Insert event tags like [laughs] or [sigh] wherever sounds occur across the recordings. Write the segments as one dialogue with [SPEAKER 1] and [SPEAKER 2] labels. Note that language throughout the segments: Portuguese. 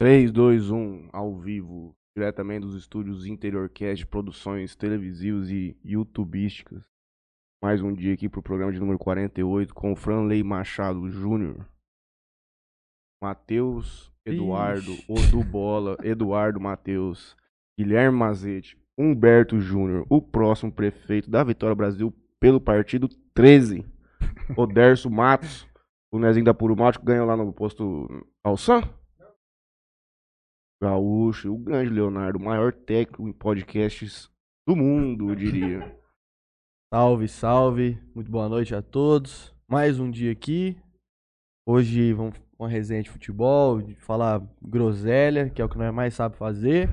[SPEAKER 1] 3, 2, 1, ao vivo, diretamente dos estúdios Interiorcast, produções televisivas e youtubísticas. Mais um dia aqui pro programa de número 48 com o Franley Machado Júnior, Matheus, Eduardo,
[SPEAKER 2] Ixi.
[SPEAKER 1] Odu Bola, Eduardo Matheus, Guilherme Mazete, Humberto Júnior, o próximo prefeito da Vitória Brasil pelo partido 13, Oderso Matos, o Nezinho da Puro Malte, que ganhou lá no posto Alçan. Gaúcho, o grande Leonardo, o maior técnico em podcasts do mundo, eu diria.
[SPEAKER 2] Salve, salve. Muito boa noite a todos. Mais um dia aqui. Hoje vamos f- uma resenha de futebol, de falar groselha, que é o que nós mais sabe fazer.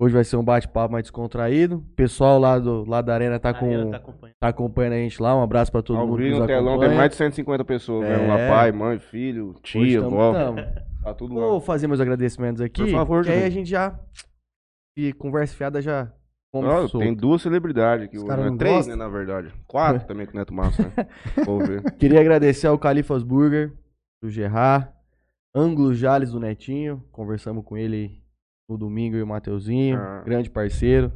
[SPEAKER 2] Hoje vai ser um bate-papo mais descontraído. O pessoal lá, do, lá da Arena tá,
[SPEAKER 3] Ah,
[SPEAKER 2] com,
[SPEAKER 3] ela tá acompanhando.
[SPEAKER 2] tá acompanhando a gente lá. Um abraço pra [laughs] todo
[SPEAKER 1] Ao
[SPEAKER 2] mundo que
[SPEAKER 1] vivo
[SPEAKER 2] nos
[SPEAKER 1] no telão
[SPEAKER 2] acompanha.
[SPEAKER 1] tem mais de 150 pessoas, né? Lá,
[SPEAKER 2] É.
[SPEAKER 1] pai, mãe, filho,
[SPEAKER 2] Hoje
[SPEAKER 1] tia,
[SPEAKER 2] tamo-
[SPEAKER 1] vó,
[SPEAKER 2] tamo.
[SPEAKER 1] tá tudo lá.
[SPEAKER 2] Vou fazer meus agradecimentos aqui.
[SPEAKER 1] Por favor,
[SPEAKER 2] que aí
[SPEAKER 1] Juninho.
[SPEAKER 2] a gente já... E conversa fiada já... come
[SPEAKER 1] Ó,
[SPEAKER 2] solto.
[SPEAKER 1] tem duas celebridades aqui,
[SPEAKER 4] Os
[SPEAKER 1] hoje,
[SPEAKER 4] cara
[SPEAKER 1] né?
[SPEAKER 4] não
[SPEAKER 1] três,
[SPEAKER 4] gosta?
[SPEAKER 1] né, na verdade.
[SPEAKER 2] [laughs]
[SPEAKER 1] Quatro também com o Neto Massa, né? Vou ver.
[SPEAKER 2] Queria agradecer ao Califas Burger, do Gerard, Ângulo Jales, do Netinho. Conversamos com ele no domingo e o Mateuzinho,
[SPEAKER 1] Ah.
[SPEAKER 2] grande parceiro.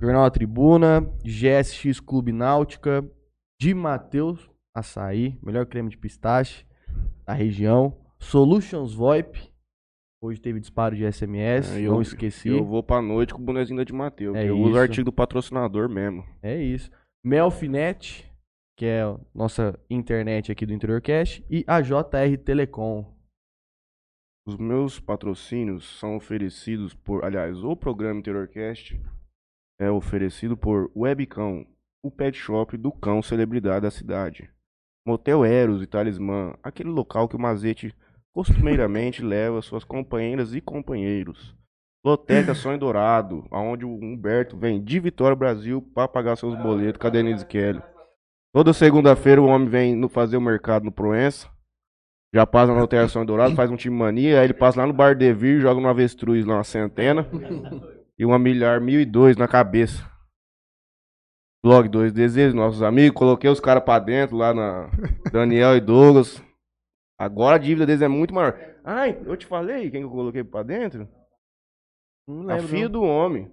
[SPEAKER 2] Jornal A Tribuna, GSX Clube Náutica, de Mateus Açaí, melhor creme de pistache da região. Solutions VoIP, hoje teve disparo de SMS,
[SPEAKER 1] É, eu-
[SPEAKER 2] não esqueci.
[SPEAKER 1] Eu vou pra noite com o bonezinho da de Mateus.
[SPEAKER 2] É
[SPEAKER 1] eu uso o
[SPEAKER 2] isso.
[SPEAKER 1] artigo do patrocinador mesmo.
[SPEAKER 2] É isso. Melfinet, que é a nossa internet aqui do Interior Cash, e a JR Telecom.
[SPEAKER 1] Os meus patrocínios são oferecidos por, aliás, o programa Interiorcast é oferecido por Webcão, o pet shop do cão celebridade da cidade. Motel Eros e Talismã, aquele local que o Mazete costumeiramente [laughs] leva suas companheiras e companheiros. Loteca Sonho Dourado, aonde o Humberto vem de Vitória Brasil para pagar seus boletos com a Denise Kelly. Toda segunda-feira o homem vem no- fazer o mercado no Proença. Já passa na Loteca Sonho Dourado, faz um time mania, aí ele passa lá no Bar Devir, joga no Avestruz lá uma centena. e uma milhar mil e dois na cabeça. Blog dois desejos, nossos amigos. Coloquei os caras pra dentro lá na
[SPEAKER 2] [laughs]
[SPEAKER 1] Daniel e Douglas. Agora a dívida deles é muito maior. Ai, eu te falei quem que eu coloquei pra dentro?
[SPEAKER 2] Não
[SPEAKER 1] A
[SPEAKER 2] lembro.
[SPEAKER 1] filha
[SPEAKER 2] não.
[SPEAKER 1] do homem.
[SPEAKER 2] É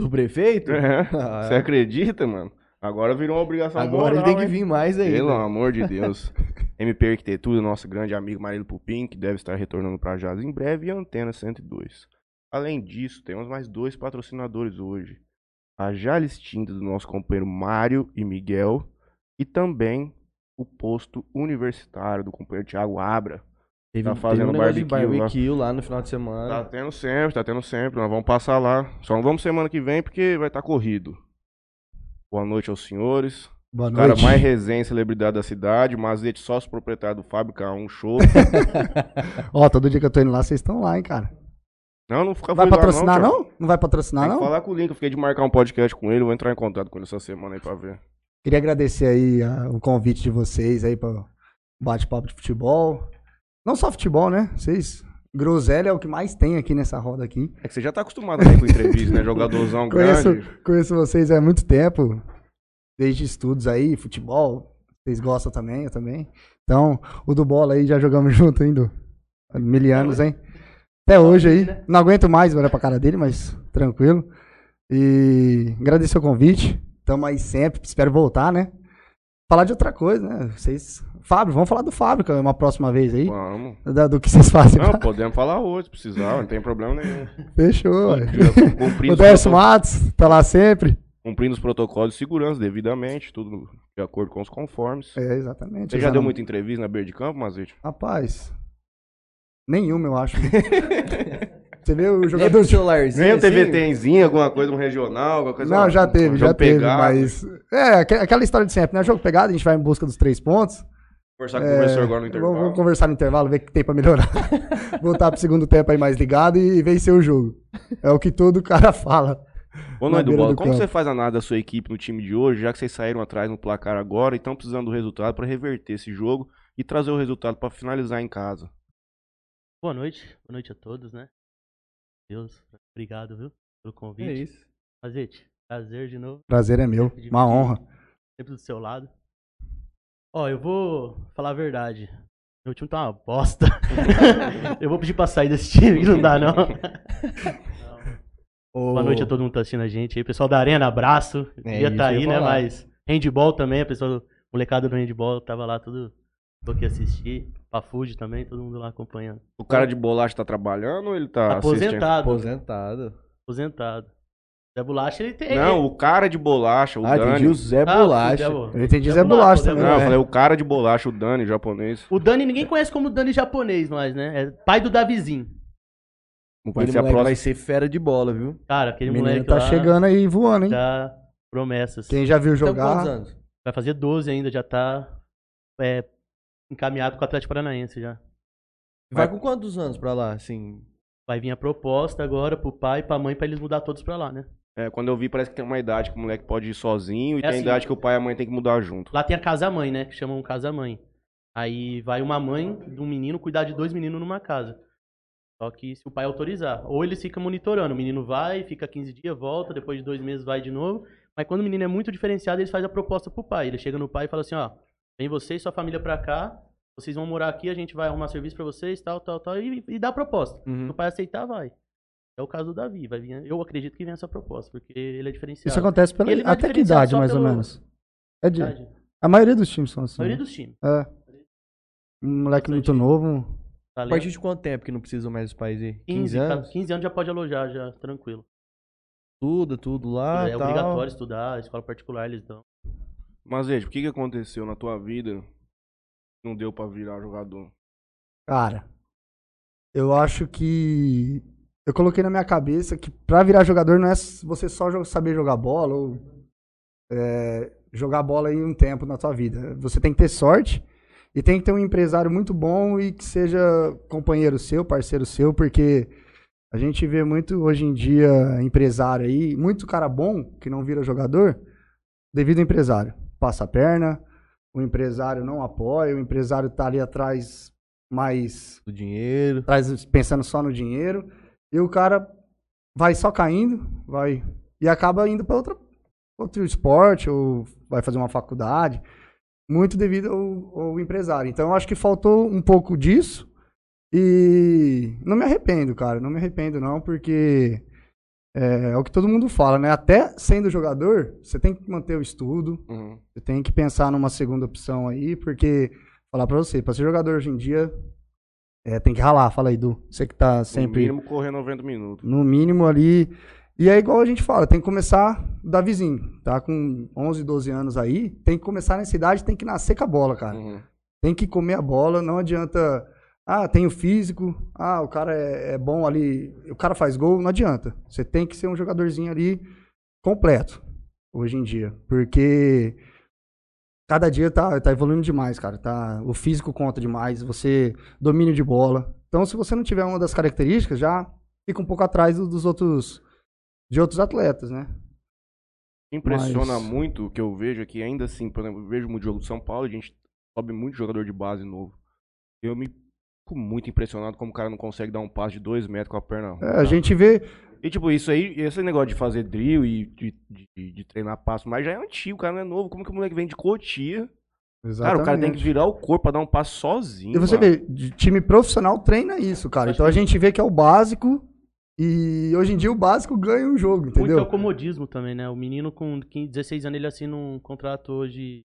[SPEAKER 2] Do prefeito?
[SPEAKER 1] É.
[SPEAKER 2] [laughs] Ah,
[SPEAKER 1] Você acredita, mano? Agora virou uma obrigação
[SPEAKER 2] Agora ele
[SPEAKER 1] moral,
[SPEAKER 2] tem que
[SPEAKER 1] hein?
[SPEAKER 2] vir mais aí.
[SPEAKER 1] Pelo amor de Deus. MP Arquitetura, nosso grande amigo Marilo Pupim, que deve estar retornando para Jazz em breve, e Antena 102. Além disso, temos mais dois patrocinadores hoje. A Jales Tinta do nosso companheiro Mário e Miguel, e também o posto universitário do companheiro Thiago Abra.
[SPEAKER 2] Teve,
[SPEAKER 1] Tá
[SPEAKER 2] teve
[SPEAKER 1] fazendo
[SPEAKER 2] um negócio de
[SPEAKER 1] barbecue lá.
[SPEAKER 2] barbecue lá. no final de
[SPEAKER 1] Tá
[SPEAKER 2] semana.
[SPEAKER 1] tendo sempre, tá tendo sempre. Nós vamos passar lá. Só não vamos semana que vem porque vai estar corrido. Boa noite aos senhores.
[SPEAKER 4] Boa
[SPEAKER 1] O cara
[SPEAKER 2] [laughs]
[SPEAKER 4] noite.
[SPEAKER 1] mais resenha e celebridade da cidade, Mazete sócio proprietário do Fábrica 1
[SPEAKER 4] [laughs]
[SPEAKER 1] Show.
[SPEAKER 4] Ó, todo dia que eu tô indo lá, vocês estão lá, hein, cara.
[SPEAKER 1] Não, não fica
[SPEAKER 4] Vai
[SPEAKER 1] fui lá
[SPEAKER 4] patrocinar,
[SPEAKER 1] tchau.
[SPEAKER 4] não? Não, vai patrocinar,
[SPEAKER 1] Tem que
[SPEAKER 4] não?
[SPEAKER 1] falar com o Link, eu fiquei de marcar um podcast com ele, vou entrar em contato com ele essa semana aí pra ver.
[SPEAKER 4] Queria agradecer aí ah, o convite de vocês aí pra bate-papo de futebol. Não só futebol, né? Vocês... Groselha é o que mais tem aqui nessa roda aqui.
[SPEAKER 1] É que você já tá acostumado né, com entrevista, [laughs] né? Jogadorzão
[SPEAKER 4] Conheço,
[SPEAKER 1] grande.
[SPEAKER 4] conheço vocês há muito tempo. Desde estudos aí, futebol. Vocês gostam também, eu também. Então, o do bola aí já jogamos [laughs] junto, hein, Du? Mil anos, hein? Até hoje aí.
[SPEAKER 1] né?
[SPEAKER 4] Não aguento mais olhar pra cara dele, mas tranquilo. E agradecer o convite. Tamo aí sempre, espero voltar, né? Falar de outra coisa, né? Vocês. Fábio, vamos falar do Fábio é uma próxima vez aí.
[SPEAKER 1] Vamos.
[SPEAKER 4] da- do que vocês fazem. [laughs]
[SPEAKER 1] Não, podemos falar hoje, se precisar, não tem problema nenhum.
[SPEAKER 4] Fechou, [laughs] ué.
[SPEAKER 1] Já Cumprindo,
[SPEAKER 4] O
[SPEAKER 1] os
[SPEAKER 4] Décio
[SPEAKER 1] proto-
[SPEAKER 4] Matos, tá lá sempre.
[SPEAKER 1] cumprindo os protocolos de segurança devidamente, tudo de acordo com os conformes.
[SPEAKER 4] É, exatamente.
[SPEAKER 1] Você já deu
[SPEAKER 4] Usando-
[SPEAKER 1] muita entrevista na Beira de Campo, Mazete?
[SPEAKER 4] Rapaz, nenhuma,
[SPEAKER 1] [laughs]
[SPEAKER 4] eu acho. Você vê o
[SPEAKER 2] Nem
[SPEAKER 4] jogador
[SPEAKER 2] pro
[SPEAKER 4] de...
[SPEAKER 2] celularzinho.
[SPEAKER 1] Nem um
[SPEAKER 2] assim?
[SPEAKER 1] TVTzinho, alguma coisa, um regional, alguma coisa
[SPEAKER 4] Não, já teve, já
[SPEAKER 1] jogo
[SPEAKER 4] teve,
[SPEAKER 1] pegado.
[SPEAKER 4] mas... É, aqu- aquela história de sempre, né? Jogo pegado, a gente vai em busca dos três pontos.
[SPEAKER 1] Conversar com
[SPEAKER 4] É,
[SPEAKER 1] o professor agora no intervalo.
[SPEAKER 4] vamos, vamos conversar no intervalo, ver o que tem
[SPEAKER 1] [laughs]
[SPEAKER 4] pra melhorar. Voltar pro segundo tempo aí mais ligado e vencer o jogo. É o que todo cara fala.
[SPEAKER 1] Ô, Nando
[SPEAKER 4] na beira
[SPEAKER 1] Bola,
[SPEAKER 4] do
[SPEAKER 1] como
[SPEAKER 4] campo.
[SPEAKER 1] você faz a nada da sua equipe no time de hoje, já que vocês saíram atrás no placar agora e estão precisando do resultado pra reverter esse jogo e trazer o resultado pra finalizar em casa?
[SPEAKER 3] Boa noite, boa noite a todos, né? Deus, obrigado, viu? Pelo convite.
[SPEAKER 2] É isso.
[SPEAKER 3] Fazete, prazer de novo,
[SPEAKER 4] Prazer é meu, uma honra.
[SPEAKER 3] sempre do seu lado. Ó, eu vou falar a verdade. Meu time tá uma bosta. [laughs] eu vou pedir pra sair desse time, que não
[SPEAKER 2] [laughs]
[SPEAKER 3] dá, não. Boa noite a todo mundo que tá assistindo a gente aí. Pessoal da Arena, abraço.
[SPEAKER 2] É
[SPEAKER 3] Ia
[SPEAKER 2] isso,
[SPEAKER 3] tá
[SPEAKER 2] eu
[SPEAKER 3] aí,
[SPEAKER 2] ia
[SPEAKER 3] né?
[SPEAKER 2] falar.
[SPEAKER 3] Mas handball também, a pessoa, molecada do handball, tava lá tudo. Tô aqui assistir. Pafude também, todo mundo lá acompanhando.
[SPEAKER 1] O cara de bolacha tá trabalhando ou ele tá assistindo?
[SPEAKER 3] aposentado.
[SPEAKER 2] Aposentado.
[SPEAKER 3] Aposentado. Zé Bolacha, ele tem.
[SPEAKER 1] Não, o cara de bolacha, o
[SPEAKER 2] Ah,
[SPEAKER 1] Dani.
[SPEAKER 2] entendi. O Zé
[SPEAKER 3] Ah, o
[SPEAKER 2] Bolacha.
[SPEAKER 3] Zé Bo-
[SPEAKER 4] Eu entendi
[SPEAKER 3] É
[SPEAKER 4] Zé
[SPEAKER 3] bom,
[SPEAKER 4] Bolacha
[SPEAKER 3] é bom.
[SPEAKER 4] também.
[SPEAKER 1] Não, eu
[SPEAKER 4] né?
[SPEAKER 1] falei o cara de bolacha, o Dani, japonês.
[SPEAKER 3] O Dani ninguém conhece como Dani japonês mais, né? É pai do Davizinho.
[SPEAKER 1] Vai
[SPEAKER 2] Aquele
[SPEAKER 1] ser a
[SPEAKER 2] moleque
[SPEAKER 1] próxima.
[SPEAKER 2] vai ser fera de bola, viu?
[SPEAKER 3] Cara, aquele
[SPEAKER 4] O menino
[SPEAKER 3] um moleque
[SPEAKER 4] tá
[SPEAKER 3] lá
[SPEAKER 4] chegando aí voando, hein?
[SPEAKER 3] dá promessas.
[SPEAKER 4] Quem já viu
[SPEAKER 3] Então,
[SPEAKER 2] Tem Então, quantos
[SPEAKER 4] jogar.
[SPEAKER 2] anos?
[SPEAKER 3] Vai fazer 12 ainda, já tá é, encaminhado com o Atlético Paranaense já.
[SPEAKER 2] Vai com quantos anos pra lá, assim?
[SPEAKER 3] Vai vir a proposta agora pro pai e pra mãe pra eles mudar todos pra lá, né?
[SPEAKER 1] É, quando eu vi, parece que tem uma idade que o moleque pode ir sozinho e
[SPEAKER 3] É
[SPEAKER 1] tem
[SPEAKER 3] assim.
[SPEAKER 1] idade que o pai e a mãe tem que mudar junto.
[SPEAKER 3] Lá tem a casa-mãe, né? Que chamam casa-mãe. Aí vai uma mãe de um menino cuidar de dois meninos numa casa. Só que se o pai autorizar. Ou eles ficam monitorando. O menino vai, fica 15 dias, volta, depois de dois meses vai de novo. Mas quando o menino é muito diferenciado, eles fazem a proposta pro pai. Ele chega no pai e fala assim, ó, vem você e sua família pra cá, vocês vão morar aqui, a gente vai arrumar serviço pra vocês, tal, tal, tal, e, e dá a proposta.
[SPEAKER 4] Uhum.
[SPEAKER 3] Se o pai aceitar, vai. É o caso do Davi. Vai vir, eu acredito que vem essa proposta, porque ele é diferenciado.
[SPEAKER 4] Isso acontece pela...
[SPEAKER 3] E ele vai
[SPEAKER 4] até que
[SPEAKER 3] diferenciar
[SPEAKER 4] idade,
[SPEAKER 3] só
[SPEAKER 4] mais ou
[SPEAKER 3] pelo-
[SPEAKER 4] menos? É de...
[SPEAKER 3] Verdade.
[SPEAKER 4] A maioria dos times são
[SPEAKER 3] A maioria
[SPEAKER 4] assim.
[SPEAKER 3] dos times.
[SPEAKER 4] É. Um moleque muito novo.
[SPEAKER 3] Tá
[SPEAKER 2] A
[SPEAKER 3] ligado?
[SPEAKER 2] partir de quanto tempo que não precisam mais os pais ir?
[SPEAKER 3] 15,
[SPEAKER 2] 15 anos?
[SPEAKER 3] 15 anos já pode alojar, já, tranquilo.
[SPEAKER 2] Tudo, tudo lá.
[SPEAKER 4] Ah,
[SPEAKER 3] é
[SPEAKER 4] tá.
[SPEAKER 2] tal.
[SPEAKER 3] obrigatório estudar, escola particular eles dão.
[SPEAKER 1] Mas, veja, o que, que aconteceu na tua vida que não deu pra virar jogador?
[SPEAKER 4] Cara, eu acho que eu coloquei na minha cabeça que pra virar jogador não é você só jo- saber jogar bola ou é, jogar bola em um tempo na tua vida. Você tem que ter sorte e tem que ter um empresário muito bom e que seja companheiro seu, parceiro seu, porque a gente vê muito hoje em dia empresário aí, muito cara bom que não vira jogador devido ao empresário. Passa a perna, o empresário não apoia, o empresário tá ali atrás mais
[SPEAKER 2] Do dinheiro.
[SPEAKER 4] traz pensando só no dinheiro e o cara vai só caindo, vai e acaba indo para outra outro esporte ou vai fazer uma faculdade, muito devido ao, ao empresário. Então eu acho que faltou um pouco disso e não me arrependo, cara, não me arrependo não, porque é, é o que todo mundo fala, né? Até sendo jogador, você tem que manter o estudo,
[SPEAKER 1] Uhum.
[SPEAKER 4] você tem que pensar numa segunda opção aí, porque falar pra você, pra ser jogador hoje em dia, é, tem que ralar. Fala aí, Du. Você que tá
[SPEAKER 1] No
[SPEAKER 4] sempre
[SPEAKER 1] mínimo, correr 90 minutos.
[SPEAKER 4] no mínimo ali. E é igual a gente fala, tem que começar da vizinho, tá? Com 11, 12 anos aí, tem que começar nessa idade, tem que nascer com a bola, cara.
[SPEAKER 1] Uhum.
[SPEAKER 4] Tem que comer a bola, não adianta. Ah, tem o físico, ah, o cara é, é bom ali, o cara faz gol, não adianta. Você tem que ser um jogadorzinho ali completo hoje em dia. Porque cada dia tá, tá evoluindo demais, cara. Tá, o físico conta demais, você domínio de bola. Então, se você não tiver uma das características, já fica um pouco atrás do- dos outros de outros atletas, né?
[SPEAKER 1] Impressiona
[SPEAKER 4] Mas-
[SPEAKER 1] muito o que eu vejo aqui, ainda assim, por exemplo, eu vejo muito jogo do São Paulo, a gente sobe muito jogador de base novo. Eu me fico muito impressionado como o cara não consegue dar um passo de dois metros com a perna.
[SPEAKER 4] É,
[SPEAKER 1] ruim,
[SPEAKER 4] a
[SPEAKER 1] tá?
[SPEAKER 4] gente vê,
[SPEAKER 1] E tipo, isso aí, esse negócio de fazer drill e de, de- de treinar passo, mas já é antigo, o cara não é novo. Como que o moleque vem de cotia? Cara, o cara tem que virar o corpo pra dar um passo sozinho.
[SPEAKER 4] E você
[SPEAKER 1] mano.
[SPEAKER 4] vê, de time profissional treina isso, cara.
[SPEAKER 3] Acho
[SPEAKER 4] Então a gente vê que é o básico e hoje em dia o básico ganha um jogo,
[SPEAKER 3] Muito é
[SPEAKER 4] entendeu?
[SPEAKER 3] o comodismo também, né? O menino com 15, 16 anos, ele assina um contrato hoje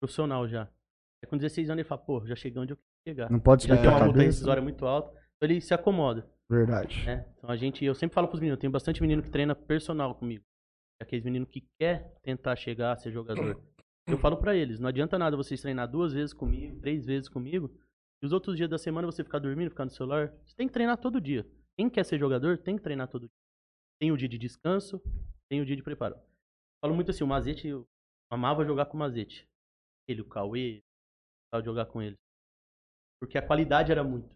[SPEAKER 3] profissional já. Aí com 16 anos ele fala, pô, já cheguei onde eu quero chegar.
[SPEAKER 4] Não pode
[SPEAKER 3] Já
[SPEAKER 4] esquentar a
[SPEAKER 3] tem uma multa
[SPEAKER 4] cabeça. né?
[SPEAKER 3] rescisória muito alta, então ele se acomoda,
[SPEAKER 4] Verdade.
[SPEAKER 3] né? Então a gente, eu sempre falo pros meninos, eu tenho bastante menino que treina personal comigo. É Aqueles meninos que quer tentar chegar a ser jogador. Eu falo pra eles, não adianta nada vocês treinar duas vezes comigo, três vezes comigo, e os outros dias da semana você ficar dormindo, ficar no celular. Você tem que treinar todo dia. Quem quer ser jogador tem que treinar todo dia. Tem o dia de descanso, tem o dia de preparo. Falo muito assim, o Mazete, eu amava jogar com o Mazete. Ele, o Cauê, tal, jogar com ele. Porque a qualidade era muito.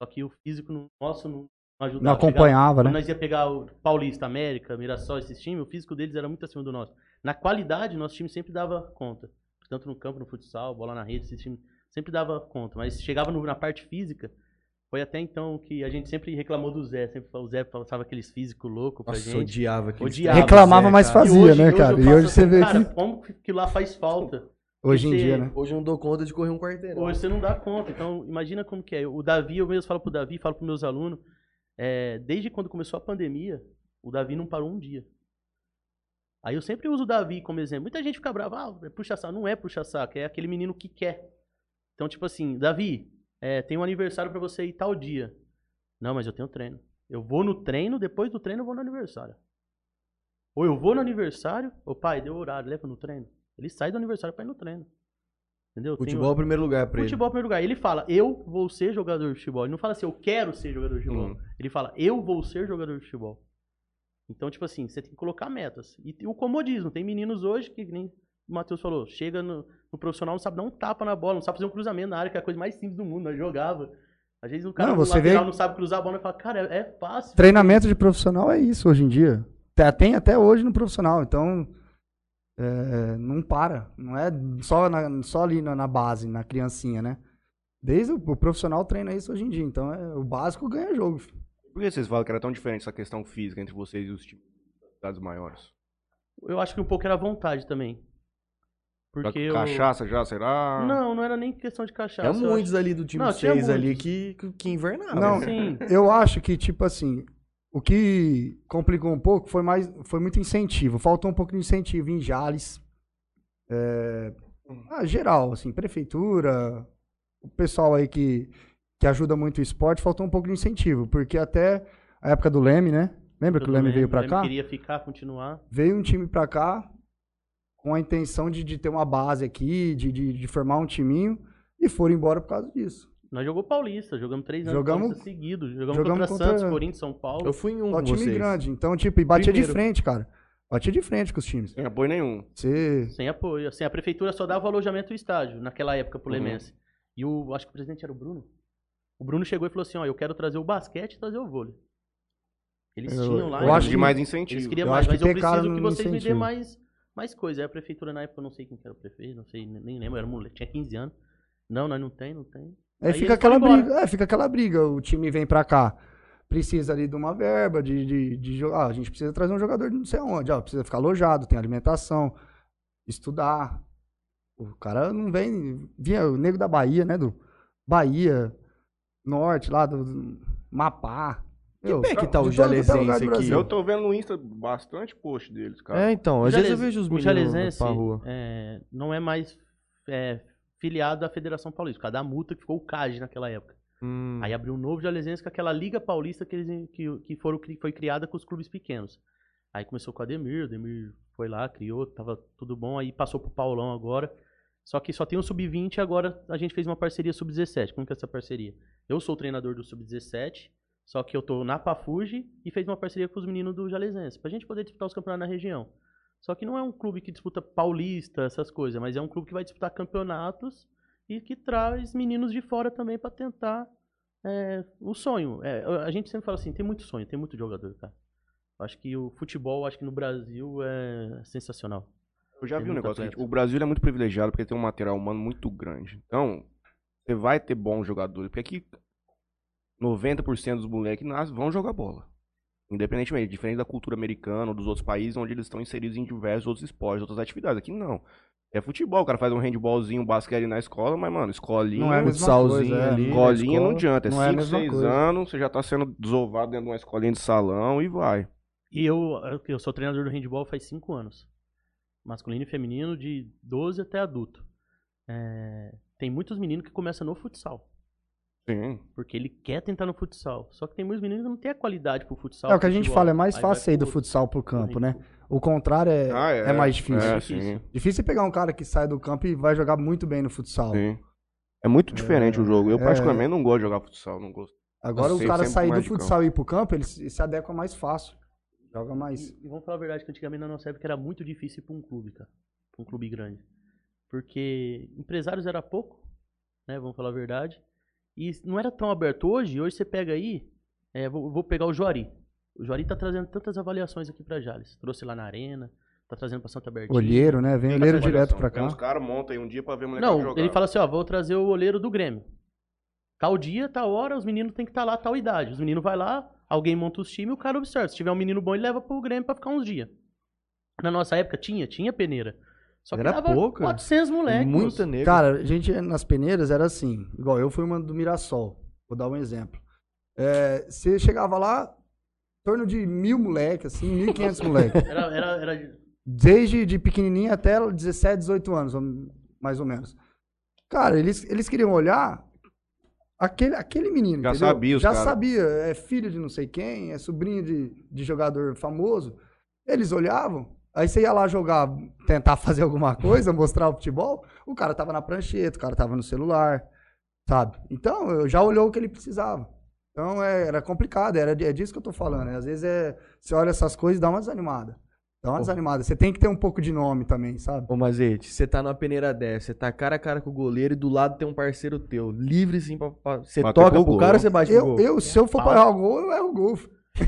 [SPEAKER 3] Só que o físico no- nosso não, não ajudava.
[SPEAKER 4] Não acompanhava,
[SPEAKER 3] tá Quando é
[SPEAKER 4] né?
[SPEAKER 3] nós ia pegar o Paulista, América, Mirassol, esses times, o físico deles era muito acima do nosso. Na qualidade, nosso time sempre dava conta. Tanto no campo, no futsal, bola na rede, esses times sempre dava conta. Mas chegava no- na parte física, foi até então que a gente sempre reclamou do Zé. Sempre, falou- o Zé passava aqueles físicos loucos pra
[SPEAKER 2] Nossa,
[SPEAKER 3] gente.
[SPEAKER 2] odiava aquele
[SPEAKER 3] Odiava.
[SPEAKER 2] Zé,
[SPEAKER 4] Reclamava, mas
[SPEAKER 2] cara.
[SPEAKER 4] fazia, né,
[SPEAKER 3] eu
[SPEAKER 4] cara? E
[SPEAKER 3] faço assim,
[SPEAKER 4] hoje você vê
[SPEAKER 3] cara,
[SPEAKER 4] que-
[SPEAKER 3] como que lá faz falta?
[SPEAKER 4] Hoje em
[SPEAKER 3] Esse-
[SPEAKER 4] dia, né?
[SPEAKER 2] Hoje eu não dou conta de correr um quarteirão.
[SPEAKER 3] Hoje você não dá conta. Então, imagina como que é. O Davi, eu mesmo falo pro Davi, falo pros meus alunos. é, desde quando começou a pandemia, o Davi não parou um dia. Aí eu sempre uso o Davi como exemplo. Muita gente fica brava, ah, é puxa saco. Não é puxa saco, é aquele menino que quer. Então, tipo assim, Davi, é, tem um aniversário pra você ir tal dia. Não, mas eu tenho treino. Eu vou no treino, depois do treino eu vou no aniversário. Ou eu vou no aniversário, ô pai, deu horário, leva no treino. Ele sai do aniversário pra ir no treino. Entendeu? Tem-
[SPEAKER 2] Futebol é o primeiro lugar pra
[SPEAKER 3] Futebol em primeiro lugar. Ele fala, eu vou ser jogador de futebol. Ele não fala assim, eu quero ser jogador de futebol.
[SPEAKER 4] Hum.
[SPEAKER 1] Uhum.
[SPEAKER 3] Ele fala, eu vou ser jogador de futebol. Então, tipo assim, você tem que colocar metas. E tem o comodismo. Tem meninos hoje que, nem o Matheus falou, chega no, no profissional, não sabe dar um tapa na bola, não sabe fazer um cruzamento na área, que é a coisa mais simples do mundo. Nós jogava. Às vezes o cara
[SPEAKER 4] Não,
[SPEAKER 3] do
[SPEAKER 4] você
[SPEAKER 3] lateral
[SPEAKER 4] vê-
[SPEAKER 3] não sabe cruzar a bola e fala, cara, é, é fácil.
[SPEAKER 4] Treinamento de profissional é isso hoje em dia. Tá- Tem até hoje no profissional, então é, não para. Não é só, na- só ali na, na base, na criancinha, né? Desde o, o profissional treina isso hoje em dia, então é, o básico ganha jogo. filho.
[SPEAKER 1] Por que vocês falam que era tão diferente essa questão física entre vocês e os times das cidades maiores?
[SPEAKER 3] Eu acho que um pouco era vontade também.
[SPEAKER 1] Da
[SPEAKER 3] Porque eu...
[SPEAKER 1] Cachaça já, será?
[SPEAKER 3] Não, não era nem questão de cachaça.
[SPEAKER 2] Tinha
[SPEAKER 4] É
[SPEAKER 3] eu acho-
[SPEAKER 2] É muitos ali do time
[SPEAKER 3] Tá, Não, tinha
[SPEAKER 2] 6 ali
[SPEAKER 3] muitos.
[SPEAKER 2] que, que, que invernaram.
[SPEAKER 4] Não,
[SPEAKER 3] Sim.
[SPEAKER 4] Eu acho que, tipo assim, o que complicou um pouco foi mais foi muito incentivo. Faltou um pouco de incentivo em Jales. É, ah, geral, assim, prefeitura, o pessoal aí que, que ajuda muito o esporte, faltou um pouco de incentivo, porque até a época do Leme, né? Lembra que o Leme veio pra cá?
[SPEAKER 3] queria ficar, continuar.
[SPEAKER 4] Veio um time pra cá com a intenção de, de ter uma base aqui, de, de, de formar um timinho, e foram embora por causa disso.
[SPEAKER 3] Nós jogamos Paulista, jogamos três anos
[SPEAKER 4] Jogamos-
[SPEAKER 3] Paulista seguidos. Jogamos,
[SPEAKER 4] jogamos
[SPEAKER 3] contra,
[SPEAKER 4] contra-
[SPEAKER 3] Santos, Corinthians, São Paulo.
[SPEAKER 2] Eu fui em um
[SPEAKER 4] Só
[SPEAKER 2] com
[SPEAKER 4] time
[SPEAKER 2] vocês.
[SPEAKER 4] grande. Então, tipo, e batia
[SPEAKER 2] Primeiro.
[SPEAKER 4] de frente, cara. Batia de frente com os times.
[SPEAKER 1] Sem apoio nenhum.
[SPEAKER 4] Você.
[SPEAKER 3] Sem apoio. Assim, a prefeitura só dava o alojamento do estádio, naquela época, pro
[SPEAKER 1] Uhum.
[SPEAKER 3] Lemense. E o, acho que o presidente era o Bruno. O Bruno chegou e falou assim, ó, eu quero trazer o basquete e trazer o vôlei. Eles
[SPEAKER 4] Eu-
[SPEAKER 3] tinham lá...
[SPEAKER 4] eu
[SPEAKER 3] né?
[SPEAKER 4] acho
[SPEAKER 1] de
[SPEAKER 4] que-
[SPEAKER 1] mais
[SPEAKER 3] Eles
[SPEAKER 1] incentivo.
[SPEAKER 3] queriam
[SPEAKER 4] Eu
[SPEAKER 3] mais,
[SPEAKER 4] acho que
[SPEAKER 3] mas eu
[SPEAKER 4] pecaram
[SPEAKER 3] preciso que
[SPEAKER 4] no
[SPEAKER 3] vocês me dêem
[SPEAKER 4] incentivo.
[SPEAKER 3] mais, mais coisa. Aí a prefeitura, na época, eu não sei quem que era o prefeito, não sei, nem lembro, era um moleque, tinha 15 anos. Não, nós não tem, não tem.
[SPEAKER 4] Aí,
[SPEAKER 3] Aí
[SPEAKER 4] fica
[SPEAKER 3] eles
[SPEAKER 4] aquela
[SPEAKER 3] foram embora.
[SPEAKER 4] briga. É, fica aquela briga. O time vem pra cá. Precisa ali de uma verba, de, de, de jogar. Ah, a gente precisa trazer um jogador de não sei onde. Ah, precisa ficar alojado, tem alimentação, estudar. O cara não vem. Vinha o nego da Bahia, né? Do Bahia, norte, lá do, do Mapá. Meu,
[SPEAKER 2] pé que tá o
[SPEAKER 4] de todo quanto é lugar
[SPEAKER 2] Jalesense
[SPEAKER 4] do Brasil.
[SPEAKER 1] Eu tô vendo no Insta bastante post deles, cara.
[SPEAKER 2] É, então, às
[SPEAKER 3] O
[SPEAKER 2] vezes eu
[SPEAKER 3] Jalez-
[SPEAKER 2] vejo os
[SPEAKER 3] o
[SPEAKER 2] meninos indo
[SPEAKER 3] Jalesense
[SPEAKER 2] pra rua.
[SPEAKER 3] é, não é mais é, filiado à Federação Paulista, por causa da multa que ficou o CAG naquela época.
[SPEAKER 2] Hum,
[SPEAKER 3] Aí abriu um novo Jalesense com aquela Liga Paulista que, eles, que, que foram, cri- foi criada com os clubes pequenos. Aí começou com o Ademir, o Ademir foi lá, criou, tava tudo bom, aí passou pro Paulão agora. Só que só tem o Sub-20 e agora a gente fez uma parceria Sub-17. Como que é essa parceria? Eu sou o treinador do Sub-17, só que eu tô na Pafuji e fez uma parceria com os meninos do Jalesense, pra gente poder disputar os campeonatos na região. Só que não é um clube que disputa paulista, essas coisas, mas é um clube que vai disputar campeonatos e que traz meninos de fora também pra tentar é, o sonho. É, a gente sempre fala assim, tem muito sonho, tem muito jogador, cara. Eu Acho que o futebol, acho que no Brasil é sensacional.
[SPEAKER 1] Eu já
[SPEAKER 3] Tem
[SPEAKER 1] vi um
[SPEAKER 3] muito
[SPEAKER 1] negócio aqui.
[SPEAKER 3] atleta.
[SPEAKER 1] O Brasil ele é muito privilegiado porque tem um material humano muito grande. Então, você vai ter bons jogadores. Porque aqui, 90% dos moleques nascem vão jogar bola. Independentemente, diferente da cultura americana ou dos outros países onde eles estão inseridos em diversos outros esportes, outras atividades. Aqui não. É futebol, o cara faz um handballzinho, um basquete na escola, mas, mano, escolinha,
[SPEAKER 4] Não é a mesma
[SPEAKER 2] futsalzinho
[SPEAKER 4] coisa, é.
[SPEAKER 2] ali. na
[SPEAKER 1] escolinha
[SPEAKER 2] escola.
[SPEAKER 1] não adianta. É
[SPEAKER 4] não é a
[SPEAKER 1] 5,
[SPEAKER 4] mesma
[SPEAKER 1] 6
[SPEAKER 4] coisa.
[SPEAKER 1] anos, você já tá sendo desovado dentro de uma escolinha de salão e vai.
[SPEAKER 3] E eu, eu sou treinador do handball faz cinco anos. Masculino e feminino, de 12 até adulto. É, tem muitos meninos que começam no futsal.
[SPEAKER 1] Sim.
[SPEAKER 3] Porque ele quer tentar no futsal. Só que tem muitos meninos que não tem a qualidade pro futsal.
[SPEAKER 4] É o que a gente
[SPEAKER 3] futebol.
[SPEAKER 4] fala, é mais
[SPEAKER 3] Aí vai
[SPEAKER 4] fácil sair do
[SPEAKER 3] pro-
[SPEAKER 4] futsal pro
[SPEAKER 3] pro
[SPEAKER 4] campo, né?
[SPEAKER 3] handball.
[SPEAKER 4] O contrário é,
[SPEAKER 1] Ah,
[SPEAKER 4] é mais difícil.
[SPEAKER 1] É,
[SPEAKER 3] Difícil.
[SPEAKER 1] sim.
[SPEAKER 4] Difícil é pegar um cara que sai do campo e vai jogar muito bem no futsal.
[SPEAKER 1] Sim. É muito diferente o jogo. Eu,
[SPEAKER 4] é.
[SPEAKER 1] particularmente, não gosto de jogar futsal. Não gosto.
[SPEAKER 4] Agora
[SPEAKER 1] Eu
[SPEAKER 4] o
[SPEAKER 1] sei,
[SPEAKER 4] cara
[SPEAKER 1] sempre
[SPEAKER 4] sair do
[SPEAKER 1] mais de campo.
[SPEAKER 4] futsal e ir pro campo, ele se se adequa mais fácil. Joga mais.
[SPEAKER 3] E, e vamos falar a verdade que antigamente na nossa época era muito difícil ir pra um clube, cara. Pra um clube grande. Porque empresários era pouco, né? Vamos falar a verdade. E não era tão aberto. Hoje, hoje você pega aí, é, vou, vou pegar o Juari. O Juari tá trazendo tantas avaliações aqui pra Jales. Trouxe lá na Arena, tá trazendo pra Santa Bertinha.
[SPEAKER 4] Olheiro, né? Vem olheiro direto pra
[SPEAKER 1] Tem uns
[SPEAKER 4] cá.
[SPEAKER 1] caras montam aí um dia pra ver a molecada
[SPEAKER 3] Não,
[SPEAKER 1] jogar.
[SPEAKER 3] ele fala assim, ó, vou trazer o olheiro do Grêmio. Tal dia, tal hora, os meninos têm que estar lá, tal idade. Os meninos vai lá, alguém monta os times, o cara observa. Se tiver um menino bom, ele leva pro Grêmio pra ficar uns dias. Na nossa época tinha, tinha peneira. Só que
[SPEAKER 2] Era
[SPEAKER 3] dava
[SPEAKER 2] pouco, né?
[SPEAKER 3] 400 moleques.
[SPEAKER 2] Muita negra.
[SPEAKER 4] Cara, a gente nas peneiras era assim. Igual eu fui uma do Mirassol. Vou dar um exemplo. É, você chegava lá, em torno de mil moleques, assim, 1.500 moleques.
[SPEAKER 3] Era, era, era-
[SPEAKER 4] Desde de pequenininho até 17, 18 anos, mais ou menos. Cara, eles, eles queriam olhar aquele, aquele menino,
[SPEAKER 1] Já
[SPEAKER 4] entendeu?
[SPEAKER 1] sabia os
[SPEAKER 4] Já
[SPEAKER 1] cara.
[SPEAKER 4] sabia, é filho de não sei quem, é sobrinho de, de jogador famoso. Eles olhavam, aí você ia lá jogar, tentar [laughs] fazer alguma coisa, mostrar o futebol, o cara tava na prancheta, o cara tava no celular, sabe? Então, eu já olhou o que ele precisava. Então, é- era complicado, era, é disso que eu tô falando. né? Às vezes, é, você olha essas coisas e dá uma desanimada. Dá uma
[SPEAKER 2] Pô.
[SPEAKER 4] desanimada. Você tem que ter um pouco de nome também, sabe?
[SPEAKER 2] Ô, Mazete, você tá numa peneira dessa, você tá cara a cara com o goleiro e do lado tem um parceiro teu, livre sim pra... pra- Você
[SPEAKER 1] Bater
[SPEAKER 2] toca
[SPEAKER 1] pro
[SPEAKER 2] pro,
[SPEAKER 1] gol.
[SPEAKER 2] cara ou você bate pro
[SPEAKER 4] Eu,
[SPEAKER 2] gol?
[SPEAKER 4] eu, se eu for pra errar o gol, eu erro o gol. Se
[SPEAKER 3] [laughs]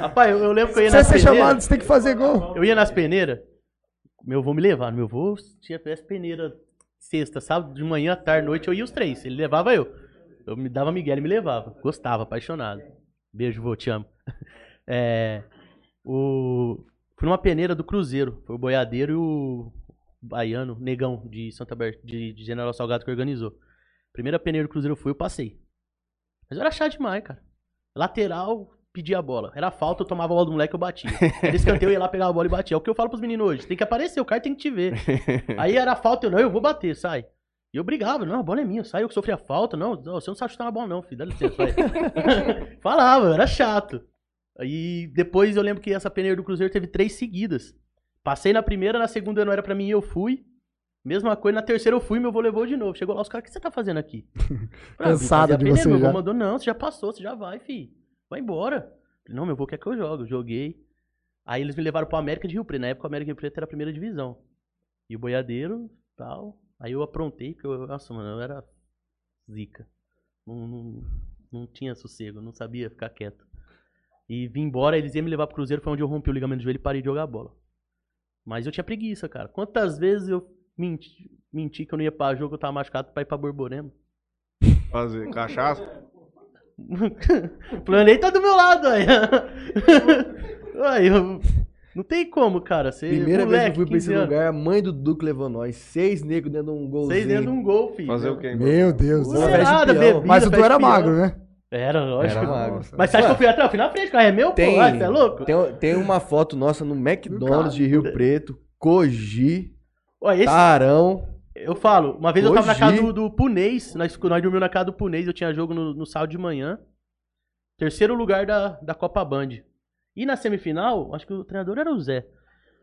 [SPEAKER 3] Rapaz, eu, eu lembro que eu ia
[SPEAKER 4] você
[SPEAKER 3] nas
[SPEAKER 4] ser
[SPEAKER 3] peneiras.
[SPEAKER 4] chamado, você tem que fazer gol.
[SPEAKER 3] Eu ia nas peneiras. Meu avô me levava. Meu avô tinha tivesse peneira sexta, sábado, de manhã, à tarde, noite. Eu ia os três. Ele levava eu. Eu me dava Miguel, ele me levava. Gostava, apaixonado. Beijo, vô, te amo. [laughs] É, o... Fui numa peneira do Cruzeiro. Foi o boiadeiro e o baiano, negão, de Santa Ber... de, de General Salgado que organizou. Primeira peneira do Cruzeiro eu fui, eu passei. Mas eu era chato demais, cara. Lateral, pedia a bola. Era falta, eu tomava a bola do moleque, eu batia. Era escanteio, eu ia lá, pegava a bola e batia. É o que eu falo pros meninos hoje. Tem que aparecer, o cara tem que te ver. Aí era falta, eu não, eu vou bater, sai. E eu brigava, não, a bola é minha, sai, eu que sofri a falta. Não, não, você não sabe chutar uma bola não, filho, dá licença, vai.
[SPEAKER 4] [laughs]
[SPEAKER 3] Falava, eu era chato. Aí depois eu lembro que essa peneira do Cruzeiro teve três seguidas. Passei na primeira, na segunda não era pra mim, eu fui. Mesma coisa, na terceira eu fui, meu avô levou de novo. Chegou lá, os caras, o que você tá fazendo aqui?
[SPEAKER 4] [laughs]
[SPEAKER 3] Falei, "Ah, vim
[SPEAKER 4] Cansado
[SPEAKER 3] fazer a
[SPEAKER 4] de
[SPEAKER 3] peneira."
[SPEAKER 4] você
[SPEAKER 3] Meu avô
[SPEAKER 4] já.
[SPEAKER 3] mandou, não, você já passou, você já vai, filho. Vai embora. Falei, Não, meu avô quer que eu jogue. Eu joguei. Aí eles me levaram pro América de Rio Preto. Na época o América de Rio Preto era a primeira divisão. E o boiadeiro, tal. Aí eu aprontei, porque eu, nossa, mano, eu era zica. Não, não, não tinha sossego, não sabia ficar quieto. E vim embora, eles iam me levar pro Cruzeiro, foi onde eu rompi o ligamento do joelho e parei de jogar bola. Mas eu tinha preguiça, cara. Quantas vezes eu menti, menti que eu não ia pra jogo, eu tava machucado pra ir pra Borborema? [laughs]
[SPEAKER 1] Fazer cachaça.
[SPEAKER 3] o planeta tá do meu lado, aí. [laughs] aí eu... Não tem como, cara. Você,
[SPEAKER 2] Primeira vez que eu
[SPEAKER 3] moleque,
[SPEAKER 2] fui pra esse
[SPEAKER 3] 15 anos.
[SPEAKER 2] lugar, a mãe do Duque levou nós. Seis negros dentro de um golzinho.
[SPEAKER 3] Vocês dentro de um gol, filho.
[SPEAKER 4] né?
[SPEAKER 1] Fazer o quê?
[SPEAKER 4] Meu Deus. do
[SPEAKER 2] Uma
[SPEAKER 3] Não
[SPEAKER 4] céu.
[SPEAKER 3] é
[SPEAKER 2] festa
[SPEAKER 3] nada,
[SPEAKER 2] de peão.
[SPEAKER 3] bebida,
[SPEAKER 4] Mas o tu
[SPEAKER 3] festa
[SPEAKER 4] era
[SPEAKER 3] de peão.
[SPEAKER 4] magro, né?
[SPEAKER 3] Era, lógico.
[SPEAKER 2] Era magro.
[SPEAKER 3] Mas você acha que eu fui até o final? Frente, cara, é meu,
[SPEAKER 2] Tem,
[SPEAKER 3] pô. Ah, você é louco?
[SPEAKER 2] tem, tem uma foto nossa no
[SPEAKER 4] Cara,
[SPEAKER 2] McDonald's de Rio Preto, Cogi,
[SPEAKER 3] Ó, esse,
[SPEAKER 2] Tarão.
[SPEAKER 3] Eu falo, uma vez eu tava na
[SPEAKER 2] Tá. Hoje-
[SPEAKER 3] casa do, do Punês, nós, nós dormimos na casa do Punês, eu tinha jogo no, no sábado de manhã. Terceiro lugar da, da Copa Band. E na semifinal, acho que o treinador era o Zé.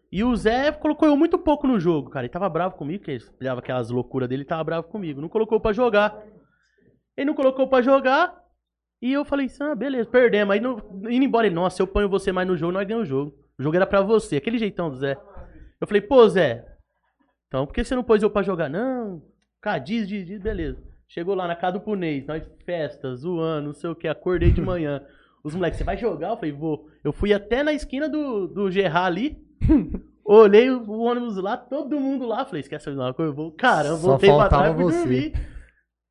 [SPEAKER 3] E o Zé colocou eu muito pouco no jogo, cara. Ele tava bravo comigo, que ele olhava aquelas loucuras dele, ele tava bravo comigo. Não colocou pra jogar. Ele não colocou pra jogar. E eu falei assim, ah, beleza, perdemos. Aí no- indo embora, ele, nossa, eu ponho você mais no jogo, nós ganhamos o jogo. O jogo era pra você, aquele jeitão do Zé. Eu falei, pô, Zé, então, por que você não pôs eu pra jogar? Não, Cadiz, diz, diz, beleza. Chegou lá na casa do Punês, nós festa, zoando, não sei o que, acordei de manhã. Os moleques, você vai jogar? Eu falei, vou. Eu fui até na esquina do, do Gerard
[SPEAKER 4] [laughs]
[SPEAKER 3] ali, olhei o, o ônibus lá, todo mundo lá. Falei, esquece de uma coisa, eu vou. Cara, eu
[SPEAKER 4] Só
[SPEAKER 3] voltei pra
[SPEAKER 4] faltava
[SPEAKER 3] trás, fui
[SPEAKER 4] você.
[SPEAKER 3] dormir.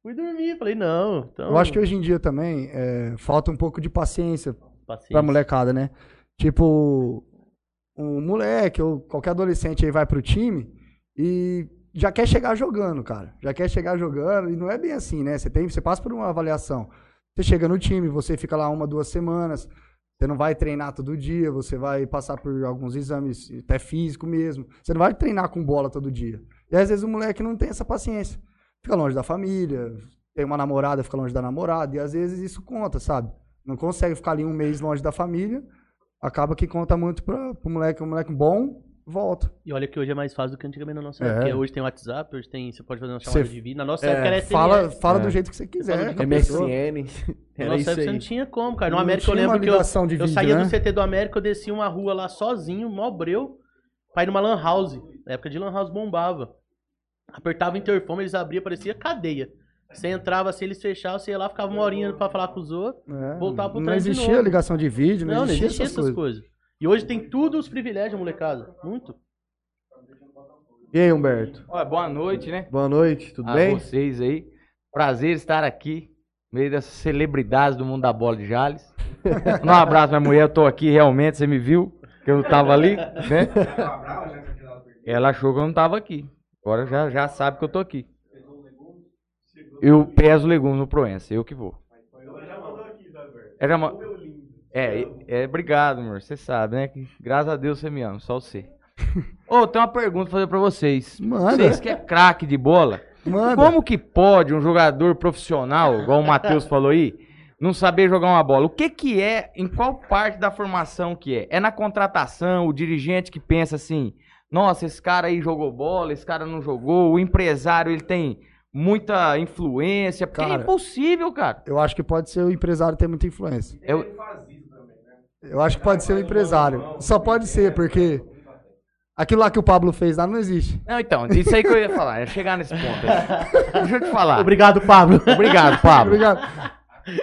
[SPEAKER 3] Fui dormir, falei, não. Então,
[SPEAKER 4] Eu acho que hoje em dia também é, falta um pouco de paciência
[SPEAKER 3] paciência.
[SPEAKER 4] pra molecada, né? Tipo, um moleque ou qualquer adolescente aí vai pro time e já quer chegar jogando, cara. Já quer chegar jogando e não é bem assim, né? Você tem, você passa por uma avaliação. Você chega no time, você fica lá uma, duas semanas. Você não vai treinar todo dia, você vai passar por alguns exames, até físico mesmo. Você não vai treinar com bola todo dia. E às vezes o moleque não tem essa paciência. Fica longe da família, tem uma namorada, fica longe da namorada. E às vezes isso conta, sabe? não consegue ficar ali um mês longe da família, acaba que conta muito para o moleque, um moleque bom, volta.
[SPEAKER 3] E olha que hoje é mais fácil do que antigamente na nossa
[SPEAKER 4] É.
[SPEAKER 3] época. Porque hoje tem WhatsApp, hoje tem, você pode fazer uma chamada
[SPEAKER 4] Você-
[SPEAKER 3] de vídeo. Na nossa
[SPEAKER 2] é,
[SPEAKER 3] época era SMS.
[SPEAKER 4] Fala, fala
[SPEAKER 2] É.
[SPEAKER 4] do jeito que você
[SPEAKER 3] Fala
[SPEAKER 4] quiser.
[SPEAKER 3] do
[SPEAKER 4] com a pessoa.
[SPEAKER 2] MSN.
[SPEAKER 3] Na
[SPEAKER 2] Era
[SPEAKER 3] nossa
[SPEAKER 2] isso
[SPEAKER 3] época você não
[SPEAKER 2] aí.
[SPEAKER 3] tinha como, cara. É, No
[SPEAKER 4] Não
[SPEAKER 3] América eu
[SPEAKER 4] tinha
[SPEAKER 3] lembro
[SPEAKER 4] uma
[SPEAKER 3] que eu,
[SPEAKER 4] ligação de
[SPEAKER 3] eu
[SPEAKER 4] vídeo,
[SPEAKER 3] saía
[SPEAKER 4] né?
[SPEAKER 3] do CT do América, eu descia uma rua lá sozinho, mó breu, pra ir numa lan house. Na época de lan house bombava. Apertava o interfone, eles abriam, parecia cadeia. Você entrava assim, eles fechavam, você ia lá, ficava uma horinha pra falar com os outros.
[SPEAKER 4] É,
[SPEAKER 3] Voltar pro
[SPEAKER 4] não
[SPEAKER 3] trás de
[SPEAKER 4] existia
[SPEAKER 3] novo.
[SPEAKER 4] ligação de vídeo, não,
[SPEAKER 3] Não, não
[SPEAKER 4] existia,
[SPEAKER 3] existia
[SPEAKER 4] essas coisas.
[SPEAKER 3] E hoje tem tudo os privilégios, molecada. Muito.
[SPEAKER 2] E aí, Humberto?
[SPEAKER 5] Olha, boa noite, né?
[SPEAKER 2] Boa noite, tudo
[SPEAKER 6] Ah,
[SPEAKER 5] a
[SPEAKER 2] bem?
[SPEAKER 5] vocês aí. Prazer estar aqui, no meio dessas celebridades do mundo da bola de Jales. um abraço, minha mulher, eu tô aqui realmente, você me viu, que eu tava ali, né? Ela achou que eu não tava aqui. Agora já, já sabe que eu tô aqui. Eu peso legumes no Proença, eu que vou. Ela já mandou aqui, É, é, é, obrigado, amor. Você sabe, né? Que, graças a Deus você me ama,
[SPEAKER 2] [laughs]
[SPEAKER 5] só você. Ô, tem uma pergunta pra fazer pra vocês.
[SPEAKER 4] Manda.
[SPEAKER 5] Vocês que é craque de bola,
[SPEAKER 4] Manda.
[SPEAKER 5] como que pode um jogador profissional, igual o Matheus falou aí, não saber jogar uma bola? O que que é, em qual parte da formação que é? É na contratação, o dirigente que pensa assim, nossa, esse cara aí jogou bola, esse cara não jogou, o empresário ele tem muita influência, porque é
[SPEAKER 4] Cara.
[SPEAKER 5] impossível, cara.
[SPEAKER 4] Eu acho que pode ser o empresário ter muita influência.
[SPEAKER 5] É o-
[SPEAKER 4] Eu acho que pode ser o empresário. Só pode ser, porque aquilo lá que o Pablo fez lá não existe.
[SPEAKER 5] Não, então, isso aí que eu ia falar, é chegar nesse ponto. aí. Deixa eu te falar.
[SPEAKER 3] Obrigado, Pablo.
[SPEAKER 5] Obrigado, Pablo.
[SPEAKER 4] Obrigado.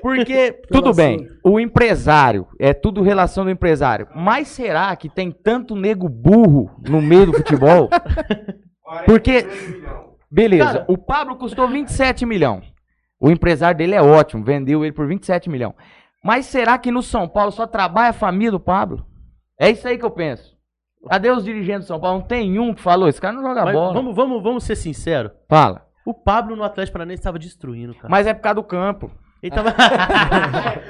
[SPEAKER 5] Porque, tudo bem, o empresário, é tudo relação do empresário. Mas será que tem tanto nego burro no meio do futebol? Porque, beleza,
[SPEAKER 3] Cara.
[SPEAKER 5] o Pablo custou 27 milhões. O empresário dele é ótimo, vendeu ele por 27 milhões. Mas será que no São Paulo só trabalha a família do Pablo? É isso aí que eu penso. Cadê os dirigentes do São Paulo? Não tem um que falou, esse cara não
[SPEAKER 4] Tá
[SPEAKER 5] joga
[SPEAKER 3] Mas
[SPEAKER 5] bola.
[SPEAKER 3] vamos, vamos, vamos ser sinceros.
[SPEAKER 5] Fala.
[SPEAKER 3] O Pablo no Atlético Paranaense tava destruindo, cara.
[SPEAKER 5] Mas é por causa do campo.
[SPEAKER 4] [laughs]
[SPEAKER 3] Ele tava. [laughs]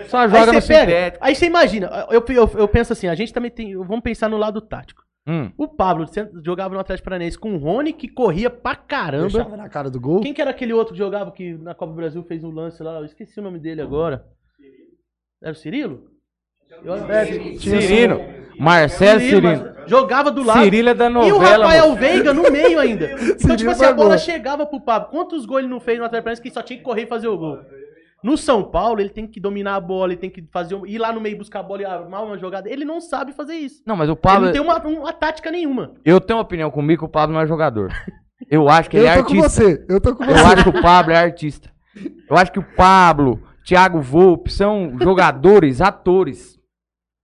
[SPEAKER 5] Só
[SPEAKER 3] aí,
[SPEAKER 5] joga no
[SPEAKER 3] você pega,
[SPEAKER 5] sintético.
[SPEAKER 3] aí você imagina, eu, eu, eu penso assim, a gente também tem. Vamos pensar no lado tático.
[SPEAKER 5] Hum.
[SPEAKER 3] O Pablo sent- jogava no Atlético Paranaense com o Rony, que corria pra caramba.
[SPEAKER 4] Deixava um na cara do gol.
[SPEAKER 3] Quem que era aquele outro que jogava que na Copa do Brasil fez um lance lá? Eu esqueci o nome dele agora. Era o Cirilo? Eu- é,
[SPEAKER 5] Cirino. Marcelo Cirino.
[SPEAKER 3] mas Jogava do lado.
[SPEAKER 5] Cirilo é da novela.
[SPEAKER 3] e o Rafael
[SPEAKER 5] moço.
[SPEAKER 3] Veiga no meio ainda.
[SPEAKER 5] [laughs]
[SPEAKER 3] Então,
[SPEAKER 4] Cirilo
[SPEAKER 3] tipo assim, a
[SPEAKER 4] vai
[SPEAKER 3] bola
[SPEAKER 4] gol.
[SPEAKER 3] chegava pro Pablo. Quantos gols ele não fez no Atlético Paranaense que só tinha que correr e fazer o gol? No São Paulo, ele tem que dominar a bola, ele tem que fazer um- ir lá no meio buscar a bola e armar uma jogada. Ele não sabe fazer isso.
[SPEAKER 5] Não, mas o
[SPEAKER 3] Ele
[SPEAKER 5] Pablo.
[SPEAKER 3] não tem um uma, uma tática nenhuma.
[SPEAKER 5] Eu tenho uma opinião comigo que o Pablo não é jogador. Eu acho que ele é
[SPEAKER 4] Eu tô com
[SPEAKER 5] artista.
[SPEAKER 4] você. Eu tô com
[SPEAKER 5] Eu
[SPEAKER 4] você.
[SPEAKER 5] acho que o Pablo é artista. Eu acho que o Pablo, Thiago Volpe são jogadores, atores.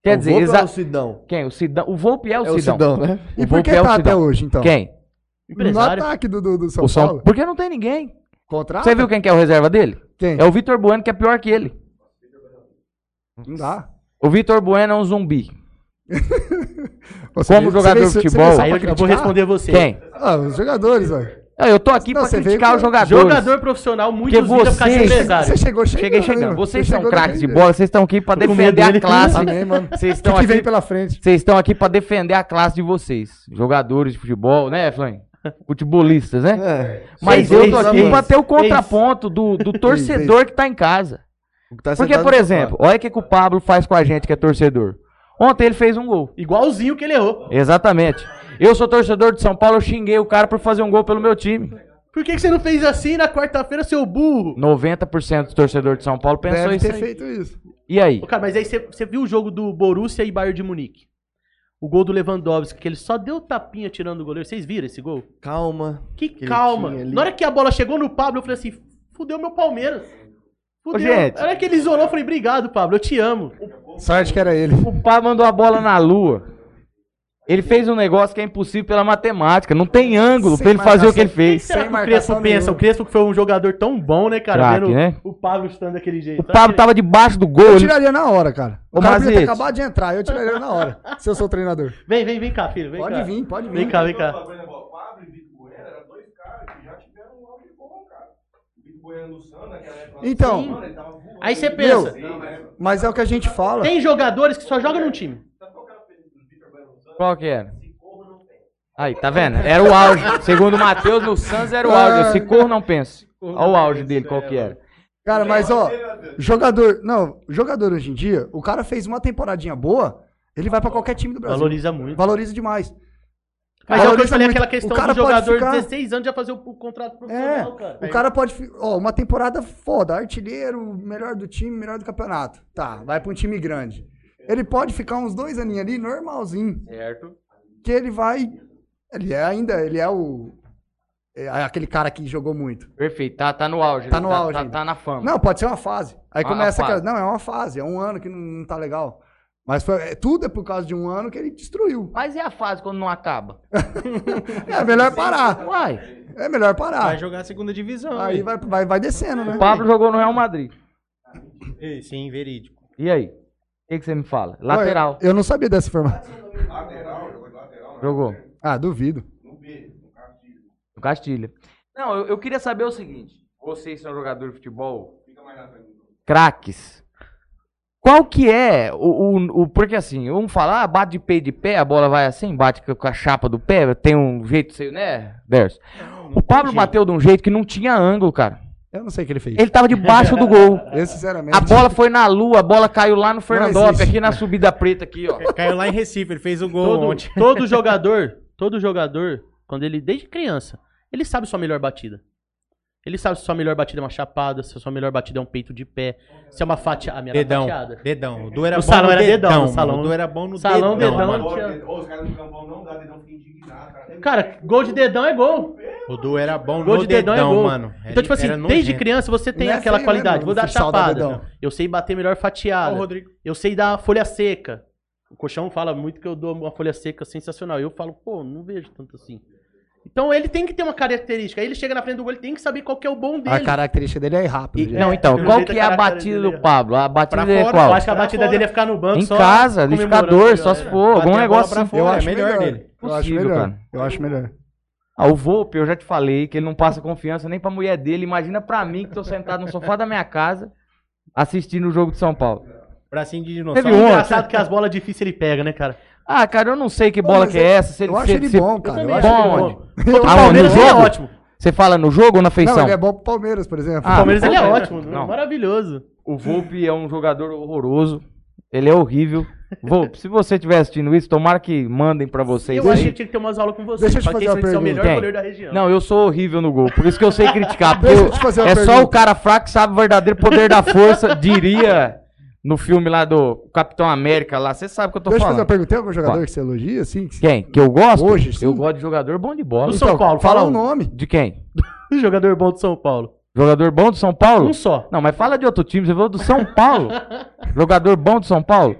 [SPEAKER 5] Quer
[SPEAKER 2] O
[SPEAKER 5] dizer,
[SPEAKER 2] Volpe
[SPEAKER 5] exa-
[SPEAKER 2] é o Sidão.
[SPEAKER 5] quem? O Sidão. O Volpe é o
[SPEAKER 2] É o
[SPEAKER 5] Sidão.
[SPEAKER 2] Sidão, né?
[SPEAKER 4] E
[SPEAKER 5] O
[SPEAKER 4] por
[SPEAKER 5] Volpe
[SPEAKER 4] que
[SPEAKER 5] é o
[SPEAKER 4] tá até
[SPEAKER 5] Sidão.
[SPEAKER 4] hoje, então?
[SPEAKER 5] Quem?
[SPEAKER 4] No
[SPEAKER 3] Empresário.
[SPEAKER 4] ataque do, do, do São,
[SPEAKER 5] o São
[SPEAKER 4] Paulo.
[SPEAKER 5] Porque não tem ninguém.
[SPEAKER 4] Contrata?
[SPEAKER 5] Você viu quem que é o reserva dele?
[SPEAKER 4] Quem?
[SPEAKER 5] É o Vitor Bueno, que é pior que ele.
[SPEAKER 4] Não dá.
[SPEAKER 5] O Vitor Bueno é um zumbi.
[SPEAKER 4] Você
[SPEAKER 5] Como
[SPEAKER 4] vê- você
[SPEAKER 5] jogador
[SPEAKER 4] vê-
[SPEAKER 5] de
[SPEAKER 4] você vê
[SPEAKER 5] futebol-
[SPEAKER 4] só
[SPEAKER 3] Aí eu,
[SPEAKER 4] pra
[SPEAKER 3] eu vou
[SPEAKER 4] criticar?
[SPEAKER 3] responder você.
[SPEAKER 5] Quem?
[SPEAKER 4] Ah, os jogadores, velho.
[SPEAKER 5] Ah, Eu tô aqui
[SPEAKER 4] Não,
[SPEAKER 5] pra
[SPEAKER 4] você
[SPEAKER 5] criticar
[SPEAKER 4] veio
[SPEAKER 5] os
[SPEAKER 4] com-
[SPEAKER 5] jogadores.
[SPEAKER 3] Jogador profissional, muitos
[SPEAKER 5] Porque
[SPEAKER 3] viram por causa de
[SPEAKER 5] vocês-
[SPEAKER 3] empresário.
[SPEAKER 4] Você chegou chegando.
[SPEAKER 5] Cheguei
[SPEAKER 4] né,
[SPEAKER 5] chegando.
[SPEAKER 4] mano?
[SPEAKER 5] Vocês
[SPEAKER 4] Você
[SPEAKER 5] são
[SPEAKER 4] chegou
[SPEAKER 5] craques de
[SPEAKER 4] chegando.
[SPEAKER 5] bola, vocês estão aqui pra
[SPEAKER 3] com
[SPEAKER 5] defender
[SPEAKER 3] medo
[SPEAKER 5] a
[SPEAKER 3] dele.
[SPEAKER 5] classe.
[SPEAKER 4] Amém, mano. O
[SPEAKER 5] Vocês estão
[SPEAKER 4] que que
[SPEAKER 5] aqui
[SPEAKER 4] vem pela frente?
[SPEAKER 5] Vocês estão aqui pra defender a classe de vocês. Jogadores de futebol, né, Flan? Futebolistas, né?
[SPEAKER 2] É.
[SPEAKER 5] Mas
[SPEAKER 3] Seis,
[SPEAKER 5] eu tô
[SPEAKER 3] seis,
[SPEAKER 5] aqui
[SPEAKER 3] seis,
[SPEAKER 5] pra ter o
[SPEAKER 3] seis.
[SPEAKER 5] contraponto do, do torcedor que tá em casa.
[SPEAKER 2] O que tá
[SPEAKER 5] Porque,
[SPEAKER 2] sentado
[SPEAKER 5] por
[SPEAKER 2] no
[SPEAKER 5] exemplo, olha o que, que o Pablo faz com a gente que é torcedor. Ontem ele fez um gol.
[SPEAKER 3] Igualzinho que ele errou.
[SPEAKER 5] Exatamente. Eu sou torcedor de São Paulo, eu xinguei o cara por fazer um gol pelo meu time.
[SPEAKER 3] Por que, que você não fez assim na quarta-feira, seu burro?
[SPEAKER 5] 90% dos torcedores de São Paulo pensou
[SPEAKER 4] Deve
[SPEAKER 5] isso
[SPEAKER 4] ter
[SPEAKER 5] aí.
[SPEAKER 4] feito isso.
[SPEAKER 5] E aí?
[SPEAKER 3] Ô, Cara, mas aí você, você viu o jogo do Borussia e Bayern de Munique. O gol do Lewandowski, que ele só deu tapinha tirando o goleiro. Vocês viram esse gol?
[SPEAKER 2] sofá. Calma.
[SPEAKER 3] Que
[SPEAKER 2] Que ele
[SPEAKER 3] calma.
[SPEAKER 2] tinha ali.
[SPEAKER 3] Na hora que a bola chegou no Pablo, eu falei assim, fudeu meu Palmeiras. Fudeu.
[SPEAKER 5] gente.
[SPEAKER 3] Na hora que ele isolou, eu falei, obrigado, Pablo, eu te amo.
[SPEAKER 4] Sorte que era ele.
[SPEAKER 5] O Pá mandou a bola na lua. Ele fez um negócio que é impossível pela matemática. Não tem ângulo
[SPEAKER 4] Sem
[SPEAKER 5] pra ele fazer o que ele
[SPEAKER 4] marcação.
[SPEAKER 5] fez.
[SPEAKER 3] Será
[SPEAKER 4] Sem
[SPEAKER 3] que o
[SPEAKER 4] marcação
[SPEAKER 3] Crespo pensa?
[SPEAKER 4] nenhuma.
[SPEAKER 3] O Crespo que foi um jogador tão bom, né, cara?
[SPEAKER 5] Craque,
[SPEAKER 3] Vendo
[SPEAKER 5] né?
[SPEAKER 3] o Pablo estando daquele jeito.
[SPEAKER 5] O Pablo tá- tava debaixo do gol.
[SPEAKER 4] Eu
[SPEAKER 5] ele-
[SPEAKER 4] tiraria na hora, cara. O
[SPEAKER 5] Ô,
[SPEAKER 4] cara podia ter
[SPEAKER 5] Mazete.
[SPEAKER 4] acabado de entrar, eu tiraria na hora. Se eu sou treinador.
[SPEAKER 3] Vem, vem, vem cá, filho. Vem
[SPEAKER 4] Pode
[SPEAKER 3] cá.
[SPEAKER 4] vir, pode vir.
[SPEAKER 3] Vem cá, vem cá.
[SPEAKER 1] Por exemplo, ó, Pablo e Vitor Bueno eram dois caras que já tiveram um áudio bom, cara. O Vitor Bueno no Santos, naquela época. lá
[SPEAKER 4] Então.
[SPEAKER 1] do Santos, ele tava voando.
[SPEAKER 3] Aí você pensa,
[SPEAKER 1] Não, mas-
[SPEAKER 4] Mas é o que a gente fala.
[SPEAKER 3] tem jogadores que só jogam num time.
[SPEAKER 5] Qual que era? Aí, tá vendo? Era o auge. Segundo o Matheus, no Santos era o auge. Se cor não penso. Olha o auge dele, qual que era.
[SPEAKER 4] Cara, mas ó,
[SPEAKER 5] é
[SPEAKER 4] jogador. Não, jogador hoje em dia, o cara fez uma temporadinha boa, ele vai pra qualquer time do Brasil.
[SPEAKER 3] Valoriza muito.
[SPEAKER 4] Valoriza demais.
[SPEAKER 3] Mas é o que eu
[SPEAKER 4] Valoriza
[SPEAKER 3] falei,
[SPEAKER 4] muito.
[SPEAKER 3] aquela
[SPEAKER 4] O
[SPEAKER 3] questão
[SPEAKER 4] cara
[SPEAKER 3] do
[SPEAKER 4] pode
[SPEAKER 3] jogador
[SPEAKER 4] ficar-
[SPEAKER 3] de 16 anos já fazer o, o contrato
[SPEAKER 4] É,
[SPEAKER 3] profissional, cara.
[SPEAKER 4] o cara pode. fi- Ó, uma temporada foda, artilheiro, melhor do time, melhor do campeonato. Tá, vai pra um time grande. Ele pode ficar uns dois aninhos ali, normalzinho.
[SPEAKER 5] Certo.
[SPEAKER 4] que ele vai. Ele é ainda, ele é o. é aquele cara que jogou muito.
[SPEAKER 5] Perfeito. Tá, tá no auge.
[SPEAKER 4] Tá no auge
[SPEAKER 5] Tá,
[SPEAKER 4] ainda.
[SPEAKER 5] tá na fama.
[SPEAKER 4] Não, pode ser uma fase. Aí
[SPEAKER 5] Ah,
[SPEAKER 4] começa
[SPEAKER 5] a
[SPEAKER 4] aquela.
[SPEAKER 5] fase.
[SPEAKER 4] Não, é uma fase, é um ano que não, não tá legal. Mas foi- é- tudo é por causa de um ano que ele destruiu.
[SPEAKER 5] Mas e a fase quando não acaba?
[SPEAKER 4] É melhor parar.
[SPEAKER 5] Uai,
[SPEAKER 4] É melhor
[SPEAKER 6] Vai
[SPEAKER 4] parar.
[SPEAKER 6] jogar a segunda divisão.
[SPEAKER 4] Aí
[SPEAKER 3] né?
[SPEAKER 6] hein?
[SPEAKER 4] vai, vai, vai descendo, né?
[SPEAKER 5] o Pablo jogou no Real Madrid.
[SPEAKER 6] Ei, Sim, verídico.
[SPEAKER 5] E aí? O que, que você me fala?
[SPEAKER 4] Ué,
[SPEAKER 5] Lateral.
[SPEAKER 4] Eu não sabia dessa informação.
[SPEAKER 1] Lateral, jogou de lateral.
[SPEAKER 5] Jogou.
[SPEAKER 4] Ah, duvido.
[SPEAKER 5] No Castilha. Não, eu, eu queria saber o seguinte. Vocês são jogadores de futebol?
[SPEAKER 6] então.
[SPEAKER 5] Craques. Qual que é o, o, o- Porque assim, um fala, ah, bate de pé e de pé, a bola vai assim, bate com a- com a chapa do pé, tem um jeito, sei, né, Derson? O Pablo bateu de um jeito que não tinha ângulo, cara.
[SPEAKER 4] Eu não sei o que ele fez.
[SPEAKER 5] Ele tava debaixo do gol.
[SPEAKER 4] Eu, sinceramente.
[SPEAKER 5] A bola foi na lua, a bola caiu lá no Fernandópolis,
[SPEAKER 4] existe.
[SPEAKER 5] aqui na subida preta, aqui, ó.
[SPEAKER 6] Caiu lá em Recife, ele fez o gol
[SPEAKER 3] Todo,
[SPEAKER 6] ontem.
[SPEAKER 3] [laughs] todo jogador, todo jogador, quando ele, desde criança, ele sabe sua melhor batida. Ele sabe se sua melhor batida é uma chapada, se a sua melhor batida é um peito de pé, se é uma fatiada. A minha era
[SPEAKER 6] Dedão.
[SPEAKER 3] fatiada.
[SPEAKER 6] Dedão. O Du era
[SPEAKER 3] No
[SPEAKER 6] bom
[SPEAKER 3] salão
[SPEAKER 6] no
[SPEAKER 3] era dedão, no
[SPEAKER 6] mano.
[SPEAKER 3] salão.
[SPEAKER 6] O Du era bom no
[SPEAKER 3] Salão,
[SPEAKER 6] dedão.
[SPEAKER 3] dedão.
[SPEAKER 6] mano.
[SPEAKER 1] Ô, os caras do campão não dá dedão, fica indignado, cara.
[SPEAKER 3] Cara, gol de dedão é gol.
[SPEAKER 6] O Du era bom
[SPEAKER 3] Gol
[SPEAKER 6] no
[SPEAKER 3] de dedão,
[SPEAKER 6] dedão,
[SPEAKER 3] é gol.
[SPEAKER 6] mano.
[SPEAKER 3] Então, tipo assim, desde criança você tem
[SPEAKER 4] Não é
[SPEAKER 3] aquela
[SPEAKER 4] feio, né,
[SPEAKER 3] qualidade.
[SPEAKER 4] mano?
[SPEAKER 3] Vou dar
[SPEAKER 4] Futsal dá
[SPEAKER 3] chapada.
[SPEAKER 4] dedão.
[SPEAKER 3] Eu sei bater melhor fatiada.
[SPEAKER 6] Rodrigo.
[SPEAKER 3] Eu sei dar folha seca. O Colchão fala muito que eu dou uma folha seca sensacional. Eu falo, pô, não vejo tanto assim. Então ele tem que ter uma característica. Aí ele chega na frente do gol, ele tem que saber qual que é o bom
[SPEAKER 4] A
[SPEAKER 3] dele.
[SPEAKER 4] característica dele é ir rápido.
[SPEAKER 5] E-
[SPEAKER 4] gente.
[SPEAKER 5] não, então,
[SPEAKER 3] Do
[SPEAKER 5] qual
[SPEAKER 3] jeito
[SPEAKER 5] que é a
[SPEAKER 3] da cara
[SPEAKER 5] batida
[SPEAKER 3] dele,
[SPEAKER 5] do Pablo? A batida dele é
[SPEAKER 3] Eu
[SPEAKER 5] qual?
[SPEAKER 3] acho que a
[SPEAKER 6] Pra
[SPEAKER 3] batida
[SPEAKER 6] fora.
[SPEAKER 3] dele é ficar no banco
[SPEAKER 5] Em
[SPEAKER 3] só
[SPEAKER 5] casa, no
[SPEAKER 3] comemorando,
[SPEAKER 5] escador,
[SPEAKER 3] viu?
[SPEAKER 5] só se for algum
[SPEAKER 6] Bater a bola
[SPEAKER 5] negócio
[SPEAKER 6] pra
[SPEAKER 5] assim.
[SPEAKER 6] fora, é melhor dele.
[SPEAKER 4] Eu acho
[SPEAKER 5] Possível,
[SPEAKER 4] melhor.
[SPEAKER 5] cara.
[SPEAKER 4] Eu acho melhor.
[SPEAKER 5] Ah, o Volpe, eu já te falei que ele não passa confiança nem pra mulher dele. Imagina pra mim que tô sentado no sofá da minha casa assistindo o jogo de São Paulo.
[SPEAKER 6] Bracinho de
[SPEAKER 5] Teve
[SPEAKER 3] É
[SPEAKER 5] um.
[SPEAKER 6] dinossauro.
[SPEAKER 3] engraçado que as bolas difíceis ele pega, né, cara?
[SPEAKER 5] Ah, cara, eu não sei que
[SPEAKER 4] Pô,
[SPEAKER 5] bola
[SPEAKER 4] mas
[SPEAKER 5] que é
[SPEAKER 4] eu-
[SPEAKER 5] essa. Se ele,
[SPEAKER 4] Eu acho
[SPEAKER 5] se-
[SPEAKER 4] ele
[SPEAKER 5] se-
[SPEAKER 4] bom, cara.
[SPEAKER 3] também
[SPEAKER 4] Eu acho
[SPEAKER 5] acho
[SPEAKER 4] ele
[SPEAKER 5] ele
[SPEAKER 4] bom.
[SPEAKER 3] Contra o
[SPEAKER 5] Ah,
[SPEAKER 3] Palmeiras
[SPEAKER 5] no
[SPEAKER 3] ele é
[SPEAKER 5] jogo?
[SPEAKER 3] ótimo.
[SPEAKER 5] Você fala no jogo ou na
[SPEAKER 4] Não,
[SPEAKER 5] feição?
[SPEAKER 4] ele é bom pro Palmeiras, por exemplo.
[SPEAKER 3] O
[SPEAKER 5] Ah,
[SPEAKER 3] Palmeiras
[SPEAKER 5] não,
[SPEAKER 3] ele é
[SPEAKER 5] não,
[SPEAKER 3] ótimo,
[SPEAKER 5] não.
[SPEAKER 3] maravilhoso.
[SPEAKER 5] O Volpe é um jogador horroroso. Ele é horrível. Volpe, se você estiver assistindo isso, tomara que mandem pra vocês.
[SPEAKER 3] Eu
[SPEAKER 5] aí.
[SPEAKER 3] acho que tinha que ter umas aulas com você.
[SPEAKER 4] Deixa eu te
[SPEAKER 3] pra que
[SPEAKER 4] fazer uma
[SPEAKER 3] esse é o melhor
[SPEAKER 5] pergunta.
[SPEAKER 3] goleiro da região.
[SPEAKER 5] Não, eu sou horrível no gol. Por isso que eu sei
[SPEAKER 4] [laughs]
[SPEAKER 5] criticar. Porque
[SPEAKER 4] Deixa eu
[SPEAKER 5] eu-
[SPEAKER 4] te fazer uma
[SPEAKER 5] é só o
[SPEAKER 4] pergunta.
[SPEAKER 5] cara fraco que sabe o verdadeiro poder
[SPEAKER 4] [laughs]
[SPEAKER 5] da força, diria no filme lá do Capitão América lá. Você sabe o que eu tô
[SPEAKER 6] É
[SPEAKER 4] Deixa eu fazer uma
[SPEAKER 5] falando.
[SPEAKER 4] pergunta. Tem algum jogador
[SPEAKER 5] Fala.
[SPEAKER 4] que você elogia, assim? que-
[SPEAKER 5] Quem? Que eu gosto?
[SPEAKER 4] Hoje, sim.
[SPEAKER 5] Eu gosto de jogador bom de bola. Então,
[SPEAKER 3] Do São Paulo,
[SPEAKER 4] Fala
[SPEAKER 3] fala
[SPEAKER 4] o
[SPEAKER 3] um.
[SPEAKER 4] nome.
[SPEAKER 5] De quem?
[SPEAKER 3] Jogador bom do São Paulo.
[SPEAKER 5] Jogador bom do São Paulo?
[SPEAKER 3] Um só.
[SPEAKER 5] Não, mas fala de outro time. Você falou do São
[SPEAKER 4] [laughs]
[SPEAKER 5] Paulo. jogador bom do São Paulo?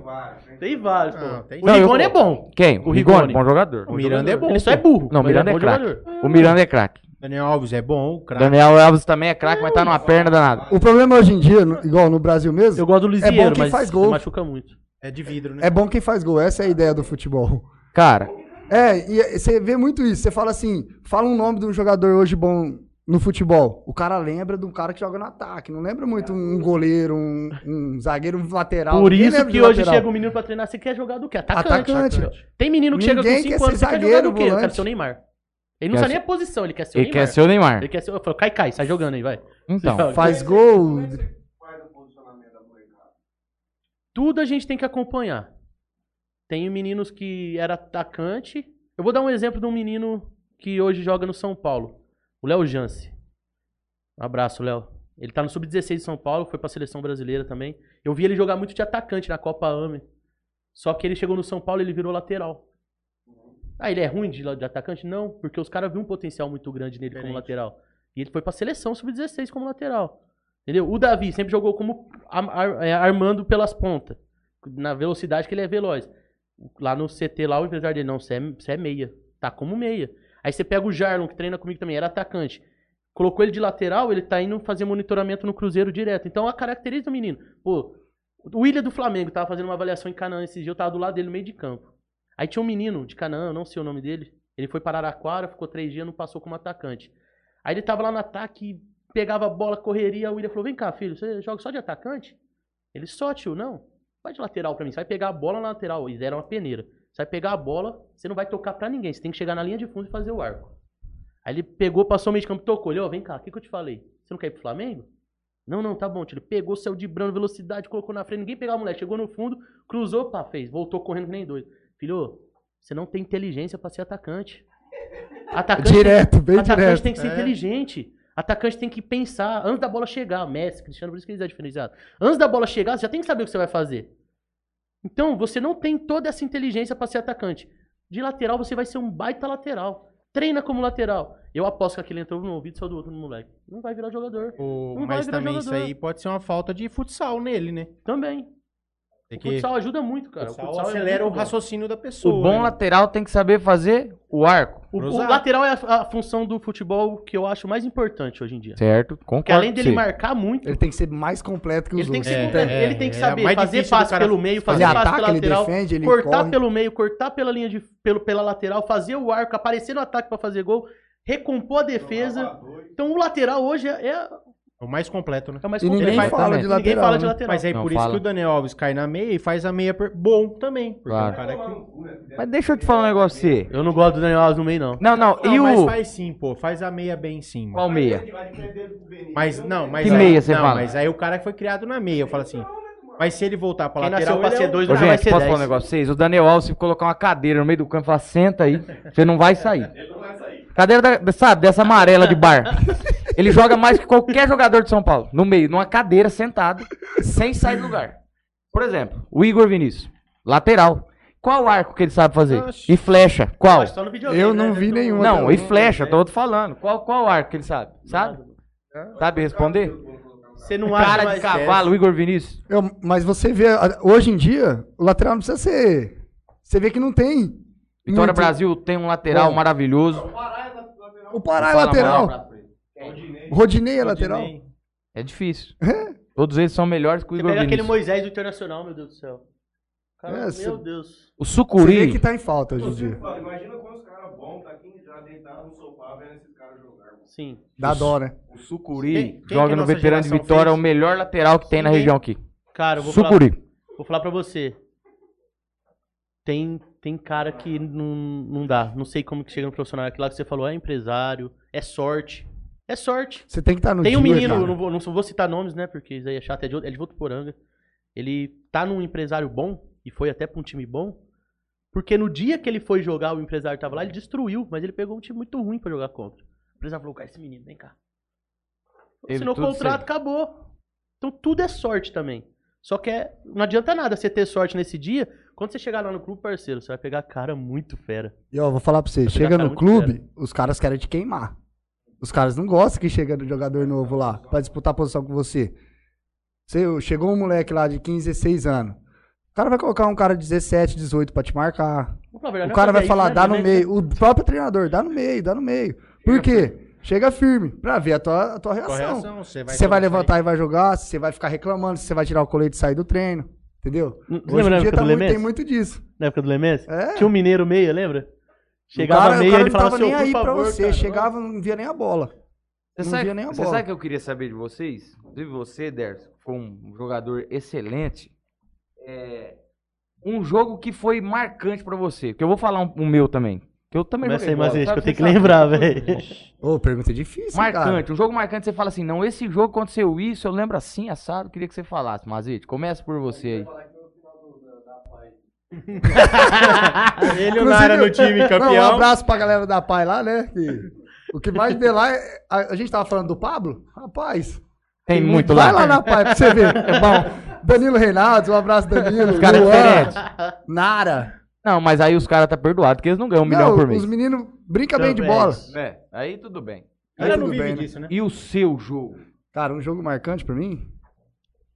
[SPEAKER 3] Tem vários, pô.
[SPEAKER 6] Não, tem-
[SPEAKER 3] o
[SPEAKER 5] Não, eu-
[SPEAKER 3] Rigoni é bom.
[SPEAKER 5] Quem?
[SPEAKER 3] O Rigoni.
[SPEAKER 5] Bom jogador.
[SPEAKER 6] O Miranda é bom.
[SPEAKER 3] Ele só é
[SPEAKER 6] pô.
[SPEAKER 3] burro.
[SPEAKER 5] Não,
[SPEAKER 3] mas ele
[SPEAKER 5] Miranda
[SPEAKER 3] é
[SPEAKER 5] é
[SPEAKER 3] bom
[SPEAKER 5] craque.
[SPEAKER 3] jogador.
[SPEAKER 5] O Miranda é craque.
[SPEAKER 6] Daniel Alves é bom,
[SPEAKER 3] um
[SPEAKER 6] o craque.
[SPEAKER 5] Daniel Alves também é craque, mas tá numa perna danada.
[SPEAKER 4] O problema hoje em dia, no- igual no Brasil mesmo,
[SPEAKER 3] Eu gosto do Lisieiro,
[SPEAKER 4] bom que
[SPEAKER 3] mas
[SPEAKER 4] faz gol.
[SPEAKER 3] machuca muito.
[SPEAKER 6] É de vidro, né?
[SPEAKER 4] é bom quem faz gol. Essa é a ideia do futebol.
[SPEAKER 5] Cara,
[SPEAKER 4] É, e você vê muito isso. Você fala assim, fala um nome de um jogador hoje bom no futebol. O cara lembra de um cara que joga no ataque. Não lembra muito um goleiro, um, um zagueiro, um lateral.
[SPEAKER 3] Por
[SPEAKER 4] Ninguém
[SPEAKER 3] isso
[SPEAKER 4] lembra de
[SPEAKER 3] que hoje
[SPEAKER 4] lateral.
[SPEAKER 3] chega um menino pra treinar, você quer jogar do quê? Atacante.
[SPEAKER 4] Atacante.
[SPEAKER 3] Tem menino que
[SPEAKER 4] Ninguém
[SPEAKER 3] chega
[SPEAKER 4] quer
[SPEAKER 3] com 5 anos,
[SPEAKER 4] ser
[SPEAKER 3] você quer jogar
[SPEAKER 4] zagueiro,
[SPEAKER 3] do quê? Eu quero
[SPEAKER 4] volante.
[SPEAKER 3] ser o Neymar. Ele não
[SPEAKER 5] Quer
[SPEAKER 3] sabe
[SPEAKER 5] ser-
[SPEAKER 3] nem a posição, ele quer ser o
[SPEAKER 5] ele
[SPEAKER 3] Neymar.
[SPEAKER 5] quer ser o Neymar.
[SPEAKER 3] Ele quer ser... Eu falo, cai, cai, sai jogando aí, vai.
[SPEAKER 5] Então.
[SPEAKER 3] Você
[SPEAKER 4] Faz gol.
[SPEAKER 3] tudo a gente tem que acompanhar. Tem meninos que era atacante. Eu vou dar um exemplo de um menino que hoje joga no São Paulo. O Léo Jance. Um abraço, Léo. Ele tá no Sub-16 de São Paulo, foi pra seleção brasileira também. Eu vi ele jogar muito de atacante na Copa AME. Só que ele chegou no São Paulo e ele virou lateral. Ah, ele é ruim de, la- de atacante? Não, porque os caras viram um potencial muito grande nele como
[SPEAKER 6] Diferente.
[SPEAKER 3] lateral. E ele foi pra seleção Sub-16 como lateral. Entendeu? O Davi sempre jogou como ar- ar- é, armando pelas pontas na velocidade que ele é veloz. Lá no CT, lá o empresário dele, não, você é, você é meia. Tá como meia. Aí você pega o Jarlon, que treina comigo também, era atacante. Colocou ele de lateral, ele tá indo fazer monitoramento no Cruzeiro direto. Então a característica do menino. Pô, o William do Flamengo tava fazendo uma avaliação em Canaã esses dias, eu tava do lado dele no meio de campo. Aí tinha um menino de Canaã, eu não sei o nome dele. Ele foi para Araraquara, ficou três dias, não passou como atacante. Aí ele tava lá no ataque, pegava a bola, correria. O William falou: Vem cá, filho, você joga só de atacante? Ele só, tio, não. Vai de lateral pra mim. Você vai pegar a bola na lateral. Eles deram uma peneira. Você vai pegar a bola, você não vai tocar pra ninguém. Você tem que chegar na linha de fundo e fazer o arco. Aí ele pegou, passou o meio de campo, tocou. Ele, ó, vem cá, o que, que eu te falei? Você não quer ir pro Flamengo? Não, não, tá bom, tio. Ele pegou, saiu de brando, velocidade, colocou na frente. Ninguém pegava a mulher. Chegou no fundo, cruzou, pá, fez. Voltou correndo que nem doido. Filho, você não tem inteligência pra ser atacante. Atacante tem-
[SPEAKER 4] Direto, bem
[SPEAKER 3] atacante
[SPEAKER 4] direto.
[SPEAKER 3] tem que ser
[SPEAKER 6] É.
[SPEAKER 3] inteligente. Atacante tem que pensar antes da bola chegar. Messi, Cristiano, por isso que eles é diferenciado. Antes da bola chegar, você já tem que saber o que você vai fazer. Então, você não tem toda essa inteligência pra ser atacante. De lateral, você vai ser um baita lateral. Treina como lateral. Eu aposto que aquele entrou no ouvido e saiu do outro no moleque. Não vai virar jogador.
[SPEAKER 6] O-
[SPEAKER 3] Não vai
[SPEAKER 6] Mas
[SPEAKER 3] virar
[SPEAKER 6] também isso
[SPEAKER 3] jogador.
[SPEAKER 6] aí pode ser uma falta de futsal nele, né?
[SPEAKER 3] Também.
[SPEAKER 6] Tem
[SPEAKER 3] O
[SPEAKER 6] que...
[SPEAKER 3] futsal ajuda muito, cara.
[SPEAKER 6] futsal
[SPEAKER 3] é
[SPEAKER 6] acelera o
[SPEAKER 3] muito bom.
[SPEAKER 6] raciocínio da
[SPEAKER 5] O
[SPEAKER 6] pessoa.
[SPEAKER 5] bom
[SPEAKER 6] né?
[SPEAKER 5] lateral tem que saber fazer o arco.
[SPEAKER 3] O, o
[SPEAKER 6] Cruzado.
[SPEAKER 3] lateral é a, a função do futebol que eu acho mais importante hoje em dia.
[SPEAKER 5] Certo?
[SPEAKER 3] Porque
[SPEAKER 5] Concordo.
[SPEAKER 3] além dele
[SPEAKER 5] com você.
[SPEAKER 3] marcar muito,
[SPEAKER 4] Ele tem que ser mais completo que os
[SPEAKER 3] Ele tem que,
[SPEAKER 4] outros.
[SPEAKER 3] ser
[SPEAKER 6] É,
[SPEAKER 3] completo.
[SPEAKER 6] é,
[SPEAKER 3] ele tem que
[SPEAKER 6] é
[SPEAKER 3] saber
[SPEAKER 6] mais
[SPEAKER 3] fazer
[SPEAKER 6] difícil do
[SPEAKER 3] passe
[SPEAKER 6] cara
[SPEAKER 3] pelo meio,
[SPEAKER 4] Ele
[SPEAKER 3] fazer passe pela
[SPEAKER 4] ataca, ele
[SPEAKER 3] lateral,
[SPEAKER 4] defende, ele
[SPEAKER 3] cortar
[SPEAKER 4] corre.
[SPEAKER 3] pelo meio, cortar pela linha de pelo, pela lateral, fazer o arco, aparecer no ataque pra fazer gol, recompor a defesa. Então o lateral hoje é, é
[SPEAKER 6] É o mais completo, né?
[SPEAKER 3] é o mais
[SPEAKER 4] E ninguém
[SPEAKER 5] Ele faz
[SPEAKER 4] fala
[SPEAKER 5] também.
[SPEAKER 4] de
[SPEAKER 3] Ninguém
[SPEAKER 4] lateral.
[SPEAKER 3] fala de
[SPEAKER 4] né?
[SPEAKER 3] lateral.
[SPEAKER 6] Mas aí
[SPEAKER 5] Não,
[SPEAKER 6] por
[SPEAKER 5] fala.
[SPEAKER 6] isso que o Daniel Alves cai na meia e faz a meia per- bom também. Porque
[SPEAKER 5] Claro.
[SPEAKER 6] o cara que...
[SPEAKER 5] Mas deixa eu te falar um negócio pra você.
[SPEAKER 3] Eu não gosto do Daniel Alves no meio, não.
[SPEAKER 5] Não, não,
[SPEAKER 6] Não,
[SPEAKER 5] e
[SPEAKER 6] mas
[SPEAKER 5] o.
[SPEAKER 6] faz sim, pô. Faz a meia bem sim.
[SPEAKER 5] Qual meia?
[SPEAKER 6] Mas não, mas
[SPEAKER 5] Que
[SPEAKER 6] aí,
[SPEAKER 5] meia você
[SPEAKER 6] não,
[SPEAKER 5] fala?
[SPEAKER 6] mas aí o cara que foi criado na meia, eu falo assim. Mas se ele voltar pra
[SPEAKER 3] Quem
[SPEAKER 6] lateral,
[SPEAKER 3] nasceu pra
[SPEAKER 6] ele é
[SPEAKER 3] ser
[SPEAKER 6] um-
[SPEAKER 3] dois,
[SPEAKER 5] Ô,
[SPEAKER 3] não vai
[SPEAKER 5] gente,
[SPEAKER 3] ser
[SPEAKER 5] posso
[SPEAKER 3] dez.
[SPEAKER 5] falar um negócio pra vocês? O Daniel Alves, se colocar uma cadeira no meio do campo e falar, senta aí, você não vai sair. Cadeira, da, sabe, dessa amarela de bar. [laughs] Ele joga mais que qualquer jogador de São Paulo. No meio, numa cadeira, sentado, sem sair do lugar. Por exemplo, o Igor Vinícius, lateral. Qual arco que ele sabe fazer? E flecha, qual?
[SPEAKER 3] Mas só no videogame,
[SPEAKER 4] Eu
[SPEAKER 3] né?
[SPEAKER 4] não vi nenhuma.
[SPEAKER 5] Não,
[SPEAKER 4] até
[SPEAKER 5] e
[SPEAKER 4] agora.
[SPEAKER 5] flecha, tô te falando. Qual, qual arco que ele sabe? Sabe? Sabe responder?
[SPEAKER 3] Você não acha
[SPEAKER 5] Cara de
[SPEAKER 3] mais
[SPEAKER 5] cavalo, o Igor Vinícius.
[SPEAKER 4] Eu- mas você vê, a- hoje em dia, o lateral não precisa ser. Você vê que não tem.
[SPEAKER 5] Vitória
[SPEAKER 4] muito.
[SPEAKER 5] Brasil tem um lateral
[SPEAKER 4] Bom.
[SPEAKER 5] maravilhoso.
[SPEAKER 4] O Pará é
[SPEAKER 5] Fala
[SPEAKER 4] lateral.
[SPEAKER 5] mal.
[SPEAKER 4] Rodinei é lateral.
[SPEAKER 5] É difícil. Todos eles são melhores que o
[SPEAKER 3] Você
[SPEAKER 5] Igor
[SPEAKER 3] pega aquele
[SPEAKER 5] Vinícius.
[SPEAKER 3] Moisés do Internacional, meu Deus do céu. Cara,
[SPEAKER 4] É,
[SPEAKER 3] meu
[SPEAKER 4] cê-
[SPEAKER 3] Deus.
[SPEAKER 5] O
[SPEAKER 4] Você vê
[SPEAKER 5] Sucuri,
[SPEAKER 4] que tá em falta hoje em dia.
[SPEAKER 1] Imagina quando os caras bons tá aqui já deitaram no sofá vendo esses caras jogar.
[SPEAKER 3] Sim.
[SPEAKER 4] Dá dó, né?
[SPEAKER 1] O Sucuri.
[SPEAKER 6] Quem-
[SPEAKER 5] Sucuri
[SPEAKER 6] quem que
[SPEAKER 5] joga
[SPEAKER 6] a
[SPEAKER 5] no
[SPEAKER 6] nossa
[SPEAKER 5] Veterano de
[SPEAKER 6] geração
[SPEAKER 5] Vitória, é o
[SPEAKER 6] fez?
[SPEAKER 5] melhor lateral que tem na
[SPEAKER 3] Ninguém-
[SPEAKER 5] região aqui.
[SPEAKER 3] Cara, eu vou falar,
[SPEAKER 5] Sucuri.
[SPEAKER 3] vou falar pra você. Tem, tem cara que não, não dá. Não sei como que chega no profissional. Aquilo lá que você falou é empresário, é sorte. É sorte.
[SPEAKER 4] Você tem que estar no
[SPEAKER 3] Tem um
[SPEAKER 4] dia,
[SPEAKER 3] menino,
[SPEAKER 4] cara.
[SPEAKER 3] eu não vou, não vou citar nomes, né? Porque isso aí é chato, é de, outro- é de Votuporanga. Ele tá num empresário bom, e foi até pra um time bom, porque no dia que ele foi jogar, o empresário tava lá, ele destruiu, mas ele pegou um time muito ruim pra jogar contra. O empresário falou, cara, esse menino, vem cá.
[SPEAKER 5] Teve
[SPEAKER 3] Assinou o
[SPEAKER 5] tudo
[SPEAKER 3] contrato,
[SPEAKER 5] certo.
[SPEAKER 3] acabou. Então tudo é sorte também. Só que é, não adianta nada você ter sorte nesse dia. Quando você chegar lá no clube, parceiro, você vai pegar cara muito fera.
[SPEAKER 4] E ó, vou falar pra você,
[SPEAKER 3] Vai pegar
[SPEAKER 4] chega
[SPEAKER 3] cara
[SPEAKER 4] no
[SPEAKER 3] muito
[SPEAKER 4] clube, os caras querem te queimar. Os caras não gostam que chega do jogador novo lá pra disputar a posição com você. você. Chegou um moleque lá de 15, 16 anos. O cara vai colocar um cara de 17, 18 pra te marcar.
[SPEAKER 3] Vou falar a
[SPEAKER 4] O
[SPEAKER 3] verdade,
[SPEAKER 4] cara
[SPEAKER 3] mas
[SPEAKER 4] vai
[SPEAKER 3] é
[SPEAKER 4] falar,
[SPEAKER 3] isso, né?
[SPEAKER 4] dá no
[SPEAKER 3] Né?
[SPEAKER 4] meio. O próprio treinador, dá no meio, dá no meio. Por quê? Chega firme, pra ver a tua, a tua reação.
[SPEAKER 3] um
[SPEAKER 6] Correção, você vai,
[SPEAKER 4] Se você vai levantar e vai jogar, se você vai ficar reclamando, se você vai tirar o colete e sair do treino. Entendeu?
[SPEAKER 3] Você
[SPEAKER 4] Hoje
[SPEAKER 3] lembra
[SPEAKER 4] em
[SPEAKER 3] na
[SPEAKER 4] dia
[SPEAKER 3] época
[SPEAKER 4] tá
[SPEAKER 3] do
[SPEAKER 4] muito, tem
[SPEAKER 3] Lemes?
[SPEAKER 4] muito disso.
[SPEAKER 3] Na época do Lemes?
[SPEAKER 4] É.
[SPEAKER 3] Tinha um mineiro meia, lembra?
[SPEAKER 4] o
[SPEAKER 3] Chegava
[SPEAKER 4] cara,
[SPEAKER 3] meia
[SPEAKER 4] o cara
[SPEAKER 3] ele
[SPEAKER 4] não
[SPEAKER 3] falava
[SPEAKER 4] tava nem
[SPEAKER 3] assim, "Ô, por
[SPEAKER 4] aí pra
[SPEAKER 3] favor,
[SPEAKER 4] você.
[SPEAKER 3] cara,
[SPEAKER 4] Chegava, não via nem a bola.
[SPEAKER 5] Você
[SPEAKER 4] Não via
[SPEAKER 5] sabe,
[SPEAKER 4] nem a
[SPEAKER 5] você
[SPEAKER 4] bola.
[SPEAKER 5] sabe que eu queria saber de vocês? Inclusive você, Derson, foi um jogador excelente. É, um jogo que foi marcante pra você. Que eu vou falar um, um meu também. Que eu também
[SPEAKER 3] Começa
[SPEAKER 5] joguei
[SPEAKER 3] aí,
[SPEAKER 5] bola,
[SPEAKER 3] Mazetti, que
[SPEAKER 5] sabe?
[SPEAKER 3] eu tenho que
[SPEAKER 5] Vocês sabem.
[SPEAKER 3] lembrar, velho.
[SPEAKER 4] Ô, pergunta difícil,
[SPEAKER 3] assim,
[SPEAKER 4] hein, cara.
[SPEAKER 5] Marcante, um jogo marcante, você fala assim, não, esse jogo aconteceu isso, eu lembro assim, assado, queria que você falasse, Mazete, começa por você aí.
[SPEAKER 6] Ele e o
[SPEAKER 4] Inclusive,
[SPEAKER 6] Nara no time
[SPEAKER 4] [laughs] Não, um
[SPEAKER 6] campeão.
[SPEAKER 4] abraço pra galera da Pai lá, né? que o que mais vê lá é. A, a gente tava falando do Pablo? Rapaz.
[SPEAKER 5] Tem muito
[SPEAKER 4] Vai
[SPEAKER 5] lá.
[SPEAKER 4] lá na Pai pra você ver. É bom. Danilo Reinaldo, um abraço, Danilo.
[SPEAKER 5] Os caras é
[SPEAKER 4] Luan,
[SPEAKER 5] diferente.
[SPEAKER 4] Nara.
[SPEAKER 5] Não, mas aí os caras tá perdoado, porque eles não ganham um milhão
[SPEAKER 4] Não,
[SPEAKER 5] por
[SPEAKER 4] Os
[SPEAKER 5] mês.
[SPEAKER 4] meninos brincam bem de
[SPEAKER 3] Então,
[SPEAKER 4] bola.
[SPEAKER 3] velho,
[SPEAKER 5] É, aí tudo bem.
[SPEAKER 6] Ela não
[SPEAKER 4] Tudo
[SPEAKER 6] vive
[SPEAKER 4] bem, né?
[SPEAKER 6] disso, né?
[SPEAKER 5] E o seu jogo?
[SPEAKER 4] Cara, um jogo marcante pra mim?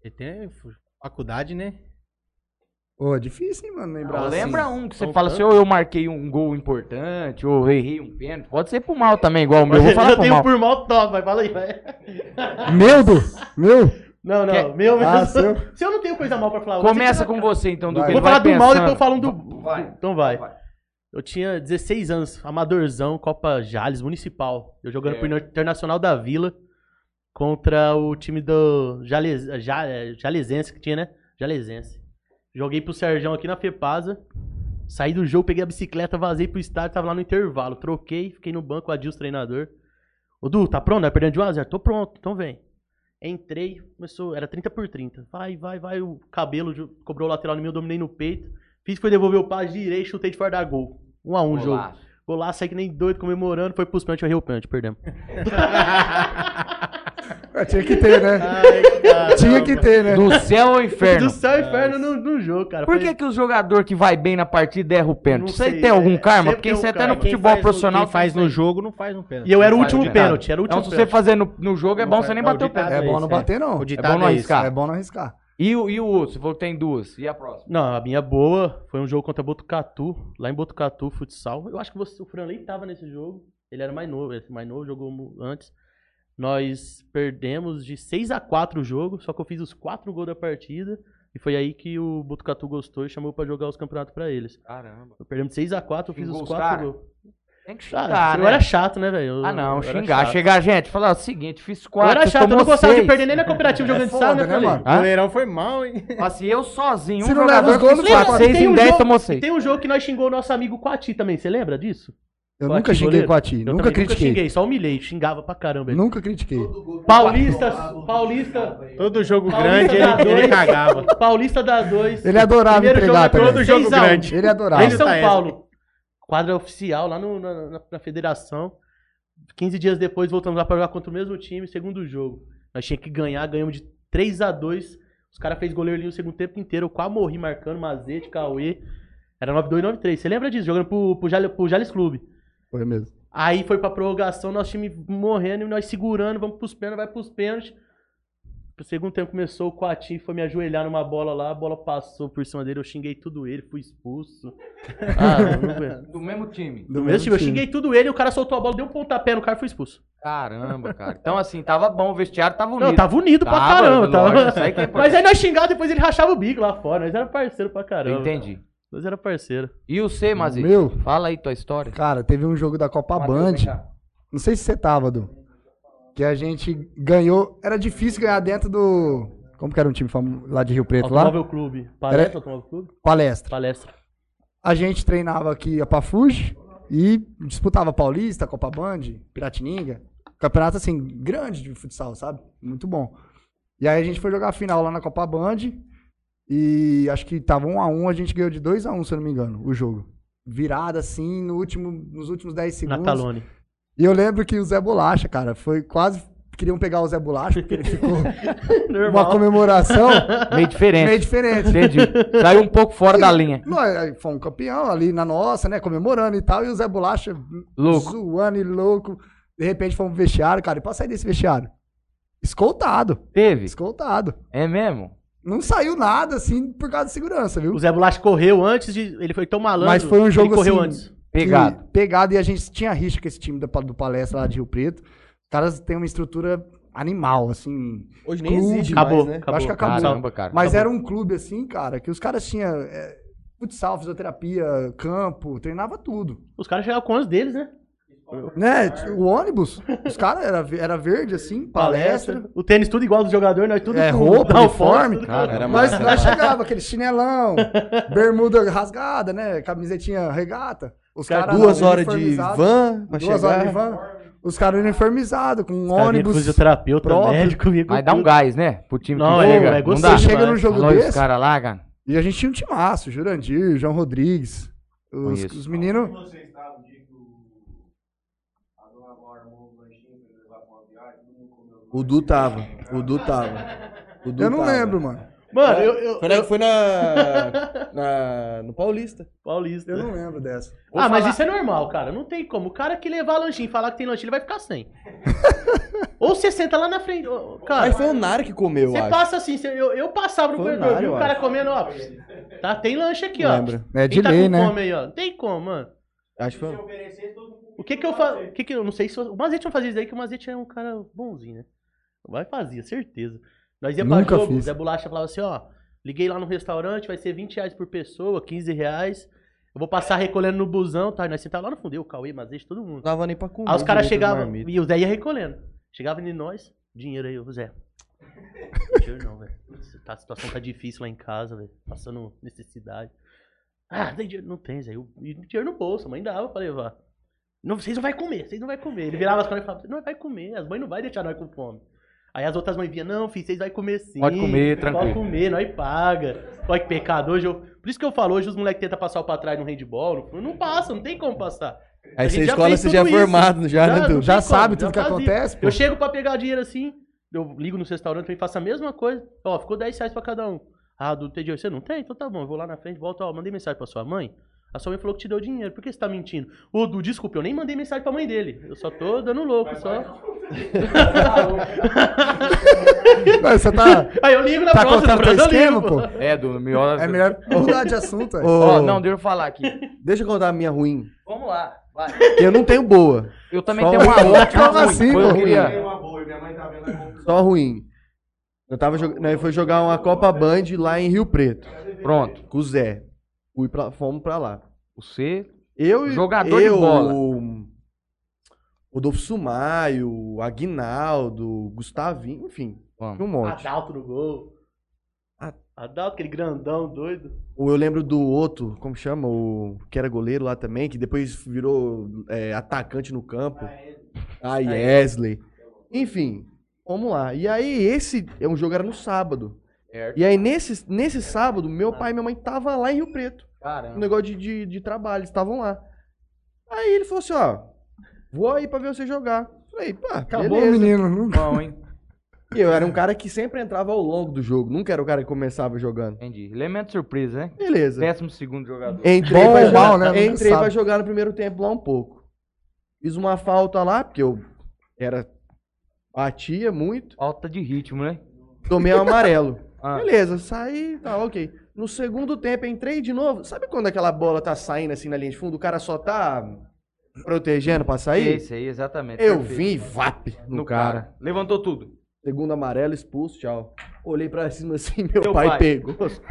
[SPEAKER 6] Ele tem fu- faculdade, né?
[SPEAKER 4] Ô, é difícil, hein, mano, lembrar
[SPEAKER 3] Ah,
[SPEAKER 5] Não,
[SPEAKER 4] assim.
[SPEAKER 5] lembra um que você
[SPEAKER 3] Então
[SPEAKER 6] São
[SPEAKER 5] fala
[SPEAKER 3] tá.
[SPEAKER 5] assim, ou eu marquei um gol importante, ou eu errei um pênalti. Pode ser pro mal também, igual o meu. Eu vou falar
[SPEAKER 3] [laughs] eu
[SPEAKER 5] pro
[SPEAKER 3] tenho
[SPEAKER 5] mal.
[SPEAKER 3] por mal top, vai, fala aí, vai.
[SPEAKER 4] Meu, do, meu.
[SPEAKER 3] Não, não,
[SPEAKER 5] Quer-
[SPEAKER 3] meu, meu.
[SPEAKER 4] Ah, seu.
[SPEAKER 3] [laughs] Se eu não tenho coisa mal pra falar hoje,
[SPEAKER 5] Começa
[SPEAKER 3] eu tenho-
[SPEAKER 5] com você, então, do
[SPEAKER 4] Vai.
[SPEAKER 5] que
[SPEAKER 3] Eu
[SPEAKER 5] ele
[SPEAKER 3] Vou falar
[SPEAKER 5] vai
[SPEAKER 3] do mal e
[SPEAKER 5] pensando.
[SPEAKER 3] depois eu falo do...
[SPEAKER 5] Vai.
[SPEAKER 3] Então vai.
[SPEAKER 5] Vai.
[SPEAKER 3] Eu tinha 16 anos, amadorzão, Copa Jales, Municipal. Eu jogando
[SPEAKER 5] É.
[SPEAKER 3] pro Internacional da Vila contra o time do Jales, Ja- Jalesense que tinha, né? Jalesense. Joguei pro Serjão aqui na Fepasa. Saí do jogo, peguei a bicicleta, vazei pro estádio, tava lá no intervalo. Troquei, fiquei no banco, adil os treinador. Ô, Du, tá pronto? Vai perdendo de 1x0? Tô pronto, então vem. Entrei, começou, era 30 por 30. Vai, vai, vai, o cabelo ju- cobrou o lateral no meu, eu dominei no peito. Fiz, foi devolver o passe, girei, chutei de fora da gol. 1 a 1 o jogo.
[SPEAKER 5] Golaço.
[SPEAKER 3] Vou lá, saí que nem doido, comemorando, foi pros pênaltis, eu errei o pênalti, perdemos.
[SPEAKER 4] Tinha que ter, né?
[SPEAKER 3] [laughs]
[SPEAKER 4] Tinha que ter, né?
[SPEAKER 5] Do céu ao
[SPEAKER 3] Do
[SPEAKER 5] inferno.
[SPEAKER 3] céu e inferno no, no jogo, cara.
[SPEAKER 5] Por
[SPEAKER 3] Foi-
[SPEAKER 5] que, que o jogador que vai bem na partida erra o
[SPEAKER 3] Não
[SPEAKER 5] pênalti? Isso aí
[SPEAKER 3] sei,
[SPEAKER 5] tem algum
[SPEAKER 3] é,
[SPEAKER 5] karma?
[SPEAKER 3] sempre
[SPEAKER 5] Porque
[SPEAKER 3] tem
[SPEAKER 5] isso
[SPEAKER 3] um
[SPEAKER 5] aí até no
[SPEAKER 3] karma. Quem
[SPEAKER 5] futebol
[SPEAKER 6] faz no-
[SPEAKER 5] profissional.
[SPEAKER 6] Quem faz
[SPEAKER 5] também.
[SPEAKER 6] no jogo não faz no pênalti.
[SPEAKER 3] E eu era o
[SPEAKER 5] Não
[SPEAKER 3] último
[SPEAKER 5] faz,
[SPEAKER 3] pênalti, era o último
[SPEAKER 5] Então, se você
[SPEAKER 3] pênalti.
[SPEAKER 5] fazer no, no jogo, é
[SPEAKER 6] Não
[SPEAKER 5] bom
[SPEAKER 6] faz,
[SPEAKER 5] você nem
[SPEAKER 6] é o
[SPEAKER 5] bater o pênalti.
[SPEAKER 6] ditado.
[SPEAKER 4] É bom não
[SPEAKER 6] É.
[SPEAKER 4] bater, não.
[SPEAKER 6] O ditado
[SPEAKER 5] É bom não
[SPEAKER 6] é isso.
[SPEAKER 5] arriscar.
[SPEAKER 4] É bom não arriscar.
[SPEAKER 5] E, o- e o outro? Você falou que tem duas. E a próxima?
[SPEAKER 3] Não, a minha boa foi um jogo contra Botucatu, lá em Botucatu, futsal. Eu acho que você, o Franley tava nesse jogo. Ele era mais novo, esse mais novo, jogou mu- antes. Nós perdemos de 6 a 4 o jogo, só que eu fiz os 4 gols da partida. E foi aí que o Botucatu gostou e chamou pra jogar os campeonatos pra eles.
[SPEAKER 5] Caramba.
[SPEAKER 3] Eu perdemos de 6 a 4 eu fiz
[SPEAKER 5] Xingou
[SPEAKER 3] os
[SPEAKER 5] os
[SPEAKER 3] 4
[SPEAKER 5] cara?
[SPEAKER 3] gols.
[SPEAKER 5] Tem que
[SPEAKER 3] Ah,
[SPEAKER 5] xingar,
[SPEAKER 3] eu
[SPEAKER 5] né?
[SPEAKER 3] era chato, né, velho? Eu-
[SPEAKER 5] Ah, não,
[SPEAKER 3] eu era
[SPEAKER 5] xingar.
[SPEAKER 3] chato.
[SPEAKER 5] Chegar, gente, falar o seguinte, fiz
[SPEAKER 3] Eu
[SPEAKER 5] quatro.
[SPEAKER 3] era chato, eu não
[SPEAKER 5] tomou
[SPEAKER 3] gostava de
[SPEAKER 5] seis.
[SPEAKER 3] perder nem na
[SPEAKER 5] [laughs]
[SPEAKER 3] cooperativa jogando de sala, né,
[SPEAKER 4] foda, né,
[SPEAKER 3] Felipe?
[SPEAKER 4] mano?
[SPEAKER 6] O Mineirão foi mal, hein?
[SPEAKER 5] Assim, eu sozinho, um
[SPEAKER 4] Se não leva os
[SPEAKER 5] jogador
[SPEAKER 4] gols,
[SPEAKER 5] fiz
[SPEAKER 4] não
[SPEAKER 5] quatro,
[SPEAKER 4] leva.
[SPEAKER 5] seis
[SPEAKER 3] Tem
[SPEAKER 5] em
[SPEAKER 3] um
[SPEAKER 5] dez,
[SPEAKER 3] jogo-
[SPEAKER 5] tomou seis.
[SPEAKER 3] Tem um jogo que nós xingou o nosso amigo Quati também, você lembra disso?
[SPEAKER 4] Eu
[SPEAKER 3] Quati,
[SPEAKER 4] nunca xinguei
[SPEAKER 3] goleiro.
[SPEAKER 4] com a Ti,
[SPEAKER 3] Eu
[SPEAKER 4] nunca
[SPEAKER 3] também nunca
[SPEAKER 4] critiquei.
[SPEAKER 3] xinguei, só humilhei, xingava pra caramba. ele.
[SPEAKER 4] Nunca critiquei.
[SPEAKER 3] Paulista, Paulista,
[SPEAKER 6] Todo jogo
[SPEAKER 3] Paulista
[SPEAKER 6] grande
[SPEAKER 3] dá
[SPEAKER 6] ele, ele
[SPEAKER 3] dois.
[SPEAKER 6] cagava.
[SPEAKER 3] Paulista dá dois.
[SPEAKER 4] Ele adorava
[SPEAKER 3] Primeiro
[SPEAKER 4] entregar
[SPEAKER 3] jogo é
[SPEAKER 4] também.
[SPEAKER 6] Todo jogo
[SPEAKER 3] 6 a 1.
[SPEAKER 6] grande.
[SPEAKER 4] Ele adorava.
[SPEAKER 3] Lá em
[SPEAKER 6] Ele
[SPEAKER 3] São
[SPEAKER 6] tá essa.
[SPEAKER 3] Paulo, quadra oficial lá no- na, na- na federação. 15 dias depois voltamos lá pra jogar contra o mesmo time, segundo jogo. Nós tinha que ganhar, ganhamos de 3 a 2 Os caras fez goleiro ali o segundo tempo inteiro. Eu quase morri marcando, Mazete, Cauê. Era 9-2 e 9-3. Você lembra disso? Jogando pro, pro, Jales, pro Jales Clube.
[SPEAKER 4] Foi mesmo.
[SPEAKER 3] Aí foi pra prorrogação, nosso time morrendo e nós segurando, vamos pros pênaltis, vai pros pênaltis. O segundo tempo começou, o Coatinho foi me ajoelhar numa bola lá, a bola passou por cima dele, eu xinguei tudo ele, fui expulso. Ah, não aguento.
[SPEAKER 5] Do mesmo time.
[SPEAKER 3] Do mesmo time, eu xinguei tudo ele, o cara soltou a bola, deu um pontapé no cara e foi expulso.
[SPEAKER 5] Caramba, cara. Então, assim, tava bom, o vestiário tava unido.
[SPEAKER 3] Não, tava unido pra
[SPEAKER 5] Tava,
[SPEAKER 3] caramba. Tava...
[SPEAKER 5] lógico, isso aí que é
[SPEAKER 3] Mas aí nós xingava, depois ele rachava o bico lá fora. Nós era parceiro pra caramba.
[SPEAKER 5] Eu entendi.
[SPEAKER 3] Nós era parceiro.
[SPEAKER 5] E o C, Mazito?
[SPEAKER 4] Meu.
[SPEAKER 5] Fala aí tua história.
[SPEAKER 4] Cara, teve um jogo da Copa
[SPEAKER 5] Mateus,
[SPEAKER 4] Band.
[SPEAKER 5] vem cá.
[SPEAKER 4] Não sei se você tava, Du. Que a gente ganhou. Era difícil ganhar dentro do. Como que era um time famo- lá de Rio Preto? Lá?
[SPEAKER 3] Automóvel Clube. Palestra, Automóvel Clube?
[SPEAKER 4] Palestra.
[SPEAKER 3] Palestra.
[SPEAKER 4] A gente treinava aqui a Pafuge e disputava Paulista, Copa Band, Piratininga. Campeonato, assim, grande de futsal, sabe? Muito bom. E aí a gente foi jogar a final lá na Copa Band. E acho que tava 1 a 1 a gente ganhou de 2 a 1 se eu não me engano, o jogo. Virada, assim, no último, nos últimos 10 segundos.
[SPEAKER 3] Natalone.
[SPEAKER 4] E eu lembro que o Zé Bolacha, cara, foi quase. Queriam pegar o Zé Bolacha, porque ele ficou uma
[SPEAKER 3] Normal.
[SPEAKER 4] comemoração [laughs]
[SPEAKER 5] Meio
[SPEAKER 4] meio
[SPEAKER 5] diferente.
[SPEAKER 4] diferente. né?
[SPEAKER 5] Entendi. Saiu um pouco fora da linha.
[SPEAKER 4] Não, é, Foi um campeão ali na nossa, né? Comemorando e tal. E o Zé Bolacha
[SPEAKER 5] Louco.
[SPEAKER 4] zoando e louco. De repente foi um vestiário, cara. E pra sair desse vestiário? Escoltado.
[SPEAKER 5] Teve?
[SPEAKER 4] Escoltado.
[SPEAKER 5] É mesmo?
[SPEAKER 4] Não saiu nada, assim, por causa de segurança, viu?
[SPEAKER 3] O Zé Bulacho correu antes de. Ele foi tão malandro.
[SPEAKER 4] Mas foi um jogo
[SPEAKER 3] ele correu
[SPEAKER 4] assim,
[SPEAKER 3] antes.
[SPEAKER 5] Pegado.
[SPEAKER 4] E, pegado. E a gente tinha rixa com esse time da- do palestra lá de Rio Preto. Os caras têm uma estrutura animal, assim.
[SPEAKER 2] Hoje
[SPEAKER 4] nem existe
[SPEAKER 3] Acabou.
[SPEAKER 2] né?
[SPEAKER 3] acabou.
[SPEAKER 4] acho que acabou.
[SPEAKER 5] Caramba, cara.
[SPEAKER 4] Mas
[SPEAKER 5] Acabou.
[SPEAKER 4] era um clube assim, cara, que os caras tinham é, futsal, fisioterapia, campo, treinava tudo.
[SPEAKER 3] Os caras chegavam com os deles, né?
[SPEAKER 4] Né? O ônibus, os caras era, ve- era verde assim, palestra.
[SPEAKER 3] O tênis tudo igual do jogador, nós tudo
[SPEAKER 4] É,
[SPEAKER 3] com [laughs]
[SPEAKER 4] roupa,
[SPEAKER 3] Dalfon,
[SPEAKER 4] uniforme,
[SPEAKER 3] tudo
[SPEAKER 5] cara,
[SPEAKER 3] com-
[SPEAKER 5] era
[SPEAKER 4] Nós, nós chegava,
[SPEAKER 2] [laughs]
[SPEAKER 4] aquele chinelão, bermuda rasgada, né? Camisetinha regata. Os caras
[SPEAKER 2] Duas horas de
[SPEAKER 4] uniformizados,
[SPEAKER 2] van pra
[SPEAKER 4] Duas
[SPEAKER 2] chegar.
[SPEAKER 4] horas de van. Os caras uniformizados, com um
[SPEAKER 3] Cara, vinha
[SPEAKER 4] ônibus.
[SPEAKER 3] Fisioterapeuta,
[SPEAKER 4] próprio.
[SPEAKER 3] médico, vinha com
[SPEAKER 5] Mas dá um
[SPEAKER 3] tudo.
[SPEAKER 5] gás, né? Pro time
[SPEAKER 3] Não,
[SPEAKER 5] que
[SPEAKER 3] é-
[SPEAKER 5] chega.
[SPEAKER 3] é
[SPEAKER 5] não
[SPEAKER 3] gostoso.
[SPEAKER 5] dá.
[SPEAKER 4] Você chega
[SPEAKER 2] né?
[SPEAKER 4] num
[SPEAKER 3] demais.
[SPEAKER 4] jogo
[SPEAKER 5] Alô, os
[SPEAKER 4] desse,
[SPEAKER 5] caras lá, cara.
[SPEAKER 4] e a gente tinha um timaço, Jurandir, João Rodrigues. Os,
[SPEAKER 5] Conheço.
[SPEAKER 4] os meninos.
[SPEAKER 2] O Du tava. O Du tava. O Du
[SPEAKER 4] Eu não
[SPEAKER 2] tava.
[SPEAKER 4] lembro, mano.
[SPEAKER 3] [laughs] Mano, eu. eu,
[SPEAKER 2] Foi, na-
[SPEAKER 3] eu-
[SPEAKER 2] foi [laughs] na, na- No Paulista.
[SPEAKER 3] Paulista.
[SPEAKER 4] Eu não lembro dessa.
[SPEAKER 3] ah, mas isso é normal, cara. Não tem como. O cara que levar lanchinho e falar que tem lanchinho, ele vai ficar [laughs] sem. ou você senta lá na frente. ô, ô, Cara,
[SPEAKER 2] Mas foi o Nara que comeu,
[SPEAKER 3] você
[SPEAKER 2] eu acho.
[SPEAKER 3] passa assim. você- eu, eu passava no
[SPEAKER 2] Foi
[SPEAKER 3] corredor, eu vi
[SPEAKER 2] nada,
[SPEAKER 3] o
[SPEAKER 2] eu
[SPEAKER 3] cara
[SPEAKER 2] acho.
[SPEAKER 3] comendo, ó. Tá, tem lanche aqui, ó.
[SPEAKER 2] Lembra.
[SPEAKER 4] É
[SPEAKER 3] Quem
[SPEAKER 4] de
[SPEAKER 3] tá
[SPEAKER 4] lei,
[SPEAKER 3] com
[SPEAKER 4] né?
[SPEAKER 3] fome aí, ó. Não tem como, mano.
[SPEAKER 2] Acho que foi. um-
[SPEAKER 3] O que que eu faço? O que que eu não sei se o Mazete não fazia isso aí, que o Mazete é um cara bonzinho, né? Vai fazia, certeza. Nós ia pra
[SPEAKER 4] Nunca
[SPEAKER 3] jogo, o
[SPEAKER 4] fiz.
[SPEAKER 3] Zé Bolacha falava assim, ó, liguei lá no restaurante, vai ser 20 reais por pessoa, 15 reais. Eu vou passar recolhendo no busão, tá? E nós sentávamos lá no fundo, eu, Cauê, Mazete, todo
[SPEAKER 2] Não
[SPEAKER 3] mundo.
[SPEAKER 2] dava nem pra comer.
[SPEAKER 3] Aí os caras
[SPEAKER 2] Um direito as
[SPEAKER 3] chegavam,
[SPEAKER 2] marmitas.
[SPEAKER 3] e o Zé ia recolhendo. Chegava em nós, dinheiro aí, ô Zé. Dinheiro não, velho. Tá- A situação tá difícil lá em casa, velho. Passando necessidade. Ah, tem dinheiro? Não tem, Zé. Eu, e dinheiro no bolso, a mãe dava pra levar. Não, vocês não vai comer, vocês não vai comer. Ele virava as caras e falava, não vai comer, as mães não vai deixar nós com fome. Aí as outras mães vinham, não, filho, vocês vai comer sim.
[SPEAKER 5] Pode comer, tranquilo.
[SPEAKER 4] é
[SPEAKER 3] Pode comer, nós paga. Olha que pecado, hoje eu... Por isso que eu falo, hoje os moleques tentam passar o pra trás no handball, não, não passa, não tem como passar. A
[SPEAKER 2] Aí
[SPEAKER 3] gente
[SPEAKER 2] você
[SPEAKER 3] já
[SPEAKER 2] escola,
[SPEAKER 3] fez
[SPEAKER 2] você já é
[SPEAKER 3] tudo isso.
[SPEAKER 2] formado, já,
[SPEAKER 3] Já,
[SPEAKER 2] né, Du?
[SPEAKER 3] não
[SPEAKER 4] Já
[SPEAKER 3] tem como,
[SPEAKER 4] sabe
[SPEAKER 3] já
[SPEAKER 4] tudo que
[SPEAKER 3] fazia.
[SPEAKER 4] acontece, pô.
[SPEAKER 3] Eu chego pra pegar dinheiro assim, eu ligo no restaurante e faço a mesma coisa. Ó, ficou 10 reais pra cada um. Ah, do tem dinheiro? Você não tem? Então tá bom, eu vou lá na frente, volto, ó, mandei mensagem pra sua mãe. A sua mãe falou que te deu dinheiro. Por que você tá mentindo? Ô, Du, desculpa, eu nem mandei mensagem pra mãe dele. Eu só tô dando louco, só.
[SPEAKER 4] Não, Você tá,
[SPEAKER 3] [laughs] [laughs] Aí eu ligo na
[SPEAKER 4] tá
[SPEAKER 3] próxima,
[SPEAKER 4] contando teu
[SPEAKER 3] eu ligo,
[SPEAKER 4] esquema,
[SPEAKER 3] pô.
[SPEAKER 4] pô?
[SPEAKER 5] É, do melhor.
[SPEAKER 4] É melhor mudar
[SPEAKER 2] [laughs]
[SPEAKER 4] de assunto. velho.
[SPEAKER 2] Ô,
[SPEAKER 5] Ó, não, deixa eu
[SPEAKER 4] [laughs]
[SPEAKER 5] falar aqui.
[SPEAKER 2] Deixa eu contar a minha ruim.
[SPEAKER 5] Vamos lá. Vai.
[SPEAKER 2] Eu não tenho boa,
[SPEAKER 5] Eu também
[SPEAKER 2] Só
[SPEAKER 5] tenho uma
[SPEAKER 2] uma-
[SPEAKER 5] ótima.
[SPEAKER 4] Como
[SPEAKER 5] ruim,
[SPEAKER 4] um assim,
[SPEAKER 5] foi o que eu
[SPEAKER 4] pô?
[SPEAKER 5] queria.
[SPEAKER 2] só ruim. Eu tava jogando. Nós foi jogar uma Copa Band lá em Rio Preto,
[SPEAKER 5] Pronto.
[SPEAKER 2] com o Zé. Fui pra, fomos pra lá.
[SPEAKER 5] O C.
[SPEAKER 2] Eu e-
[SPEAKER 5] Jogador de
[SPEAKER 2] eu,
[SPEAKER 5] bola.
[SPEAKER 2] o- O Dolfo Sumaio, o Aguinaldo, o Gustavinho, enfim,
[SPEAKER 5] Vamos.
[SPEAKER 2] um monte.
[SPEAKER 3] Adalto no gol.
[SPEAKER 2] A-
[SPEAKER 3] Adalto, aquele grandão doido.
[SPEAKER 2] Ou eu lembro do outro, como chama? O que era goleiro lá também, que depois virou é, atacante no campo. A Yesley. Enfim, vamos lá. E aí, esse é um jogo era no sábado.
[SPEAKER 5] Certo.
[SPEAKER 2] E aí, nesse, nesse sábado, meu pai e minha mãe estavam lá em Rio Preto. Um
[SPEAKER 5] Caramba.
[SPEAKER 2] negócio de, de, de trabalho, eles estavam lá. Aí ele falou assim: ó, vou aí pra ver você jogar. Falei, pá,
[SPEAKER 4] Acabou
[SPEAKER 2] beleza.
[SPEAKER 4] o menino. Nunca.
[SPEAKER 5] Bom, hein?
[SPEAKER 2] E eu era um cara que sempre entrava ao longo do jogo, nunca era o cara que começava jogando.
[SPEAKER 5] Entendi. Elemento surpresa, né?
[SPEAKER 2] Beleza.
[SPEAKER 5] Décimo segundo jogador.
[SPEAKER 2] Entrei,
[SPEAKER 4] Bom
[SPEAKER 2] pra,
[SPEAKER 4] ou
[SPEAKER 2] jogar,
[SPEAKER 4] mal, né? Nunca
[SPEAKER 2] entrei pra
[SPEAKER 4] sabe.
[SPEAKER 2] jogar no primeiro tempo lá um pouco. Fiz uma falta lá, porque eu era. batia muito.
[SPEAKER 5] Falta de ritmo, né?
[SPEAKER 2] Tomei um amarelo.
[SPEAKER 4] [laughs]
[SPEAKER 5] Ah.
[SPEAKER 2] Beleza, saí tá, ok. No segundo tempo, entrei de novo. Sabe quando aquela bola tá saindo assim na linha de fundo? O cara só tá protegendo pra sair?
[SPEAKER 5] Isso aí, exatamente.
[SPEAKER 2] Eu
[SPEAKER 5] Perfeito.
[SPEAKER 2] vim e vap no, cara.
[SPEAKER 5] Levantou tudo.
[SPEAKER 2] Segundo amarelo, expulso, tchau. Olhei pra cima assim, [laughs] meu,
[SPEAKER 5] Teu
[SPEAKER 2] pai,
[SPEAKER 5] pai.
[SPEAKER 2] pegou.
[SPEAKER 5] [laughs]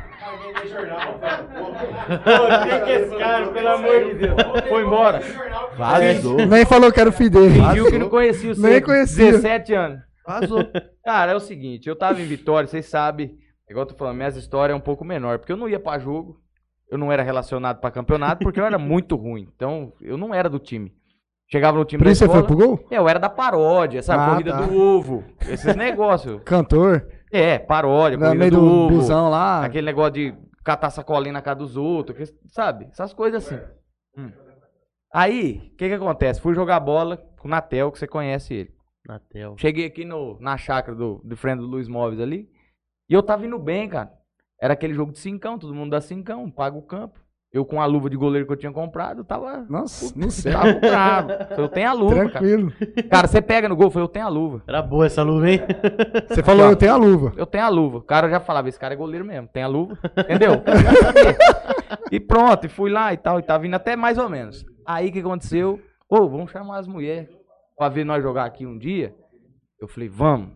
[SPEAKER 5] Quem que é esse cara, pelo amor de Deus? Foi embora. [laughs]
[SPEAKER 2] Vazou.
[SPEAKER 4] Nem falou que era o filho dele.
[SPEAKER 5] Fingiu que não conhecia o
[SPEAKER 4] Nem
[SPEAKER 5] Cid.
[SPEAKER 4] conhecia.
[SPEAKER 5] 17 anos.
[SPEAKER 2] Vazou.
[SPEAKER 5] Cara, é o seguinte, eu tava em Vitória, vocês sabem, igual eu tô falando, minhas histórias é um pouco menor, porque eu não ia pra jogo, eu não era relacionado pra campeonato, porque
[SPEAKER 4] [laughs]
[SPEAKER 5] eu era muito ruim. Então, eu não era do time. Chegava no time
[SPEAKER 4] Por
[SPEAKER 5] da
[SPEAKER 4] isso você foi
[SPEAKER 5] escola,
[SPEAKER 4] pro gol?
[SPEAKER 5] eu era da paródia, sabe?
[SPEAKER 4] Ah,
[SPEAKER 5] corrida
[SPEAKER 4] tá.
[SPEAKER 5] do ovo, esses [laughs] negócios.
[SPEAKER 4] Cantor.
[SPEAKER 5] É, paródia,
[SPEAKER 4] No
[SPEAKER 5] corrida
[SPEAKER 4] meio
[SPEAKER 5] do,
[SPEAKER 4] do
[SPEAKER 5] ovo.
[SPEAKER 4] busão lá.
[SPEAKER 5] Aquele negócio de catar sacolinha na casa dos outros, que- sabe? Essas coisas assim. Hum. Aí, o que que acontece? Fui jogar bola com o Natel, que você conhece ele.
[SPEAKER 3] Natel.
[SPEAKER 5] Cheguei aqui no, na chácara do, de frente do Luiz Móveis ali, e eu tava indo bem, cara. Era aquele jogo de cincão, todo mundo dá cincão, paga o campo. Eu com a luva de goleiro que eu tinha comprado, tava...
[SPEAKER 4] Nossa, não sei.
[SPEAKER 5] Tava bravo. Falei, Eu tenho a luva,
[SPEAKER 4] Tranquilo.
[SPEAKER 5] tá cara. Cara, você pega no gol, eu falei, eu tenho a luva.
[SPEAKER 3] Era boa essa luva, hein? [laughs]
[SPEAKER 4] Você falou, eu tenho a luva.
[SPEAKER 5] Eu tenho a luva. O cara já falava, esse cara é goleiro mesmo, tem a luva. [laughs] Entendeu? e pronto, e fui lá e tal, e tava vindo até mais ou menos. Aí o que aconteceu? Ô, vamos chamar as mulheres pra ver nós jogar aqui um dia. Eu falei, vamos.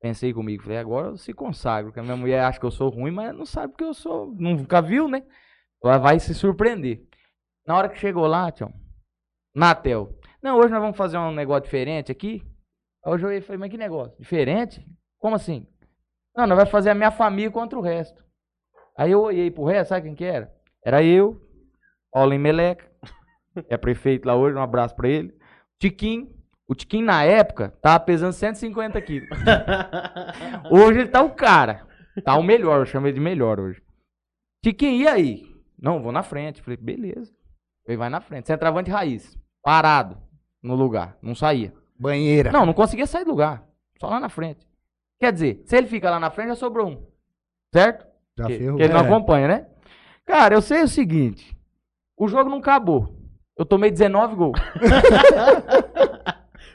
[SPEAKER 5] Pensei comigo, falei, agora eu se consagro, porque a minha mulher acha que eu sou ruim, mas não sabe que eu sou, nunca viu, né? Ela vai se surpreender. Na hora que chegou lá, tchau, Natel, não, hoje nós vamos fazer um negócio diferente aqui. Aí eu joguei e falei, mas que negócio? Diferente? Como assim? Não, nós vai fazer a minha família contra o resto. Aí eu olhei pro resto, sabe quem que era? Era eu, Paulo Meleca, [laughs] é prefeito lá hoje, um abraço pra ele. Tiquinho. O Tiquinho, na época, tava pesando 150 quilos. Hoje ele tá o cara. Tá o melhor, eu chamo ele de melhor hoje. Tiquinho, e aí? Não, vou na frente. Falei, beleza. Ele vai na frente. Centroavante raiz. Parado no lugar. Não saía.
[SPEAKER 4] Banheira.
[SPEAKER 5] Não, não conseguia sair do lugar. Só lá na frente. Quer dizer, se ele fica lá na frente, já sobrou um. Certo?
[SPEAKER 4] Já
[SPEAKER 5] que,
[SPEAKER 4] ferrou.
[SPEAKER 5] que ele não
[SPEAKER 4] É.
[SPEAKER 5] acompanha, né? Cara, eu sei o seguinte. O jogo não acabou. Eu tomei 19 gols.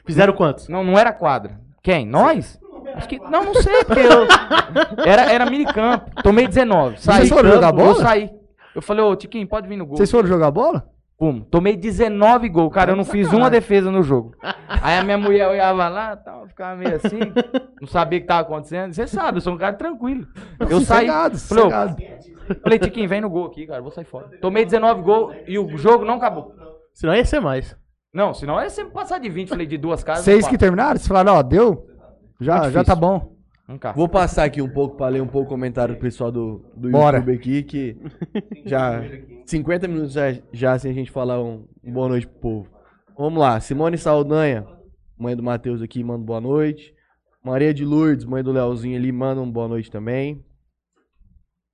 [SPEAKER 3] Fizeram quantos?
[SPEAKER 5] Não, não era quadra. Quem? Nós? Acho que, não, não sei. porque eu- [laughs] era, era minicampo. Tomei 19. Saí.
[SPEAKER 4] Vocês foram
[SPEAKER 5] Campo,
[SPEAKER 4] jogar bola?
[SPEAKER 5] Eu saí. Eu falei, ô, Tiquinho, pode vir no gol.
[SPEAKER 4] Vocês foram jogar bola?
[SPEAKER 5] Pum, tomei 19 gols, cara.
[SPEAKER 4] Tá
[SPEAKER 5] Eu não fiz uma defesa no
[SPEAKER 4] [laughs]
[SPEAKER 5] jogo. Aí a minha mulher olhava lá, tal, ficava meio assim, não sabia o que tava acontecendo. Você sabe, eu sou um cara tranquilo. Eu saí.
[SPEAKER 4] Sossegado,
[SPEAKER 5] falei, ô,
[SPEAKER 4] sossegado.
[SPEAKER 5] falei, Tiquinho, vem no gol aqui, cara, eu vou sair fora. Tomei 19 gols e o jogo não acabou.
[SPEAKER 3] Senão ia ser mais.
[SPEAKER 5] Não, senão ia sempre passar de 20, falei, de duas casas.
[SPEAKER 4] Vocês
[SPEAKER 5] eu
[SPEAKER 4] que
[SPEAKER 5] passo.
[SPEAKER 4] terminaram? Vocês falaram, ó, deu? Já,
[SPEAKER 5] Muito
[SPEAKER 4] já tá
[SPEAKER 5] difícil.
[SPEAKER 4] bom.
[SPEAKER 5] Nunca.
[SPEAKER 2] Vou passar aqui um pouco pra ler um pouco o comentário do pessoal do, do
[SPEAKER 4] Bora.
[SPEAKER 2] YouTube aqui, que já 50 minutos já, já sem a gente falar um, um boa noite pro povo. Vamos lá, Simone Saldanha, mãe do Matheus aqui, manda boa noite. Maria de Lourdes, mãe do Leozinho ali, manda um boa noite também.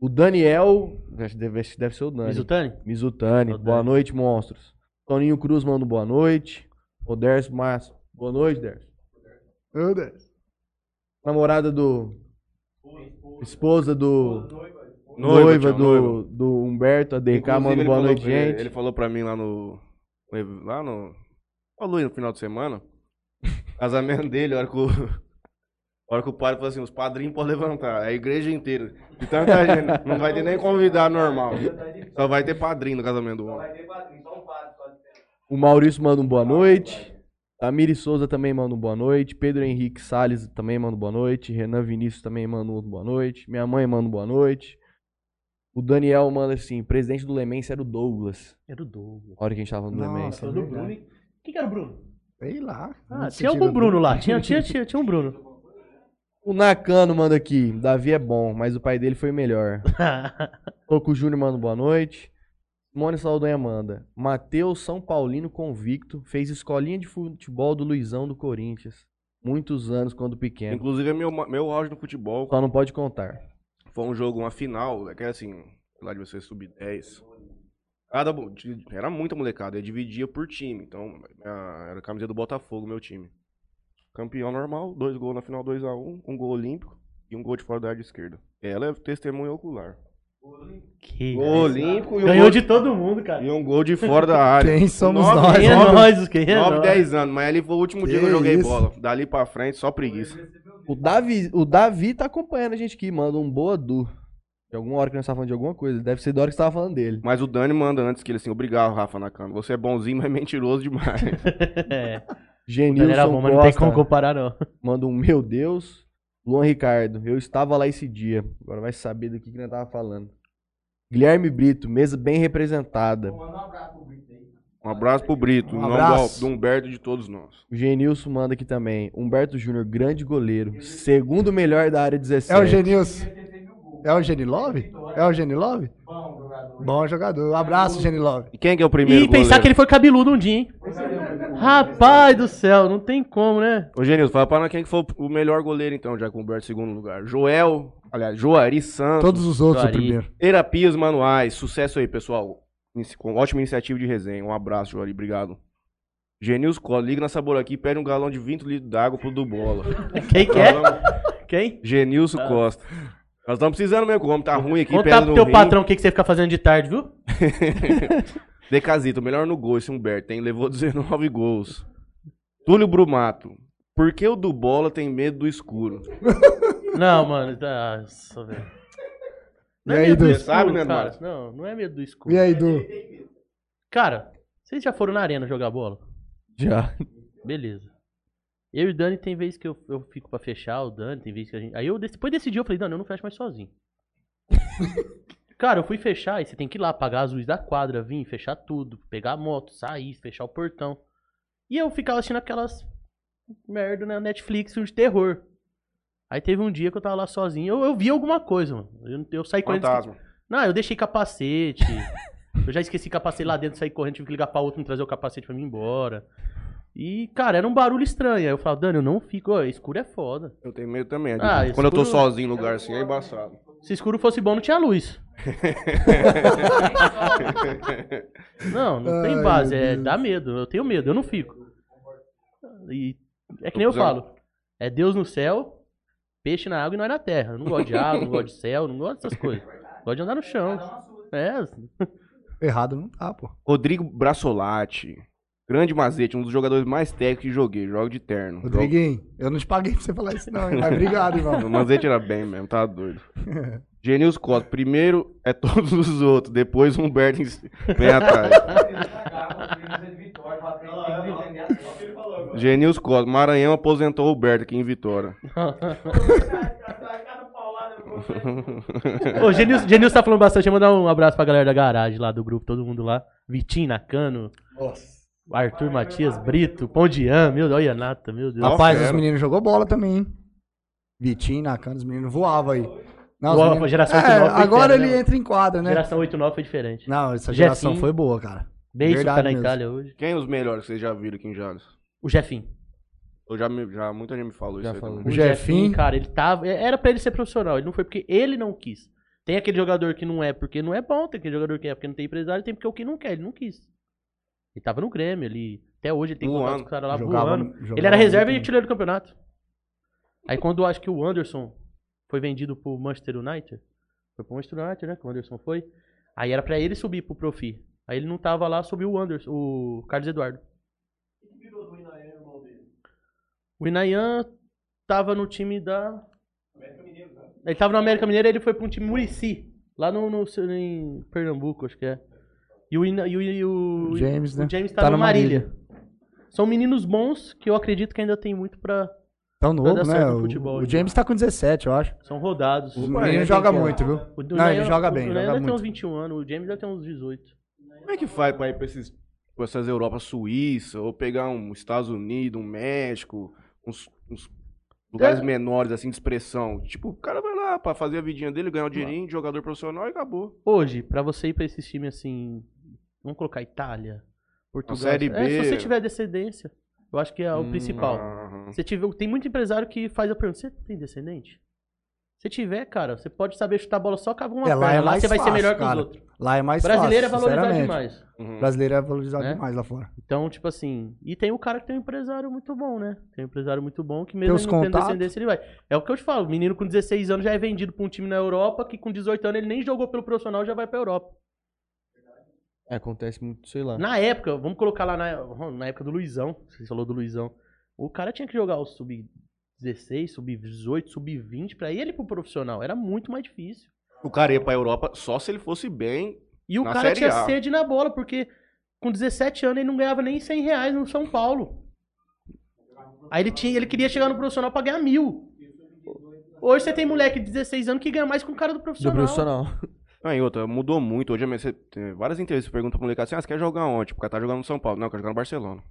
[SPEAKER 2] O Daniel, acho que deve, deve ser o Dani.
[SPEAKER 3] Mizutani?
[SPEAKER 2] Mizutani,
[SPEAKER 3] Saudade.
[SPEAKER 2] boa noite, monstros. Toninho Cruz manda boa noite. O Derso Márcio, boa noite, Derso.
[SPEAKER 4] Meu Deus.
[SPEAKER 2] Namorada do. Esposa do.
[SPEAKER 1] Noiva,
[SPEAKER 2] Noiva,
[SPEAKER 1] tchau,
[SPEAKER 2] do,
[SPEAKER 1] noiva.
[SPEAKER 2] do Humberto ADK,
[SPEAKER 1] Inclusive,
[SPEAKER 2] manda
[SPEAKER 1] ele
[SPEAKER 2] boa
[SPEAKER 1] falou
[SPEAKER 2] noite,
[SPEAKER 1] pra- ele-
[SPEAKER 2] gente.
[SPEAKER 1] Ele falou pra mim lá no. Lá no. Falou aí no final de semana.
[SPEAKER 2] [laughs]
[SPEAKER 1] Casamento dele, a hora que o. A hora que o padre falou assim, os padrinhos podem levantar. É a igreja inteira. De
[SPEAKER 2] [laughs]
[SPEAKER 1] tanta gente. Não vai ter nem convidado normal. Só vai ter padrinho no casamento do homem.
[SPEAKER 2] O Maurício manda um boa noite. Tamiri Souza também manda um boa noite. Pedro Henrique Salles também manda um boa noite. Renan Vinícius também manda um boa noite. Minha mãe manda um boa noite. O Daniel manda assim, presidente do Lemense era o Douglas.
[SPEAKER 3] Era o Douglas.
[SPEAKER 2] A hora que a gente tava falando do
[SPEAKER 4] Nossa,
[SPEAKER 2] Lemense.
[SPEAKER 3] Era o
[SPEAKER 4] é
[SPEAKER 3] do
[SPEAKER 4] verdade.
[SPEAKER 3] Bruno. hein? Quem que era o Bruno?
[SPEAKER 4] Sei lá.
[SPEAKER 3] Tá Ah,
[SPEAKER 4] Não
[SPEAKER 3] tinha
[SPEAKER 4] sentido
[SPEAKER 3] algum Bruno
[SPEAKER 4] dele.
[SPEAKER 3] lá. [laughs] Tinha, tinha, tinha, tinha um Bruno.
[SPEAKER 2] O Nakano manda aqui, Davi é bom, mas o pai dele foi melhor.
[SPEAKER 3] [laughs]
[SPEAKER 2] Toco Júnior manda boa noite. Simone Saldanha manda. Matheus São Paulino convicto, fez escolinha de futebol do Luizão do Corinthians. Muitos anos quando pequeno.
[SPEAKER 1] Inclusive, é meu, meu auge no futebol
[SPEAKER 2] Só não pode contar.
[SPEAKER 1] Foi um jogo, uma final, né, que era assim, lá de você sub-10. Cada, bo- de- era muita molecada, eu dividia por time. Então, a- era a camisa do Botafogo, meu time. Campeão normal, dois gols na final, 2x1, um, um gol olímpico e um gol de fora da área esquerda. Ela é testemunha ocular.
[SPEAKER 3] Que
[SPEAKER 1] Gol olímpico e um,
[SPEAKER 3] Ganhou
[SPEAKER 1] gol,
[SPEAKER 3] de todo mundo, cara.
[SPEAKER 1] e um gol de fora
[SPEAKER 4] [laughs]
[SPEAKER 1] da área.
[SPEAKER 4] Quem somos
[SPEAKER 1] Nove,
[SPEAKER 4] nós?
[SPEAKER 3] Quem é
[SPEAKER 4] Nove.
[SPEAKER 3] nós? Quem é
[SPEAKER 1] 9,
[SPEAKER 3] nós?
[SPEAKER 1] 10 anos, mas ali foi o último
[SPEAKER 4] Que
[SPEAKER 1] dia que eu joguei
[SPEAKER 4] isso?
[SPEAKER 1] bola. Dali pra frente, só preguiça.
[SPEAKER 2] O Davi, o Davi tá acompanhando a gente aqui, manda um boa du. De alguma hora que nós tava falando de alguma coisa. Deve ser da hora que você tava falando dele.
[SPEAKER 1] Mas o Dani manda antes que ele assim, obrigado, Rafa Nakano. Você é bonzinho, mas [laughs] mentiroso demais.
[SPEAKER 3] É,
[SPEAKER 2] Genilson
[SPEAKER 3] ele era bom, mas não tem
[SPEAKER 2] Costa
[SPEAKER 3] como comparar, não.
[SPEAKER 2] manda um meu Deus. Luan Ricardo, eu estava lá esse dia. Agora vai saber do que que nós tava falando. Guilherme Brito, mesa bem representada.
[SPEAKER 1] Um abraço pro Brito,
[SPEAKER 4] Um
[SPEAKER 1] um abraço.
[SPEAKER 4] abraço.
[SPEAKER 1] do Humberto e de todos nós.
[SPEAKER 2] O Genilson manda aqui também. Humberto Júnior, grande goleiro. Segundo melhor da área 17.
[SPEAKER 4] É o Genilson. É o Genilove? É o Genilove? Bom jogador. Bom jogador. Um abraço, Genilove.
[SPEAKER 1] E quem que é o primeiro
[SPEAKER 3] E pensar que ele foi cabeludo um dia, hein? Rapaz do céu, não tem como, né?
[SPEAKER 1] Ô, Genilson, fala pra nós quem é que foi o melhor goleiro, então, já com o Humberto em segundo lugar. Joel, aliás, Joari Santos,
[SPEAKER 4] Todos os outros, o
[SPEAKER 3] Juari.
[SPEAKER 4] primeiro.
[SPEAKER 1] Terapias Manuais. Sucesso aí, pessoal. Inici- Com ótima iniciativa de resenha. Um abraço, Joari. Obrigado. Genilson Cola, liga na sabor aqui, pede um galão de 20 litros d'água pro do bola.
[SPEAKER 3] Quem que é? Quem?
[SPEAKER 1] Genilson Costa. Nós estamos precisando mesmo, como tá ruim aqui,
[SPEAKER 3] Contar
[SPEAKER 1] pedra
[SPEAKER 3] pro
[SPEAKER 1] no
[SPEAKER 3] teu
[SPEAKER 1] rim.
[SPEAKER 3] patrão o que, que você fica fazendo de tarde, viu?
[SPEAKER 1] Decazito, melhor no gol esse Humberto, hein? Levou 19 gols. Túlio Brumato. Por que o do bola tem medo do escuro?
[SPEAKER 3] Não, mano. Nossa, velho. Não é
[SPEAKER 4] E aí,
[SPEAKER 3] medo do
[SPEAKER 4] Du?
[SPEAKER 3] escuro,
[SPEAKER 1] Sabe, né,
[SPEAKER 3] cara.
[SPEAKER 1] Eduardo?
[SPEAKER 3] Não, não é medo do escuro.
[SPEAKER 4] E aí, Du?
[SPEAKER 3] Cara, vocês já foram na arena jogar bola?
[SPEAKER 2] Já.
[SPEAKER 3] Beleza. Eu e o Dani tem vez que eu, eu fico pra fechar, o Dani tem vez que a gente. Aí eu dec- depois decidi, eu falei, Dani, eu não fecho mais sozinho. Cara, eu fui fechar, e você tem que ir lá, pagar as luzes da quadra, vir, fechar tudo, pegar a moto, sair, fechar o portão. E eu ficava assistindo aquelas merda na Netflix, filme de terror. Aí teve um dia que eu tava lá sozinho, eu, eu vi alguma coisa, mano. Eu, não- eu saí correndo.
[SPEAKER 1] Fantasma.
[SPEAKER 3] Não, eu deixei capacete. eu já esqueci capacete lá dentro, saí correndo, tive que ligar pra outro me trazer o capacete pra mim ir embora. E, cara, era um barulho estranho. Aí eu falava, Dani, eu não fico. Ô, escuro é foda.
[SPEAKER 1] Eu tenho medo também.
[SPEAKER 3] Ah,
[SPEAKER 1] Adilson. Quando eu tô
[SPEAKER 3] escuro-
[SPEAKER 1] sozinho no lugar assim, é embaçado.
[SPEAKER 3] Se escuro fosse bom, não tinha luz. não,
[SPEAKER 4] Ai,
[SPEAKER 3] não tem base.
[SPEAKER 4] meu
[SPEAKER 3] É,
[SPEAKER 4] Deus.
[SPEAKER 3] dá medo. Eu tenho medo, eu não fico. E é que nem eu
[SPEAKER 1] precisando.
[SPEAKER 3] falo. É Deus no céu, peixe na água e nós na terra. Eu não gosto de água, não gosto de céu, não gosto dessas coisas. Gosto de andar no chão. É,
[SPEAKER 4] Errado não tá, pô.
[SPEAKER 1] Rodrigo Brasolati. Grande Mazete, um dos jogadores mais técnicos que joguei. Joga de terno.
[SPEAKER 4] Rodriguinho, eu não te paguei pra você falar isso, não. hein? Mas obrigado,
[SPEAKER 1] Joga- O [laughs]
[SPEAKER 4] irmão.
[SPEAKER 1] Mazete era bem mesmo, tá doido. Genilson Costa, primeiro é todos os outros, depois o Humberto em si- vem atrás. Genilson Costa, Maranhão aposentou o Humberto aqui em Vitória.
[SPEAKER 3] Ô, Genilson, Genilson tá falando bastante. Eu mandar um abraço pra galera da garagem lá do grupo, todo mundo lá. Vitinho, Nakano. o
[SPEAKER 4] Ah,
[SPEAKER 3] Arthur
[SPEAKER 4] é
[SPEAKER 3] Matias, Brito, Pondian, meu Deus, olha a Nata, meu Deus.
[SPEAKER 1] Nossa,
[SPEAKER 4] Rapaz, os
[SPEAKER 1] era.
[SPEAKER 4] meninos jogou bola também, hein? Vitinho, Nakano, os meninos voavam aí. Não, os
[SPEAKER 3] Voava,
[SPEAKER 4] meninos-
[SPEAKER 3] geração
[SPEAKER 4] É,
[SPEAKER 3] 89 foi
[SPEAKER 4] agora
[SPEAKER 3] fera,
[SPEAKER 4] ele
[SPEAKER 3] né?
[SPEAKER 4] entra em quadra, né?
[SPEAKER 3] Geração 8-9 foi diferente.
[SPEAKER 4] Não, essa
[SPEAKER 3] Jefinho.
[SPEAKER 4] geração foi boa, cara.
[SPEAKER 3] Beijo que tá
[SPEAKER 4] Verdade
[SPEAKER 3] na
[SPEAKER 4] mesmo.
[SPEAKER 3] Itália hoje.
[SPEAKER 1] Quem é os melhores que vocês já viram aqui em Jales?
[SPEAKER 3] O Jefim.
[SPEAKER 1] Eu já, me- já muita gente me falou
[SPEAKER 2] Já
[SPEAKER 1] isso aí
[SPEAKER 2] falou.
[SPEAKER 1] também.
[SPEAKER 3] O
[SPEAKER 4] O Jefinho.
[SPEAKER 3] Jefinho, cara, ele tava. é, Era pra ele ser profissional, ele não foi porque ele não quis. Tem aquele jogador que não é porque não é bom, tem aquele jogador que é porque não tem empresário, tem porque o que não quer, ele não quis. Ele tava no Grêmio, ele. Até hoje ele tem
[SPEAKER 1] Voando.
[SPEAKER 3] contato com os caras lá
[SPEAKER 4] Jogava-
[SPEAKER 3] voando.
[SPEAKER 4] jogava
[SPEAKER 3] Ele era reserva e
[SPEAKER 4] muito, né?
[SPEAKER 3] artilheiro do campeonato. Aí quando eu acho que o Anderson foi vendido pro Manchester United, foi pro Manchester United, né? Que o Anderson foi. Aí era pra ele subir pro Profi. Aí ele não tava lá, subiu o Anderson, o Carlos Eduardo. O Inayan tava no time da. Ele tava no América Mineiro e ele foi pra um time Murici, lá no, no- em Pernambuco, acho que é. E o, Ina, e o, e o-
[SPEAKER 4] O James, né?
[SPEAKER 3] o James tá,
[SPEAKER 4] Tá
[SPEAKER 3] no
[SPEAKER 4] no
[SPEAKER 3] Marília. São meninos bons que eu acredito que ainda tem muito pra
[SPEAKER 4] Tão
[SPEAKER 3] Vai
[SPEAKER 4] novo, né?
[SPEAKER 3] dar certo no
[SPEAKER 4] O,
[SPEAKER 3] futebol,
[SPEAKER 4] o
[SPEAKER 3] hein?
[SPEAKER 4] James tá com 17, eu acho.
[SPEAKER 3] São rodados.
[SPEAKER 4] O
[SPEAKER 3] Ué,
[SPEAKER 1] é
[SPEAKER 4] menino joga muito, viu?
[SPEAKER 3] o
[SPEAKER 4] Não,
[SPEAKER 3] Nayan-
[SPEAKER 4] ele joga
[SPEAKER 3] o
[SPEAKER 4] bem,
[SPEAKER 3] Nayan
[SPEAKER 4] joga
[SPEAKER 3] deve ter uns
[SPEAKER 4] muito.
[SPEAKER 3] 21 anos, o James deve ter uns 18.
[SPEAKER 1] Como é que faz pra ir pra, esses, pra essas Europas Suíça, ou pegar um Estados Unidos, um México, uns, uns lugares
[SPEAKER 3] É.
[SPEAKER 1] menores, assim, de expressão? Tipo, o cara vai lá pra fazer a vidinha dele, ganhar um dinheirinho de jogador profissional e acabou.
[SPEAKER 3] Hoje, pra você ir pra esses times assim, vamos colocar Itália, Portugal.
[SPEAKER 1] Série
[SPEAKER 3] É, se
[SPEAKER 1] B. Uhum.
[SPEAKER 3] você tiver descendência, eu acho que é o
[SPEAKER 2] Hum,
[SPEAKER 3] principal.
[SPEAKER 1] Aham.
[SPEAKER 3] Você tiver, tem muito empresário que faz a pergunta: você tem descendente? Se tiver, cara, você pode saber chutar a bola só com uma
[SPEAKER 4] É, lá
[SPEAKER 3] perna.
[SPEAKER 4] é
[SPEAKER 3] lá
[SPEAKER 4] mais
[SPEAKER 3] você vai ser
[SPEAKER 4] fácil,
[SPEAKER 3] melhor que
[SPEAKER 4] cara.
[SPEAKER 3] os outros.
[SPEAKER 4] Lá é mais
[SPEAKER 3] Brasileiro é
[SPEAKER 4] fácil,
[SPEAKER 3] valorizado
[SPEAKER 4] sinceramente.
[SPEAKER 3] demais.
[SPEAKER 1] Uhum.
[SPEAKER 4] Brasileiro é valorizado
[SPEAKER 3] Né?
[SPEAKER 4] demais lá fora.
[SPEAKER 3] Então, tipo assim, e tem o cara que tem um empresário muito bom, né? Tem um empresário muito bom que
[SPEAKER 4] Tem
[SPEAKER 3] mesmo
[SPEAKER 4] os
[SPEAKER 3] ele não tendo
[SPEAKER 4] contatos.
[SPEAKER 3] descendência, ele vai. É o que eu te falo, o menino com 16 anos já é vendido pra um time na Europa, que com 18 anos ele nem jogou pelo profissional, já vai pra Europa.
[SPEAKER 2] É, acontece muito, sei lá.
[SPEAKER 3] Na época, vamos colocar lá na, na época do Luizão, você falou do Luizão, o cara tinha que jogar o sub-16, sub-18, sub-20 pra ele ir pro profissional, era muito mais difícil.
[SPEAKER 1] O cara ia pra Europa só se ele fosse bem.
[SPEAKER 3] E o
[SPEAKER 1] Na
[SPEAKER 3] cara
[SPEAKER 1] Série
[SPEAKER 3] tinha
[SPEAKER 1] A.
[SPEAKER 3] sede na bola, porque com 17 anos ele não ganhava nem 100 reais no São Paulo. Aí ele, tinha, ele queria chegar no profissional pra ganhar mil. Hoje você tem moleque de 16 anos que ganha mais que um cara do
[SPEAKER 2] Do
[SPEAKER 3] profissional.
[SPEAKER 2] profissional.
[SPEAKER 1] Aí Ah, outra, mudou muito. Hoje é você tem várias entrevistas, você pergunta pro moleque assim, ah, você quer jogar onde? Tipo, o cara tá jogando no São Paulo. Não, eu quero jogar no Barcelona.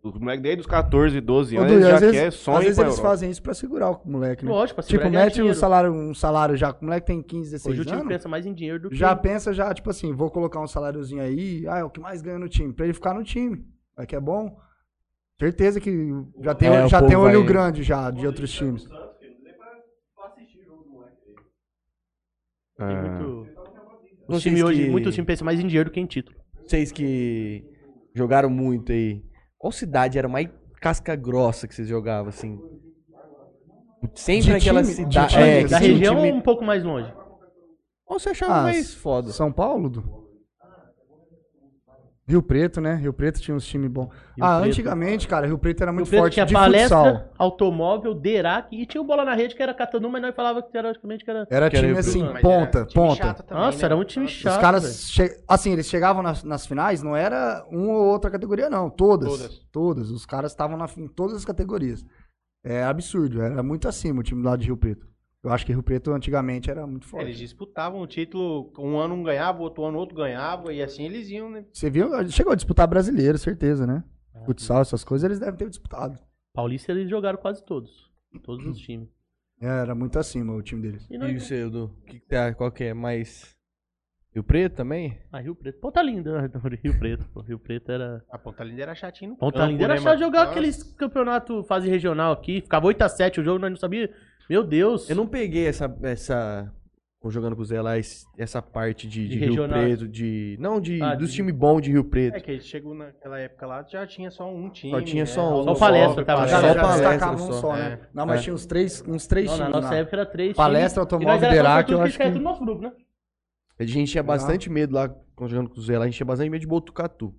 [SPEAKER 1] Os moleques desde os 14, 12
[SPEAKER 4] Ô,
[SPEAKER 1] anos,
[SPEAKER 4] Dudu,
[SPEAKER 1] ele já
[SPEAKER 4] às vezes,
[SPEAKER 1] quer sonho
[SPEAKER 4] às vezes
[SPEAKER 1] pra
[SPEAKER 4] eles
[SPEAKER 1] Europa.
[SPEAKER 4] fazem isso pra segurar o moleque, né?
[SPEAKER 3] Lógico, pra se
[SPEAKER 4] tipo,
[SPEAKER 3] ganhar
[SPEAKER 4] mete um
[SPEAKER 3] dinheiro.
[SPEAKER 4] salário, um salário já. O moleque tem 15,
[SPEAKER 3] Hoje o
[SPEAKER 4] 16
[SPEAKER 3] time
[SPEAKER 4] anos.
[SPEAKER 3] pensa mais em dinheiro do que.
[SPEAKER 4] Já pensa, já, tipo assim, vou colocar um saláriozinho aí. Ah, é o que mais ganha no time. Pra ele ficar no time. É que é bom. Certeza que já tem,
[SPEAKER 2] É, o
[SPEAKER 4] já
[SPEAKER 2] povo
[SPEAKER 4] tem olho
[SPEAKER 2] vai-
[SPEAKER 4] grande já de outros times. Ah.
[SPEAKER 3] Tem
[SPEAKER 1] É.
[SPEAKER 3] muito... O
[SPEAKER 2] Vocês
[SPEAKER 3] time hoje,
[SPEAKER 2] que-
[SPEAKER 3] muito time pensa mais em dinheiro do que em título.
[SPEAKER 2] Vocês que jogaram muito aí, qual cidade era mais casca grossa que vocês jogavam, assim? Sempre
[SPEAKER 4] De
[SPEAKER 2] naquela
[SPEAKER 4] time?
[SPEAKER 2] cidade.
[SPEAKER 4] De time?
[SPEAKER 2] É,
[SPEAKER 4] Da
[SPEAKER 3] Da
[SPEAKER 2] sim,
[SPEAKER 3] região
[SPEAKER 2] time-
[SPEAKER 3] ou um pouco mais longe.
[SPEAKER 2] Qual você achava
[SPEAKER 4] Ah,
[SPEAKER 2] mais foda?
[SPEAKER 4] São Paulo? Du? Rio Preto, né? Rio Preto tinha uns times bons. ah,
[SPEAKER 3] Preto.
[SPEAKER 4] antigamente, cara, Rio Preto era
[SPEAKER 3] Rio
[SPEAKER 4] muito
[SPEAKER 3] Preto
[SPEAKER 4] forte
[SPEAKER 3] tinha
[SPEAKER 4] de
[SPEAKER 3] palestra,
[SPEAKER 4] futsal.
[SPEAKER 3] automóvel, Derac e tinha o bola na rede que era catanu, mas nós falava que teoricamente que era.
[SPEAKER 4] Era
[SPEAKER 2] Que era
[SPEAKER 4] time
[SPEAKER 2] Rio
[SPEAKER 4] assim,
[SPEAKER 2] Preto.
[SPEAKER 7] Mas
[SPEAKER 4] ponta,
[SPEAKER 7] era time
[SPEAKER 4] ponta.
[SPEAKER 7] chato também,
[SPEAKER 3] Nossa,
[SPEAKER 7] né?
[SPEAKER 3] era um time chato.
[SPEAKER 4] Os
[SPEAKER 3] velho.
[SPEAKER 4] caras, che- assim, eles chegavam nas, nas finais, não era uma ou outra categoria, não. Todas. Todas.
[SPEAKER 7] Todas.
[SPEAKER 4] Os caras estavam na- em todas as categorias. É absurdo, era muito acima o time lá de Rio Preto. Eu acho que Rio Preto antigamente era muito forte.
[SPEAKER 7] Eles disputavam o título, um ano um ganhava, outro ano outro ganhava, e assim eles iam, né?
[SPEAKER 4] Você viu? Chegou a disputar brasileiro, certeza, né? Futsal, essas coisas, eles devem ter disputado.
[SPEAKER 3] Paulista eles jogaram quase todos. Todos os times.
[SPEAKER 4] É, Era muito acima o time deles.
[SPEAKER 3] E é
[SPEAKER 2] E o
[SPEAKER 3] nós,
[SPEAKER 2] seu, Edu? Que que você acha? Qual que é mais. Rio Preto também?
[SPEAKER 3] a Ah, Rio Preto. Ponta Linda, né? [laughs] Rio Preto. pô. Rio Preto era.
[SPEAKER 7] A Ponta Linda era chatinho no
[SPEAKER 3] Ponta
[SPEAKER 1] um
[SPEAKER 7] campo,
[SPEAKER 3] Linda era
[SPEAKER 7] né,
[SPEAKER 3] chato
[SPEAKER 7] mano?
[SPEAKER 3] jogar
[SPEAKER 7] Nossa.
[SPEAKER 3] aqueles campeonato fase regional aqui. Ficava 8x7 o jogo, nós não sabia. Meu Deus.
[SPEAKER 2] Eu não peguei essa. essa eu jogando com o Zé lá, esse- essa parte de,
[SPEAKER 3] De
[SPEAKER 2] de Rio
[SPEAKER 3] regional.
[SPEAKER 2] Preto, de. Não, de,
[SPEAKER 3] Ah,
[SPEAKER 2] dos
[SPEAKER 3] de-
[SPEAKER 2] times bons de Rio Preto.
[SPEAKER 7] É que ele chegou naquela época lá, já tinha só um time.
[SPEAKER 2] Só tinha
[SPEAKER 7] né?
[SPEAKER 2] só um.
[SPEAKER 3] É, Só palestra, tava.
[SPEAKER 4] Os
[SPEAKER 2] Só
[SPEAKER 4] caras já
[SPEAKER 2] palestra
[SPEAKER 4] destacavam um
[SPEAKER 2] só.
[SPEAKER 4] só, né? Não, mas
[SPEAKER 2] É.
[SPEAKER 4] tinha uns três, uns três
[SPEAKER 3] Não, na
[SPEAKER 4] times
[SPEAKER 3] nossa
[SPEAKER 4] lá.
[SPEAKER 3] época era três.
[SPEAKER 4] Palestra,
[SPEAKER 3] times, e
[SPEAKER 4] automóvel,
[SPEAKER 3] nós era
[SPEAKER 4] Derac,
[SPEAKER 3] sortudo
[SPEAKER 4] eu
[SPEAKER 3] que
[SPEAKER 4] acho
[SPEAKER 3] caía
[SPEAKER 4] que-
[SPEAKER 3] tudo no nosso grupo, né?
[SPEAKER 2] A gente tinha bastante medo lá, quando jogando com o Zé lá, a gente tinha bastante medo de Botucatu.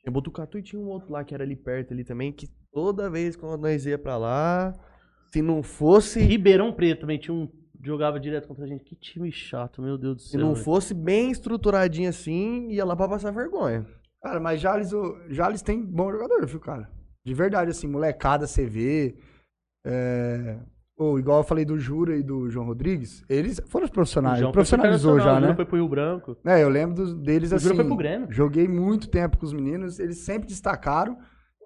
[SPEAKER 2] Tinha Botucatu e tinha um outro lá que era ali perto ali também, que toda vez quando nós ia pra lá, se não fosse.
[SPEAKER 3] Ribeirão Preto também tinha um. Jogava direto contra a gente. Que time chato, meu Deus do céu.
[SPEAKER 2] Se não
[SPEAKER 3] velho.
[SPEAKER 2] fosse bem estruturadinho assim, ia lá pra passar vergonha.
[SPEAKER 4] Cara, mas Jales, o- Jales tem bom jogador, viu, cara? De verdade, assim, molecada, você vê. É... Ou, igual eu falei do Jura e do João Rodrigues, eles foram os
[SPEAKER 3] O
[SPEAKER 4] profissionais.
[SPEAKER 3] João foi pro
[SPEAKER 4] profissionalizou
[SPEAKER 3] Internacional,
[SPEAKER 4] já,
[SPEAKER 3] o Jura
[SPEAKER 4] né?
[SPEAKER 3] foi pro Rio Branco.
[SPEAKER 4] É, eu lembro dos- deles
[SPEAKER 3] O
[SPEAKER 4] assim.
[SPEAKER 3] Jura foi pro Grêmio.
[SPEAKER 4] Joguei muito tempo com os meninos, eles sempre destacaram.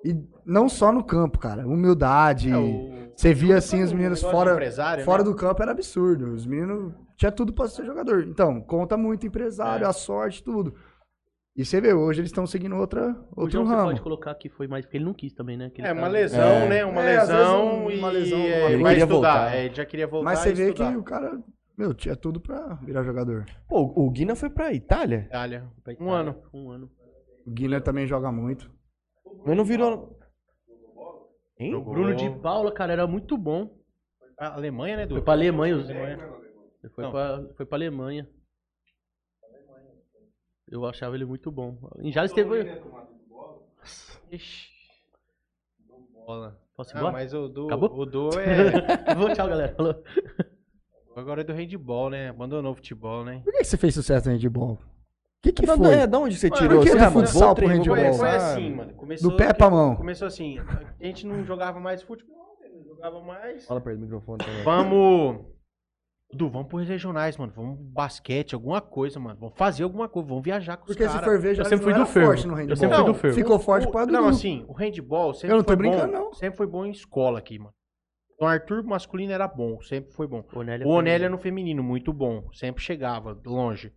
[SPEAKER 4] E não só no campo, cara. Humildade.
[SPEAKER 7] É, o-
[SPEAKER 4] Você via
[SPEAKER 7] Júnior
[SPEAKER 4] assim
[SPEAKER 7] foi
[SPEAKER 4] os
[SPEAKER 7] um
[SPEAKER 4] meninos
[SPEAKER 7] negócio de
[SPEAKER 4] fora,
[SPEAKER 7] empresário,
[SPEAKER 4] fora
[SPEAKER 7] né?
[SPEAKER 4] do campo era absurdo. Os meninos tinha tudo pra ser jogador. Então, conta muito
[SPEAKER 2] É.
[SPEAKER 4] empresário, a sorte, tudo. E você vê, hoje eles estão seguindo outra,
[SPEAKER 3] O
[SPEAKER 4] outro
[SPEAKER 3] João você
[SPEAKER 4] ramo.
[SPEAKER 3] pode colocar que foi mais, porque ele não quis também, né? Aquele
[SPEAKER 7] É, uma
[SPEAKER 3] cara-
[SPEAKER 7] lesão,
[SPEAKER 2] É.
[SPEAKER 7] né? Uma
[SPEAKER 4] É, às vezes
[SPEAKER 7] lesão
[SPEAKER 4] um-
[SPEAKER 7] e
[SPEAKER 4] uma lesão, uma-
[SPEAKER 7] é,
[SPEAKER 2] Ele
[SPEAKER 7] vai
[SPEAKER 2] queria
[SPEAKER 7] estudar.
[SPEAKER 2] voltar.
[SPEAKER 7] É, ele já queria voltar
[SPEAKER 4] Mas
[SPEAKER 7] e
[SPEAKER 4] você vê
[SPEAKER 7] estudar.
[SPEAKER 4] que um o cara, meu, tinha tudo pra virar jogador.
[SPEAKER 2] Pô, o Guina foi pra Itália,
[SPEAKER 7] Itália.
[SPEAKER 3] Pra Itália,
[SPEAKER 7] Um
[SPEAKER 1] É.
[SPEAKER 7] ano.
[SPEAKER 3] Um ano.
[SPEAKER 4] O Guilherme também joga muito.
[SPEAKER 2] mas não virou. Hein?
[SPEAKER 3] Bruno de Paula, cara, era muito bom.
[SPEAKER 7] A Alemanha, né, Du?
[SPEAKER 3] Foi pra Alemanha. Os... Ele Foi,
[SPEAKER 7] Não.
[SPEAKER 3] pra, foi pra Alemanha. Eu achava ele muito bom. Em Jales teve. Ixi,
[SPEAKER 7] Bola.
[SPEAKER 3] Posso ir
[SPEAKER 7] Ah,
[SPEAKER 3] embora?
[SPEAKER 7] mas o Du,
[SPEAKER 3] Acabou?
[SPEAKER 7] o Du
[SPEAKER 3] [laughs]
[SPEAKER 7] é...
[SPEAKER 3] Vou, tchau, galera. Falou.
[SPEAKER 7] Agora é do handball, né? Abandonou o futebol, né?
[SPEAKER 4] Por que que você fez sucesso no handball?
[SPEAKER 1] que que
[SPEAKER 4] Da-
[SPEAKER 1] foi?
[SPEAKER 4] é,
[SPEAKER 1] da onde você
[SPEAKER 2] tirou?
[SPEAKER 4] Por que
[SPEAKER 2] Assim,
[SPEAKER 4] do
[SPEAKER 2] ah, mano,
[SPEAKER 4] futsal
[SPEAKER 1] vou
[SPEAKER 4] pro
[SPEAKER 1] treinar, vou
[SPEAKER 2] Foi,
[SPEAKER 4] handball?
[SPEAKER 2] foi
[SPEAKER 1] Sabe?
[SPEAKER 2] assim, mano. Começou
[SPEAKER 4] Do pé
[SPEAKER 2] que-
[SPEAKER 4] pra mão.
[SPEAKER 2] Começou assim. A gente não jogava mais futebol, velho, jogava mais.
[SPEAKER 1] Fala perto do microfone também.
[SPEAKER 2] Vamos. Du, vamos pros regionais, mano. Vamos pro basquete, alguma coisa, mano. Vamos fazer alguma coisa, vamos viajar com
[SPEAKER 4] Porque
[SPEAKER 2] os
[SPEAKER 4] se
[SPEAKER 2] caras.
[SPEAKER 4] for ver, já
[SPEAKER 2] Eu
[SPEAKER 4] não
[SPEAKER 2] sempre fui
[SPEAKER 4] era
[SPEAKER 2] do fervo.
[SPEAKER 4] forte no handball.
[SPEAKER 2] Eu sempre fui do
[SPEAKER 4] Não,
[SPEAKER 2] fervo.
[SPEAKER 4] Ficou forte
[SPEAKER 2] o,
[SPEAKER 4] para
[SPEAKER 2] Não, assim, o handball sempre
[SPEAKER 4] Eu não tô
[SPEAKER 2] foi
[SPEAKER 4] brincando,
[SPEAKER 2] bom,
[SPEAKER 4] não.
[SPEAKER 2] Sempre foi bom em escola aqui, mano. O Arthur masculino era bom, sempre foi bom.
[SPEAKER 3] Onélia
[SPEAKER 2] O é
[SPEAKER 3] foi-
[SPEAKER 2] Onélia no feminino, muito bom. Sempre chegava longe.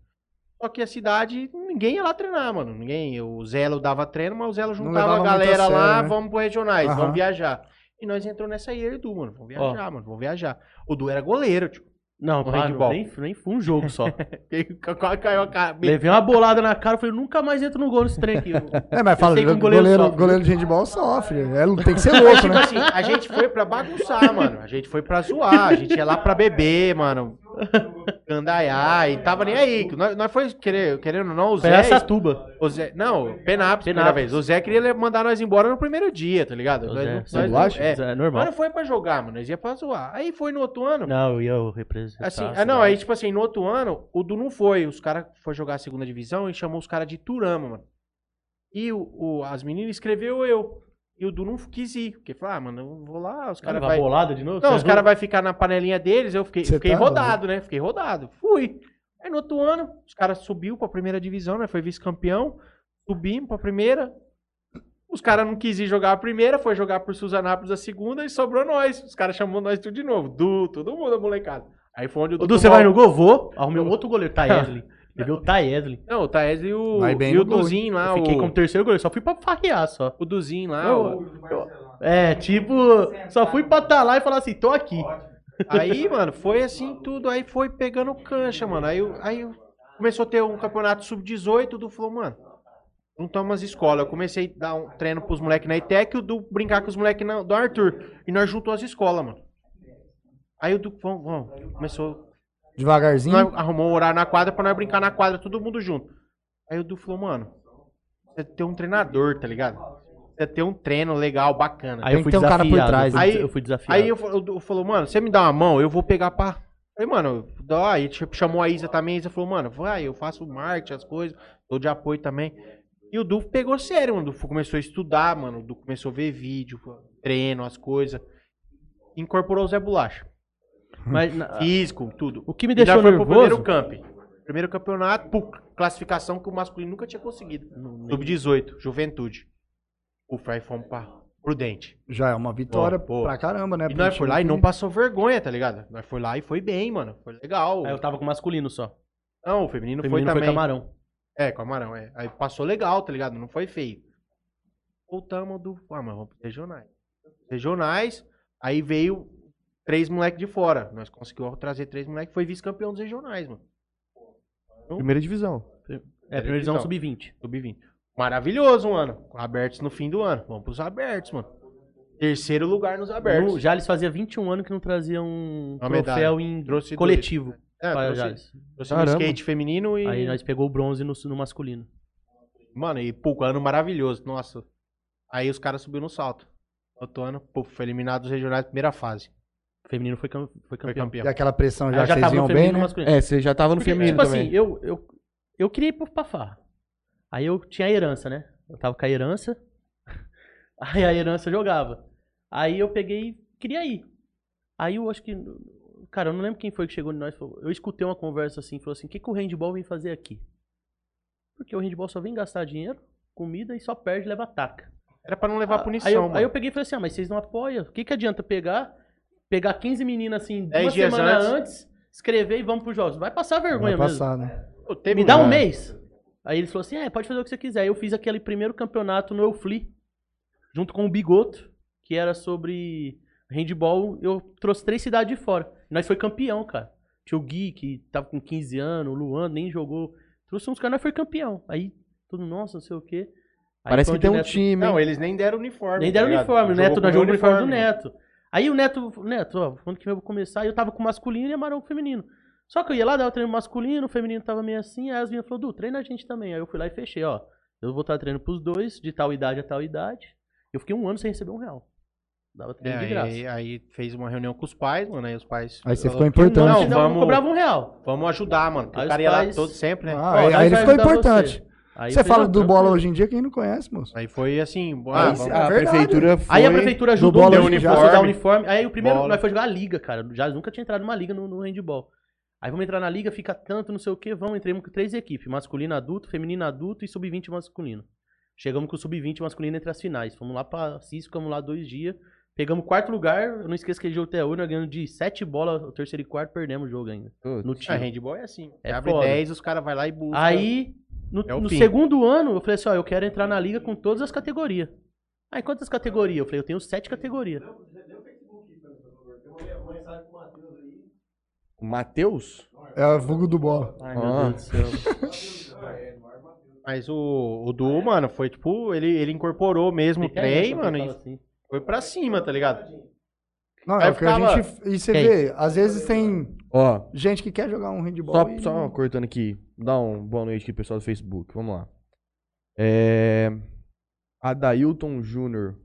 [SPEAKER 2] Só que a cidade, ninguém ia lá treinar, mano. Ninguém. O Zelo dava treino, mas o Zelo juntava
[SPEAKER 4] levava
[SPEAKER 2] a
[SPEAKER 4] muito a
[SPEAKER 2] galera
[SPEAKER 4] sério,
[SPEAKER 2] lá,
[SPEAKER 4] né?
[SPEAKER 2] vamos pro regionais,
[SPEAKER 4] Aham.
[SPEAKER 2] vamos viajar. E nós entrou nessa aí, eu e o Du, mano. Vamos viajar, mano. Vamos viajar. O Du era goleiro, tipo. [laughs]
[SPEAKER 3] Não, pá,
[SPEAKER 2] handball.
[SPEAKER 3] nem, nem fui um jogo só.
[SPEAKER 2] Quase caiu a cara.
[SPEAKER 3] Levei uma bolada na cara, falei, nunca mais entro no gol nesse trem aqui.
[SPEAKER 2] [laughs]
[SPEAKER 4] É, mas fala,
[SPEAKER 3] sei que um
[SPEAKER 4] goleiro,
[SPEAKER 3] goleiro
[SPEAKER 4] goleiro,
[SPEAKER 3] sofre.
[SPEAKER 4] de handball sofre. É, tem que ser louco,
[SPEAKER 2] Tipo [laughs]
[SPEAKER 4] né?
[SPEAKER 2] assim, a gente foi pra bagunçar, mano. A gente foi pra zoar, a gente ia lá pra beber, mano. Candaiar, e tava nem aí. Nós, nós foi querer, querendo ou não, o Zé.
[SPEAKER 3] Essa tuba.
[SPEAKER 2] O Zé, não, Penápolis, primeira
[SPEAKER 3] Penápolis.
[SPEAKER 2] vez. O Zé queria le- mandar nós embora no primeiro dia, tá ligado? Nós não- nós não- é.
[SPEAKER 3] É
[SPEAKER 2] Mas
[SPEAKER 3] normal.
[SPEAKER 2] não foi pra jogar, mano. Nós ia pra zoar. Aí foi no outro ano.
[SPEAKER 3] Não, eu ia representar.
[SPEAKER 2] assim,
[SPEAKER 3] a
[SPEAKER 2] ah, não,
[SPEAKER 3] cidade.
[SPEAKER 2] aí tipo assim, no outro ano, o Du não foi. Os caras foram jogar a segunda divisão e chamou os caras de Turama, mano. E o, o- as meninas escreveu eu. E o Du não quis ir. Porque falou, ah, mano, eu vou lá, os caras
[SPEAKER 3] Vai
[SPEAKER 2] vai...
[SPEAKER 3] bolada de novo?
[SPEAKER 2] Não,
[SPEAKER 3] Você
[SPEAKER 2] os
[SPEAKER 3] viu?
[SPEAKER 2] caras vão ficar na panelinha deles. Eu fiquei,
[SPEAKER 4] Você
[SPEAKER 2] fiquei
[SPEAKER 4] tá
[SPEAKER 2] rodado, né? Fiquei rodado. Fui. Aí no outro ano, os caras subiu pra primeira divisão, né? Foi vice-campeão. Subimos pra primeira. Os caras não quis ir jogar a primeira, foi jogar por Suzanápolis a segunda e sobrou nós. Os caras chamou nós tudo de novo. Du, todo mundo, a molecada. Aí foi onde o
[SPEAKER 3] Ô,
[SPEAKER 2] Du.
[SPEAKER 3] Du, você
[SPEAKER 2] tomou-
[SPEAKER 3] vai no gol? Vou. Arrumei um outro
[SPEAKER 2] [laughs]
[SPEAKER 3] goleiro, Taesley. Levei o Taesley.
[SPEAKER 2] Não, o Thaís e o,
[SPEAKER 4] Vai bem
[SPEAKER 2] e o
[SPEAKER 4] no gol, hein?
[SPEAKER 2] Duzinho lá.
[SPEAKER 3] Eu fiquei
[SPEAKER 2] o,
[SPEAKER 3] como terceiro goleiro, só fui pra farrear só.
[SPEAKER 2] o Duzinho lá.
[SPEAKER 3] Eu-
[SPEAKER 2] o-
[SPEAKER 3] É, tipo, só fui pra tá lá e falar assim, tô aqui.
[SPEAKER 2] Aí, mano, foi assim tudo. Aí foi pegando cancha, mano. Aí, eu- aí eu- começou a ter um campeonato sub-18. O Du falou, mano, não toma as escolas. Eu comecei a dar um treino pros moleques na ITEC e o Du brincar com os moleques na- do Arthur. E nós juntou as escolas, mano. Aí o Du, vamos, vamos. Começou.
[SPEAKER 4] Devagarzinho.
[SPEAKER 2] Nós arrumou um horário na quadra pra nós brincar na quadra, todo mundo junto. Aí o Du falou, mano, você tem um treinador, tá ligado? Você tem um treino legal, bacana.
[SPEAKER 3] Aí eu
[SPEAKER 4] que
[SPEAKER 3] fui
[SPEAKER 4] ter um cara por
[SPEAKER 3] desafiado,
[SPEAKER 4] trás,
[SPEAKER 3] eu fui-
[SPEAKER 2] hein?
[SPEAKER 3] eu fui desafiado.
[SPEAKER 2] Aí eu, fa- eu, eu falou, mano, você me dá uma mão, eu vou pegar pra. Falei, mano, dá. Aí tipo, chamou a Isa também, a Isa falou, mano, vai, eu faço marketing, as coisas, dou de apoio também. E o Du pegou sério, mano. O Du começou a estudar, mano. O Du começou a ver vídeo, treino, as coisas. Incorporou o Zé [laughs] Bolacha.
[SPEAKER 3] Mas, na-
[SPEAKER 2] Físico, tudo.
[SPEAKER 3] o que me
[SPEAKER 2] E já
[SPEAKER 3] deixou
[SPEAKER 2] foi
[SPEAKER 3] nervoso...
[SPEAKER 2] pro primeiro camp. Primeiro campeonato, pô, classificação que o masculino nunca tinha conseguido. Sub-18, juventude. O Fry fomos pra Prudente.
[SPEAKER 4] Já é uma vitória
[SPEAKER 2] Pô, pô.
[SPEAKER 4] pra caramba, né?
[SPEAKER 2] E
[SPEAKER 4] pro
[SPEAKER 2] nós
[SPEAKER 4] time
[SPEAKER 2] foi lá e
[SPEAKER 4] que-
[SPEAKER 2] não passou vergonha, tá ligado? Nós foi lá e foi bem, mano. Foi legal.
[SPEAKER 3] Aí Ah, eu tava com masculino só.
[SPEAKER 2] Não, o feminino,
[SPEAKER 3] Feminino foi,
[SPEAKER 2] foi também.
[SPEAKER 3] camarão.
[SPEAKER 2] é, camarão, é. Aí passou legal, tá ligado? Não foi feio. Voltamos do. Ah, mas vamos pro regionais. Regionais, aí veio três moleques de fora. Nós conseguimos trazer três moleques, foi vice-campeão dos regionais, mano.
[SPEAKER 1] Primeira divisão.
[SPEAKER 3] É, primeira divisão
[SPEAKER 2] Então.
[SPEAKER 3] sub-20.
[SPEAKER 2] Sub-20. Maravilhoso um ano. Com abertos no fim do ano. Vamos pros abertos, mano. Terceiro lugar nos abertos.
[SPEAKER 3] No Jales fazia 21 anos que não trazia um
[SPEAKER 2] Uma
[SPEAKER 3] troféu
[SPEAKER 2] medalha.
[SPEAKER 3] em
[SPEAKER 2] Trouxe
[SPEAKER 3] coletivo
[SPEAKER 2] dois. É,
[SPEAKER 3] para
[SPEAKER 2] trouxe-
[SPEAKER 3] Jales.
[SPEAKER 2] trouxe um
[SPEAKER 1] Caramba.
[SPEAKER 2] skate feminino e.
[SPEAKER 3] Aí nós pegou o bronze no, no masculino.
[SPEAKER 2] Mano, e pô, ano maravilhoso, nossa. Aí os caras subiu no salto. Outro ano, pô, foi eliminado dos regionais primeira fase.
[SPEAKER 3] O feminino foi, cam-
[SPEAKER 2] Foi
[SPEAKER 3] foi campeão.
[SPEAKER 4] E
[SPEAKER 2] campeão.
[SPEAKER 4] aquela pressão já,
[SPEAKER 3] Ah, já
[SPEAKER 4] que vocês
[SPEAKER 3] tava no
[SPEAKER 4] vinham bem,
[SPEAKER 3] feminino
[SPEAKER 4] né?
[SPEAKER 3] masculino.
[SPEAKER 1] É, você já tava no
[SPEAKER 3] Porque,
[SPEAKER 1] feminino
[SPEAKER 3] tipo
[SPEAKER 1] também.
[SPEAKER 3] assim, eu, eu, eu queria ir pro Pafá. Aí eu tinha a herança, né? Eu tava com a herança. [laughs] Aí a herança jogava. Aí eu peguei e queria ir. Aí eu acho que. Cara, eu não lembro quem foi que chegou em nós. e falou- Eu escutei uma conversa assim, falou assim: o que, que o handball vem fazer aqui? Porque o handball só vem gastar dinheiro, comida e só perde e leva taca. Ah,
[SPEAKER 2] Era pra não levar punição,
[SPEAKER 3] aí, eu,
[SPEAKER 2] mano.
[SPEAKER 3] aí eu peguei e falei assim: ah, mas vocês não apoiam? O que, que adianta pegar, pegar 15 meninas assim,
[SPEAKER 2] Dez
[SPEAKER 3] uma
[SPEAKER 2] dias
[SPEAKER 3] semana
[SPEAKER 2] antes.
[SPEAKER 3] antes. escrever e vamos pros jogos? Vai passar vergonha
[SPEAKER 4] Vai
[SPEAKER 3] mesmo.
[SPEAKER 4] passar, né?
[SPEAKER 2] Pô, teve
[SPEAKER 3] Me dá um
[SPEAKER 2] ano.
[SPEAKER 3] mês. Aí eles falaram assim: é, pode fazer o que você quiser. Aí eu fiz aquele primeiro campeonato no Eufli, junto com o Bigoto, que era sobre handball. Eu trouxe três cidades de fora. Nós foi campeão, cara. Tinha o Gui, que tava com 15 anos, o Luan nem jogou. Trouxe uns caras, nós foi campeão. Aí, tudo, nossa, não sei o quê. Aí
[SPEAKER 1] Parece
[SPEAKER 3] foi
[SPEAKER 1] que tem
[SPEAKER 3] onde
[SPEAKER 1] um
[SPEAKER 3] o Neto-
[SPEAKER 1] time. hein?
[SPEAKER 2] Não, eles nem deram uniforme.
[SPEAKER 3] Nem deram
[SPEAKER 2] tá ligado?
[SPEAKER 3] uniforme, o
[SPEAKER 2] Jogou
[SPEAKER 3] Neto,
[SPEAKER 2] com
[SPEAKER 3] nós
[SPEAKER 2] meu
[SPEAKER 3] jogamos o uniforme do
[SPEAKER 2] mano.
[SPEAKER 3] Neto. Aí o Neto, Neto, ó, quando que eu vou começar? Eu tava com o masculino e Amarão com o feminino. Só que eu ia lá, dava treino masculino, o feminino tava meio assim, aí as meninas falaram, Du, treina a gente também. Aí eu fui lá e fechei, ó. Eu vou estar treinando pros dois, de tal idade a tal idade. Eu fiquei um ano sem receber um real. Dava treino de
[SPEAKER 7] É,
[SPEAKER 3] graça.
[SPEAKER 7] aí, aí fez uma reunião com os pais, mano. Aí os pais.
[SPEAKER 4] Aí você ficou
[SPEAKER 7] falaram,
[SPEAKER 4] importante.
[SPEAKER 7] Não,
[SPEAKER 3] Senão eu
[SPEAKER 7] vamos-
[SPEAKER 3] cobrava Então, um real.
[SPEAKER 7] Vamos
[SPEAKER 2] tá,
[SPEAKER 7] ajudar, mano. porque
[SPEAKER 3] Aí
[SPEAKER 7] o
[SPEAKER 3] os
[SPEAKER 7] cara ia lá
[SPEAKER 3] pais-
[SPEAKER 7] todo sempre, né?
[SPEAKER 4] Ah, aí,
[SPEAKER 3] nós
[SPEAKER 4] aí ele
[SPEAKER 3] vai
[SPEAKER 4] ficou
[SPEAKER 3] ajudar
[SPEAKER 4] importante.
[SPEAKER 3] Aí
[SPEAKER 4] Você
[SPEAKER 3] fez
[SPEAKER 4] fala
[SPEAKER 3] um
[SPEAKER 4] do
[SPEAKER 3] trampo.
[SPEAKER 4] bola hoje em dia, quem não conhece, moço?
[SPEAKER 7] Aí foi assim. bo-
[SPEAKER 4] Aí
[SPEAKER 7] Ah,
[SPEAKER 4] você-
[SPEAKER 7] vamos...
[SPEAKER 4] Ah,
[SPEAKER 1] A
[SPEAKER 4] verdade.
[SPEAKER 1] prefeitura foi...
[SPEAKER 3] Aí a prefeitura ajudou
[SPEAKER 4] bola
[SPEAKER 7] a gente já-
[SPEAKER 3] uniforme. uniforme. Aí o primeiro,
[SPEAKER 7] Bola.
[SPEAKER 3] nós foi jogar a liga, cara. Já nunca tinha entrado numa liga no, no handball. Aí vamos entrar na liga, fica tanto, não sei o que, vamos, entramos com três equipes, masculino adulto, feminino adulto e sub-20 masculino. Chegamos com o sub-20 masculino entre as finais. Fomos lá pra Cis, ficamos lá dois dias. Pegamos quarto lugar, eu não esqueço que ele jogo até hoje, nós ganhamos de sete bolas, o terceiro e quarto, perdemos o jogo ainda.
[SPEAKER 2] Putz.
[SPEAKER 3] No
[SPEAKER 7] Ah,
[SPEAKER 3] time.
[SPEAKER 7] handball é assim.
[SPEAKER 3] É
[SPEAKER 7] abre
[SPEAKER 3] foda.
[SPEAKER 7] 10, os caras vão lá e buscam.
[SPEAKER 3] Aí, no,
[SPEAKER 7] É o
[SPEAKER 3] no
[SPEAKER 7] fim.
[SPEAKER 3] segundo ano, eu falei assim, ó, eu quero entrar na liga com todas as categorias. Aí, quantas categorias? Eu falei, eu tenho sete categorias.
[SPEAKER 2] Matheus?
[SPEAKER 4] É o vulgo do bola.
[SPEAKER 3] Ai,
[SPEAKER 2] meu Ah. Deus do
[SPEAKER 3] céu.
[SPEAKER 7] Mas o, o Du, [laughs] mano, foi tipo. Ele, ele incorporou mesmo o trem, mano. E foi pra cima, tá ligado?
[SPEAKER 4] Não,
[SPEAKER 7] Aí
[SPEAKER 4] é o que a
[SPEAKER 7] ficava-
[SPEAKER 4] gente. E você
[SPEAKER 3] Quem?
[SPEAKER 4] vê, às vezes tem
[SPEAKER 2] Ó,
[SPEAKER 4] gente que quer jogar um handball.
[SPEAKER 2] só,
[SPEAKER 4] e-
[SPEAKER 2] só cortando aqui, dá um boa noite aqui pro pessoal do Facebook, vamos lá. É, Adailton Júnior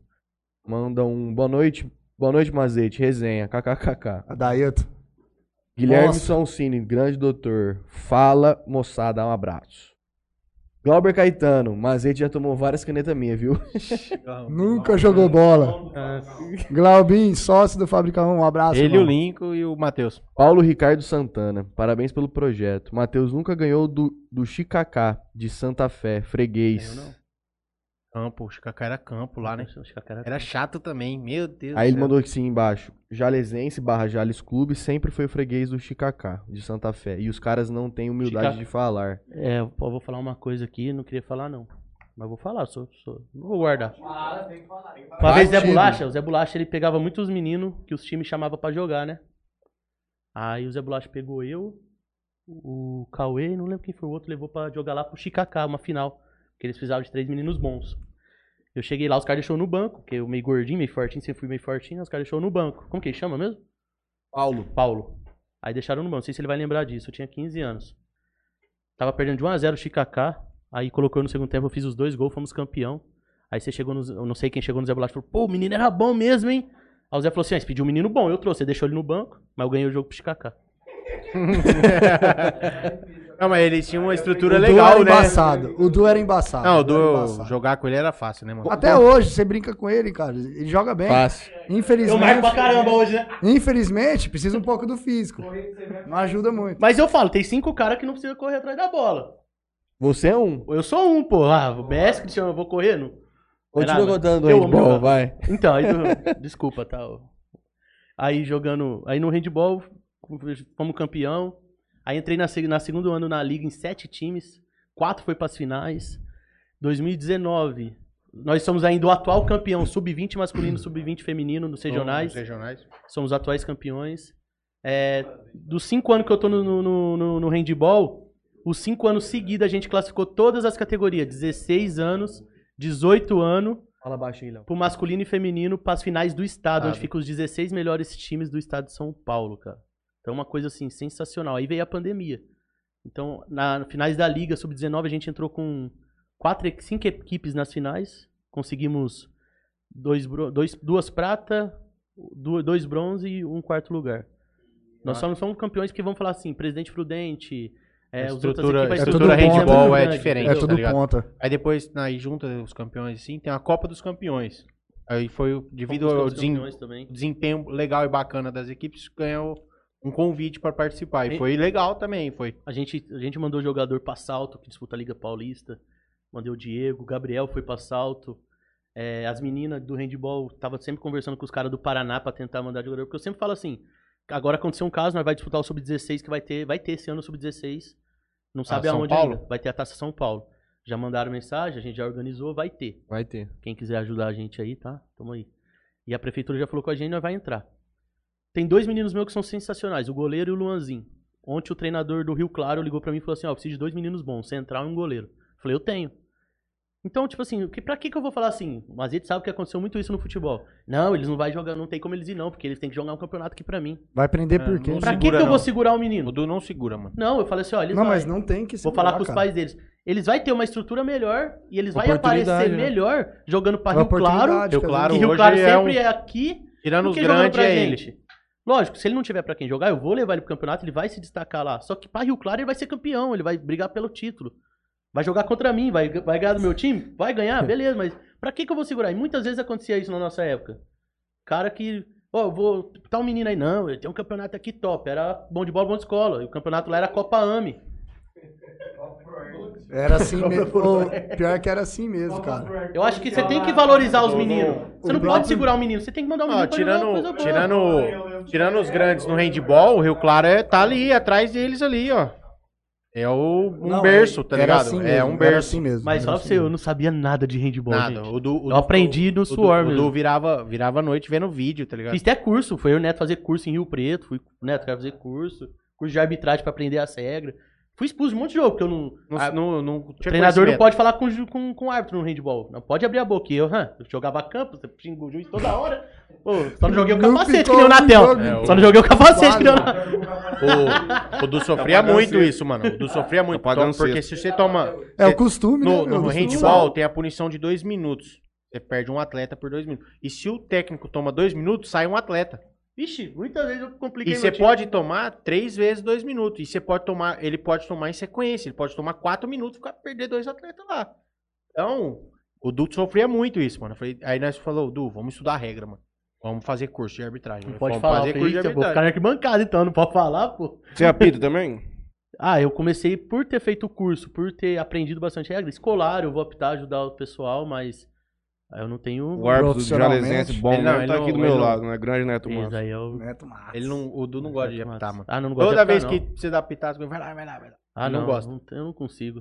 [SPEAKER 2] manda um boa noite, boa noite Mazete, resenha, kkkk.
[SPEAKER 4] A Daeto.
[SPEAKER 2] Guilherme
[SPEAKER 4] Nossa.
[SPEAKER 2] Sonsini, grande doutor. Fala, moçada, um abraço. Glauber Caetano, Mazete já tomou várias canetas minhas, viu?
[SPEAKER 4] Nunca jogou bola. Glaubin, sócio do Fábrica 1, um abraço.
[SPEAKER 7] ele,
[SPEAKER 4] irmão.
[SPEAKER 7] o Lincoln e o Matheus.
[SPEAKER 2] Paulo Ricardo Santana, parabéns pelo projeto. Matheus nunca ganhou do, do Chicacá, de Santa Fé, freguês.
[SPEAKER 3] Eu não.
[SPEAKER 7] Campo, o Chicacá era campo lá, né? Era chato também, meu Deus.
[SPEAKER 2] Aí
[SPEAKER 7] do
[SPEAKER 2] ele
[SPEAKER 7] céu.
[SPEAKER 2] mandou aqui sim embaixo. Jalesense barra Jales Clube sempre foi o freguês do Chicacá, de Santa Fé. E os caras não têm humildade
[SPEAKER 3] Chicacá.
[SPEAKER 2] de falar.
[SPEAKER 3] É, eu vou falar uma coisa aqui, não queria falar não. Mas vou falar, sou, sou- não vou guardar. Uma vez Zé
[SPEAKER 2] Batido.
[SPEAKER 3] Bolacha, o Zé Bolacha ele pegava muitos meninos que os times chamavam pra jogar, né? Aí o Zé Bolacha pegou eu, o Cauê, não lembro quem foi o outro, levou pra jogar lá pro Chicacá, uma final. Porque eles precisavam de três meninos bons. Eu cheguei lá, os caras deixou no banco, porque eu meio gordinho, meio fortinho, sempre fui meio fortinho, os caras deixou no banco. Como que ele chama mesmo?
[SPEAKER 2] Paulo.
[SPEAKER 3] Paulo. Aí deixaram no banco. Não sei se ele vai lembrar disso. Eu tinha 15 anos. Tava perdendo de 1x0 o Chicacá. Aí colocou no segundo tempo, eu fiz os dois gols, fomos campeão. Aí você chegou nos. Eu não sei quem chegou no Zé Bolacha e falou: pô, o menino era bom mesmo, hein? Aí o Zé falou assim: ah, você pediu um menino bom, eu trouxe. Você deixou ele no banco, mas eu ganhei o jogo pro Chicacá.
[SPEAKER 7] Não, mas ele tinha uma
[SPEAKER 2] é
[SPEAKER 7] estrutura
[SPEAKER 4] o Du
[SPEAKER 7] legal,
[SPEAKER 4] era
[SPEAKER 7] né?
[SPEAKER 4] embaçado. O Du era embaçado.
[SPEAKER 7] Não, o
[SPEAKER 4] Du era
[SPEAKER 7] do
[SPEAKER 4] embaçado.
[SPEAKER 7] jogar com ele era fácil, né, mano?
[SPEAKER 4] Até hoje, você brinca com ele, cara. Ele joga bem.
[SPEAKER 2] Passe.
[SPEAKER 4] Infelizmente,
[SPEAKER 3] caramba hoje, né?
[SPEAKER 4] infelizmente, precisa um pouco do físico. Não ajuda muito.
[SPEAKER 3] Mas eu falo: tem cinco caras que não precisa correr atrás da bola.
[SPEAKER 2] Você é um.
[SPEAKER 3] Eu sou um, pô. Ah, o BS que chama, eu vou correr? Não.
[SPEAKER 2] Continua
[SPEAKER 3] nada.
[SPEAKER 2] contando
[SPEAKER 3] Eu
[SPEAKER 2] aí,
[SPEAKER 3] amo jogar.
[SPEAKER 2] bom, vai.
[SPEAKER 3] Então, aí do- [laughs] desculpa, tá? ó. Aí jogando. Aí no handball, como campeão. Aí entrei na, seg- na segundo ano na liga em sete times. Quatro foi para as finais. 2019. Nós somos ainda o atual campeão sub-20 masculino, sub-20 feminino nos regionais.
[SPEAKER 7] Regionais.
[SPEAKER 3] Somos atuais campeões. É, dos cinco anos que eu tô no, no- no, no, no handball, os cinco anos seguidos a gente classificou todas as categorias. 16 anos, 18 anos
[SPEAKER 2] Fala baixinho, Léo.
[SPEAKER 3] pro masculino e feminino pras finais do estado,
[SPEAKER 7] Ah,
[SPEAKER 3] onde
[SPEAKER 7] né?
[SPEAKER 3] ficam os 16 melhores times do estado de São Paulo, cara. Então, uma coisa assim, sensacional. Aí veio a pandemia. Então, na finais da Liga Sub-19, a gente entrou com quatro, e- cinco equipes nas finais. Conseguimos dois, bro- dois, duas prata, du- dois bronze e um quarto lugar. Nós só não somos campeões que vão falar assim, Presidente Prudente, é,
[SPEAKER 7] A
[SPEAKER 3] os
[SPEAKER 7] estrutura-
[SPEAKER 3] outros
[SPEAKER 7] a
[SPEAKER 3] aqui,
[SPEAKER 4] estrutura handball
[SPEAKER 3] né?
[SPEAKER 7] é diferente,
[SPEAKER 4] É
[SPEAKER 7] Entendeu?
[SPEAKER 4] tudo
[SPEAKER 7] Tá ligado?
[SPEAKER 4] ponta.
[SPEAKER 7] Aí depois, aí junta os campeões, assim, tem a Copa dos Campeões. Aí foi, o- devido ao
[SPEAKER 3] Devido
[SPEAKER 7] desen-
[SPEAKER 3] também.
[SPEAKER 7] desempenho legal e bacana das equipes, ganhou um convite pra participar. E
[SPEAKER 3] E-
[SPEAKER 7] foi legal também, foi.
[SPEAKER 3] A gente, a gente mandou jogador pra salto, que disputa a Liga Paulista. Mandei o Diego, o Gabriel foi pra salto. É, as meninas do handball tava sempre conversando com os caras do Paraná pra tentar mandar jogador. Porque eu sempre falo assim, agora aconteceu um caso, nós vai disputar o Sub-16, que vai ter, vai ter esse ano o Sub-16. Não sabe
[SPEAKER 7] Ah, São
[SPEAKER 3] aonde
[SPEAKER 7] Paulo?
[SPEAKER 3] ainda. Vai ter a Taça São Paulo. Já mandaram mensagem, a gente já organizou, vai ter.
[SPEAKER 2] Vai ter.
[SPEAKER 3] Quem quiser ajudar a gente aí, tá? Tamo aí. E a prefeitura já falou com a gente, nós vai entrar. Tem dois meninos meus que são sensacionais, o goleiro e o Luanzinho. Ontem o treinador do Rio Claro ligou pra mim e falou assim: ó, eu preciso de dois meninos bons, central e um goleiro. Falei, eu tenho. Então, tipo assim, o que, pra que, que eu vou falar assim? O Mazete sabe que aconteceu muito isso no futebol. Não, eles não vão jogar, não tem como eles ir, não, porque eles têm que jogar um campeonato aqui pra mim.
[SPEAKER 4] Vai prender
[SPEAKER 7] É,
[SPEAKER 4] por quê?
[SPEAKER 7] não
[SPEAKER 3] Pra
[SPEAKER 7] sei.
[SPEAKER 3] que, que
[SPEAKER 7] segura,
[SPEAKER 3] eu
[SPEAKER 7] não.
[SPEAKER 3] vou segurar o
[SPEAKER 7] O
[SPEAKER 3] menino?
[SPEAKER 7] Du não segura, mano.
[SPEAKER 3] Não, eu falei assim, ó, eles
[SPEAKER 4] Não,
[SPEAKER 3] vai.
[SPEAKER 4] mas não tem que
[SPEAKER 3] Vou
[SPEAKER 4] segurar,
[SPEAKER 3] falar com os
[SPEAKER 4] cara.
[SPEAKER 3] pais deles. Eles vão ter uma estrutura melhor e eles vão
[SPEAKER 5] Oportunidade,
[SPEAKER 3] aparecer
[SPEAKER 5] né?
[SPEAKER 3] melhor jogando pra
[SPEAKER 4] Uma
[SPEAKER 3] Rio Claro.
[SPEAKER 4] oportunidade,
[SPEAKER 7] Rio
[SPEAKER 4] cara.
[SPEAKER 7] Claro.
[SPEAKER 3] Que Rio
[SPEAKER 7] hoje
[SPEAKER 3] Claro
[SPEAKER 7] é
[SPEAKER 3] sempre
[SPEAKER 7] um-
[SPEAKER 3] é aqui
[SPEAKER 7] Tirando
[SPEAKER 3] do
[SPEAKER 7] os
[SPEAKER 3] que jogando
[SPEAKER 7] grandes
[SPEAKER 3] pra
[SPEAKER 7] é ele.
[SPEAKER 3] gente. Lógico, se ele não tiver pra quem jogar, eu vou levar ele pro campeonato, ele vai se destacar lá. Só que pra Rio Claro ele vai ser campeão, ele vai brigar pelo título. Vai jogar contra mim, vai, vai ganhar do meu time? Vai
[SPEAKER 7] [laughs]
[SPEAKER 3] ganhar, beleza, mas pra que que eu vou segurar? E muitas vezes acontecia isso na nossa época. Cara que, ó, eu vou, tal menino aí, não, ele tem um campeonato aqui top, era bom de bola, bom de escola. E o campeonato lá era Copa AME.
[SPEAKER 4] Era assim mesmo. Ô, pior que era assim mesmo, cara.
[SPEAKER 3] Eu acho que você tem que valorizar os meninos. Você
[SPEAKER 4] o
[SPEAKER 3] não pode
[SPEAKER 4] próprio-
[SPEAKER 3] segurar o menino, você tem que mandar o menino
[SPEAKER 7] Ó,
[SPEAKER 3] pra jogar coisa
[SPEAKER 7] tirando,
[SPEAKER 3] boa.
[SPEAKER 7] tirando, tirando os grandes no handball, o Rio Claro é, tá ali, atrás deles ali, ó. É o, um
[SPEAKER 4] Não,
[SPEAKER 7] berço,
[SPEAKER 4] é-
[SPEAKER 7] tá
[SPEAKER 4] era
[SPEAKER 7] ligado?
[SPEAKER 4] assim
[SPEAKER 7] é
[SPEAKER 4] mesmo,
[SPEAKER 7] um
[SPEAKER 4] Era
[SPEAKER 7] berço.
[SPEAKER 4] assim mesmo.
[SPEAKER 3] Mas
[SPEAKER 4] era
[SPEAKER 3] fala pra
[SPEAKER 4] assim
[SPEAKER 3] você, eu
[SPEAKER 4] mesmo.
[SPEAKER 3] não sabia nada de handball,
[SPEAKER 7] Nada.
[SPEAKER 3] assim, gente.
[SPEAKER 7] O do, o
[SPEAKER 3] Eu
[SPEAKER 7] do-
[SPEAKER 3] aprendi no
[SPEAKER 7] o do-
[SPEAKER 3] suor
[SPEAKER 7] O
[SPEAKER 3] mesmo.
[SPEAKER 7] Du virava, virava à noite vendo vídeo, tá ligado?
[SPEAKER 3] Fiz até curso, foi eu e o Neto fazer curso em Rio Preto, fui, Neto, quero fazer curso, curso de arbitragem pra aprender as regras. Fui expulso de um monte de jogo, porque eu não...
[SPEAKER 7] Não-
[SPEAKER 3] a-
[SPEAKER 7] Ah, não- não tinha
[SPEAKER 3] treinador não
[SPEAKER 7] conhecimento.
[SPEAKER 3] pode falar com, ju- com, com o árbitro no handball. Não pode abrir a boca. E eu, hã, eu jogava campo, você xinga o juiz toda hora. Pô, só não joguei o
[SPEAKER 4] Não
[SPEAKER 3] capacete que
[SPEAKER 4] ficou
[SPEAKER 3] nem o
[SPEAKER 4] um
[SPEAKER 3] Natel.
[SPEAKER 4] jogo.
[SPEAKER 7] É, o-
[SPEAKER 3] Só não joguei o capacete que nem o Natel.
[SPEAKER 7] O, o Du sofria
[SPEAKER 1] pagando
[SPEAKER 7] muito
[SPEAKER 1] cedo.
[SPEAKER 7] isso, mano. O Du sofria muito. Então,
[SPEAKER 1] pagando
[SPEAKER 7] porque se você toma.
[SPEAKER 4] É
[SPEAKER 7] você-
[SPEAKER 4] o costume,
[SPEAKER 7] no,
[SPEAKER 4] né? meu?
[SPEAKER 7] no
[SPEAKER 4] Do
[SPEAKER 7] handball
[SPEAKER 4] futsal.
[SPEAKER 7] tem a punição de dois minutos. Você perde um atleta por dois minutos. E se o técnico toma dois minutos, sai um atleta.
[SPEAKER 3] Vixe, muitas vezes eu compliquei
[SPEAKER 7] E
[SPEAKER 3] meu
[SPEAKER 7] você
[SPEAKER 3] time.
[SPEAKER 7] pode tomar três vezes dois minutos. E você pode tomar. Ele pode tomar em sequência. Ele pode tomar quatro minutos e ficar- perder dois atletas lá. Então, o Du sofria muito isso, mano. Eu falei- aí nós falou, Du, vamos estudar a regra, mano. Vamos fazer curso de arbitragem.
[SPEAKER 3] Não pode
[SPEAKER 7] vamos
[SPEAKER 3] falar,
[SPEAKER 7] fazer
[SPEAKER 3] eu
[SPEAKER 7] curso
[SPEAKER 3] falei,
[SPEAKER 7] de
[SPEAKER 3] "Eita, vou
[SPEAKER 7] arbitragem.
[SPEAKER 3] ficar na arquibancada então, não pode falar, pô.
[SPEAKER 1] Você apita também?
[SPEAKER 3] Ah, eu comecei por ter feito o curso, por ter aprendido bastante regra. Escolar, eu vou optar ajudar o pessoal, mas ah, eu não tenho.
[SPEAKER 1] O árbitro do
[SPEAKER 4] Profissionalmente.
[SPEAKER 1] Jalesense, bom,
[SPEAKER 7] Ele não,
[SPEAKER 1] mesmo,
[SPEAKER 7] ele
[SPEAKER 1] tá
[SPEAKER 7] não-
[SPEAKER 1] aqui do
[SPEAKER 7] ele
[SPEAKER 1] meu
[SPEAKER 7] não-
[SPEAKER 1] lado, né? Grande Neto
[SPEAKER 3] Isso
[SPEAKER 1] Massa.
[SPEAKER 3] aí
[SPEAKER 7] é
[SPEAKER 3] eu.
[SPEAKER 4] Neto Matos.
[SPEAKER 7] Ele não, o Du não gosta de apitar, mano.
[SPEAKER 3] Ah, não, não gosto
[SPEAKER 7] Toda
[SPEAKER 3] de
[SPEAKER 7] vez
[SPEAKER 3] apitar,
[SPEAKER 7] que
[SPEAKER 3] não.
[SPEAKER 7] você dá pitado, vai lá, vai lá, vai lá.
[SPEAKER 3] Ah,
[SPEAKER 7] não
[SPEAKER 3] não,
[SPEAKER 7] gosta.
[SPEAKER 3] não- eu não consigo.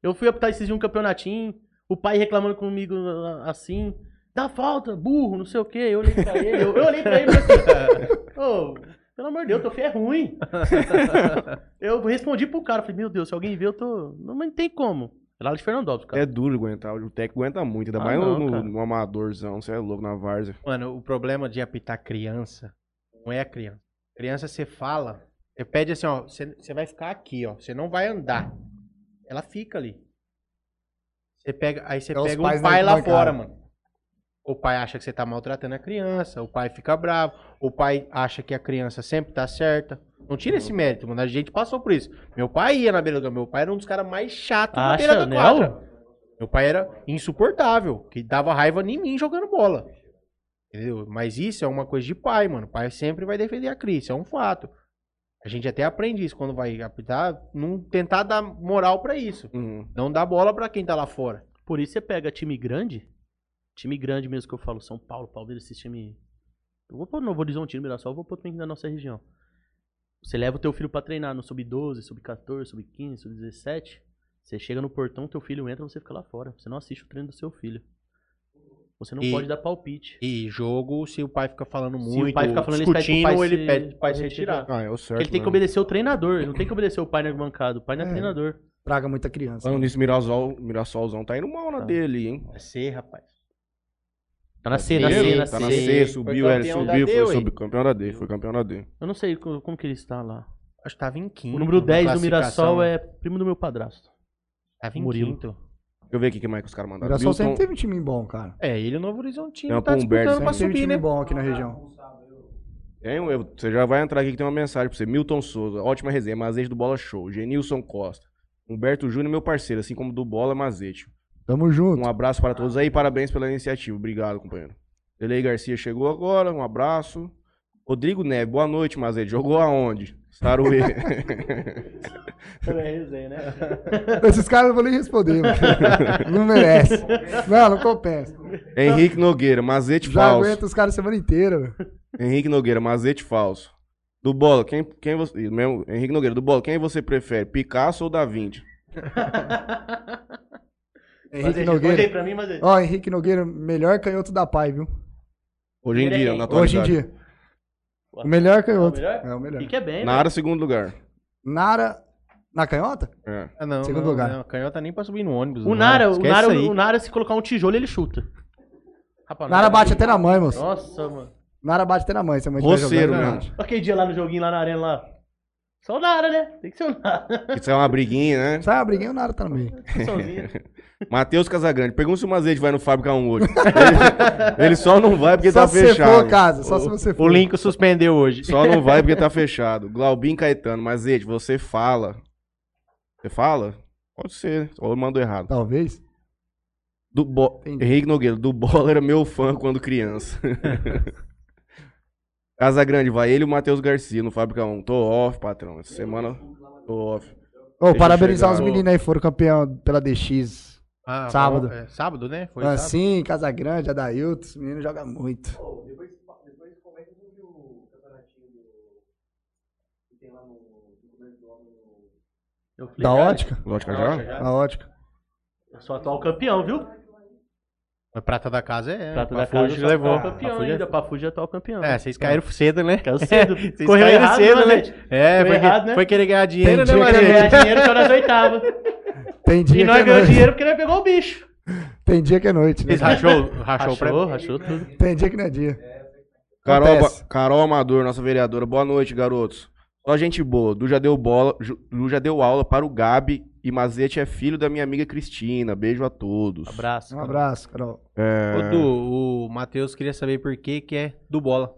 [SPEAKER 3] Eu fui optar esses dias um campeonatinho, o pai reclamando comigo ah, assim. Dá falta, burro, não sei o quê. Eu olhei pra ele, eu, eu olhei pra ele e falei assim, ô, pelo amor de Deus, teu filho é ruim. eu respondi pro cara, falei, meu Deus, se alguém ver, eu tô. Não, mas não tem como. Lá de Fernandópolis, cara.
[SPEAKER 1] É duro aguentar, o técnico aguenta muito, ainda
[SPEAKER 3] Ah,
[SPEAKER 1] mais
[SPEAKER 3] não,
[SPEAKER 1] no, no,
[SPEAKER 3] cara.
[SPEAKER 1] no amadorzão, você é louco, na várzea.
[SPEAKER 7] Mano, o problema de apitar criança não é a criança. Criança, você fala, você pede assim, ó, você você vai ficar aqui, ó, você não vai andar. Ela fica ali. Você pega, aí você
[SPEAKER 4] É os
[SPEAKER 7] pega
[SPEAKER 4] pais
[SPEAKER 7] um
[SPEAKER 4] na
[SPEAKER 7] pai lá
[SPEAKER 4] arquibancada.
[SPEAKER 7] fora, mano. O pai acha que você tá maltratando a criança, o pai fica bravo, o pai acha que a criança sempre tá certa. Não tira
[SPEAKER 4] Uhum.
[SPEAKER 7] esse mérito, mano. A gente passou por isso. Meu pai ia na beira do campo. Meu pai era um dos caras mais chatos na
[SPEAKER 3] Acha,
[SPEAKER 7] beira da
[SPEAKER 3] né?
[SPEAKER 7] quadra. Meu pai era insuportável, que dava raiva em mim jogando bola. Entendeu? Mas isso é uma coisa de pai, mano. O pai sempre vai defender a Cris, isso é um fato. A gente até aprende isso quando vai apitar, não tentar dar moral pra isso.
[SPEAKER 1] Uhum.
[SPEAKER 7] Não dar bola pra quem tá lá fora.
[SPEAKER 3] Por isso você pega time grande, time grande mesmo que eu falo, São Paulo, Palmeiras, esse time. Eu vou pôr Novo Horizonte, Mirassol, eu vou pôr também da nossa região. Você leva o teu filho pra treinar no sub-12, sub-14, sub-15, sub-17. Você chega no portão, teu filho entra, você fica lá fora. Você não assiste o treino do seu filho. Você não
[SPEAKER 7] E-
[SPEAKER 3] pode dar palpite.
[SPEAKER 7] E jogo, se o pai fica falando
[SPEAKER 3] Se
[SPEAKER 7] muito,
[SPEAKER 3] o pai fica falando, eles pedem pro
[SPEAKER 7] discutindo,
[SPEAKER 3] pai
[SPEAKER 7] ele
[SPEAKER 3] se-
[SPEAKER 7] pede pro pai se
[SPEAKER 3] se
[SPEAKER 7] retirar.
[SPEAKER 1] Ah, é o certo.
[SPEAKER 3] Porque ele tem que
[SPEAKER 1] né?
[SPEAKER 3] obedecer o treinador, ele não tem que obedecer o pai na bancada. O pai não é,
[SPEAKER 4] É.
[SPEAKER 3] treinador.
[SPEAKER 4] Traga muita criança.
[SPEAKER 1] Falando nisso, Mirassol, Mirassolzão tá indo mal na
[SPEAKER 3] Tá.
[SPEAKER 1] dele, hein?
[SPEAKER 7] É ser, rapaz.
[SPEAKER 3] Tá na C,
[SPEAKER 7] Tá
[SPEAKER 3] na C,
[SPEAKER 7] C,
[SPEAKER 3] na
[SPEAKER 1] tá
[SPEAKER 3] C.
[SPEAKER 1] na C,
[SPEAKER 7] Foi
[SPEAKER 1] subiu, ele
[SPEAKER 7] campeão da
[SPEAKER 1] subiu,
[SPEAKER 7] D,
[SPEAKER 1] foi
[SPEAKER 7] ué.
[SPEAKER 1] sub- campeão da D, foi campeão da D.
[SPEAKER 3] Eu não sei como, como que ele está lá.
[SPEAKER 7] Acho que tava em quinto.
[SPEAKER 3] O número
[SPEAKER 7] na
[SPEAKER 3] 10 do
[SPEAKER 7] classificação. É
[SPEAKER 3] Mirassol é primo do meu padrasto. é
[SPEAKER 7] Tava em
[SPEAKER 3] Murilo.
[SPEAKER 7] quinto.
[SPEAKER 1] Deixa eu ver aqui que mais que os caras mandaram.
[SPEAKER 4] Mirassol sempre
[SPEAKER 1] Milton-
[SPEAKER 4] teve um time bom, cara.
[SPEAKER 7] É, ele e o Novo Horizontino
[SPEAKER 1] Não,
[SPEAKER 7] tá
[SPEAKER 1] pro Humberto,
[SPEAKER 7] disputando pra
[SPEAKER 4] Sempre teve um
[SPEAKER 7] subir,
[SPEAKER 4] time
[SPEAKER 7] né?
[SPEAKER 4] bom aqui na região.
[SPEAKER 1] Hein, eu- você já vai entrar aqui que tem uma mensagem pra você. Milton Souza, ótima resenha, Mazete do Bola Show. Genilson Costa. Humberto Júnior, meu parceiro, assim como do Bola Mazete.
[SPEAKER 4] Tamo junto.
[SPEAKER 1] Um abraço para todos aí, parabéns pela iniciativa. Obrigado, companheiro. Delei Garcia chegou agora, um abraço. Rodrigo Neve, boa noite, Mazete. Jogou aonde?
[SPEAKER 4] [laughs]
[SPEAKER 1] Saruê.
[SPEAKER 3] né?
[SPEAKER 7] [laughs]
[SPEAKER 4] Esses caras eu vou nem responder, mano. Não merece. Não, não compensa.
[SPEAKER 1] Henrique Nogueira, Mazete
[SPEAKER 4] Já
[SPEAKER 1] Tipo, falso.
[SPEAKER 4] aguenta os caras a semana inteira. mano.
[SPEAKER 1] Henrique Nogueira, Mazete falso. Do Bola, quem, quem você. Ih, Mesmo, Henrique Nogueira, do Bola, quem você prefere? Picasso ou Da Vinci?
[SPEAKER 4] Henrique Nogueira.
[SPEAKER 3] pra mim, mas...
[SPEAKER 4] Ó, Henrique Nogueira, melhor canhoto da pai, viu?
[SPEAKER 1] Hoje em
[SPEAKER 3] Ele é
[SPEAKER 1] dia,
[SPEAKER 3] quem?
[SPEAKER 1] na atualidade.
[SPEAKER 4] Hoje em dia. O melhor canhoto.
[SPEAKER 3] É o melhor?
[SPEAKER 4] É o melhor.
[SPEAKER 3] Fica bem, né?
[SPEAKER 1] Nara, segundo lugar.
[SPEAKER 4] Nara. Na canhota?
[SPEAKER 1] É.
[SPEAKER 7] Ah, não,
[SPEAKER 4] Segundo
[SPEAKER 7] não,
[SPEAKER 4] lugar.
[SPEAKER 7] Não, canhota nem pra subir no ônibus.
[SPEAKER 3] O
[SPEAKER 7] não.
[SPEAKER 3] Nara, o
[SPEAKER 7] Esquece
[SPEAKER 3] Nara,
[SPEAKER 7] aí.
[SPEAKER 3] o Nara, se colocar um tijolo, ele chuta. Rapaz,
[SPEAKER 4] Nara bate até na mãe, moço.
[SPEAKER 3] Nossa, mano.
[SPEAKER 4] Nara bate até na mãe, se a mãe tiver
[SPEAKER 1] Roceiro
[SPEAKER 4] jogando,
[SPEAKER 1] mesmo.
[SPEAKER 3] Aquele dia lá no joguinho, lá na arena, lá. Só o Nara, né? Tem que ser o Nara. né?
[SPEAKER 1] Isso é uma briguinha, né?
[SPEAKER 4] Sabe, briguei o Nara tá no meio.
[SPEAKER 3] Sozinho.
[SPEAKER 1] Matheus Casagrande, pergunta se o Mazete vai no Fábrica 1 hoje. Ele, ele só não vai porque
[SPEAKER 4] só
[SPEAKER 1] tá
[SPEAKER 4] se você
[SPEAKER 1] fechado.
[SPEAKER 4] for, casa. Só se você for.
[SPEAKER 7] O Lincoln suspendeu hoje.
[SPEAKER 1] Só não vai porque tá fechado. Glaubin Caetano, Mazete, você fala. Você fala? Pode ser, né? ou eu mando errado.
[SPEAKER 4] Talvez.
[SPEAKER 1] Do Bo...
[SPEAKER 4] Entendi.
[SPEAKER 1] Henrique Nogueira, do Bola era meu fã quando
[SPEAKER 4] [laughs]
[SPEAKER 1] criança. Casa Grande, vai ele e o Matheus Garcia no Fábrica 1. Tô off, patrão. Essa semana tô off.
[SPEAKER 4] Ô,
[SPEAKER 1] Deixa
[SPEAKER 4] parabenizar
[SPEAKER 1] eu
[SPEAKER 4] os
[SPEAKER 1] chegar.
[SPEAKER 4] meninos aí, foram campeão pela DX.
[SPEAKER 7] Ah,
[SPEAKER 4] Sábado.
[SPEAKER 7] é, sábado, né? Foi sábado.
[SPEAKER 4] Assim, Casagrande, Adailton, os meninos jogam muito.
[SPEAKER 3] Eu falei,
[SPEAKER 4] Da
[SPEAKER 3] cara,
[SPEAKER 4] ótica?
[SPEAKER 1] Lógico,
[SPEAKER 3] da
[SPEAKER 1] já?
[SPEAKER 3] ótica, já.
[SPEAKER 4] Da ótica.
[SPEAKER 3] Eu sou atual campeão, viu?
[SPEAKER 7] Mas prata da casa é.
[SPEAKER 3] Prata
[SPEAKER 7] a
[SPEAKER 3] da casa, eu
[SPEAKER 7] Fuji
[SPEAKER 3] sou
[SPEAKER 7] levou.
[SPEAKER 3] atual campeão
[SPEAKER 7] A Fuji-
[SPEAKER 3] ainda. Pafuji é atual campeão.
[SPEAKER 7] É, vocês caíram cedo, né? [laughs]
[SPEAKER 3] Caiu cedo.
[SPEAKER 7] Vocês
[SPEAKER 3] Correu
[SPEAKER 7] caíram
[SPEAKER 3] errado,
[SPEAKER 7] cedo,
[SPEAKER 3] né,
[SPEAKER 7] né?
[SPEAKER 3] gente?
[SPEAKER 7] É,
[SPEAKER 3] Foi
[SPEAKER 7] foi,
[SPEAKER 3] errado,
[SPEAKER 7] que-
[SPEAKER 3] né?
[SPEAKER 7] foi querer ganhar dinheiro,
[SPEAKER 4] Tem
[SPEAKER 7] né,
[SPEAKER 4] dia que
[SPEAKER 3] Pra
[SPEAKER 7] Maria?
[SPEAKER 3] ganhar dinheiro só nas
[SPEAKER 7] [laughs]
[SPEAKER 3] oitavas.
[SPEAKER 4] Tem dia,
[SPEAKER 3] E
[SPEAKER 4] que é
[SPEAKER 3] nós ganhamos
[SPEAKER 4] noite.
[SPEAKER 3] dinheiro porque nós pegou o bicho.
[SPEAKER 4] Tem dia que é noite, né?
[SPEAKER 7] Vocês rachou, rachou, o prêmio? Um
[SPEAKER 3] rachou tudo.
[SPEAKER 4] Tem dia que não é dia.
[SPEAKER 1] Carol,
[SPEAKER 4] Acontece.
[SPEAKER 1] Ba- Carol Amador, nossa vereadora. Boa noite, garotos. Só gente boa. Du já deu bola, Ju Lu já deu aula para o Gabi e Mazete é filho da minha amiga Cristina. Beijo a todos.
[SPEAKER 3] Abraço.
[SPEAKER 4] Um abraço, Carol.
[SPEAKER 7] Ô, Du, o Matheus queria saber por que que é do bola.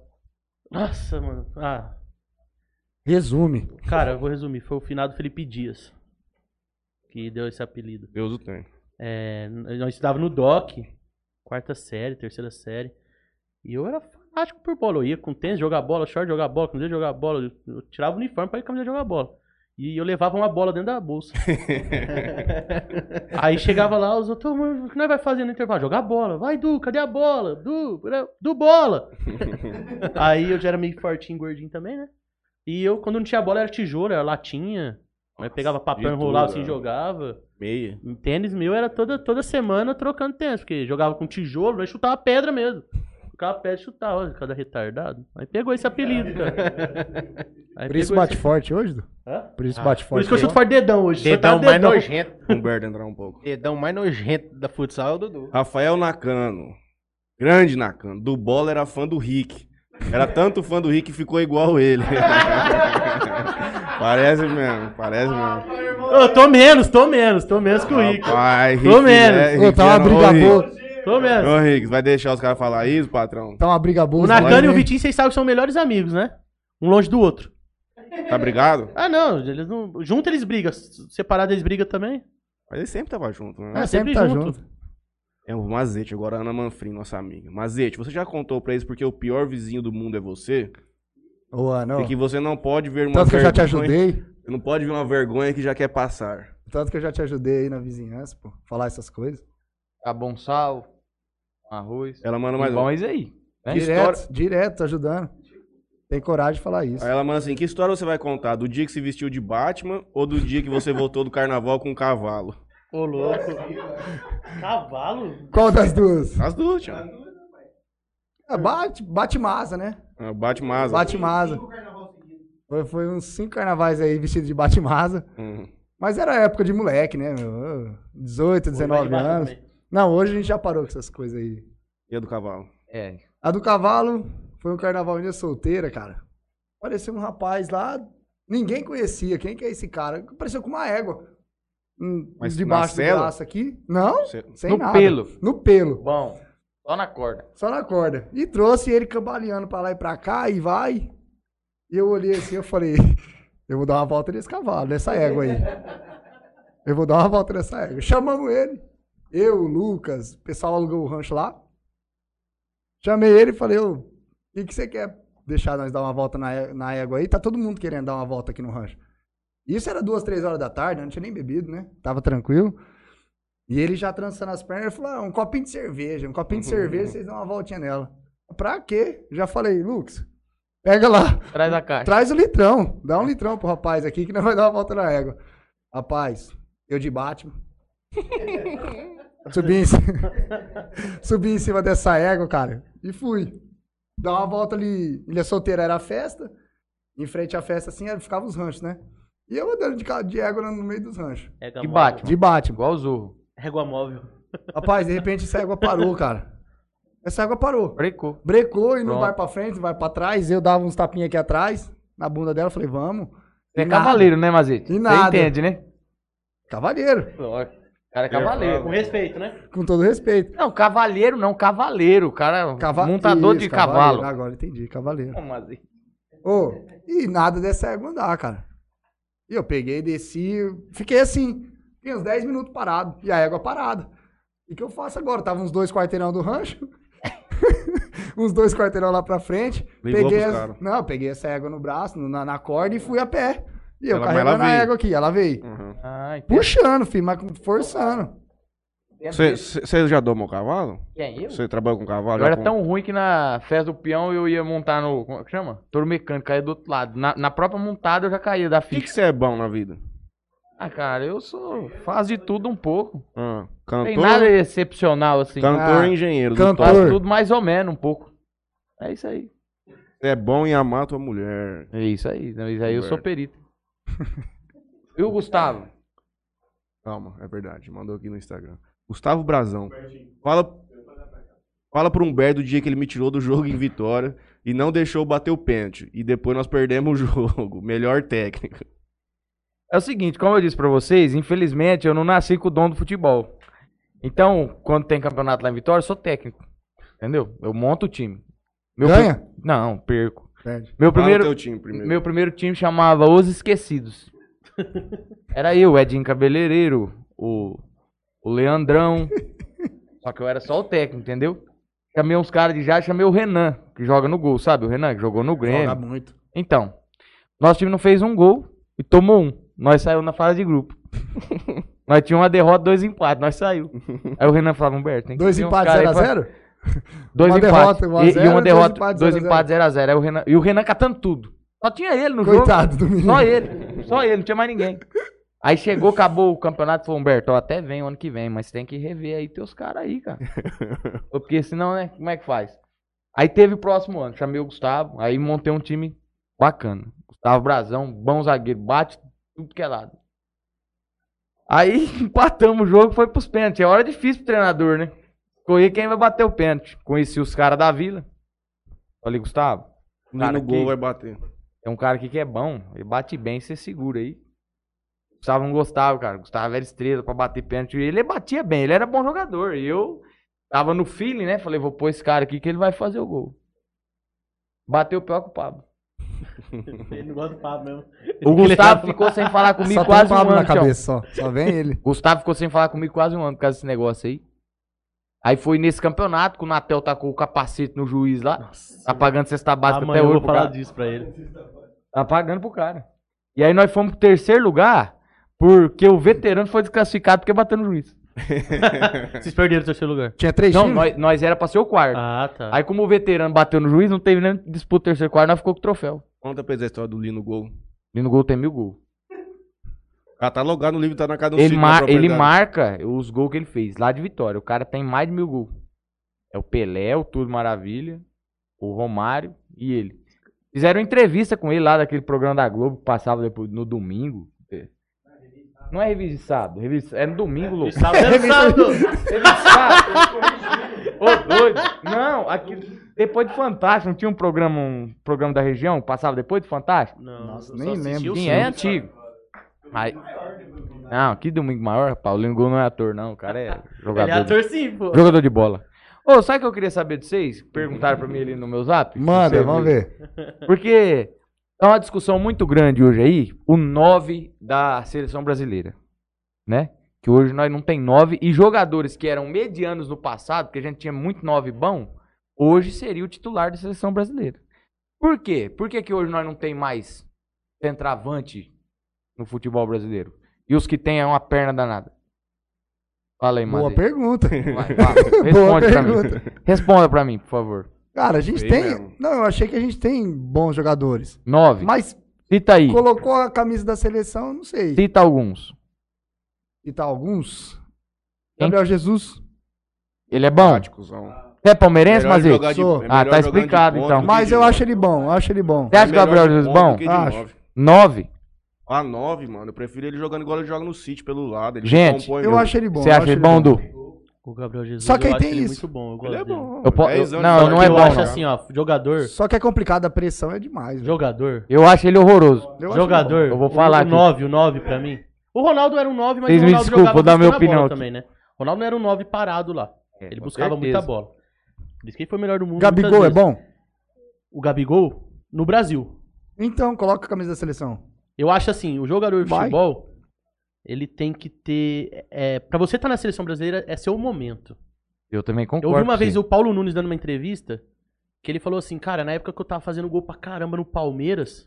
[SPEAKER 3] Nossa, mano. Ah,
[SPEAKER 4] Resume.
[SPEAKER 3] cara, eu vou resumir. Foi o finado Felipe Dias que deu esse apelido.
[SPEAKER 1] Deus o tem.
[SPEAKER 3] É, nós estudávamos no DOC, quarta série, terceira série. E eu era fanático por bola. Eu ia com tênis jogar bola, short jogar bola, camiseta jogar bola. Eu, eu tirava o uniforme pra ir com a camiseta jogar bola. E eu levava uma bola dentro da bolsa. Aí chegava lá, os outros, "Ô, mano, o que nós vai fazer no intervalo? Jogar bola. Vai, Du, cadê a bola? Du, Du bola! Aí eu já era meio fortinho, gordinho também, né? E eu, quando não tinha bola, era tijolo, era latinha. Aí pegava papel,
[SPEAKER 1] de tudo,
[SPEAKER 3] enrolava assim,
[SPEAKER 1] né?
[SPEAKER 3] jogava.
[SPEAKER 1] Meia.
[SPEAKER 3] Em Tênis meu era toda, toda semana trocando tênis, porque jogava com tijolo, mas chutava pedra mesmo. Ficava pedra e chutava, olha, cada retardado. Aí pegou esse apelido, cara.
[SPEAKER 4] [laughs]
[SPEAKER 3] Aí
[SPEAKER 4] Por isso
[SPEAKER 3] pegou
[SPEAKER 4] bate forte hoje, Du?
[SPEAKER 3] Hã?
[SPEAKER 4] Ah, Por isso bate
[SPEAKER 3] Por
[SPEAKER 4] forte.
[SPEAKER 3] isso que eu chuto forte dedão hoje.
[SPEAKER 2] tá
[SPEAKER 7] Dedão
[SPEAKER 3] soltava
[SPEAKER 7] mais nojento.
[SPEAKER 1] Humberto entrar um pouco.
[SPEAKER 7] Dedão mais nojento da futsal é o Dudu.
[SPEAKER 1] Rafael Nakano. Grande Nakano. Do bola era fã do Rick. Era tanto fã do Rick que ficou igual ele. [laughs] parece mesmo, parece mesmo.
[SPEAKER 3] Eu tô menos, tô menos, tô menos que o
[SPEAKER 4] Ah,
[SPEAKER 3] Rico.
[SPEAKER 1] Rapaz,
[SPEAKER 3] Pelo menos.
[SPEAKER 1] é-
[SPEAKER 4] Ô, tá uma
[SPEAKER 1] era- ô,
[SPEAKER 4] briga
[SPEAKER 1] Rick.
[SPEAKER 4] boa.
[SPEAKER 3] Tô menos.
[SPEAKER 1] Ô, Rick, vai deixar os caras falar isso, patrão?
[SPEAKER 4] Tá uma briga boa.
[SPEAKER 3] O
[SPEAKER 4] os
[SPEAKER 3] Nakano
[SPEAKER 4] dois,
[SPEAKER 3] e o
[SPEAKER 4] né?
[SPEAKER 3] Vitinho, vocês sabem que são melhores amigos, né? Um longe do outro.
[SPEAKER 1] Tá brigado?
[SPEAKER 3] Ah, não, eles não. Junto eles brigam, separado eles brigam também.
[SPEAKER 1] Mas ele sempre tava junto, né?
[SPEAKER 4] É,
[SPEAKER 3] Ah,
[SPEAKER 4] sempre
[SPEAKER 3] sempre
[SPEAKER 4] tá junto.
[SPEAKER 3] junto.
[SPEAKER 1] É o Mazete, agora a Ana Manfrim, nossa amiga. Mazete, você já contou pra eles porque o pior vizinho do mundo é você?
[SPEAKER 4] Ô, Anão.
[SPEAKER 1] E que você não pode ver uma
[SPEAKER 4] Tanto que eu já te
[SPEAKER 1] vergonha-
[SPEAKER 4] ajudei.
[SPEAKER 1] Não pode ver uma vergonha que já quer passar.
[SPEAKER 4] Tanto que eu já te ajudei aí na vizinhança, pô. Falar essas coisas.
[SPEAKER 5] Tá bom sal, arroz.
[SPEAKER 1] Ela manda
[SPEAKER 5] Mas
[SPEAKER 1] mais
[SPEAKER 5] bom,
[SPEAKER 1] uma.
[SPEAKER 5] é isso aí. né?
[SPEAKER 4] um. Direto, direto, tô ajudando. Tem coragem de falar isso.
[SPEAKER 1] Aí ela manda assim: que história você vai contar? Do dia que se vestiu de Batman ou do dia que você voltou do carnaval com um cavalo?
[SPEAKER 4] [laughs]
[SPEAKER 3] Ô, louco. Cavalo?
[SPEAKER 4] Qual das duas?
[SPEAKER 1] As duas, tio.
[SPEAKER 4] Ah, Bate, bate masa, né?
[SPEAKER 1] Ah, Bate masa.
[SPEAKER 4] Bate masa. Foi, foi uns cinco carnavais aí vestido de bate masa.
[SPEAKER 1] Hum.
[SPEAKER 4] Mas era época de moleque, né? meu? 18, 19
[SPEAKER 3] Vai de
[SPEAKER 4] anos.
[SPEAKER 3] barco também.
[SPEAKER 4] Não, hoje a gente já parou com essas coisas aí.
[SPEAKER 1] E a do cavalo?
[SPEAKER 5] É.
[SPEAKER 4] A do cavalo foi um carnaval minha solteira, cara. Apareceu um rapaz lá, ninguém conhecia. Quem que é esse cara? Apareceu com uma égua. Hum,
[SPEAKER 1] Mas
[SPEAKER 4] debaixo
[SPEAKER 1] na
[SPEAKER 4] do
[SPEAKER 1] cela?
[SPEAKER 4] braço aqui. Não,
[SPEAKER 1] Você-
[SPEAKER 4] sem
[SPEAKER 5] No
[SPEAKER 4] nada.
[SPEAKER 5] pelo.
[SPEAKER 4] No pelo,
[SPEAKER 5] Bom, só na corda.
[SPEAKER 4] só na corda. E trouxe ele cambaleando pra lá e pra cá, e vai. E eu olhei assim, eu falei, eu vou dar uma volta nesse cavalo, nessa égua aí. Eu vou dar uma volta nessa égua. Chamamos ele. Eu, o Lucas, o pessoal alugou o rancho lá. Chamei ele e falei, ô, o que, que você quer deixar nós dar uma volta na, é- na égua aí? Tá todo mundo querendo dar uma volta aqui no rancho. Isso era duas, três horas da tarde, eu não tinha nem bebido, né? Tava tranquilo. E ele já trançando as pernas, ele falou, ah, um copinho de cerveja, um copinho de cerveja, vocês dão uma voltinha nela. Pra quê? Já falei, Lucas, pega lá. [laughs]
[SPEAKER 5] Traz a caixa.
[SPEAKER 4] Traz o litrão. Dá um litrão pro rapaz aqui que nós vai dar uma volta na égua. Rapaz, eu de Batman. Subi em, cima, [laughs] subi em cima dessa égua, cara, e fui. Dar uma volta ali. Ilha Solteira era a festa. Em frente à festa, assim, ficavam os ranchos, né? E eu andando de, ca- de égua no meio dos ranchos.
[SPEAKER 3] Régua
[SPEAKER 5] E
[SPEAKER 3] móvel.
[SPEAKER 5] bate.
[SPEAKER 4] De Batman.
[SPEAKER 5] Igual o Zorro.
[SPEAKER 3] Régua móvel.
[SPEAKER 4] Rapaz, de repente essa égua parou, cara. Essa égua parou.
[SPEAKER 5] Brecou.
[SPEAKER 4] Brecou e não
[SPEAKER 5] Pronto.
[SPEAKER 4] vai pra frente, não vai pra trás. Eu dava uns tapinhas aqui atrás, na bunda dela, falei, vamos.
[SPEAKER 5] Você é
[SPEAKER 4] nada.
[SPEAKER 5] cavaleiro, né, Mazete?
[SPEAKER 4] E nada.
[SPEAKER 5] Você entende, né?
[SPEAKER 4] Cavaleiro,
[SPEAKER 5] O cara é cavaleiro.
[SPEAKER 6] Com respeito, né?
[SPEAKER 4] com todo respeito.
[SPEAKER 5] Não, cavaleiro não, cavaleiro. O cara é um
[SPEAKER 4] Cava-
[SPEAKER 5] montador
[SPEAKER 4] Isso,
[SPEAKER 5] de cavalo.
[SPEAKER 4] Agora entendi, cavaleiro.
[SPEAKER 5] Ô, Mazete.
[SPEAKER 4] Ô, e nada dessa égua andar, cara. E eu peguei, desci, fiquei assim, fiquei uns 10 minutos parado, e a égua parada. E O que eu faço agora? Tava uns dois quarteirão do rancho, [laughs] uns dois quarteirão lá pra frente.
[SPEAKER 1] Ligou
[SPEAKER 4] peguei
[SPEAKER 1] pros
[SPEAKER 4] as-
[SPEAKER 1] caras.
[SPEAKER 4] Não, eu peguei essa égua no braço, no- na, na corda, e fui a pé. E eu
[SPEAKER 1] Ela- mas
[SPEAKER 4] carregando
[SPEAKER 1] ela
[SPEAKER 4] a
[SPEAKER 1] veio.
[SPEAKER 4] égua aqui, ela veio.
[SPEAKER 1] uhum.
[SPEAKER 5] Ah, entendi.
[SPEAKER 4] Puxando, filho, mas forçando. É
[SPEAKER 1] Você já domou cavalo?
[SPEAKER 5] Quem, é eu?
[SPEAKER 1] Você trabalha com cavalo?
[SPEAKER 5] Eu
[SPEAKER 1] Já
[SPEAKER 5] era
[SPEAKER 1] com-
[SPEAKER 5] é
[SPEAKER 4] tá um
[SPEAKER 5] tão ruim que na festa do peão eu ia montar no. Como é que chama? Touro mecânico, caía do outro lado. Na, na própria montada eu já caía da
[SPEAKER 1] O que
[SPEAKER 5] ficha.
[SPEAKER 1] que você é bom na vida?
[SPEAKER 5] Ah, cara, eu sou. Faz de tudo um pouco.
[SPEAKER 1] Ah,
[SPEAKER 5] Não
[SPEAKER 1] cantor,
[SPEAKER 5] tem nada excepcional assim.
[SPEAKER 1] cantor
[SPEAKER 4] Ah,
[SPEAKER 1] e engenheiro. do
[SPEAKER 4] cantor.
[SPEAKER 1] top.
[SPEAKER 5] Faz tudo mais ou menos um pouco. É isso aí.
[SPEAKER 1] Você é bom em amar tua mulher.
[SPEAKER 5] É isso aí. Não, isso aí eu sou perito. Viu, Gustavo?
[SPEAKER 1] Calma, é verdade. Mandou aqui no Instagram. Gustavo Brazão. Fala, fala pro Humberto o dia que ele me tirou do jogo em vitória e não deixou bater o pênalti. E depois nós perdemos o jogo. [laughs] Melhor técnica.
[SPEAKER 5] É o seguinte, como eu disse pra vocês, infelizmente eu não nasci com o dom do futebol. Então, quando tem campeonato lá em Vitória, eu sou técnico. Entendeu? Eu monto o time. Meu
[SPEAKER 4] Ganha?
[SPEAKER 5] pri- Não, perco.
[SPEAKER 4] Perde.
[SPEAKER 5] Meu primeiro,
[SPEAKER 1] Fala o teu time primeiro.
[SPEAKER 5] meu primeiro time chamava
[SPEAKER 1] [laughs]
[SPEAKER 5] Os Esquecidos. Era eu, o Edinho Cabeleireiro, o, o Leandrão. Só que eu era só o técnico, entendeu? Chamei uns caras de já, chamei o Renan, que joga no gol, sabe? O Renan, que jogou no Grêmio.
[SPEAKER 4] Joga muito.
[SPEAKER 5] Então, nosso time não fez um gol e tomou um. Nós saímos na fase de grupo. nós tínhamos uma derrota, dois empates, nós saiu. Aí o Renan falava, Humberto, tem que
[SPEAKER 4] Dois
[SPEAKER 5] ter uns
[SPEAKER 4] empates
[SPEAKER 5] cara aí pra-
[SPEAKER 4] 0x0?
[SPEAKER 5] Dois
[SPEAKER 4] uma
[SPEAKER 5] empates.
[SPEAKER 4] derrota, um a
[SPEAKER 5] e- e,
[SPEAKER 4] zero,
[SPEAKER 5] uma
[SPEAKER 4] dois
[SPEAKER 5] derrota,
[SPEAKER 4] empates,
[SPEAKER 5] dois
[SPEAKER 4] zero a
[SPEAKER 5] empates, 0x0. Aí o Renan, e o Renan catando tudo. Só tinha ele no jogo.
[SPEAKER 4] Coitado do menino.
[SPEAKER 5] Só ele, só ele, não tinha mais ninguém. Aí chegou, acabou o campeonato, falou, Humberto, ó, até vem o ano que vem, mas tem que rever aí teus caras aí, cara. Porque senão, né, como é que faz? Aí teve o próximo ano, chamei o Gustavo, aí montei um time bacana. Gustavo Brazão, bom zagueiro, bate tudo que é lado. Aí [laughs] empatamos o jogo, foi pros pênaltis. É hora difícil pro treinador, né? Correr quem vai bater o pênalti. Conheci os caras da vila. Falei, Gustavo,
[SPEAKER 1] Nem
[SPEAKER 5] cara,
[SPEAKER 1] no gol
[SPEAKER 5] que-
[SPEAKER 1] vai bater.
[SPEAKER 5] tem um cara aqui que é bom, ele bate bem, você segura aí. Gustavo não gostava, cara. Gustavo era estrela pra bater pênalti. Ele batia bem, ele era bom jogador. E eu tava no feeling, né? Falei, vou pôr esse cara aqui que ele vai fazer o gol. Bateu pior que o Pablo.
[SPEAKER 6] Ele não gosta do papo mesmo.
[SPEAKER 5] O Gustavo ficou sem falar comigo
[SPEAKER 4] Só tem um
[SPEAKER 5] quase um
[SPEAKER 4] Pablo
[SPEAKER 5] ano.
[SPEAKER 4] na
[SPEAKER 5] Tião.
[SPEAKER 4] cabeça, só. Só vem ele.
[SPEAKER 5] Gustavo ficou sem falar comigo quase um ano por causa desse negócio aí. Aí foi nesse campeonato que o Natel tacou o capacete no juiz lá. tá pagando cesta básica
[SPEAKER 3] Amanhã
[SPEAKER 5] até
[SPEAKER 3] eu
[SPEAKER 5] hoje
[SPEAKER 3] vou
[SPEAKER 5] pro
[SPEAKER 3] falar
[SPEAKER 5] cara.
[SPEAKER 3] disso pra ele.
[SPEAKER 5] [laughs] Tá pagando pro cara. E aí nós fomos pro terceiro lugar, porque o veterano foi desclassificado porque bateu no juiz.
[SPEAKER 3] Vocês perderam o terceiro lugar.
[SPEAKER 4] Tinha três
[SPEAKER 5] Não,
[SPEAKER 4] times?
[SPEAKER 5] nós, nós era pra ser o quarto.
[SPEAKER 3] Ah, tá.
[SPEAKER 5] Aí como o veterano bateu no juiz, não teve nem disputa terceiro quarto, nós ficou com o troféu.
[SPEAKER 1] Conta pra eles a história do Lino Gol.
[SPEAKER 5] E no gol tem mil gols.
[SPEAKER 1] Catalogado no livro, tá na casa do
[SPEAKER 5] Ele,
[SPEAKER 1] Chico, na
[SPEAKER 5] mar- ele
[SPEAKER 1] propriedade.
[SPEAKER 5] marca os gols que ele fez lá de Vitória. O cara tem mais de mil gols. É o Pelé, o Tudo Maravilha, o Romário e ele. Fizeram entrevista com ele lá daquele programa da Globo que passava depois no domingo. Não é revista de sábado, revista- é no domingo, louco.
[SPEAKER 6] Sábado é sábado.
[SPEAKER 5] Ô, doido. Não, aqui, depois de Fantástico, não tinha um programa, um programa da região que passava depois de Fantástico?
[SPEAKER 3] Não,
[SPEAKER 4] Nossa,
[SPEAKER 3] eu
[SPEAKER 4] nem
[SPEAKER 3] só assisti
[SPEAKER 4] lembro.
[SPEAKER 3] o
[SPEAKER 5] Sim,
[SPEAKER 3] Santos,
[SPEAKER 5] é antigo. Aí- Não, que domingo maior, Paulinho Gol não é ator, não. O cara é jogador.
[SPEAKER 6] Ele é ator sim, pô.
[SPEAKER 5] de, jogador de bola. Ô, sabe o que eu queria saber de vocês? Perguntaram pra mim ali no meu zap? Não sei,
[SPEAKER 4] Manda, vamos ver.
[SPEAKER 5] Porque é uma discussão muito grande hoje aí, o 9 da seleção brasileira, né? Que hoje nós não tem 9 e jogadores que eram medianos no passado, porque a gente tinha muito 9 bom, hoje seria o titular da seleção brasileira. Por quê? Por que, que hoje nós não tem mais centroavante no futebol brasileiro? E os que tem é uma perna danada. Fala aí,
[SPEAKER 4] Boa
[SPEAKER 5] Mazei.
[SPEAKER 4] pergunta.
[SPEAKER 5] Vai, fala.
[SPEAKER 4] [laughs] Boa
[SPEAKER 5] Responde pra mim.
[SPEAKER 4] pergunta.
[SPEAKER 5] Responda pra mim, por favor.
[SPEAKER 4] Cara, a gente
[SPEAKER 1] Bem
[SPEAKER 4] tem.
[SPEAKER 1] mesmo.
[SPEAKER 4] Não, eu achei que a gente tem bons jogadores.
[SPEAKER 5] 9.
[SPEAKER 4] Mas
[SPEAKER 5] Cita aí.
[SPEAKER 4] colocou a camisa da seleção, não sei.
[SPEAKER 5] Cita alguns.
[SPEAKER 4] E tá alguns.
[SPEAKER 5] Quem?
[SPEAKER 4] Gabriel Jesus.
[SPEAKER 5] Ele é bom?
[SPEAKER 1] Cusão.
[SPEAKER 5] Você é palmeirense,
[SPEAKER 1] Melhor
[SPEAKER 5] mas ele.
[SPEAKER 1] jogar de-
[SPEAKER 4] Sou.
[SPEAKER 1] é melhor
[SPEAKER 5] Ah, tá
[SPEAKER 1] jogando de
[SPEAKER 5] explicado,
[SPEAKER 1] ponta
[SPEAKER 5] então.
[SPEAKER 1] do que
[SPEAKER 4] Mas
[SPEAKER 1] de
[SPEAKER 4] eu
[SPEAKER 1] nove. É
[SPEAKER 4] acho ele bom, eu acho ele bom.
[SPEAKER 5] Você acha que o
[SPEAKER 1] melhor
[SPEAKER 5] Gabriel
[SPEAKER 1] de
[SPEAKER 5] Jesus
[SPEAKER 1] ponta
[SPEAKER 5] bom?
[SPEAKER 1] do que de
[SPEAKER 4] Acho.
[SPEAKER 1] nove.
[SPEAKER 5] Nove?
[SPEAKER 1] A 9, mano, eu prefiro ele jogando igual ele joga no City pelo lado. Ele
[SPEAKER 5] Gente,
[SPEAKER 1] compõe
[SPEAKER 4] Eu
[SPEAKER 1] mesmo.
[SPEAKER 4] acho ele bom.
[SPEAKER 5] Você
[SPEAKER 4] eu
[SPEAKER 5] acha
[SPEAKER 4] acho
[SPEAKER 5] ele bom, Du?
[SPEAKER 3] O Gabriel Jesus
[SPEAKER 4] Só que
[SPEAKER 3] eu
[SPEAKER 4] aí
[SPEAKER 3] acho
[SPEAKER 4] tem
[SPEAKER 3] ele
[SPEAKER 4] isso.
[SPEAKER 3] muito bom. Eu gosto
[SPEAKER 1] Ele é
[SPEAKER 3] dele.
[SPEAKER 1] bom.
[SPEAKER 5] Eu po-
[SPEAKER 1] 10
[SPEAKER 5] eu-
[SPEAKER 1] anos
[SPEAKER 5] não,
[SPEAKER 1] de
[SPEAKER 3] Só
[SPEAKER 5] não
[SPEAKER 1] idade.
[SPEAKER 5] é
[SPEAKER 3] que eu
[SPEAKER 5] bom,
[SPEAKER 3] acho
[SPEAKER 5] não.
[SPEAKER 3] assim, ó, jogador,
[SPEAKER 4] Só que é complicado, a pressão é demais. velho.
[SPEAKER 3] jogador,
[SPEAKER 5] Eu acho ele horroroso.
[SPEAKER 4] Eu acho
[SPEAKER 3] jogador.
[SPEAKER 5] bom. Eu vou falar
[SPEAKER 3] O
[SPEAKER 5] aqui.
[SPEAKER 3] 9, o 9 pra mim. O Ronaldo era um 9, mas
[SPEAKER 5] Vocês
[SPEAKER 3] o
[SPEAKER 5] me
[SPEAKER 3] Ronaldo
[SPEAKER 5] desculpam,
[SPEAKER 3] jogava
[SPEAKER 5] vou dar minha
[SPEAKER 3] buscando a bola
[SPEAKER 5] opinião aqui.
[SPEAKER 3] também, né? O Ronaldo não era um 9 parado lá. Ele buscava muita bola. Por isso que ele foi o melhor do mundo.
[SPEAKER 4] Gabigol
[SPEAKER 3] muitas
[SPEAKER 4] é
[SPEAKER 3] vezes.
[SPEAKER 4] bom?
[SPEAKER 3] O Gabigol, no Brasil,
[SPEAKER 4] Então, coloca a camisa da seleção.
[SPEAKER 3] Eu acho assim, o jogador de
[SPEAKER 4] Vai.
[SPEAKER 3] futebol, ele tem que ter. É, para você estar na seleção brasileira, é seu momento.
[SPEAKER 5] Eu também concordo.
[SPEAKER 3] Eu vi uma
[SPEAKER 5] com
[SPEAKER 3] vez
[SPEAKER 5] você.
[SPEAKER 3] o Paulo Nunes dando uma entrevista que ele falou assim, cara, na época que eu tava fazendo gol pra caramba no Palmeiras,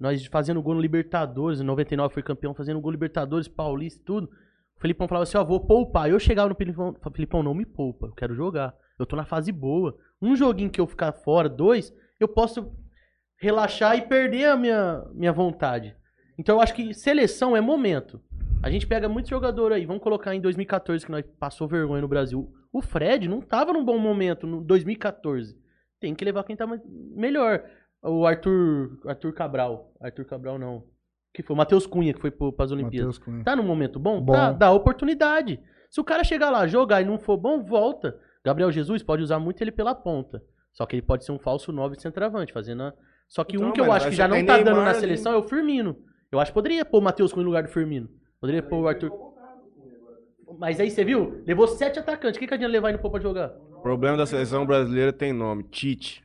[SPEAKER 3] nós fazendo gol no Libertadores, em 99 fui campeão, fazendo gol Libertadores, Paulista e tudo. O Felipão falava assim, ó, vou poupar. Eu chegava no Felipão, falava, Felipão, não me poupa, eu quero jogar. Eu tô na fase boa. Um joguinho que eu ficar fora, dois, eu posso relaxar e perder a minha, minha vontade. Então eu acho que seleção é momento. A gente pega muito jogador aí. Vamos colocar em 2014, que nós passou vergonha no Brasil. O Fred não tava num bom momento no 2014. Tem que levar quem tá mais- melhor. O Arthur. Arthur Cabral. Arthur Cabral não. Que foi o Matheus Cunha, que foi pro, pras Olimpíadas.
[SPEAKER 4] Matheus Cunha.
[SPEAKER 3] Tá num momento bom?
[SPEAKER 4] Bom.
[SPEAKER 3] Tá, dá oportunidade. Se o cara chegar lá, jogar e não for bom, volta. Gabriel Jesus pode usar muito ele pela ponta. Só que ele pode ser um falso 9 centroavante, fazendo a... Só que
[SPEAKER 1] Então,
[SPEAKER 3] um que eu
[SPEAKER 1] mano,
[SPEAKER 3] acho que
[SPEAKER 1] mas
[SPEAKER 3] já
[SPEAKER 1] já
[SPEAKER 3] não
[SPEAKER 1] tem
[SPEAKER 3] tá dando
[SPEAKER 1] Neymar
[SPEAKER 3] na
[SPEAKER 1] ali.
[SPEAKER 3] seleção é o Firmino. Eu acho que poderia pôr o Matheus Cunha no lugar do Firmino. Poderia pôr o Arthur. Mas aí você viu? Levou sete atacantes. O que, que adianta levar ele no pô pra jogar?
[SPEAKER 1] O problema da seleção brasileira tem nome: Tite.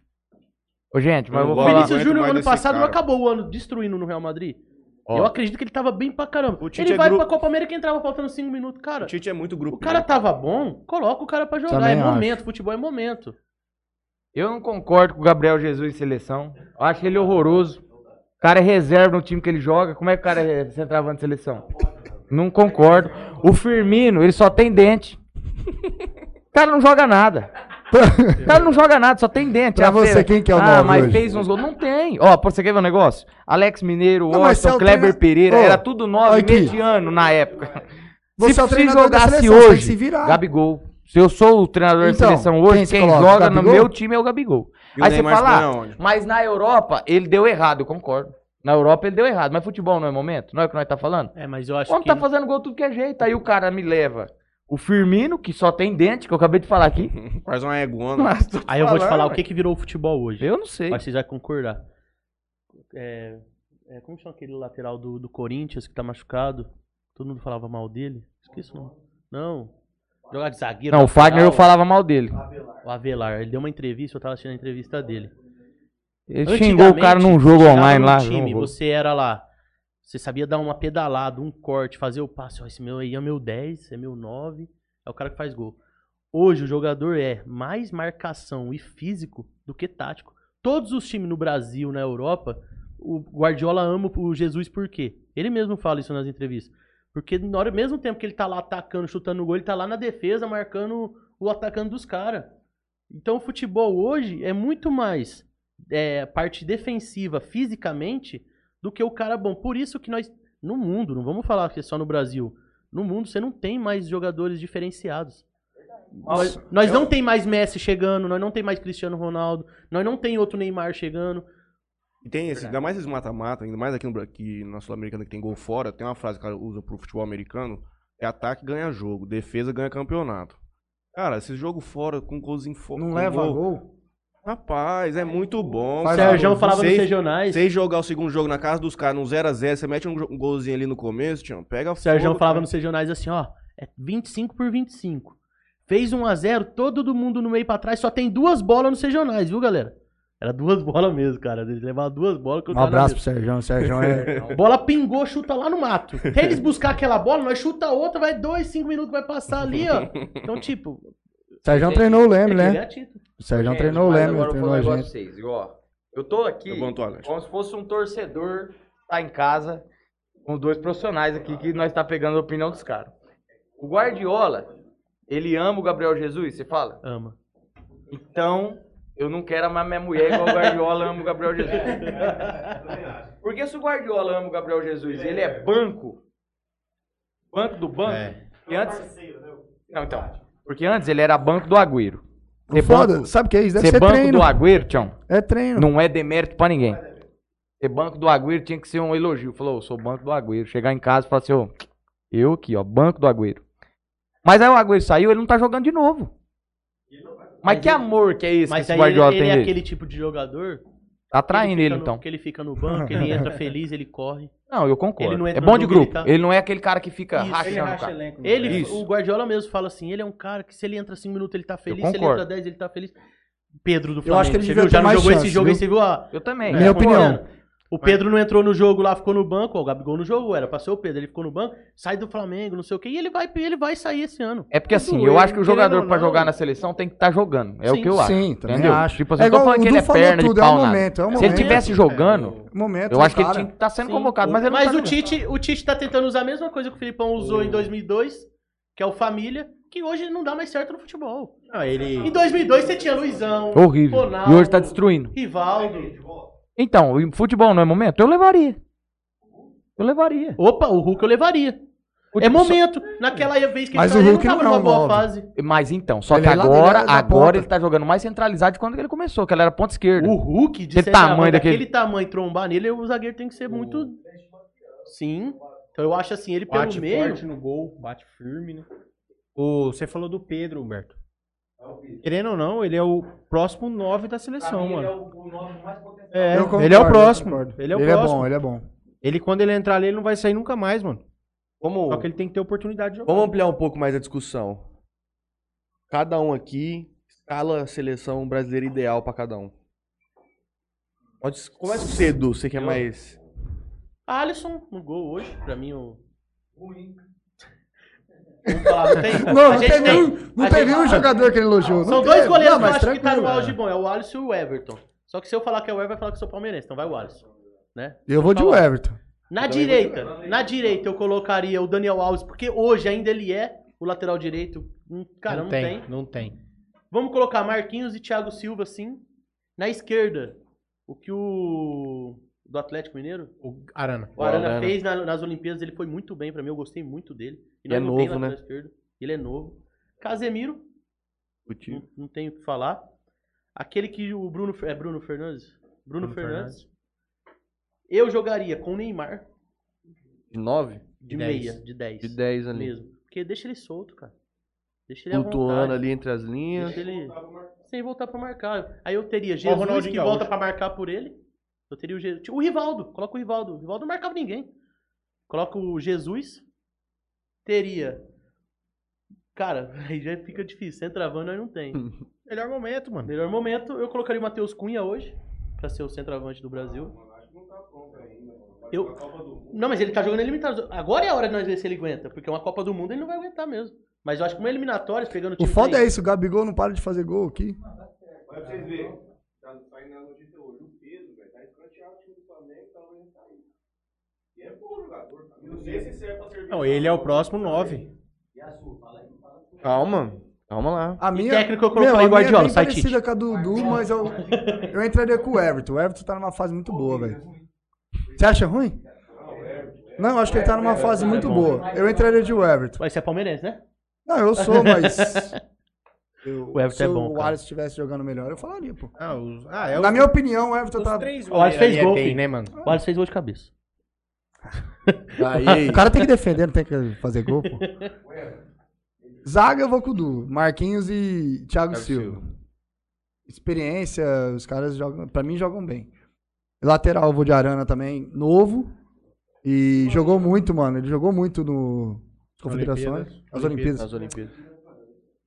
[SPEAKER 5] Ô, gente, mas eu vou
[SPEAKER 1] Não
[SPEAKER 3] O
[SPEAKER 5] falar.
[SPEAKER 1] gosto.
[SPEAKER 3] Vinícius
[SPEAKER 1] aguento
[SPEAKER 3] Júnior,
[SPEAKER 1] mais
[SPEAKER 3] ano
[SPEAKER 1] desse
[SPEAKER 3] passado, não
[SPEAKER 1] cara.
[SPEAKER 3] acabou o ano destruindo no Real Madrid.
[SPEAKER 5] Ó.
[SPEAKER 3] Eu acredito que ele tava bem pra caramba.
[SPEAKER 1] O Tite
[SPEAKER 3] Ele
[SPEAKER 1] é
[SPEAKER 3] vai
[SPEAKER 1] gru-
[SPEAKER 3] pra Copa América e entrava faltando cinco minutos, cara.
[SPEAKER 1] O Tite é muito
[SPEAKER 3] O
[SPEAKER 1] grupo.
[SPEAKER 5] Né?
[SPEAKER 3] cara tava bom, coloca o cara pra jogar.
[SPEAKER 4] Também
[SPEAKER 3] é
[SPEAKER 4] acho.
[SPEAKER 3] momento, futebol é momento.
[SPEAKER 5] Eu não concordo com o Gabriel Jesus em seleção. Eu acho ele horroroso. O cara é reserva no time que ele joga. Como é que o cara é centroavante de seleção? Não concordo. O Firmino, ele só tem dente. O cara não joga nada. O cara não joga nada, só tem dente.
[SPEAKER 4] Pra
[SPEAKER 5] É a
[SPEAKER 4] você,
[SPEAKER 5] feira.
[SPEAKER 4] quem que é o
[SPEAKER 5] Ah,
[SPEAKER 4] nove
[SPEAKER 5] mas
[SPEAKER 4] hoje?
[SPEAKER 5] fez uns gols. Não tem. Ó, pra você quer ver um negócio? Alex Mineiro,
[SPEAKER 4] Não, mas você é
[SPEAKER 5] Orson,
[SPEAKER 4] o
[SPEAKER 5] Kleber
[SPEAKER 4] treina-
[SPEAKER 5] Pereira,
[SPEAKER 4] Ô,
[SPEAKER 5] era tudo nove
[SPEAKER 4] aqui.
[SPEAKER 5] mediano na época.
[SPEAKER 4] Você
[SPEAKER 5] se
[SPEAKER 4] é o
[SPEAKER 5] se
[SPEAKER 4] treinador da
[SPEAKER 5] jogasse
[SPEAKER 4] seleção, tem
[SPEAKER 5] hoje,
[SPEAKER 4] que se virar.
[SPEAKER 5] Gabigol. Se eu sou o treinador
[SPEAKER 4] Então,
[SPEAKER 5] da seleção hoje,
[SPEAKER 4] quem
[SPEAKER 5] quem,
[SPEAKER 4] se coloca?
[SPEAKER 5] joga no
[SPEAKER 4] Gabigol?
[SPEAKER 5] meu time é o Gabigol.
[SPEAKER 1] E o
[SPEAKER 5] Aí você
[SPEAKER 1] Neymar
[SPEAKER 5] fala,
[SPEAKER 1] se põe
[SPEAKER 5] "Ah,
[SPEAKER 1] aonde?"
[SPEAKER 5] mas na Europa ele deu errado, eu concordo. Na Europa ele deu errado, mas futebol não é momento, não é o que nós tá falando?
[SPEAKER 3] É, mas eu
[SPEAKER 5] O
[SPEAKER 3] acho
[SPEAKER 5] homem
[SPEAKER 3] que.
[SPEAKER 5] tá fazendo gol tudo que é jeito, aí o cara me leva o Firmino, que só tem dente, que eu acabei de falar aqui.
[SPEAKER 1] Faz uma é iguana.
[SPEAKER 5] Mas tô
[SPEAKER 3] Aí eu vou te
[SPEAKER 5] falando,
[SPEAKER 3] falar o
[SPEAKER 5] ué.
[SPEAKER 3] que, que virou o futebol hoje.
[SPEAKER 5] [laughs] Eu não sei.
[SPEAKER 3] Mas vocês vão concordar. É, é, como chama aquele lateral do, do Corinthians que tá machucado? Todo mundo falava mal dele. Esqueci o nome. Não. Jogar de zagueiro.
[SPEAKER 5] Não, o Fagner eu
[SPEAKER 3] lateral,
[SPEAKER 5] falava mal dele.
[SPEAKER 3] O Avelar. Ele deu uma entrevista, eu tava assistindo a entrevista dele.
[SPEAKER 5] Ele xingou o cara num jogo
[SPEAKER 3] chegava
[SPEAKER 5] online
[SPEAKER 3] num
[SPEAKER 5] lá.
[SPEAKER 3] Time,
[SPEAKER 5] jogo.
[SPEAKER 3] você era lá. Você sabia dar uma pedalada, um corte, fazer o passe. Ó, esse meu aí é meu 10, é meu 9. É o cara que faz gol. Hoje o jogador é mais marcação e físico do que tático. Todos os times no Brasil, na Europa, o Guardiola ama o Jesus por quê? Ele mesmo fala isso nas entrevistas. Porque na hora, mesmo tempo que ele tá lá atacando, chutando o gol, ele tá lá na defesa, marcando o atacando dos caras. Então o futebol hoje é muito mais é, parte defensiva fisicamente do que o cara bom. Por isso que nós, no mundo, não vamos falar que é só no Brasil, no mundo você não tem mais jogadores diferenciados. Nós, nós não tem mais Messi chegando, nós não tem mais Cristiano Ronaldo, nós não tem outro Neymar chegando.
[SPEAKER 1] E tem esse, ainda mais esses mata-mata, ainda mais aqui, no, Bra- aqui na Sul-Americana que tem gol fora, tem uma frase que o cara usa pro futebol americano, é ataque ganha jogo, defesa ganha campeonato. Cara, esse jogo fora com golzinho fora.
[SPEAKER 4] Não leva gol.
[SPEAKER 1] Rapaz, é muito bom.
[SPEAKER 4] Faz
[SPEAKER 1] cara.
[SPEAKER 3] Sérgio falava nos
[SPEAKER 1] Vocês-
[SPEAKER 3] regionais.
[SPEAKER 1] Vocês jogar o segundo jogo na casa dos caras, num 0x0, você mete um, jo- um golzinho ali no começo, tchau, pega
[SPEAKER 3] O Sérgio
[SPEAKER 1] fogo,
[SPEAKER 4] né?
[SPEAKER 3] falava
[SPEAKER 1] cara.
[SPEAKER 3] nos regionais assim, ó, é 25 por 25. Fez 1 a 0, todo mundo no meio pra trás, só tem duas bolas nos regionais, viu, galera? Era duas [laughs] bolas mesmo, cara. Eles levavam duas bolas que eu
[SPEAKER 4] Um abraço pro Sérgio. Sérgio
[SPEAKER 5] [laughs]
[SPEAKER 4] é.
[SPEAKER 3] Bola pingou, chuta lá no mato. Até eles buscar aquela bola, nós chuta outra, vai dois, cinco minutos, vai passar ali, ó. Então, tipo,
[SPEAKER 4] Sérgio treinou o Leme,
[SPEAKER 3] é que ele
[SPEAKER 4] né?
[SPEAKER 3] é título.
[SPEAKER 4] O Sérgio
[SPEAKER 5] Gente,
[SPEAKER 4] treinou o
[SPEAKER 5] mas
[SPEAKER 4] Leme,
[SPEAKER 5] agora eu vou
[SPEAKER 4] treinou
[SPEAKER 5] falar
[SPEAKER 4] a
[SPEAKER 5] um negócio
[SPEAKER 4] gente.
[SPEAKER 5] pra vocês, viu, ó. Eu tô aqui
[SPEAKER 1] Tá bom, Toalete.
[SPEAKER 5] como se fosse um torcedor tá em casa com dois profissionais aqui que nós tá pegando a opinião dos caras. O Guardiola, ele ama o Gabriel Jesus, você fala?
[SPEAKER 3] Ama.
[SPEAKER 5] Então, eu não quero amar minha mulher igual o Guardiola ama o Gabriel Jesus. Porque se o Guardiola ama o Gabriel Jesus e ele é banco, banco do banco,
[SPEAKER 3] É.
[SPEAKER 5] e antes... Não, então, porque antes ele era banco do Agüero.
[SPEAKER 4] O Foda, sabe o que é isso? Deve
[SPEAKER 5] Ser
[SPEAKER 4] ser
[SPEAKER 5] banco
[SPEAKER 4] treino.
[SPEAKER 5] do Agüero, Tião,
[SPEAKER 4] É treino.
[SPEAKER 5] [laughs] não é demérito pra ninguém. Ser banco do Agüero tinha que ser um elogio. Falou, eu sou banco do Agüero. Chegar em casa e falar assim, ô, eu aqui, ó, banco do Agüero. Mas aí o Agüero saiu, ele não tá jogando de novo. Mas
[SPEAKER 3] Mas
[SPEAKER 5] que
[SPEAKER 3] ele-
[SPEAKER 5] amor que é esse
[SPEAKER 3] Mas
[SPEAKER 5] que esse
[SPEAKER 3] aí ele,
[SPEAKER 5] Guardiola
[SPEAKER 3] ele
[SPEAKER 5] tem
[SPEAKER 3] é
[SPEAKER 5] dele?
[SPEAKER 3] aquele tipo de jogador. que
[SPEAKER 5] Tá traindo
[SPEAKER 3] fica
[SPEAKER 5] ele,
[SPEAKER 3] no-
[SPEAKER 5] então.
[SPEAKER 3] Que ele fica no banco, ele entra feliz, ele corre.
[SPEAKER 5] Não, eu concordo.
[SPEAKER 3] ele não
[SPEAKER 5] é
[SPEAKER 3] entra
[SPEAKER 5] bom
[SPEAKER 3] no
[SPEAKER 5] de
[SPEAKER 3] jogo,
[SPEAKER 5] grupo. Ele,
[SPEAKER 3] ele tá-
[SPEAKER 5] não é aquele cara que fica
[SPEAKER 3] Isso,
[SPEAKER 5] rachando
[SPEAKER 6] Ele
[SPEAKER 5] o
[SPEAKER 6] racha
[SPEAKER 5] cara.
[SPEAKER 6] elenco. né? no
[SPEAKER 3] Ele,
[SPEAKER 5] Isso.
[SPEAKER 3] o Guardiola mesmo fala assim, ele é um cara que se ele entra 5 minutos ele tá feliz, se ele
[SPEAKER 5] concordo.
[SPEAKER 3] entra 10 ele tá feliz. Pedro do Flamengo,
[SPEAKER 4] Eu acho que ele
[SPEAKER 3] você
[SPEAKER 4] devia
[SPEAKER 3] viu?
[SPEAKER 4] ter
[SPEAKER 3] já não
[SPEAKER 4] mais
[SPEAKER 3] jogou esse
[SPEAKER 4] chance,
[SPEAKER 3] jogo,
[SPEAKER 4] viu?
[SPEAKER 3] aí você viu a
[SPEAKER 5] Eu também.
[SPEAKER 4] Minha
[SPEAKER 3] É,
[SPEAKER 4] opinião.
[SPEAKER 3] concordo. O Pedro não entrou no jogo lá, ficou no banco, ó, o Gabigol não jogou, era pra ser o Pedro, ele ficou no banco, sai do Flamengo, não sei o quê, e ele vai, ele vai sair esse ano.
[SPEAKER 5] É porque assim,
[SPEAKER 6] Tudo
[SPEAKER 5] eu
[SPEAKER 6] ele,
[SPEAKER 5] acho que o
[SPEAKER 6] querendo
[SPEAKER 5] jogador
[SPEAKER 6] ou
[SPEAKER 5] pra
[SPEAKER 6] não.
[SPEAKER 5] jogar na seleção tem que estar jogando. É o
[SPEAKER 3] Sim,
[SPEAKER 5] que eu acho.
[SPEAKER 4] Sim, também
[SPEAKER 5] Entendeu?
[SPEAKER 4] acho.
[SPEAKER 5] Tipo assim, eu tô
[SPEAKER 4] igual
[SPEAKER 5] falando
[SPEAKER 4] o
[SPEAKER 5] que ele
[SPEAKER 4] Du
[SPEAKER 5] é
[SPEAKER 4] falou
[SPEAKER 5] perna de
[SPEAKER 4] tudo, é
[SPEAKER 5] pau,
[SPEAKER 4] um
[SPEAKER 5] nada.
[SPEAKER 4] momento, é um
[SPEAKER 5] Se ele
[SPEAKER 4] momento.
[SPEAKER 5] tivesse
[SPEAKER 4] É
[SPEAKER 5] jogando,
[SPEAKER 4] o momento
[SPEAKER 5] eu
[SPEAKER 4] do
[SPEAKER 5] acho que ele
[SPEAKER 4] cara.
[SPEAKER 5] tinha que estar sendo
[SPEAKER 3] Sim,
[SPEAKER 5] convocado, mas ele não
[SPEAKER 3] É. Mas
[SPEAKER 5] tá
[SPEAKER 3] o
[SPEAKER 5] jogando.
[SPEAKER 3] Tite, o Tite tá tentando usar a mesma coisa que o Filipão usou em 2002, que é o família, que hoje não dá mais certo no futebol.
[SPEAKER 6] Não, ele.
[SPEAKER 3] Em 2002 você tinha Luizão,
[SPEAKER 5] Horrível.
[SPEAKER 3] Ronaldo,
[SPEAKER 5] E hoje tá destruindo.
[SPEAKER 3] Rivaldo.
[SPEAKER 5] Então, e futebol não é momento? Eu levaria. Eu levaria.
[SPEAKER 3] Opa, o Hulk eu levaria. É momento. Naquela vez que
[SPEAKER 4] Mas
[SPEAKER 3] ele
[SPEAKER 4] o
[SPEAKER 3] saiu,
[SPEAKER 4] Hulk
[SPEAKER 3] ele não tava
[SPEAKER 4] não é
[SPEAKER 3] numa
[SPEAKER 4] um
[SPEAKER 3] boa
[SPEAKER 4] nove.
[SPEAKER 3] fase.
[SPEAKER 5] Mas então, só
[SPEAKER 4] Ele
[SPEAKER 5] que
[SPEAKER 4] é lateral
[SPEAKER 5] agora,
[SPEAKER 4] da
[SPEAKER 5] agora
[SPEAKER 4] ponta.
[SPEAKER 5] ele tá jogando mais centralizado de quando ele começou, que ele era ponta
[SPEAKER 6] Né?
[SPEAKER 5] esquerda.
[SPEAKER 3] O Hulk, de
[SPEAKER 5] Aquele
[SPEAKER 3] certa
[SPEAKER 5] tamanho
[SPEAKER 3] forma,
[SPEAKER 5] daquele-
[SPEAKER 3] daquele tamanho, trombar nele, o zagueiro tem que ser muito... Sim. Então eu acho assim, ele pelo
[SPEAKER 6] Bate
[SPEAKER 3] meio...
[SPEAKER 6] forte no gol, bate firme, né? O, você falou do Pedro, Humberto. Querendo ou não, ele é o próximo 9 da seleção, mano. É,
[SPEAKER 4] Eu concordo,
[SPEAKER 6] ele é o
[SPEAKER 4] eu
[SPEAKER 6] próximo.
[SPEAKER 4] concordo.
[SPEAKER 6] Ele é o próximo.
[SPEAKER 4] bom, ele é bom.
[SPEAKER 6] Ele, quando ele entrar ali, ele não vai sair nunca mais, mano.
[SPEAKER 2] Vamos,
[SPEAKER 6] Só que ele tem que ter oportunidade de jogar.
[SPEAKER 2] vamos ampliar um pouco mais a discussão. Cada um aqui escala a seleção brasileira ideal pra cada um. Pode, começa cedo, você quer mais.
[SPEAKER 3] Alisson no gol hoje, pra mim, o... Ruim. Vamos falar, não tem...
[SPEAKER 4] Não,
[SPEAKER 3] a
[SPEAKER 4] não
[SPEAKER 3] gente
[SPEAKER 4] teve,
[SPEAKER 3] tem-
[SPEAKER 4] nenhum, não
[SPEAKER 3] a
[SPEAKER 4] teve
[SPEAKER 3] gente-
[SPEAKER 4] nenhum jogador que ele elogiou. não
[SPEAKER 3] São
[SPEAKER 4] teve.
[SPEAKER 3] dois goleiros
[SPEAKER 4] Não,
[SPEAKER 3] que eu
[SPEAKER 4] mas
[SPEAKER 3] acho que tá no
[SPEAKER 4] tranquilo,
[SPEAKER 3] auge bom, é o Alisson e o Everton. Só que se eu falar que é o Everton, vai falar que eu sou palmeirense, então vai o Alisson. Né?
[SPEAKER 4] Eu vou de
[SPEAKER 3] Então,
[SPEAKER 4] Everton.
[SPEAKER 3] Na direita, na direita eu colocaria o Daniel Alves, porque hoje ainda ele é o lateral direito. Hum, Cara, não, tem.
[SPEAKER 6] Não tem.
[SPEAKER 3] Vamos colocar Marquinhos e Thiago Silva, sim. Na esquerda, o que o do Atlético Mineiro,
[SPEAKER 6] O Arana.
[SPEAKER 3] o Arana
[SPEAKER 2] Arana.
[SPEAKER 3] fez na- nas Olimpíadas, ele foi muito bem pra mim, eu gostei muito dele.
[SPEAKER 2] E é
[SPEAKER 3] não
[SPEAKER 2] novo, né?
[SPEAKER 3] esquerdo, ele é novo. Casemiro,
[SPEAKER 2] Curtiu?
[SPEAKER 3] não, não tenho o que falar. Aquele que o Bruno. Fer- É Bruno Fernandes? Bruno,
[SPEAKER 6] Bruno
[SPEAKER 3] Fernandes. Eu jogaria com o Neymar
[SPEAKER 2] De 9?
[SPEAKER 3] de
[SPEAKER 6] dez.
[SPEAKER 3] meia, de 10.
[SPEAKER 2] De 10 ali.
[SPEAKER 3] mesmo. Porque deixa ele solto, cara. Deixa ele é à
[SPEAKER 2] Flutuando
[SPEAKER 3] vontade.
[SPEAKER 2] ali entre as linhas.
[SPEAKER 3] Deixa ele. Sem voltar pra marcar. Aí eu teria
[SPEAKER 6] o
[SPEAKER 3] Jesus
[SPEAKER 6] Ronaldinho
[SPEAKER 3] que
[SPEAKER 6] Gaúcho.
[SPEAKER 3] volta pra marcar por ele. Eu teria o Jesus. O Rivaldo. Coloca o Rivaldo. O Rivaldo não marcava ninguém. Coloca o Jesus. Teria. Cara, [laughs] aí já fica difícil. Centravando aí não tem.
[SPEAKER 6] [laughs] Melhor momento, mano.
[SPEAKER 3] Melhor momento, eu colocaria o Matheus Cunha hoje, pra ser o centroavante do Brasil. Eu... Não, mas ele tá jogando eliminatórias. Agora é a hora de nós ver se ele aguenta, porque uma Copa do Mundo ele não vai aguentar mesmo. Mas eu acho que uma eliminatória, pegando
[SPEAKER 4] O foda é
[SPEAKER 3] aí-
[SPEAKER 4] isso, o Gabigol não para de fazer gol aqui.
[SPEAKER 1] Mas pra vocês verem, tá saindo na notícia hoje, o Pedro, velho, tá escanteado o time do Flamengo, talvez ele sair. E é bom jogador. Não sei se serve pra servir.
[SPEAKER 6] Não, ele é o próximo 9.
[SPEAKER 2] Calma, calma lá.
[SPEAKER 4] A
[SPEAKER 3] E
[SPEAKER 4] minha,
[SPEAKER 3] técnico eu
[SPEAKER 4] meu, a
[SPEAKER 3] colocaria
[SPEAKER 4] minha
[SPEAKER 3] Guardiola,
[SPEAKER 4] é bem
[SPEAKER 3] sai Tite.
[SPEAKER 4] parecida com a do Du, mas eu, eu entraria com o Everton. O Everton tá numa fase muito boa, velho. Você acha ruim? Não, acho que ele tá numa fase muito boa. Eu entraria de Everton.
[SPEAKER 3] Vai ser palmeirense, né?
[SPEAKER 4] Não, eu sou, [laughs] mas. eu-
[SPEAKER 3] O Everton
[SPEAKER 4] se
[SPEAKER 3] é bom,
[SPEAKER 4] o
[SPEAKER 3] cara.
[SPEAKER 4] Alisson estivesse jogando melhor, eu falaria, pô.
[SPEAKER 6] Ah, os, ah, é
[SPEAKER 4] Na
[SPEAKER 6] os-
[SPEAKER 4] minha opinião, o Everton
[SPEAKER 6] os
[SPEAKER 4] tá.
[SPEAKER 6] três
[SPEAKER 3] Ó, ele
[SPEAKER 6] goleiros
[SPEAKER 3] fez
[SPEAKER 6] ali é
[SPEAKER 3] gol,
[SPEAKER 6] bem,
[SPEAKER 3] filho.
[SPEAKER 6] né, mano?
[SPEAKER 3] O Alisson fez gol de cabeça.
[SPEAKER 2] Aí,
[SPEAKER 4] O cara tem que defender, não tem que fazer gol, pô. [laughs] Zaga, eu vou com o Du. Marquinhos e Thiago, Silva. Experiência, os caras jogam. Pra mim, jogam bem. Lateral, eu vou de Arana também, novo. E jogou muito, mano. Ele jogou muito no. nas Confederações. As Olimpíadas.
[SPEAKER 2] nas Olimpíadas.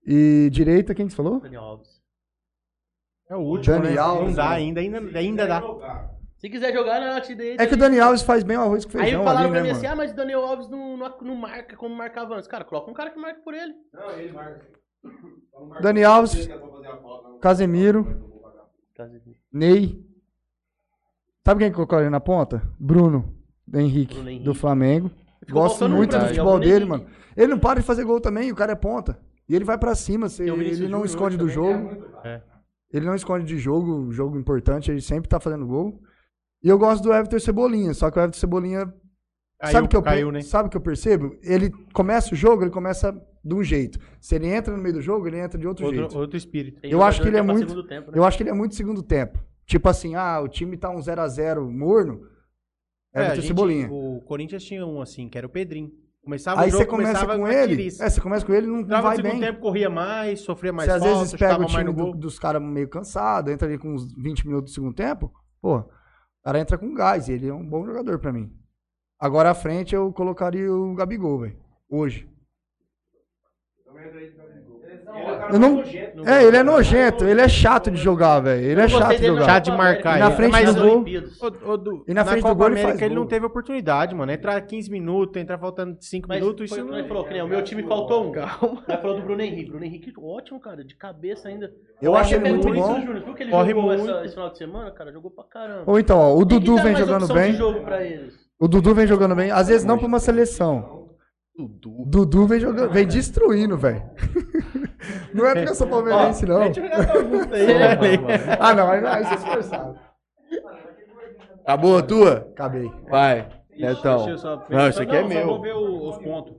[SPEAKER 4] E direita, quem que você falou?
[SPEAKER 3] Daniel Alves.
[SPEAKER 6] É o último,
[SPEAKER 4] Dani
[SPEAKER 6] né? Não
[SPEAKER 4] Alves,
[SPEAKER 6] dá
[SPEAKER 4] mano.
[SPEAKER 6] ainda, ainda, ainda dá.
[SPEAKER 3] Se quiser jogar, na te dele.
[SPEAKER 4] É que o Dani Alves faz bem o arroz com
[SPEAKER 3] Aí
[SPEAKER 4] feijão
[SPEAKER 3] falaram
[SPEAKER 4] ali,
[SPEAKER 3] pra
[SPEAKER 4] né,
[SPEAKER 3] mim assim,
[SPEAKER 4] mano?
[SPEAKER 3] ah, mas o Daniel Alves não, não, não marca como marcava antes. Cara, coloca um cara que marca por ele. ah,
[SPEAKER 4] Dani Alves, Casemiro, Ney. Sabe quem que eu colocaria na ponta? Bruno Henrique,
[SPEAKER 3] Bruno Henrique.
[SPEAKER 4] do Flamengo.
[SPEAKER 3] Ficou
[SPEAKER 4] Gosto
[SPEAKER 3] faltando um
[SPEAKER 4] muito
[SPEAKER 3] pra
[SPEAKER 4] do
[SPEAKER 3] mim, é o
[SPEAKER 4] futebol
[SPEAKER 3] Bruno
[SPEAKER 4] dele,
[SPEAKER 3] Henrique.
[SPEAKER 4] mano. Ele não para de fazer gol também, o cara é ponta. E ele vai pra cima, se-
[SPEAKER 3] E o Vinícius
[SPEAKER 4] ele não
[SPEAKER 3] Júnior
[SPEAKER 4] esconde do
[SPEAKER 3] hoje também, é
[SPEAKER 4] jogo.
[SPEAKER 6] É.
[SPEAKER 4] Ele não esconde de jogo, jogo importante, ele sempre tá fazendo gol. E eu gosto do Everton Cebolinha, só que o Everton Cebolinha
[SPEAKER 6] Caiu,
[SPEAKER 4] sabe o que eu per-
[SPEAKER 6] caiu, né?
[SPEAKER 4] sabe o que eu percebo? Ele começa o jogo, ele começa de um jeito. Se ele entra no meio do jogo, ele entra de outro, jeito.
[SPEAKER 6] Outro, outro espírito.
[SPEAKER 3] Tem
[SPEAKER 4] Eu acho que
[SPEAKER 3] jogador
[SPEAKER 4] ele é
[SPEAKER 3] pra
[SPEAKER 4] muito-
[SPEAKER 3] segundo tempo, né?
[SPEAKER 4] Eu acho que ele é muito segundo tempo. Tipo assim, ah, o time tá um 0x0 morno.
[SPEAKER 6] É, a
[SPEAKER 4] Everton
[SPEAKER 6] gente-
[SPEAKER 7] É,
[SPEAKER 4] Cebolinha.
[SPEAKER 6] O Corinthians tinha um assim, que era o Pedrinho.
[SPEAKER 7] Começava
[SPEAKER 4] Aí
[SPEAKER 7] o jogo,
[SPEAKER 4] você começa
[SPEAKER 7] começava
[SPEAKER 4] com
[SPEAKER 7] naquele-
[SPEAKER 4] ele, é, você começa com ele, não, não
[SPEAKER 7] Entrava no
[SPEAKER 4] vai
[SPEAKER 7] segundo
[SPEAKER 4] bem.
[SPEAKER 7] tempo, corria mais, sofria mais
[SPEAKER 4] Você às
[SPEAKER 7] falta,
[SPEAKER 4] vezes pega
[SPEAKER 7] chutava
[SPEAKER 4] o
[SPEAKER 7] mais
[SPEAKER 4] time
[SPEAKER 7] no
[SPEAKER 4] do-
[SPEAKER 7] gol.
[SPEAKER 4] dos caras meio cansado, entra ali com uns 20 minutos do segundo tempo, pô, o cara entra com gás, e ele é um bom jogador pra mim. Agora à frente eu colocaria o Gabigol, velho. Hoje. Eu não... É, ele é nojento, ele é chato de jogar, velho. Ele é chato de jogar.
[SPEAKER 7] Chato de marcar.
[SPEAKER 4] Na frente do gol.
[SPEAKER 7] Ô, ô, Du,
[SPEAKER 4] E na frente do
[SPEAKER 7] Copa
[SPEAKER 4] gol ele
[SPEAKER 7] América
[SPEAKER 4] faz
[SPEAKER 7] ele não
[SPEAKER 4] gol.
[SPEAKER 7] teve oportunidade, mano. Entrar 15 minutos, entrar faltando 5
[SPEAKER 3] Mas
[SPEAKER 7] minutos,
[SPEAKER 3] foi
[SPEAKER 7] isso
[SPEAKER 3] o que
[SPEAKER 7] não
[SPEAKER 3] nós falou, que nem o meu time faltou um. Calma. Nós falou do Bruno Henrique. Bruno Henrique, ótimo, cara, de cabeça ainda.
[SPEAKER 4] Eu
[SPEAKER 3] Aí
[SPEAKER 4] acho
[SPEAKER 3] você
[SPEAKER 4] ele
[SPEAKER 3] pega o
[SPEAKER 4] muito
[SPEAKER 3] Vinícius
[SPEAKER 4] bom.
[SPEAKER 3] Júnior, viu que ele
[SPEAKER 7] Corre
[SPEAKER 3] jogou
[SPEAKER 7] muito.
[SPEAKER 3] essa, esse final de semana, cara? Jogou pra caramba.
[SPEAKER 4] Ou então, ó, o
[SPEAKER 3] Tem que
[SPEAKER 4] Dudu
[SPEAKER 3] dar
[SPEAKER 4] vem
[SPEAKER 3] mais
[SPEAKER 4] jogando
[SPEAKER 3] opção de
[SPEAKER 4] bem.
[SPEAKER 3] jogo pra eles.
[SPEAKER 4] O Dudu vem jogando bem, às vezes não pra uma seleção. Dudu. vem jogando, vem destruindo, velho. [laughs] Não é porque eu sou palmeirense, não. Ah, não, aí, aí vocês forçaram.
[SPEAKER 2] Acabou Tá a tua?
[SPEAKER 4] Acabei.
[SPEAKER 2] Vai.
[SPEAKER 7] Deixa eu
[SPEAKER 2] Então.
[SPEAKER 7] só-
[SPEAKER 2] Não, isso aqui é
[SPEAKER 7] só
[SPEAKER 2] meu.
[SPEAKER 7] vou ver o- os pontos.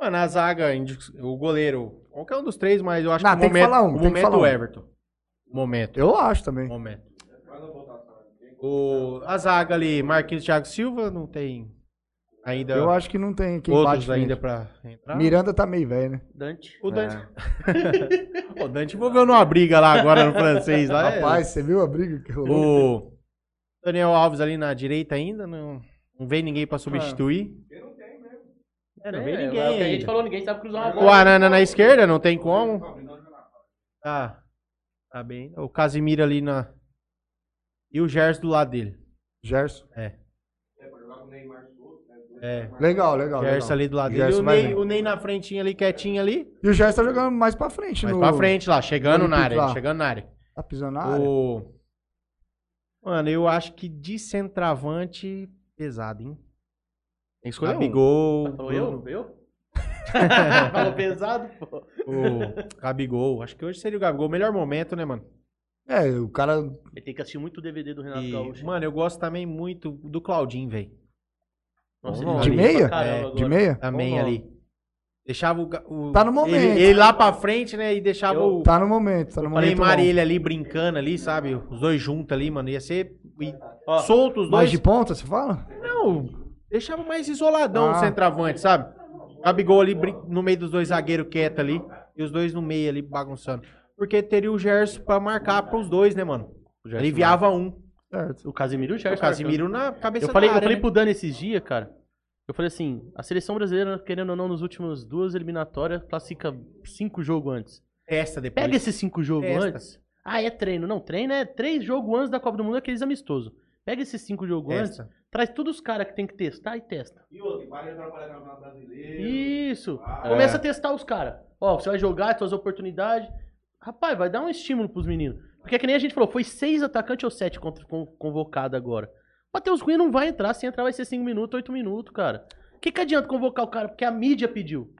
[SPEAKER 7] Mano, a zaga, indi- o goleiro, qualquer um dos três, mas eu acho
[SPEAKER 4] Não,
[SPEAKER 7] que o
[SPEAKER 4] tem que
[SPEAKER 7] momento,
[SPEAKER 4] falar um,
[SPEAKER 7] o
[SPEAKER 4] tem que
[SPEAKER 7] momento
[SPEAKER 4] falar um.
[SPEAKER 7] do Everton. O Momento,
[SPEAKER 4] Eu acho
[SPEAKER 7] o
[SPEAKER 4] também.
[SPEAKER 7] momento. O, a zaga ali, Marquinhos Thiago Silva, não tem ainda
[SPEAKER 4] Eu acho que não tem quem
[SPEAKER 7] outros
[SPEAKER 4] bate
[SPEAKER 7] ainda
[SPEAKER 4] ainda.
[SPEAKER 7] pra entrar.
[SPEAKER 4] Miranda tá meio velho, né?
[SPEAKER 3] Dante.
[SPEAKER 7] O Dante.
[SPEAKER 4] É.
[SPEAKER 7] o Dante envolveu numa briga lá agora no francês. Lá, é.
[SPEAKER 4] Rapaz, você viu a briga que rolou?
[SPEAKER 7] O Daniel Alves ali na direita ainda, não, não vem ninguém pra substituir. É, não vem ninguém
[SPEAKER 3] é o que A gente
[SPEAKER 7] ainda.
[SPEAKER 3] falou, ninguém sabe cruzar uma
[SPEAKER 7] O
[SPEAKER 3] bola.
[SPEAKER 7] Arana na esquerda, não tem como. Tá. Tá bem. O Casimiro ali na. E o Gerson do lado dele.
[SPEAKER 4] Gerson.
[SPEAKER 7] É.
[SPEAKER 4] Legal, legal.
[SPEAKER 7] O
[SPEAKER 4] legal.
[SPEAKER 7] Gerson ali do lado dele. E
[SPEAKER 4] Gerson
[SPEAKER 7] o
[SPEAKER 4] vai
[SPEAKER 7] Ney,
[SPEAKER 4] bem.
[SPEAKER 7] o Ney na frentinha ali, quietinho ali.
[SPEAKER 4] E o Gerson tá jogando mais pra frente,
[SPEAKER 7] Mas
[SPEAKER 4] no...
[SPEAKER 7] pra frente lá, chegando
[SPEAKER 4] no
[SPEAKER 7] na área.
[SPEAKER 4] lá.
[SPEAKER 7] Chegando na área.
[SPEAKER 4] Tá pisando na área.
[SPEAKER 7] O... Mano, eu acho que de centroavante, pesado, hein?
[SPEAKER 2] Tem que escolher um.
[SPEAKER 7] Gabigol.
[SPEAKER 3] Falou eu? [laughs] Eu? Falou pesado, pô.
[SPEAKER 7] O... Gabigol. Acho que hoje seria o Gabigol. Melhor momento, né, mano?
[SPEAKER 4] É, o cara.
[SPEAKER 3] Ele tem que assistir muito o DVD do Renato
[SPEAKER 7] E,
[SPEAKER 3] Gaúcho.
[SPEAKER 7] Mano, eu gosto também muito do Claudinho, velho.
[SPEAKER 3] Nossa,
[SPEAKER 7] de
[SPEAKER 3] ele joga
[SPEAKER 4] meia?
[SPEAKER 3] pra caramba
[SPEAKER 4] De
[SPEAKER 3] agora.
[SPEAKER 4] meia?
[SPEAKER 7] Também ali. Deixava o, ga- o-
[SPEAKER 4] Tá no momento.
[SPEAKER 7] Ele, ele lá pra frente, né? E deixava
[SPEAKER 3] Eu-
[SPEAKER 7] o
[SPEAKER 4] Tá no momento, tá no
[SPEAKER 7] o
[SPEAKER 4] momento.
[SPEAKER 7] Neymar e
[SPEAKER 4] bom.
[SPEAKER 7] ele ali brincando ali, sabe? Os dois juntos ali, mano. Ia ser. E,
[SPEAKER 3] Ó,
[SPEAKER 7] solto os
[SPEAKER 4] Mais
[SPEAKER 7] dois.
[SPEAKER 4] de ponta, você fala?
[SPEAKER 7] Não, deixava mais isoladão
[SPEAKER 4] Ah.
[SPEAKER 7] o centroavante, sabe? Gabigol ali brin- no meio dos dois zagueiros quieto ali. E os dois no meio ali bagunçando. Porque teria o Gerson pra marcar pros dois, né, mano? Aliviava um.
[SPEAKER 4] Certo.
[SPEAKER 3] O Casemiro e o
[SPEAKER 7] O
[SPEAKER 3] Gerson.
[SPEAKER 7] Casimiro na cabeça
[SPEAKER 3] Eu falei,
[SPEAKER 7] da
[SPEAKER 3] eu
[SPEAKER 7] área,
[SPEAKER 3] falei
[SPEAKER 7] né?
[SPEAKER 3] pro Dani esses dias, cara. Eu falei assim, a seleção brasileira, querendo ou não, nos últimos duas eliminatórias, classifica cinco jogos antes.
[SPEAKER 7] Testa depois.
[SPEAKER 3] Pega esses cinco jogos
[SPEAKER 7] Testa.
[SPEAKER 3] antes. Ah, é treino. Não, treino é três jogos antes da Copa do Mundo, aqueles amistosos. Pega esses cinco jogos antes,
[SPEAKER 7] Testa.
[SPEAKER 3] traz todos os caras que tem que testar e testa.
[SPEAKER 1] E outro, vai atrapalhar o Campeonato Brasileiro.
[SPEAKER 3] Isso.
[SPEAKER 1] Ah.
[SPEAKER 3] Começa a testar os caras. Ó, você vai jogar, suas oportunidades. Rapaz, vai dar um estímulo pros meninos. Porque é que nem a gente falou, foi seis atacantes ou sete contra, con- convocado agora. O Matheus Cunha não vai entrar, se entrar vai ser cinco minutos, oito minutos, cara. O que, que adianta convocar o cara? Porque a mídia pediu.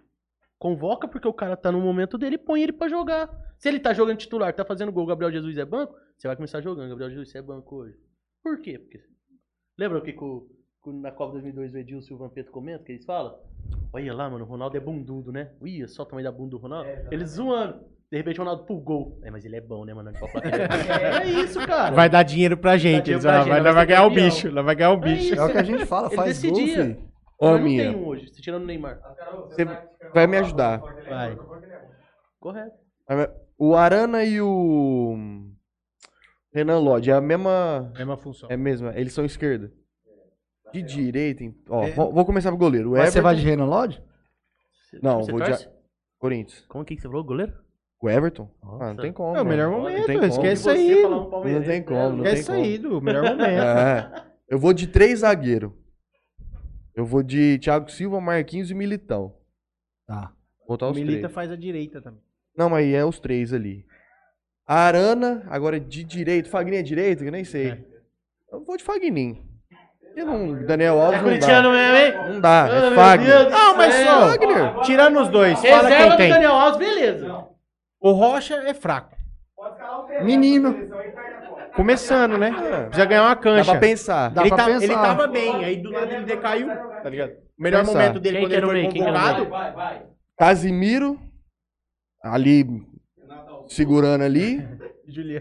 [SPEAKER 3] Convoca porque o cara tá no momento dele e põe ele pra jogar. Se ele tá jogando titular, tá fazendo gol, Gabriel Jesus é banco, você vai começar jogando, Gabriel Jesus você é banco hoje. Por quê? Porque... Lembra o que, que o- que na Copa 2002 o Edilson e o Vampeta comentam, que eles falam? Olha lá, mano, o Ronaldo é bundudo, né? Ui, é só o tamanho da bunda do Ronaldo.
[SPEAKER 4] É,
[SPEAKER 3] Eles zoando. De repente o Ronaldo pro gol. É, mas ele é bom, né, mano? Não pode
[SPEAKER 4] [laughs]
[SPEAKER 3] falar que ele é, bom. é isso, cara.
[SPEAKER 7] Vai dar dinheiro pra gente.
[SPEAKER 3] dinheiro
[SPEAKER 7] eles-
[SPEAKER 3] pra
[SPEAKER 7] ela
[SPEAKER 3] gente,
[SPEAKER 7] vai,
[SPEAKER 3] ela
[SPEAKER 7] ela vai
[SPEAKER 3] vai ser
[SPEAKER 7] ganhar o
[SPEAKER 3] campeão.
[SPEAKER 7] bicho. Ela vai ganhar o
[SPEAKER 3] É
[SPEAKER 7] bicho.
[SPEAKER 3] isso.
[SPEAKER 4] É o que a gente fala,
[SPEAKER 3] Ele
[SPEAKER 4] faz gol,
[SPEAKER 3] decidia.
[SPEAKER 4] filho.
[SPEAKER 2] Ô,
[SPEAKER 3] Mas não tem
[SPEAKER 2] minha.
[SPEAKER 3] um hoje, se tirando o Neymar.
[SPEAKER 7] Ah,
[SPEAKER 2] Você vai me ajudar.
[SPEAKER 7] Vai.
[SPEAKER 3] Correto.
[SPEAKER 2] O Arana e o. Renan Lodge, é a mesma.
[SPEAKER 7] Mesma função.
[SPEAKER 2] É a mesma, eles são esquerda. De direita, em- ó,
[SPEAKER 7] É.
[SPEAKER 2] vou, vou começar pro goleiro. O
[SPEAKER 4] Mas você
[SPEAKER 2] Everton,
[SPEAKER 4] vai de Renan Lodge?
[SPEAKER 2] Não,
[SPEAKER 3] Você
[SPEAKER 2] vou de-
[SPEAKER 3] torce?
[SPEAKER 2] Corinthians.
[SPEAKER 3] Como que que você falou, goleiro?
[SPEAKER 2] O Everton? Ah,
[SPEAKER 3] Nossa.
[SPEAKER 2] não tem como.
[SPEAKER 7] É o
[SPEAKER 2] mano.
[SPEAKER 7] melhor
[SPEAKER 2] Não
[SPEAKER 7] momento,
[SPEAKER 2] tem como.
[SPEAKER 7] esquece. Isso
[SPEAKER 3] Você
[SPEAKER 7] aí,
[SPEAKER 3] falar um palmeirense,
[SPEAKER 2] não tem como,
[SPEAKER 3] né?
[SPEAKER 2] não tem
[SPEAKER 7] Esquece aí do melhor [laughs] momento.
[SPEAKER 2] É. Eu vou de três zagueiro. Eu vou de Thiago Silva, Marquinhos e Militão.
[SPEAKER 4] Tá.
[SPEAKER 2] Vou Botar os
[SPEAKER 7] Milita
[SPEAKER 2] três.
[SPEAKER 7] faz a direita também.
[SPEAKER 2] Não, mas aí é os três ali. A Arana, agora de direito. Fagninho é direito? Eu nem sei. Eu vou de Fagninho. E não, Daniel Alves não
[SPEAKER 3] É Corintiano
[SPEAKER 2] dá.
[SPEAKER 3] mesmo, hein?
[SPEAKER 2] Não dá,
[SPEAKER 3] Ah,
[SPEAKER 2] é
[SPEAKER 3] meu
[SPEAKER 2] Fagner.
[SPEAKER 3] Deus do
[SPEAKER 7] Não, mas
[SPEAKER 3] céu.
[SPEAKER 7] só,
[SPEAKER 2] Wagner.
[SPEAKER 7] tirando os dois, fala
[SPEAKER 3] Reserva
[SPEAKER 7] quem
[SPEAKER 3] do
[SPEAKER 7] tem.
[SPEAKER 3] Daniel Alves, beleza.
[SPEAKER 7] O Rocha é fraco.
[SPEAKER 4] Menino.
[SPEAKER 7] Começando, né?
[SPEAKER 2] É.
[SPEAKER 7] Precisa ganhar uma
[SPEAKER 2] Dá
[SPEAKER 7] cancha.
[SPEAKER 2] pra pensar.
[SPEAKER 4] Dá
[SPEAKER 7] ele,
[SPEAKER 4] pra
[SPEAKER 7] tá-
[SPEAKER 4] pensar.
[SPEAKER 7] ele tava bem, aí do nada ele decaiu, tá ligado? O melhor
[SPEAKER 2] Pensar.
[SPEAKER 7] momento dele
[SPEAKER 3] Quem
[SPEAKER 7] quando
[SPEAKER 3] que
[SPEAKER 7] ele
[SPEAKER 3] era o
[SPEAKER 7] foi
[SPEAKER 3] meio? Quem que era o
[SPEAKER 7] convocado.
[SPEAKER 3] meio?
[SPEAKER 2] Casimiro, ali segurando ali.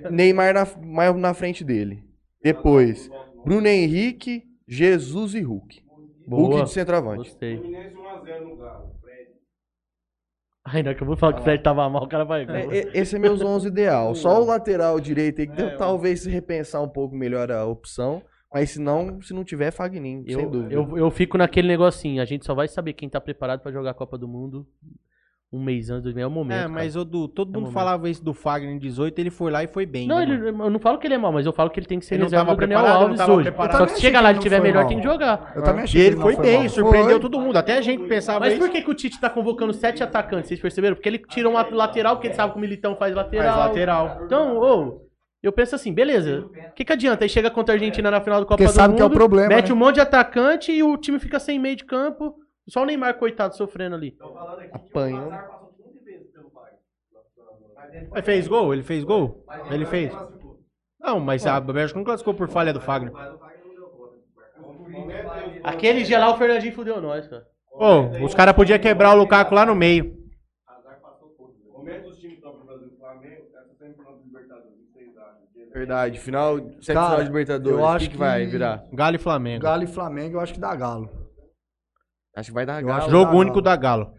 [SPEAKER 2] Neymar na, mais na frente dele. Depois, Bruno Henrique, Jesus e Hulk. Hulk
[SPEAKER 3] Boa.
[SPEAKER 2] de centroavante.
[SPEAKER 3] Gostei.
[SPEAKER 1] Fluminense 1x0 no Galo. Fred.
[SPEAKER 3] Ai, não, que eu vou falar que o Fred tava mal, o cara vai.
[SPEAKER 2] É, é, esse é meus 11 ideal. Só o lateral direito aí que deu- talvez se repensar um pouco melhor a opção. Mas se não, se não tiver, Fagninho,
[SPEAKER 3] eu,
[SPEAKER 2] sem dúvida.
[SPEAKER 3] eu, eu fico naquele negocinho, a gente só vai saber quem tá preparado pra jogar a Copa do Mundo um mês antes, dois meses, é o momento.
[SPEAKER 7] É, mas o do,
[SPEAKER 3] É
[SPEAKER 7] todo mundo
[SPEAKER 3] momento.
[SPEAKER 7] falava isso do Fagner em 18, ele foi lá e foi bem.
[SPEAKER 3] Não,
[SPEAKER 7] né,
[SPEAKER 3] ele-
[SPEAKER 7] mano?
[SPEAKER 3] eu não falo que ele é mal, mas eu falo que ele tem que ser
[SPEAKER 7] Ele não
[SPEAKER 3] reserva
[SPEAKER 7] tava
[SPEAKER 3] do Daniel
[SPEAKER 7] preparado, não
[SPEAKER 3] Alves
[SPEAKER 7] tava
[SPEAKER 3] hoje.
[SPEAKER 7] preparado.
[SPEAKER 4] Eu
[SPEAKER 3] Só
[SPEAKER 4] também
[SPEAKER 3] que se
[SPEAKER 4] achei que
[SPEAKER 3] chega lá
[SPEAKER 4] ele
[SPEAKER 3] ele
[SPEAKER 4] não
[SPEAKER 3] tiver
[SPEAKER 4] foi
[SPEAKER 3] melhor,
[SPEAKER 4] mal.
[SPEAKER 3] tem que jogar.
[SPEAKER 4] Eu também
[SPEAKER 7] E
[SPEAKER 4] achei
[SPEAKER 7] ele
[SPEAKER 4] que
[SPEAKER 7] foi
[SPEAKER 4] não
[SPEAKER 7] bem,
[SPEAKER 4] mal.
[SPEAKER 7] surpreendeu
[SPEAKER 4] Foi.
[SPEAKER 7] todo mundo. Até a gente pensava
[SPEAKER 3] Mas
[SPEAKER 7] isso.
[SPEAKER 3] por que, que o Tite tá convocando sete atacantes? Vocês perceberam? Porque ele tira um lateral, porque ele sabe que o Militão faz lateral.
[SPEAKER 7] Faz lateral.
[SPEAKER 3] Então, ô, eu penso assim, beleza. O que, que adianta? Aí chega contra a Argentina na final do Copa
[SPEAKER 4] Porque
[SPEAKER 3] do
[SPEAKER 4] sabe
[SPEAKER 3] Mundo,
[SPEAKER 4] que é o problema,
[SPEAKER 3] mete
[SPEAKER 4] né?
[SPEAKER 3] um monte de atacante e o time fica sem meio de campo. Só o Neymar, coitado, sofrendo ali.
[SPEAKER 2] Apanhando.
[SPEAKER 7] Ele fez gol? Ele fez gol? Ele fez. Não, mas a Bélgica não classificou por falha do Fagner.
[SPEAKER 3] Aquele dia lá, o Fernandinho fudeu nós, cara.
[SPEAKER 7] Ô, os caras podiam quebrar o Lukaku lá no meio.
[SPEAKER 1] Comenta os times que estão pro Brasil. Flamengo, essa semifinal do Libertadores, não sei idade.
[SPEAKER 2] Verdade. Final, semifinal
[SPEAKER 4] Cara,
[SPEAKER 2] de Libertadores.
[SPEAKER 4] eu
[SPEAKER 2] o
[SPEAKER 4] acho
[SPEAKER 2] que, que vai
[SPEAKER 4] que-
[SPEAKER 2] virar?
[SPEAKER 7] Galo e Flamengo.
[SPEAKER 4] Galo e Flamengo, eu acho que dá Galo.
[SPEAKER 2] Acho que vai dar
[SPEAKER 4] Eu
[SPEAKER 2] galo.
[SPEAKER 4] acho que
[SPEAKER 7] Jogo
[SPEAKER 4] dá
[SPEAKER 7] único
[SPEAKER 4] Galo.
[SPEAKER 7] da Galo.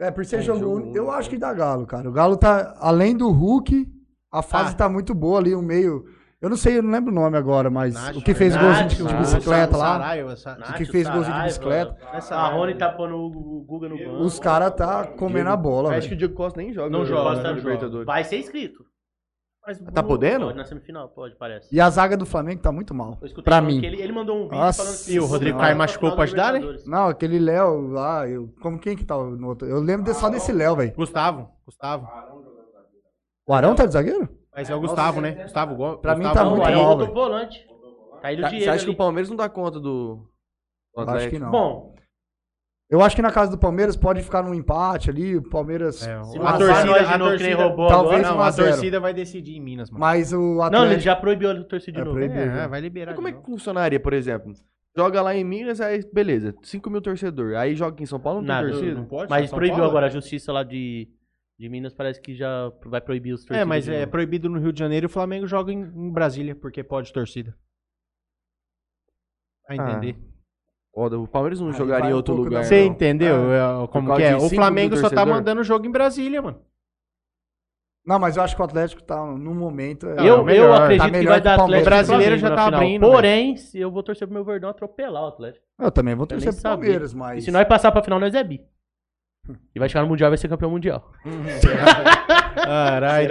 [SPEAKER 4] É, por ser
[SPEAKER 2] É,
[SPEAKER 4] jogo
[SPEAKER 2] jogo
[SPEAKER 4] único,
[SPEAKER 2] único.
[SPEAKER 4] eu acho que dá Galo, cara. O Galo tá, além do Hulk, a fase tá muito boa ali, o meio. Eu não sei, eu não lembro o nome agora, mas
[SPEAKER 7] Nacho,
[SPEAKER 4] o que fez golzinho de, de
[SPEAKER 2] Nacho,
[SPEAKER 4] bicicleta lá,
[SPEAKER 7] Saraiva, Saraiva.
[SPEAKER 4] o que fez golzinho de bicicleta,
[SPEAKER 3] A Rony tá pondo o Guga no banco.
[SPEAKER 4] os caras tá comendo a bola,
[SPEAKER 2] Acho que
[SPEAKER 4] velho.
[SPEAKER 2] o Diego Costa nem joga.
[SPEAKER 3] Não
[SPEAKER 2] né,
[SPEAKER 3] joga,
[SPEAKER 2] na
[SPEAKER 3] não joga.
[SPEAKER 2] Libertadores.
[SPEAKER 3] Vai ser inscrito. Mas
[SPEAKER 2] Tá
[SPEAKER 3] não-
[SPEAKER 2] podendo?
[SPEAKER 3] Pode, na semifinal, pode, parece.
[SPEAKER 4] E a zaga do Flamengo tá muito mal.
[SPEAKER 3] Eu escutei
[SPEAKER 4] Pra
[SPEAKER 3] falando
[SPEAKER 4] mim.
[SPEAKER 3] que Ele, ele mandou um vídeo
[SPEAKER 4] Nossa
[SPEAKER 3] falando
[SPEAKER 4] E o Rodrigo
[SPEAKER 7] Caio machucou pra ajudar, né?
[SPEAKER 4] Não, aquele Léo lá, eu, como quem que tá no outro? Eu lembro de- só desse Léo, velho.
[SPEAKER 7] Gustavo, Gustavo.
[SPEAKER 4] O Arão tá de zagueiro?
[SPEAKER 7] Mas é o Gustavo, né? Gustavo Gomes.
[SPEAKER 4] Pra mim tá
[SPEAKER 3] Não,
[SPEAKER 4] muito
[SPEAKER 3] aí
[SPEAKER 4] mal,
[SPEAKER 3] voltou
[SPEAKER 4] velho.
[SPEAKER 3] o volante. Tá aí do
[SPEAKER 2] Tá-
[SPEAKER 3] Diego
[SPEAKER 2] Você acha que
[SPEAKER 3] ali.
[SPEAKER 2] o Palmeiras não dá conta do. do
[SPEAKER 4] Eu acho
[SPEAKER 2] Atlético?
[SPEAKER 4] que não.
[SPEAKER 3] Bom,
[SPEAKER 4] Eu acho que na casa do Palmeiras pode ficar num empate ali, o Palmeiras.
[SPEAKER 7] É,
[SPEAKER 3] se
[SPEAKER 4] o
[SPEAKER 3] não
[SPEAKER 4] azar-
[SPEAKER 3] torcida,
[SPEAKER 7] torcida-
[SPEAKER 3] nós de
[SPEAKER 7] a
[SPEAKER 3] novo que nem
[SPEAKER 7] torcida-
[SPEAKER 3] roubou
[SPEAKER 4] talvez
[SPEAKER 3] agora.
[SPEAKER 4] um
[SPEAKER 7] Não, a
[SPEAKER 4] a zero.
[SPEAKER 7] torcida vai decidir em Minas, mano.
[SPEAKER 4] Mas o
[SPEAKER 3] Não, ele
[SPEAKER 4] Atlético.
[SPEAKER 3] já proibiu a torcida de
[SPEAKER 4] É
[SPEAKER 3] novo.
[SPEAKER 4] proibido.
[SPEAKER 7] É, é, vai liberar.
[SPEAKER 2] E como é
[SPEAKER 7] de
[SPEAKER 2] que
[SPEAKER 7] novo.
[SPEAKER 2] funcionaria, por exemplo? Joga lá em Minas, aí beleza, 5 mil torcedor. Aí joga aqui em São Paulo, não
[SPEAKER 3] Nada.
[SPEAKER 2] tem torcida?
[SPEAKER 7] Não pode?
[SPEAKER 3] Mas
[SPEAKER 7] São
[SPEAKER 3] proibiu
[SPEAKER 7] Paulo? é
[SPEAKER 3] agora a justiça lá de, de Minas, parece que já vai proibir os torcidos.
[SPEAKER 7] É, mas
[SPEAKER 3] de
[SPEAKER 7] é
[SPEAKER 3] novo.
[SPEAKER 7] proibido no Rio de Janeiro e o Flamengo joga em, em Brasília, porque pode torcida. A entender.
[SPEAKER 2] Foda, o Palmeiras não
[SPEAKER 4] Aí
[SPEAKER 2] jogaria
[SPEAKER 4] vai
[SPEAKER 2] em
[SPEAKER 4] um
[SPEAKER 2] outro
[SPEAKER 4] pouco
[SPEAKER 2] lugar.
[SPEAKER 4] da-
[SPEAKER 7] Você
[SPEAKER 2] não.
[SPEAKER 7] entendeu é, como
[SPEAKER 2] Por causa
[SPEAKER 7] que é?
[SPEAKER 2] de
[SPEAKER 7] O
[SPEAKER 2] cinco
[SPEAKER 7] Flamengo
[SPEAKER 2] mil
[SPEAKER 7] só tá
[SPEAKER 2] torcedor?
[SPEAKER 7] mandando jogo em Brasília, mano.
[SPEAKER 4] Não, mas eu acho que o Atlético tá no momento. é-
[SPEAKER 3] Eu,
[SPEAKER 7] Não,
[SPEAKER 3] eu
[SPEAKER 7] melhor.
[SPEAKER 3] acredito
[SPEAKER 4] Tá
[SPEAKER 3] que
[SPEAKER 4] melhor
[SPEAKER 3] vai
[SPEAKER 4] que
[SPEAKER 3] dar
[SPEAKER 4] o Palmeiras.
[SPEAKER 3] Atlético.
[SPEAKER 7] O brasileiro já
[SPEAKER 3] na
[SPEAKER 7] tá
[SPEAKER 3] final.
[SPEAKER 7] abrindo,
[SPEAKER 3] Porém, se eu vou torcer pro meu Verdão atropelar o Atlético.
[SPEAKER 4] Eu também vou torcer
[SPEAKER 3] nem
[SPEAKER 4] pro
[SPEAKER 3] sabia.
[SPEAKER 4] Palmeiras, mas.
[SPEAKER 3] E se nós passar pra final, nós é bi. E vai chegar no Mundial vai ser campeão mundial.
[SPEAKER 7] Caralho.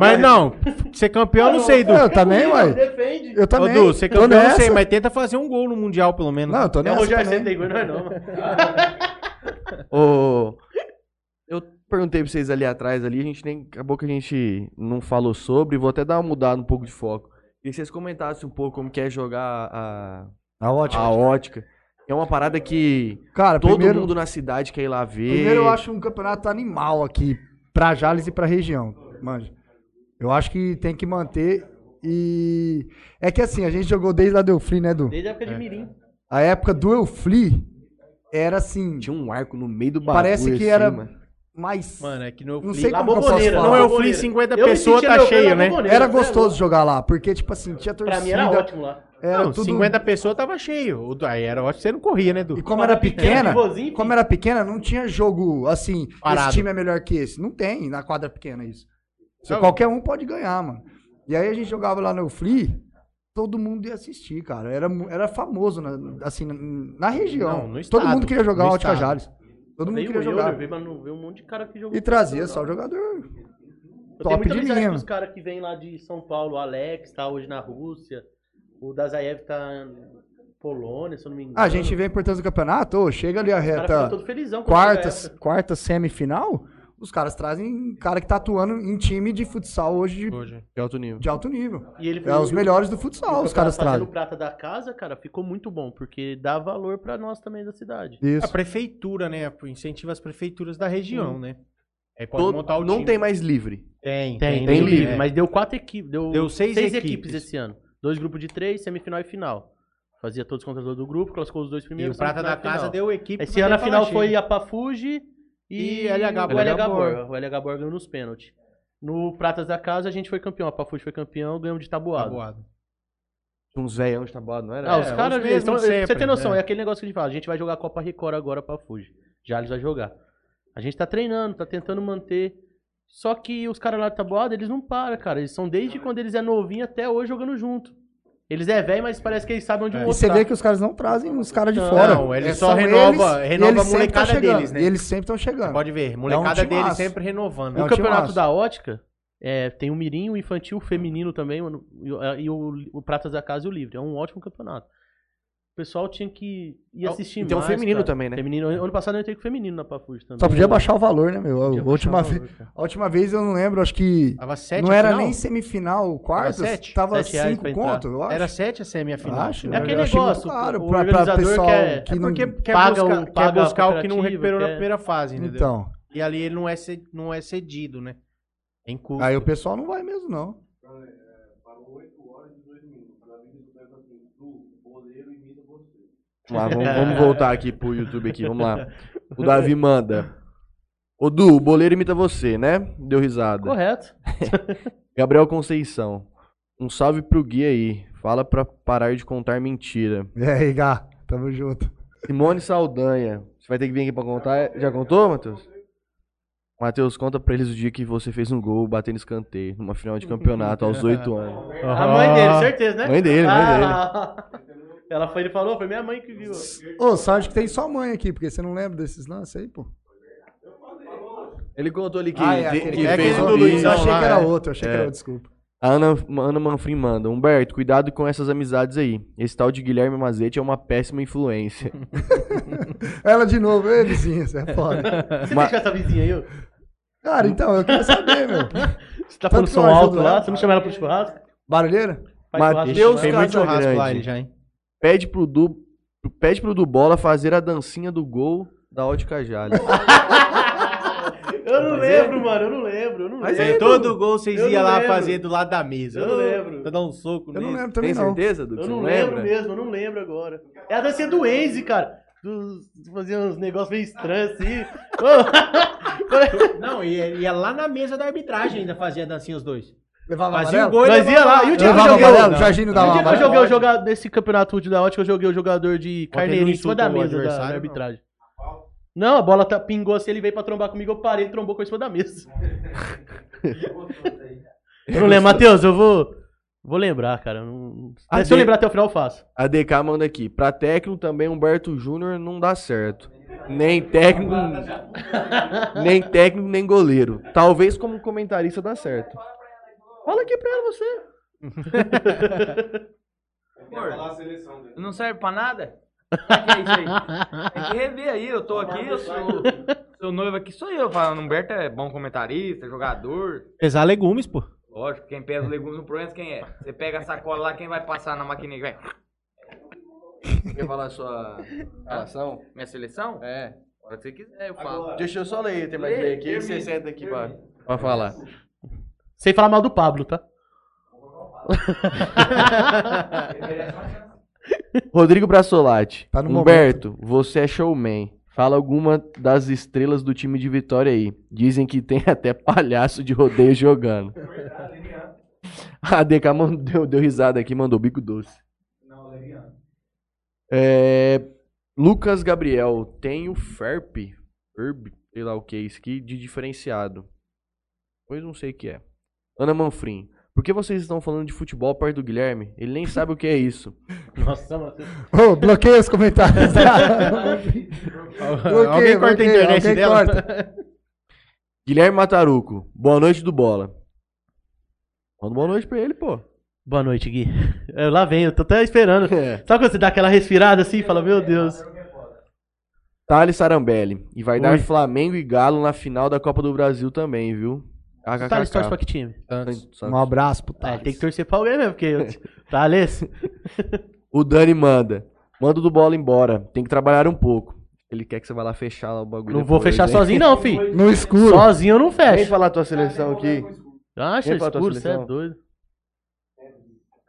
[SPEAKER 7] Mas não,
[SPEAKER 2] é
[SPEAKER 7] ser campeão eu não sei, Edu.
[SPEAKER 4] Eu também, uai.
[SPEAKER 3] Defende.
[SPEAKER 4] Eu também.
[SPEAKER 7] Edu,
[SPEAKER 2] é
[SPEAKER 7] ser
[SPEAKER 4] Tô
[SPEAKER 7] campeão eu não
[SPEAKER 4] nessa.
[SPEAKER 7] sei, Então, mas tenta fazer um gol no Mundial, pelo menos.
[SPEAKER 4] Não, eu tô
[SPEAKER 3] Não, o
[SPEAKER 4] nessa.
[SPEAKER 3] Jorge
[SPEAKER 4] também.
[SPEAKER 3] tem gol, não é não. mano.
[SPEAKER 2] Ô, eu perguntei pra vocês ali atrás, ali, a gente nem. Acabou que a gente não falou sobre, vou até dar uma mudada um pouco de foco. E vocês comentassem um pouco como que é jogar a,
[SPEAKER 4] Tá ótimo.
[SPEAKER 2] a ótica. É uma parada que
[SPEAKER 4] Cara,
[SPEAKER 2] todo
[SPEAKER 4] É, primeiro,
[SPEAKER 2] mundo na cidade quer ir lá ver.
[SPEAKER 4] primeiro eu acho um campeonato animal aqui, pra Jales e pra região. Manja. Eu acho que tem que manter. E. É que assim, a gente jogou desde a Delfli, né, Edu?
[SPEAKER 3] [laughs] Desde a época de Mirim.
[SPEAKER 4] A época do Eufli era assim.
[SPEAKER 2] Tinha um arco no meio do bagulho.
[SPEAKER 4] Parece que
[SPEAKER 2] assim,
[SPEAKER 4] era-
[SPEAKER 2] mano.
[SPEAKER 4] mais.
[SPEAKER 7] Mano, é que no
[SPEAKER 4] Não
[SPEAKER 7] Fli-
[SPEAKER 4] sei
[SPEAKER 3] Lá
[SPEAKER 4] como que eu posso
[SPEAKER 3] Boboneira,
[SPEAKER 4] falar.
[SPEAKER 7] Não,
[SPEAKER 3] lá
[SPEAKER 7] eu fui
[SPEAKER 3] Boboneira.
[SPEAKER 7] 50
[SPEAKER 3] Eu me
[SPEAKER 7] pessoas,
[SPEAKER 3] senti
[SPEAKER 7] tá
[SPEAKER 3] europeu
[SPEAKER 7] cheio,
[SPEAKER 3] lá
[SPEAKER 7] né?
[SPEAKER 3] Boboneira,
[SPEAKER 4] Era
[SPEAKER 3] né, mano?
[SPEAKER 4] gostoso jogar lá, porque, tipo assim, tinha torcida.
[SPEAKER 3] Pra mim era ótimo lá.
[SPEAKER 4] era
[SPEAKER 7] não,
[SPEAKER 4] tudo-
[SPEAKER 7] 50 pessoas tava cheio. O do- Aí era ótimo, você não corria, né,
[SPEAKER 4] E
[SPEAKER 7] Edu?
[SPEAKER 4] como era pequena,
[SPEAKER 3] pivôzinho,
[SPEAKER 4] como era pequena, não tinha jogo assim,
[SPEAKER 7] Parado.
[SPEAKER 4] esse time é melhor que esse. Não tem na quadra pequena isso. Você-
[SPEAKER 7] Não.
[SPEAKER 4] qualquer um pode ganhar, mano. E aí a gente jogava lá no Flea, todo mundo ia assistir, cara. Era, mu- era famoso, na, assim, na, na região.
[SPEAKER 7] Não, no
[SPEAKER 4] todo
[SPEAKER 7] estado,
[SPEAKER 4] mundo queria jogar
[SPEAKER 7] no
[SPEAKER 4] o Altica
[SPEAKER 7] estado.
[SPEAKER 4] Jales. Todo mundo
[SPEAKER 3] Veio
[SPEAKER 4] queria
[SPEAKER 3] eu,
[SPEAKER 4] jogar.
[SPEAKER 3] veio, mano, veio um monte de cara que jogou.
[SPEAKER 4] E trazia só o jogador.
[SPEAKER 3] Eu tenho
[SPEAKER 4] Top
[SPEAKER 3] muita
[SPEAKER 4] de
[SPEAKER 3] amizade
[SPEAKER 4] linha.
[SPEAKER 3] com os caras que vêm lá de São Paulo. O Alex tá hoje na Rússia. O Dazaev tá na Polônia, se eu não me engano.
[SPEAKER 4] Ah, a gente vê a importância do campeonato, ô, chega ali a
[SPEAKER 3] O cara ficou
[SPEAKER 4] reta.
[SPEAKER 3] todo felizão. quando
[SPEAKER 4] quartas,
[SPEAKER 3] chegou
[SPEAKER 4] quarta semifinal, os caras trazem cara que tá atuando em time de futsal hoje de,
[SPEAKER 7] Hoje.
[SPEAKER 2] De alto nível.
[SPEAKER 4] de alto nível.
[SPEAKER 3] a época. E ele
[SPEAKER 4] É os melhores do futsal, os caras
[SPEAKER 3] fazendo
[SPEAKER 4] trazem.
[SPEAKER 3] prata da casa, cara, ficou muito bom. Porque dá valor pra nós também da cidade.
[SPEAKER 7] A
[SPEAKER 4] Isso.
[SPEAKER 7] prefeitura, né? Incentiva as prefeituras da região, né? Aí pode
[SPEAKER 2] Todo-
[SPEAKER 7] montar o
[SPEAKER 2] não
[SPEAKER 7] time.
[SPEAKER 2] tem mais livre.
[SPEAKER 7] Tem,
[SPEAKER 3] Tem,
[SPEAKER 7] é.
[SPEAKER 3] tem,
[SPEAKER 2] tem
[SPEAKER 3] livre,
[SPEAKER 2] livre.
[SPEAKER 3] mas deu quatro equipes. Deu,
[SPEAKER 7] Deu seis
[SPEAKER 3] equipes.
[SPEAKER 7] equipes
[SPEAKER 3] esse ano. Dois grupos de três, semifinal e final. Fazia todos contra todos do grupo, classificou os dois
[SPEAKER 7] E
[SPEAKER 3] primeiros.
[SPEAKER 7] o Prata da
[SPEAKER 3] semifinal e
[SPEAKER 7] Casa
[SPEAKER 3] final.
[SPEAKER 7] deu equipe.
[SPEAKER 3] Esse
[SPEAKER 7] pra
[SPEAKER 3] ano a
[SPEAKER 7] tentar
[SPEAKER 3] final
[SPEAKER 7] lá
[SPEAKER 3] foi
[SPEAKER 7] cheio.
[SPEAKER 3] a Pafuji e,
[SPEAKER 7] E LH
[SPEAKER 3] o
[SPEAKER 7] Borga.
[SPEAKER 3] LH Borga. O LH Borga nos pênaltis.
[SPEAKER 7] Tá
[SPEAKER 3] No Pratas da Casa a gente foi campeão. A Pafuji foi campeão, ganhamos de tabuado.
[SPEAKER 7] Tabuado.
[SPEAKER 2] Uns velhão de tabuado, não era?
[SPEAKER 3] Ah, os
[SPEAKER 7] É,
[SPEAKER 3] caras
[SPEAKER 7] os
[SPEAKER 3] mesmo.
[SPEAKER 7] mesmos
[SPEAKER 3] Então, você
[SPEAKER 7] sempre,
[SPEAKER 3] tem noção,
[SPEAKER 7] é.
[SPEAKER 4] né?
[SPEAKER 3] é. aquele negócio que a gente fala. A gente vai jogar Copa Record agora pra Fuji. Jales vai jogar. A gente tá treinando, tá tentando manter. Só que os caras lá do tabuado, eles não param, cara. Eles são desde quando eles é novinho até hoje jogando junto. Eles é velho, mas parece que eles sabem onde o
[SPEAKER 4] É. E
[SPEAKER 3] outro
[SPEAKER 4] você
[SPEAKER 3] tá.
[SPEAKER 4] vê que os caras não trazem os caras de
[SPEAKER 3] Não,
[SPEAKER 4] fora.
[SPEAKER 7] não, ele
[SPEAKER 4] É,
[SPEAKER 7] só
[SPEAKER 4] são
[SPEAKER 7] renova-
[SPEAKER 4] eles, e
[SPEAKER 7] renova
[SPEAKER 4] eles
[SPEAKER 7] a
[SPEAKER 4] sempre
[SPEAKER 7] molecada
[SPEAKER 4] chegando,
[SPEAKER 7] deles, né?
[SPEAKER 4] E eles sempre estão chegando. É um
[SPEAKER 7] Pode ver, molecada dele
[SPEAKER 4] timaço.
[SPEAKER 7] sempre renovando.
[SPEAKER 4] É
[SPEAKER 3] O
[SPEAKER 4] um
[SPEAKER 3] campeonato
[SPEAKER 4] timaço.
[SPEAKER 3] da ótica é, tem o Mirim, o infantil, o feminino também, mano, e, o- é, e o, o Pratas da Casa e o Livre. É um ótimo campeonato. O pessoal tinha que
[SPEAKER 4] Então,
[SPEAKER 3] ir assistir
[SPEAKER 2] E tem um
[SPEAKER 3] mais,
[SPEAKER 2] feminino
[SPEAKER 3] cara.
[SPEAKER 2] também, né?
[SPEAKER 3] Feminino. Ano passado eu entrei com o feminino na Pafuji também.
[SPEAKER 4] Só podia baixar o valor, né, meu?
[SPEAKER 3] Podia
[SPEAKER 4] A última,
[SPEAKER 3] baixar o
[SPEAKER 4] vez,
[SPEAKER 3] valor, cara.
[SPEAKER 4] a última vez eu não lembro, acho que.
[SPEAKER 7] Tava sete
[SPEAKER 4] não
[SPEAKER 7] a
[SPEAKER 4] era
[SPEAKER 7] final?
[SPEAKER 4] nem semifinal, quartas.
[SPEAKER 7] sete?
[SPEAKER 4] Tava
[SPEAKER 3] Sete reais
[SPEAKER 4] 5
[SPEAKER 3] pra entrar.
[SPEAKER 4] conto, eu acho.
[SPEAKER 7] Era 7 a semi a final.
[SPEAKER 4] Acho,
[SPEAKER 3] É aquele
[SPEAKER 4] eu achei muito
[SPEAKER 3] negócio,
[SPEAKER 4] caro pra-
[SPEAKER 3] o
[SPEAKER 4] pra
[SPEAKER 3] organizador
[SPEAKER 4] pessoal
[SPEAKER 3] quer-
[SPEAKER 4] que
[SPEAKER 7] É porque
[SPEAKER 4] não-
[SPEAKER 7] quer
[SPEAKER 3] Paga
[SPEAKER 7] buscar,
[SPEAKER 3] o- é-
[SPEAKER 7] quer
[SPEAKER 3] paga a
[SPEAKER 7] buscar o que não
[SPEAKER 3] cooperativa,
[SPEAKER 7] recuperou na
[SPEAKER 3] quer-
[SPEAKER 7] primeira fase, entendeu?
[SPEAKER 4] Então,
[SPEAKER 7] E ali ele não é, ce- não é cedido, né? Em custo.
[SPEAKER 4] aí o pessoal não vai mesmo, não. [laughs]
[SPEAKER 2] Vamos lá, Tá, vamos, vamos voltar aqui pro YouTube aqui, vamos lá. O [laughs] Davi manda. Ô Du, o boleiro imita você, né? Deu risada.
[SPEAKER 3] Correto.
[SPEAKER 2] Gabriel Conceição. Um salve pro Gui aí. Fala pra parar de contar mentira.
[SPEAKER 4] E aí, Gá, tamo junto.
[SPEAKER 2] Simone Saldanha. Você vai ter que vir aqui pra contar. Já contou, Matheus? Matheus, conta pra eles o dia que você fez um gol batendo escanteio numa final de campeonato
[SPEAKER 7] [laughs]
[SPEAKER 2] aos 8 anos.
[SPEAKER 3] A mãe dele, certeza, né?
[SPEAKER 2] Mãe dele, mãe dele.
[SPEAKER 3] dele. Ah. Ela foi, ele falou, foi minha mãe que viu.
[SPEAKER 4] Ô, sorte que tem só mãe aqui, porque você não lembra desses lances aí, pô?
[SPEAKER 2] Ele contou ali que,
[SPEAKER 7] Ah,
[SPEAKER 4] é,
[SPEAKER 2] de-
[SPEAKER 4] aquele
[SPEAKER 2] que
[SPEAKER 4] é
[SPEAKER 2] fez
[SPEAKER 4] aquele
[SPEAKER 2] um
[SPEAKER 4] do Luiz,
[SPEAKER 2] gol.
[SPEAKER 4] eu achei
[SPEAKER 7] lá,
[SPEAKER 4] que era
[SPEAKER 7] é.
[SPEAKER 4] outro, eu achei que era
[SPEAKER 2] É.
[SPEAKER 4] outro, desculpa.
[SPEAKER 2] A Ana, Ana Manfrim manda. Humberto, cuidado com essas amizades aí. Esse tal de Guilherme Mazete é uma péssima influência.
[SPEAKER 4] Ela de novo, ei, vizinha, você é foda.
[SPEAKER 3] Você
[SPEAKER 2] Mas-
[SPEAKER 3] deixou essa vizinha aí? ó?
[SPEAKER 4] Cara, então, eu queria saber, meu.
[SPEAKER 3] Você tá
[SPEAKER 4] Tanto
[SPEAKER 3] falando
[SPEAKER 4] que
[SPEAKER 3] som
[SPEAKER 4] eu ajudo
[SPEAKER 3] alto lá?
[SPEAKER 4] ela.
[SPEAKER 3] Você não chama ela pro churrasco?
[SPEAKER 4] Barulheira?
[SPEAKER 3] Faz
[SPEAKER 2] Mateus
[SPEAKER 3] churrasco,
[SPEAKER 2] Tem
[SPEAKER 3] né?
[SPEAKER 2] muito churrasco lá,
[SPEAKER 7] ele
[SPEAKER 2] ele
[SPEAKER 7] já, hein?
[SPEAKER 2] pede pro Du, pede pro Du Bola fazer a dancinha do gol da Ótica Jales.
[SPEAKER 3] Eu não
[SPEAKER 4] é-
[SPEAKER 3] lembro, mano, eu não lembro, eu não lembro.
[SPEAKER 7] todo gol vocês
[SPEAKER 3] é, Eu
[SPEAKER 7] iam
[SPEAKER 3] não
[SPEAKER 7] lá
[SPEAKER 3] lembro.
[SPEAKER 7] fazer do lado da mesa.
[SPEAKER 3] Eu não lembro.
[SPEAKER 7] Pra dar um soco
[SPEAKER 4] Eu não
[SPEAKER 7] nele.
[SPEAKER 4] lembro também, não.
[SPEAKER 2] certeza, Du?
[SPEAKER 3] Eu não lembro mesmo, eu não lembro agora. É a dancinha do Enzi, cara. Dos, fazia uns negócios meio estranhos assim. Ô,
[SPEAKER 7] [laughs] Não, ia, ia é lá na mesa da arbitragem ainda fazia a dancinha os dois.
[SPEAKER 4] Levava
[SPEAKER 7] Fazia o
[SPEAKER 4] amarelo?
[SPEAKER 7] gol
[SPEAKER 3] Nós ia lá, e o dia que eu
[SPEAKER 4] Levava
[SPEAKER 3] joguei o-
[SPEAKER 4] amarelo, o Jorginho
[SPEAKER 3] No
[SPEAKER 4] dava
[SPEAKER 3] dia que eu
[SPEAKER 4] amarelo.
[SPEAKER 3] joguei o jogador desse campeonato de da ótica, eu joguei o jogador de
[SPEAKER 7] Mas ele
[SPEAKER 3] carneirinho
[SPEAKER 7] não
[SPEAKER 3] em cima da
[SPEAKER 7] insultou o
[SPEAKER 3] mesa da,
[SPEAKER 7] adversário,
[SPEAKER 3] da
[SPEAKER 7] não?
[SPEAKER 3] arbitragem. Não, a bola tá- pingou assim, ele veio pra trombar comigo, eu parei, ele trombou com a em cima da
[SPEAKER 7] [laughs]
[SPEAKER 3] mesa. eu não lembro, Matheus, eu vou. Vou lembrar, cara. eu não-
[SPEAKER 2] Ah,
[SPEAKER 3] Se eu
[SPEAKER 2] de-
[SPEAKER 3] lembrar até o final, eu faço.
[SPEAKER 2] A DK manda aqui. Pra técnico também, Humberto Júnior não dá certo. Nem técnico, nem técnico, nem goleiro. Talvez como comentarista dá certo. Fala aqui pra ela, você.
[SPEAKER 5] Não serve pra
[SPEAKER 7] [laughs]
[SPEAKER 5] nada? Como é que é isso aí? Tem que rever aí, eu tô aqui, eu sou, [laughs] sou noivo aqui, sou eu. Falando, Humberto é bom comentarista, jogador.
[SPEAKER 7] Pesar legumes, pô.
[SPEAKER 5] Lógico, quem pesa os legumes no Proença, quem é? Você pega a sacola lá, quem vai passar na maquininha? Vem.
[SPEAKER 2] Quer falar sua relação?
[SPEAKER 5] Minha seleção?
[SPEAKER 2] É.
[SPEAKER 5] Pode ser que quiser, eu falo.
[SPEAKER 2] Deixa eu só ler, tem mais
[SPEAKER 5] Lê,
[SPEAKER 2] ler aqui. Você
[SPEAKER 5] termina,
[SPEAKER 2] senta aqui pra,
[SPEAKER 5] termina.
[SPEAKER 2] pra falar.
[SPEAKER 3] Sem falar mal do Pablo, tá?
[SPEAKER 2] Rodrigo Brasolati.
[SPEAKER 4] Tá no
[SPEAKER 2] Humberto, você é showman. Fala alguma das estrelas do time de Vitória aí. Dizem que tem [laughs] até palhaço de rodeio jogando. A DK mandou- deu, deu risada aqui, mandou bico doce. É, Lucas Gabriel, tem o FERP, FERB, sei lá o que é isso aqui, de diferenciado. Pois não sei o que é. Ana Manfrim, por que vocês estão falando de futebol perto do Guilherme? Ele nem sabe o que é isso.
[SPEAKER 3] Nossa, mano.
[SPEAKER 4] [laughs] Ô, bloqueia os
[SPEAKER 5] [laughs]
[SPEAKER 4] comentários. Bloqueia,
[SPEAKER 7] Alguém corta a
[SPEAKER 4] bloqueia,
[SPEAKER 7] internet
[SPEAKER 4] alguém
[SPEAKER 7] dela.
[SPEAKER 4] corta.
[SPEAKER 2] Guilherme Mataruco, boa noite do Bola. Manda boa noite pra ele, pô.
[SPEAKER 3] Boa noite, Gui. Eu lá venho, eu tô até esperando. Sabe quando você dá aquela respirada assim e fala, meu Deus.
[SPEAKER 2] Thales Sarambelli. E vai dar
[SPEAKER 3] Oi.
[SPEAKER 2] Flamengo e Galo na final da Copa do Brasil também, viu? KKKK.
[SPEAKER 3] Thales torce Tá, pra que time?
[SPEAKER 4] [laughs]
[SPEAKER 7] Tá,
[SPEAKER 4] Um abraço
[SPEAKER 5] É,
[SPEAKER 4] pro
[SPEAKER 3] Ah,
[SPEAKER 4] Thales.
[SPEAKER 3] tem que torcer pra alguém mesmo, porque. eu- Tá, Thales,
[SPEAKER 2] O Dani manda. Manda do Bola embora. Tem que trabalhar um pouco. Ele quer que você vá lá fechar lá o bagulho.
[SPEAKER 3] não vou
[SPEAKER 2] depois,
[SPEAKER 3] fechar
[SPEAKER 2] hein?
[SPEAKER 3] sozinho, não, filho.
[SPEAKER 5] um
[SPEAKER 4] No escuro.
[SPEAKER 3] Sozinho eu não
[SPEAKER 2] Vem
[SPEAKER 3] fecho.
[SPEAKER 2] falar tua seleção aqui.
[SPEAKER 3] Acha
[SPEAKER 2] Quem faltou a
[SPEAKER 3] escuro, você é
[SPEAKER 2] seleção?
[SPEAKER 3] doido.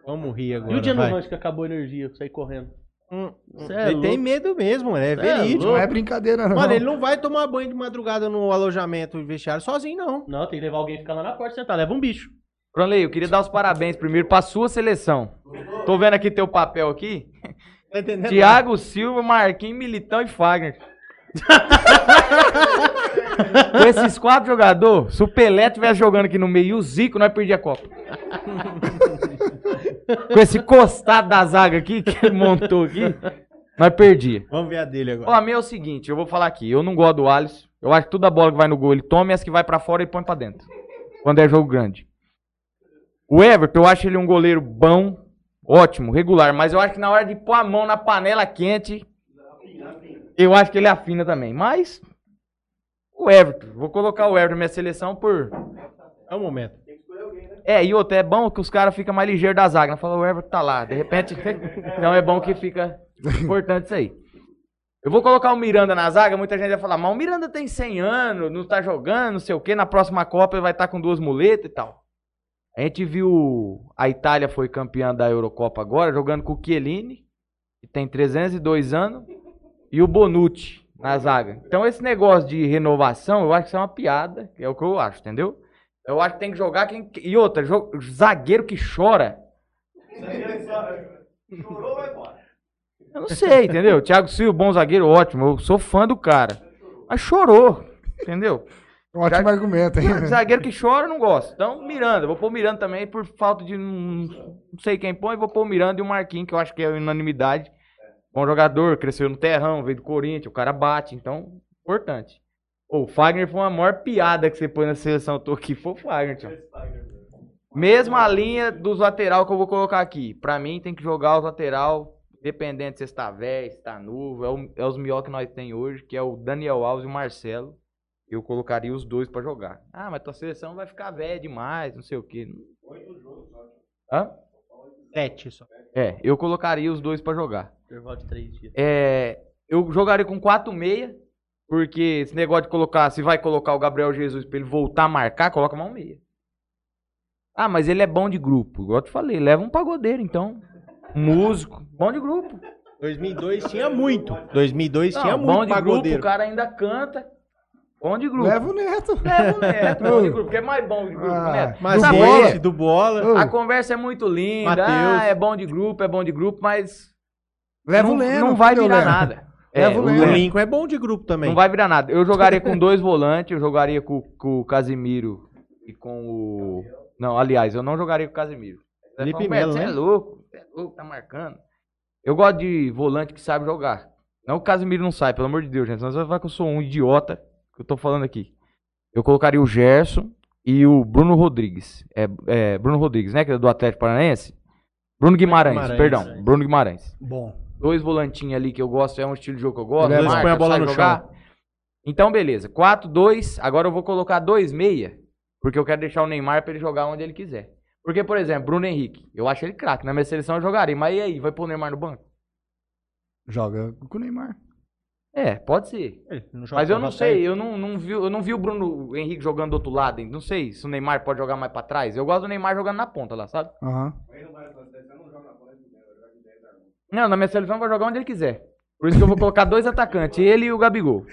[SPEAKER 7] Vamos rir agora.
[SPEAKER 3] E o dia no
[SPEAKER 7] vai.
[SPEAKER 3] lanche que acabou a energia, eu saí correndo.
[SPEAKER 7] Hum,
[SPEAKER 3] Você é
[SPEAKER 7] Ele tem
[SPEAKER 3] louco.
[SPEAKER 7] medo mesmo, mano. É
[SPEAKER 3] Cê é
[SPEAKER 7] verídico.
[SPEAKER 4] Não é brincadeira, não.
[SPEAKER 7] Mano, ele não vai tomar banho de madrugada no alojamento vestiário sozinho, não.
[SPEAKER 3] Não, tem que levar alguém e ficar lá na porta sentar. Leva um bicho.
[SPEAKER 5] Franley, eu queria dar os parabéns primeiro pra sua seleção. Tô vendo aqui teu papel aqui.
[SPEAKER 7] Tá entendendo?
[SPEAKER 5] Thiago Silva, Marquinhos, Militão e
[SPEAKER 7] [laughs]
[SPEAKER 5] Fagner. Com esses quatro jogadores, se o Pelé estivesse jogando aqui no meio e o Zico, nós perdíamos a
[SPEAKER 7] [laughs]
[SPEAKER 5] Copa. Com esse costado da zaga aqui, que ele montou aqui, nós perdíamos.
[SPEAKER 7] Vamos ver a dele
[SPEAKER 5] Ó,
[SPEAKER 7] agora.
[SPEAKER 5] a minha é o seguinte, eu vou falar aqui. Eu não gosto do Alisson. Eu acho que toda bola que vai no gol ele toma e as que vai pra fora ele põe pra dentro. Quando é jogo grande. O Everton, eu acho ele um goleiro bom, ótimo, regular. Mas eu acho que na hora de pôr a mão na panela quente, eu acho que ele afina também. Mas o Everton, vou colocar o Everton na minha seleção por...
[SPEAKER 7] É o momento.
[SPEAKER 5] É, e outro, é bom que os caras ficam mais ligeiros da zaga. Não fala, o Everton tá lá. De repente, [laughs] não é bom que fica importante isso aí. Eu vou colocar o Miranda na zaga, muita gente vai falar, mas o Miranda tem 100 anos, não tá jogando, não sei o quê, na próxima Copa ele vai estar com duas muletas e tal. A gente viu a Itália foi campeã da Eurocopa agora, jogando com o Chiellini, que tem 302 anos, e o Bonucci na zaga. Então esse negócio de renovação, eu acho que isso é uma piada, é o que eu acho, entendeu? Eu acho que tem que jogar quem. E outra, jo- zagueiro que chora. Eu não sei, entendeu? Thiago Silva, bom zagueiro, ótimo. Eu sou fã do cara. Mas chorou, entendeu?
[SPEAKER 4] Um ótimo
[SPEAKER 5] Já-
[SPEAKER 4] argumento, hein?
[SPEAKER 5] Zagueiro que chora, eu não gosto. Então, Miranda. Vou pôr o Miranda também, por falta de. Não não sei quem põe, vou pôr o Miranda e o Marquinhos, que eu acho que é unanimidade. Bom jogador, cresceu no terrão, veio do Corinthians, o cara bate, então, importante. Pô, o Fagner foi uma maior piada que você põe na seleção tô aqui, foi o Fagner, tio. Mesma linha dos lateral que eu vou colocar aqui. Pra mim, tem que jogar os lateral, dependendo se está velho, se está novo. É, o- é os melhores que nós tem hoje, que é o Daniel Alves e o Marcelo eu colocaria os dois pra jogar. Ah, mas tua seleção vai ficar velha demais, não sei o quê. Hã?
[SPEAKER 7] Sete só.
[SPEAKER 5] É, eu colocaria os dois pra jogar.
[SPEAKER 3] Intervalo de três dias.
[SPEAKER 5] É, eu jogaria com 4-6, porque esse negócio de colocar, se vai colocar o Gabriel Jesus pra ele voltar a marcar, coloca mais um meia. Ah, mas ele é bom de grupo. Igual eu te falei, leva um pagodeiro, então. Músico, bom de grupo.
[SPEAKER 7] 2002 tinha muito. 2002
[SPEAKER 5] Não,
[SPEAKER 2] é
[SPEAKER 7] tinha
[SPEAKER 5] bom
[SPEAKER 7] muito
[SPEAKER 5] de grupo, o
[SPEAKER 7] pagodeiro.
[SPEAKER 5] cara ainda canta. Bom de grupo.
[SPEAKER 4] Leva o neto.
[SPEAKER 5] Leva o Neto, bom de grupo, porque é mais bom de grupo,
[SPEAKER 4] Ah,
[SPEAKER 5] Neto.
[SPEAKER 7] Mas
[SPEAKER 5] Sabe por quê?
[SPEAKER 2] É.
[SPEAKER 7] esse do bola.
[SPEAKER 4] Ô,
[SPEAKER 5] A conversa é muito linda,
[SPEAKER 7] Mateus.
[SPEAKER 5] ah, é bom de grupo, é bom de grupo, mas
[SPEAKER 4] Leva
[SPEAKER 5] não,
[SPEAKER 4] o Leno.
[SPEAKER 5] não vai
[SPEAKER 4] cadê o
[SPEAKER 5] virar
[SPEAKER 4] Leno?
[SPEAKER 5] nada.
[SPEAKER 4] Leva o
[SPEAKER 5] o
[SPEAKER 4] Leno.
[SPEAKER 7] O
[SPEAKER 5] Leno.
[SPEAKER 7] Lincoln é bom de grupo também.
[SPEAKER 5] Não vai virar nada. Eu jogaria com dois volantes, eu jogaria com, com o Casimiro e com o... Não, aliás, eu não jogaria com o Casimiro. Você vai
[SPEAKER 7] Felipe
[SPEAKER 5] falar, "Humberto,
[SPEAKER 7] Melo, né?"
[SPEAKER 5] Você é louco, você é louco, tá marcando. Eu gosto de volante que sabe jogar. Não que o Casimiro não sai, pelo amor de Deus, gente. Senão você vai falar que eu sou um idiota que eu tô falando aqui. Eu colocaria o Gerson e o Bruno Rodrigues. É, é, Bruno Rodrigues, né? Que é do Atlético Paranaense. Bruno Guimarães,
[SPEAKER 7] Guimarães. é.
[SPEAKER 5] perdão. Bruno Guimarães.
[SPEAKER 4] Bom.
[SPEAKER 5] Dois volantinhos ali que eu gosto, é um estilo de jogo que eu gosto.
[SPEAKER 7] Ele
[SPEAKER 5] marca,
[SPEAKER 7] põe a bola
[SPEAKER 5] sabe
[SPEAKER 7] no
[SPEAKER 5] jogar. Então, beleza. 4, 2. Agora eu vou colocar 2, meia. Porque eu quero deixar o Neymar pra ele jogar onde ele quiser. Porque, por exemplo, Bruno Henrique. Eu acho ele craque. Na minha seleção eu jogaria. Mas e aí? Vai pôr o Neymar no banco?
[SPEAKER 4] Joga com o Neymar.
[SPEAKER 5] É, pode ser.
[SPEAKER 3] Então,
[SPEAKER 5] Mas eu não sei, eu não, não vi, eu não vi o Bruno Henrique jogando do outro lado, hein? não sei se o Neymar pode jogar mais pra trás. Eu gosto do Neymar jogando na ponta lá, sabe?
[SPEAKER 4] Aham.
[SPEAKER 5] Não, na minha seleção vai jogar onde ele quiser. Por isso que eu vou colocar dois atacantes, ele e o Gabigol.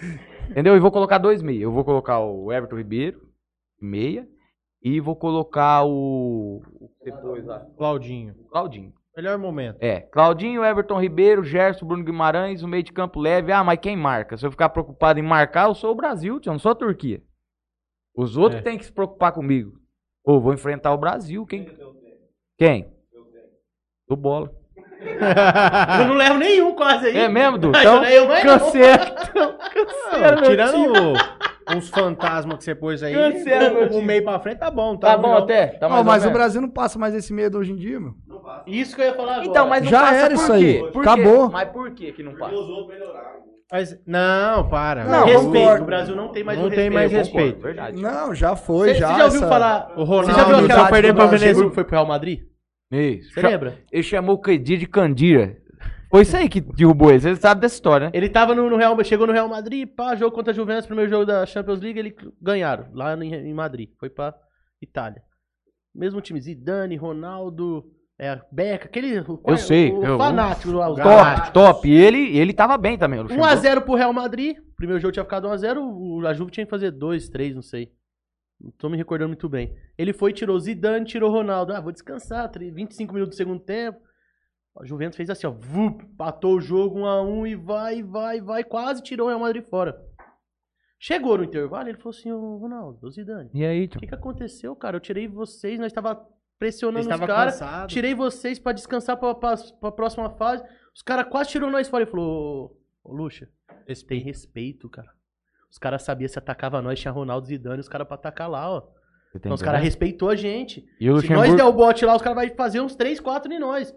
[SPEAKER 5] Entendeu? E vou colocar dois meia. Eu vou colocar o Everton Ribeiro, meia, e vou colocar o o que você pôs lá,
[SPEAKER 7] Claudinho.
[SPEAKER 5] o Claudinho.
[SPEAKER 7] Melhor momento.
[SPEAKER 5] É, Claudinho, Everton Ribeiro, Gerson, Bruno Guimarães, o meio de campo leve. Ah, mas quem marca? Se eu ficar preocupado em marcar, eu sou o Brasil, tio, eu não sou a Turquia. Os outros
[SPEAKER 7] É.
[SPEAKER 5] têm que se preocupar comigo. Ou vou enfrentar o Brasil, quem? Quem? Do bola.
[SPEAKER 3] [laughs] Eu não levo nenhum quase aí.
[SPEAKER 5] É mesmo, Du?
[SPEAKER 3] Ah,
[SPEAKER 5] Então,
[SPEAKER 3] já eu mais não.
[SPEAKER 5] cancela, cancela, assim, meu
[SPEAKER 7] Tirando
[SPEAKER 5] time.
[SPEAKER 7] o- uns fantasmas que você pôs aí,
[SPEAKER 5] Cancela, meu
[SPEAKER 7] o,
[SPEAKER 5] time.
[SPEAKER 7] o meio pra frente tá bom, tá?
[SPEAKER 5] Tá bom
[SPEAKER 7] legal.
[SPEAKER 5] até? Tá
[SPEAKER 4] Ó,
[SPEAKER 5] mais ou
[SPEAKER 4] mas o
[SPEAKER 5] menos.
[SPEAKER 4] Brasil não passa mais esse medo hoje em dia, meu.
[SPEAKER 3] Isso que eu ia falar agora.
[SPEAKER 5] Então, mas não
[SPEAKER 4] Já
[SPEAKER 5] passa
[SPEAKER 4] era
[SPEAKER 5] por
[SPEAKER 4] isso
[SPEAKER 5] quê?
[SPEAKER 4] aí.
[SPEAKER 5] Por quê?
[SPEAKER 4] Acabou.
[SPEAKER 5] Mas por que que não passa?
[SPEAKER 7] Mas, não, para.
[SPEAKER 4] Não,
[SPEAKER 7] Eu-
[SPEAKER 3] respeito.
[SPEAKER 4] concordo.
[SPEAKER 3] O Brasil não tem mais
[SPEAKER 7] Não
[SPEAKER 3] o
[SPEAKER 7] tem
[SPEAKER 3] respeito.
[SPEAKER 7] mais
[SPEAKER 3] Eu
[SPEAKER 7] respeito.
[SPEAKER 5] Concordo, Verdade.
[SPEAKER 4] Não, já foi,
[SPEAKER 3] Você
[SPEAKER 4] já.
[SPEAKER 3] já ouviu
[SPEAKER 4] essa-
[SPEAKER 3] falar...
[SPEAKER 7] O Ronaldo tá
[SPEAKER 3] Você já viu aquela
[SPEAKER 4] Humildade
[SPEAKER 3] perder
[SPEAKER 4] do
[SPEAKER 3] pra
[SPEAKER 4] Brasil.
[SPEAKER 3] Venezuela que foi pro Real Madrid?
[SPEAKER 5] Isso.
[SPEAKER 3] Você
[SPEAKER 5] Cha-
[SPEAKER 3] lembra?
[SPEAKER 5] Ele chamou o Candid de Candira. Foi isso aí que derrubou ele. Você sabe dessa história, né?
[SPEAKER 3] Ele tava no, no Real, chegou no Real Madrid, pá, jogo contra a Juventus, primeiro jogo da Champions League, ele ganharam lá em, em Madrid, foi pra Itália. Mesmo time Zidane, Ronaldo, é, Beca, aquele o, é,
[SPEAKER 5] Eu sei,
[SPEAKER 3] o,
[SPEAKER 5] eu-
[SPEAKER 3] fanático lá, os
[SPEAKER 5] Top, top. E ele, ele tava bem também, o Luxemburgo.
[SPEAKER 3] 1x0 pro Real Madrid, primeiro jogo tinha ficado 1x0, o- a Juve tinha que fazer 2, 3, não sei. Não tô me recordando muito bem. Ele foi, tirou Zidane, tirou Ronaldo. Ah, vou descansar, tri- 25 minutos do segundo tempo. A Juventus fez assim, ó. Vup, patou o jogo 1 a 1 e vai, vai, vai. Quase tirou o Real Madrid fora. Chegou no intervalo, ele falou assim, ô Ronaldo, ô Zidane,
[SPEAKER 5] E aí,
[SPEAKER 3] o
[SPEAKER 5] tio?
[SPEAKER 3] que que aconteceu, cara? Eu tirei vocês, nós tava pressionando os
[SPEAKER 7] Estava
[SPEAKER 3] caras.
[SPEAKER 7] cansado.
[SPEAKER 3] Tirei vocês pra descansar pra, pra, pra próxima fase. Os caras quase tirou nós fora. Ele falou, ô, ô Luxa, tem respeito, cara. Os caras sabiam se atacava nós, tinha Ronaldo Zidane, os caras pra atacar lá, ó.
[SPEAKER 5] Você tem
[SPEAKER 3] Então os
[SPEAKER 5] que-
[SPEAKER 3] caras respeitou a gente.
[SPEAKER 5] E o
[SPEAKER 3] Se nós der
[SPEAKER 5] Luxemburgo...
[SPEAKER 3] o bote lá, os caras vão fazer uns 3, 4 em nós.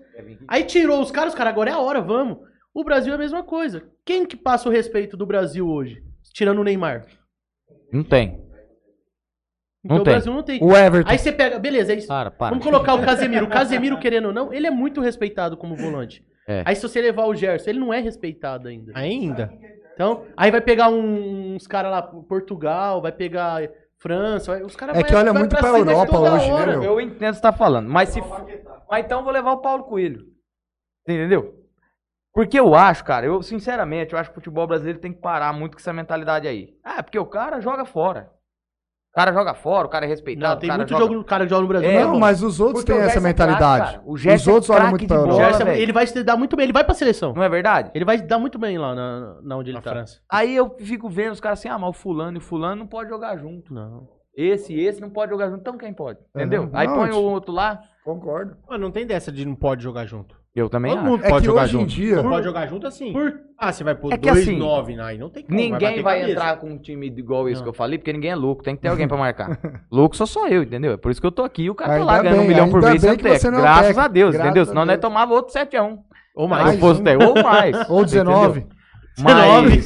[SPEAKER 3] Aí tirou os caras, os caras, agora é a hora, vamos. O Brasil é a mesma coisa. Quem que passa o respeito do Brasil hoje? Tirando o Neymar.
[SPEAKER 5] Não tem.
[SPEAKER 3] Então
[SPEAKER 5] Não
[SPEAKER 3] o
[SPEAKER 5] tem.
[SPEAKER 3] Brasil não tem.
[SPEAKER 4] O Everton.
[SPEAKER 3] Aí você pega, beleza, é isso.
[SPEAKER 5] Para, para.
[SPEAKER 3] Vamos colocar o Casemiro. O Casemiro, querendo ou não, ele é muito respeitado como volante.
[SPEAKER 5] É.
[SPEAKER 3] Aí se você levar o Gerson, ele não é respeitado ainda.
[SPEAKER 7] Ainda?
[SPEAKER 3] Então, aí vai pegar um- uns caras lá, Portugal, vai pegar França, vai- os caras
[SPEAKER 4] É
[SPEAKER 3] vai-
[SPEAKER 4] que olha
[SPEAKER 3] vai
[SPEAKER 4] muito
[SPEAKER 3] pra
[SPEAKER 4] pra
[SPEAKER 3] cima
[SPEAKER 4] Europa
[SPEAKER 3] toda
[SPEAKER 4] hoje, né,
[SPEAKER 3] hora.
[SPEAKER 4] meu?
[SPEAKER 5] Eu entendo o que você tá falando, mas se. Mas então eu vou levar o Paulo Coelho. Você Entendeu? Porque eu acho, cara, eu sinceramente, eu acho que o futebol brasileiro tem que parar muito com essa mentalidade aí. Ah, porque o cara joga fora. O cara joga fora, o cara é respeitado.
[SPEAKER 3] Não, tem
[SPEAKER 5] o cara
[SPEAKER 3] muito
[SPEAKER 5] joga...
[SPEAKER 3] jogo no cara que joga no Brasil.
[SPEAKER 5] É,
[SPEAKER 3] não,
[SPEAKER 4] não,
[SPEAKER 3] bom.
[SPEAKER 4] mas os outros
[SPEAKER 5] Porque
[SPEAKER 4] têm
[SPEAKER 5] o
[SPEAKER 4] essa
[SPEAKER 5] Gerson é craque,
[SPEAKER 4] mentalidade.
[SPEAKER 5] cara. O Gerson
[SPEAKER 4] os outros
[SPEAKER 5] é
[SPEAKER 4] olham
[SPEAKER 5] craque
[SPEAKER 4] muito
[SPEAKER 5] de
[SPEAKER 4] pra
[SPEAKER 5] bola.
[SPEAKER 3] O
[SPEAKER 5] Não,
[SPEAKER 4] Europa.
[SPEAKER 3] Gerson,
[SPEAKER 5] velho.
[SPEAKER 3] ele vai se dar muito bem, ele vai pra seleção.
[SPEAKER 5] Não é verdade?
[SPEAKER 3] Ele vai se dar muito bem lá na, na onde ele
[SPEAKER 7] Na
[SPEAKER 3] tá.
[SPEAKER 7] França.
[SPEAKER 5] Aí eu fico vendo os caras assim, ah, mas o fulano e o fulano não pode jogar junto.
[SPEAKER 3] Não.
[SPEAKER 5] Esse e esse não pode jogar junto. Então quem pode? Entendeu?
[SPEAKER 4] Uhum.
[SPEAKER 5] Aí
[SPEAKER 4] Não,
[SPEAKER 5] põe
[SPEAKER 4] isso-
[SPEAKER 5] o outro lá.
[SPEAKER 4] Concordo.
[SPEAKER 7] Mano, não tem dessa de não pode jogar junto.
[SPEAKER 5] Eu também
[SPEAKER 7] Todo
[SPEAKER 5] acho.
[SPEAKER 7] mundo
[SPEAKER 4] É
[SPEAKER 7] pode
[SPEAKER 4] que
[SPEAKER 7] jogar
[SPEAKER 4] hoje
[SPEAKER 7] junto.
[SPEAKER 4] em dia.
[SPEAKER 7] Não pode jogar junto assim. Ah, você vai pôr
[SPEAKER 5] É que
[SPEAKER 7] dois
[SPEAKER 5] assim,
[SPEAKER 7] nove aí, não tem como.
[SPEAKER 5] Ninguém
[SPEAKER 7] bater
[SPEAKER 5] vai
[SPEAKER 7] cabeça.
[SPEAKER 5] entrar com um time igual esse que eu falei, porque ninguém é louco, tem que ter alguém pra
[SPEAKER 4] [laughs]
[SPEAKER 5] marcar. louco sou só eu, entendeu? É por isso que eu tô aqui, o cara
[SPEAKER 4] Ainda
[SPEAKER 5] tá lá ganhando um
[SPEAKER 4] bem,
[SPEAKER 5] milhão por
[SPEAKER 4] ainda
[SPEAKER 5] mês
[SPEAKER 4] bem
[SPEAKER 5] sendo
[SPEAKER 4] que você
[SPEAKER 5] técnico.
[SPEAKER 4] não é um
[SPEAKER 5] Graças
[SPEAKER 4] técnico,
[SPEAKER 5] a Deus,
[SPEAKER 4] graças
[SPEAKER 5] entendeu?
[SPEAKER 4] a
[SPEAKER 5] Senão nós
[SPEAKER 4] Deus.
[SPEAKER 5] tomava outro 7x1.
[SPEAKER 7] Ou
[SPEAKER 5] Mas
[SPEAKER 7] mais.
[SPEAKER 4] [laughs]
[SPEAKER 5] se fosse técnico, ou mais.
[SPEAKER 4] Ou
[SPEAKER 5] entendeu?
[SPEAKER 4] 19.
[SPEAKER 5] Mas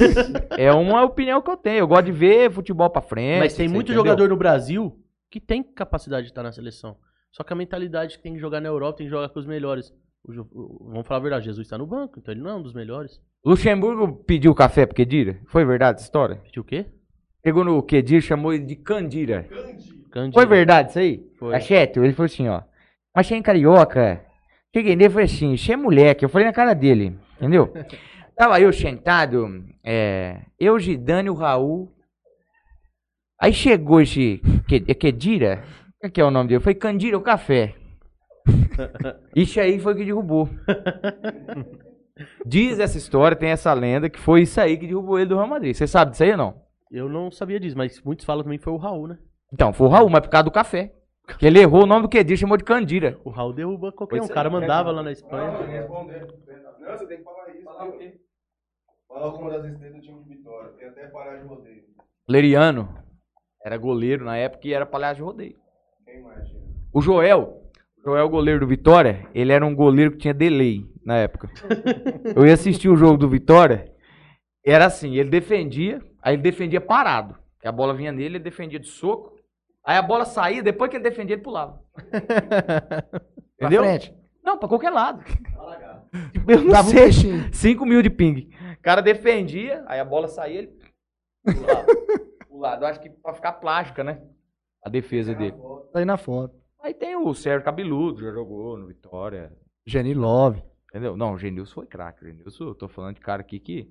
[SPEAKER 5] é uma opinião que eu tenho. Eu gosto de ver futebol pra frente.
[SPEAKER 3] Mas tem
[SPEAKER 5] você
[SPEAKER 3] muito
[SPEAKER 5] É, entendeu?
[SPEAKER 3] jogador no Brasil que tem capacidade de estar na seleção. Só que a mentalidade que tem que jogar na Europa, tem que jogar com os melhores. O Ju- o- vamos falar a verdade, Jesus tá no banco, então ele não é um dos melhores.
[SPEAKER 5] Luxemburgo pediu café pro Kedira. Foi verdade essa história?
[SPEAKER 3] Pediu o quê?
[SPEAKER 5] Chegou no Kedira, chamou ele de Candira.
[SPEAKER 3] Cândido.
[SPEAKER 5] Foi verdade isso aí?
[SPEAKER 3] Foi.
[SPEAKER 5] A Cheto, ele falou assim, ó. Mas achei em carioca. Cheguei nele e falei assim, você é moleque. Eu falei na cara dele, entendeu? Tava eu sentado, é, eu, Gidane e o Raul. Aí chegou esse Que- é Kedira. Qual que é o nome dele? Foi Candira, o café. Isso aí foi que derrubou. Diz essa história, tem essa lenda, que foi isso aí que derrubou ele do Real Madrid. Você sabe disso aí ou não?
[SPEAKER 3] Eu não sabia disso, mas muitos falam também que foi o Raul, né?
[SPEAKER 5] Então, foi o Raul, mas por causa do café. Que ele errou o nome do Kedir, chamou de Candira.
[SPEAKER 3] O Raul derruba qualquer
[SPEAKER 5] Pois
[SPEAKER 3] um.
[SPEAKER 5] é,
[SPEAKER 3] O cara
[SPEAKER 5] né?
[SPEAKER 3] mandava lá na Espanha.
[SPEAKER 1] responder. Não, você tem que falar isso. Falar o quê? Falar alguma das estrelas do time de Vitória. Tem até parar de rodeio.
[SPEAKER 5] Leriano. Era goleiro na época e era palhaço de rodeio.
[SPEAKER 1] Quem mais? gente?
[SPEAKER 5] O Joel. O Joel, goleiro do Vitória, ele era um goleiro que tinha delay na época. Eu ia assistir o jogo do Vitória. Era assim, ele defendia, aí ele defendia parado. Que a bola vinha nele, ele defendia de soco. Aí a bola saía, depois que ele defendia, ele pulava. Entendeu? Não, pra qualquer lado. Tipo, Eu não
[SPEAKER 4] Dava um
[SPEAKER 5] sei.
[SPEAKER 4] peixinho.
[SPEAKER 5] 5 mil de ping. O cara defendia, aí a bola saía, ele
[SPEAKER 4] [laughs]
[SPEAKER 5] pulava. pulava. Eu acho que pra ficar plástica, né? A defesa dele.
[SPEAKER 4] Tá aí na foto.
[SPEAKER 5] Aí tem o Sérgio Cabeludo, já jogou no Vitória.
[SPEAKER 4] Jenny Love.
[SPEAKER 5] Entendeu? Não, o Genilson foi craque. O Genilson, eu tô falando de cara aqui que.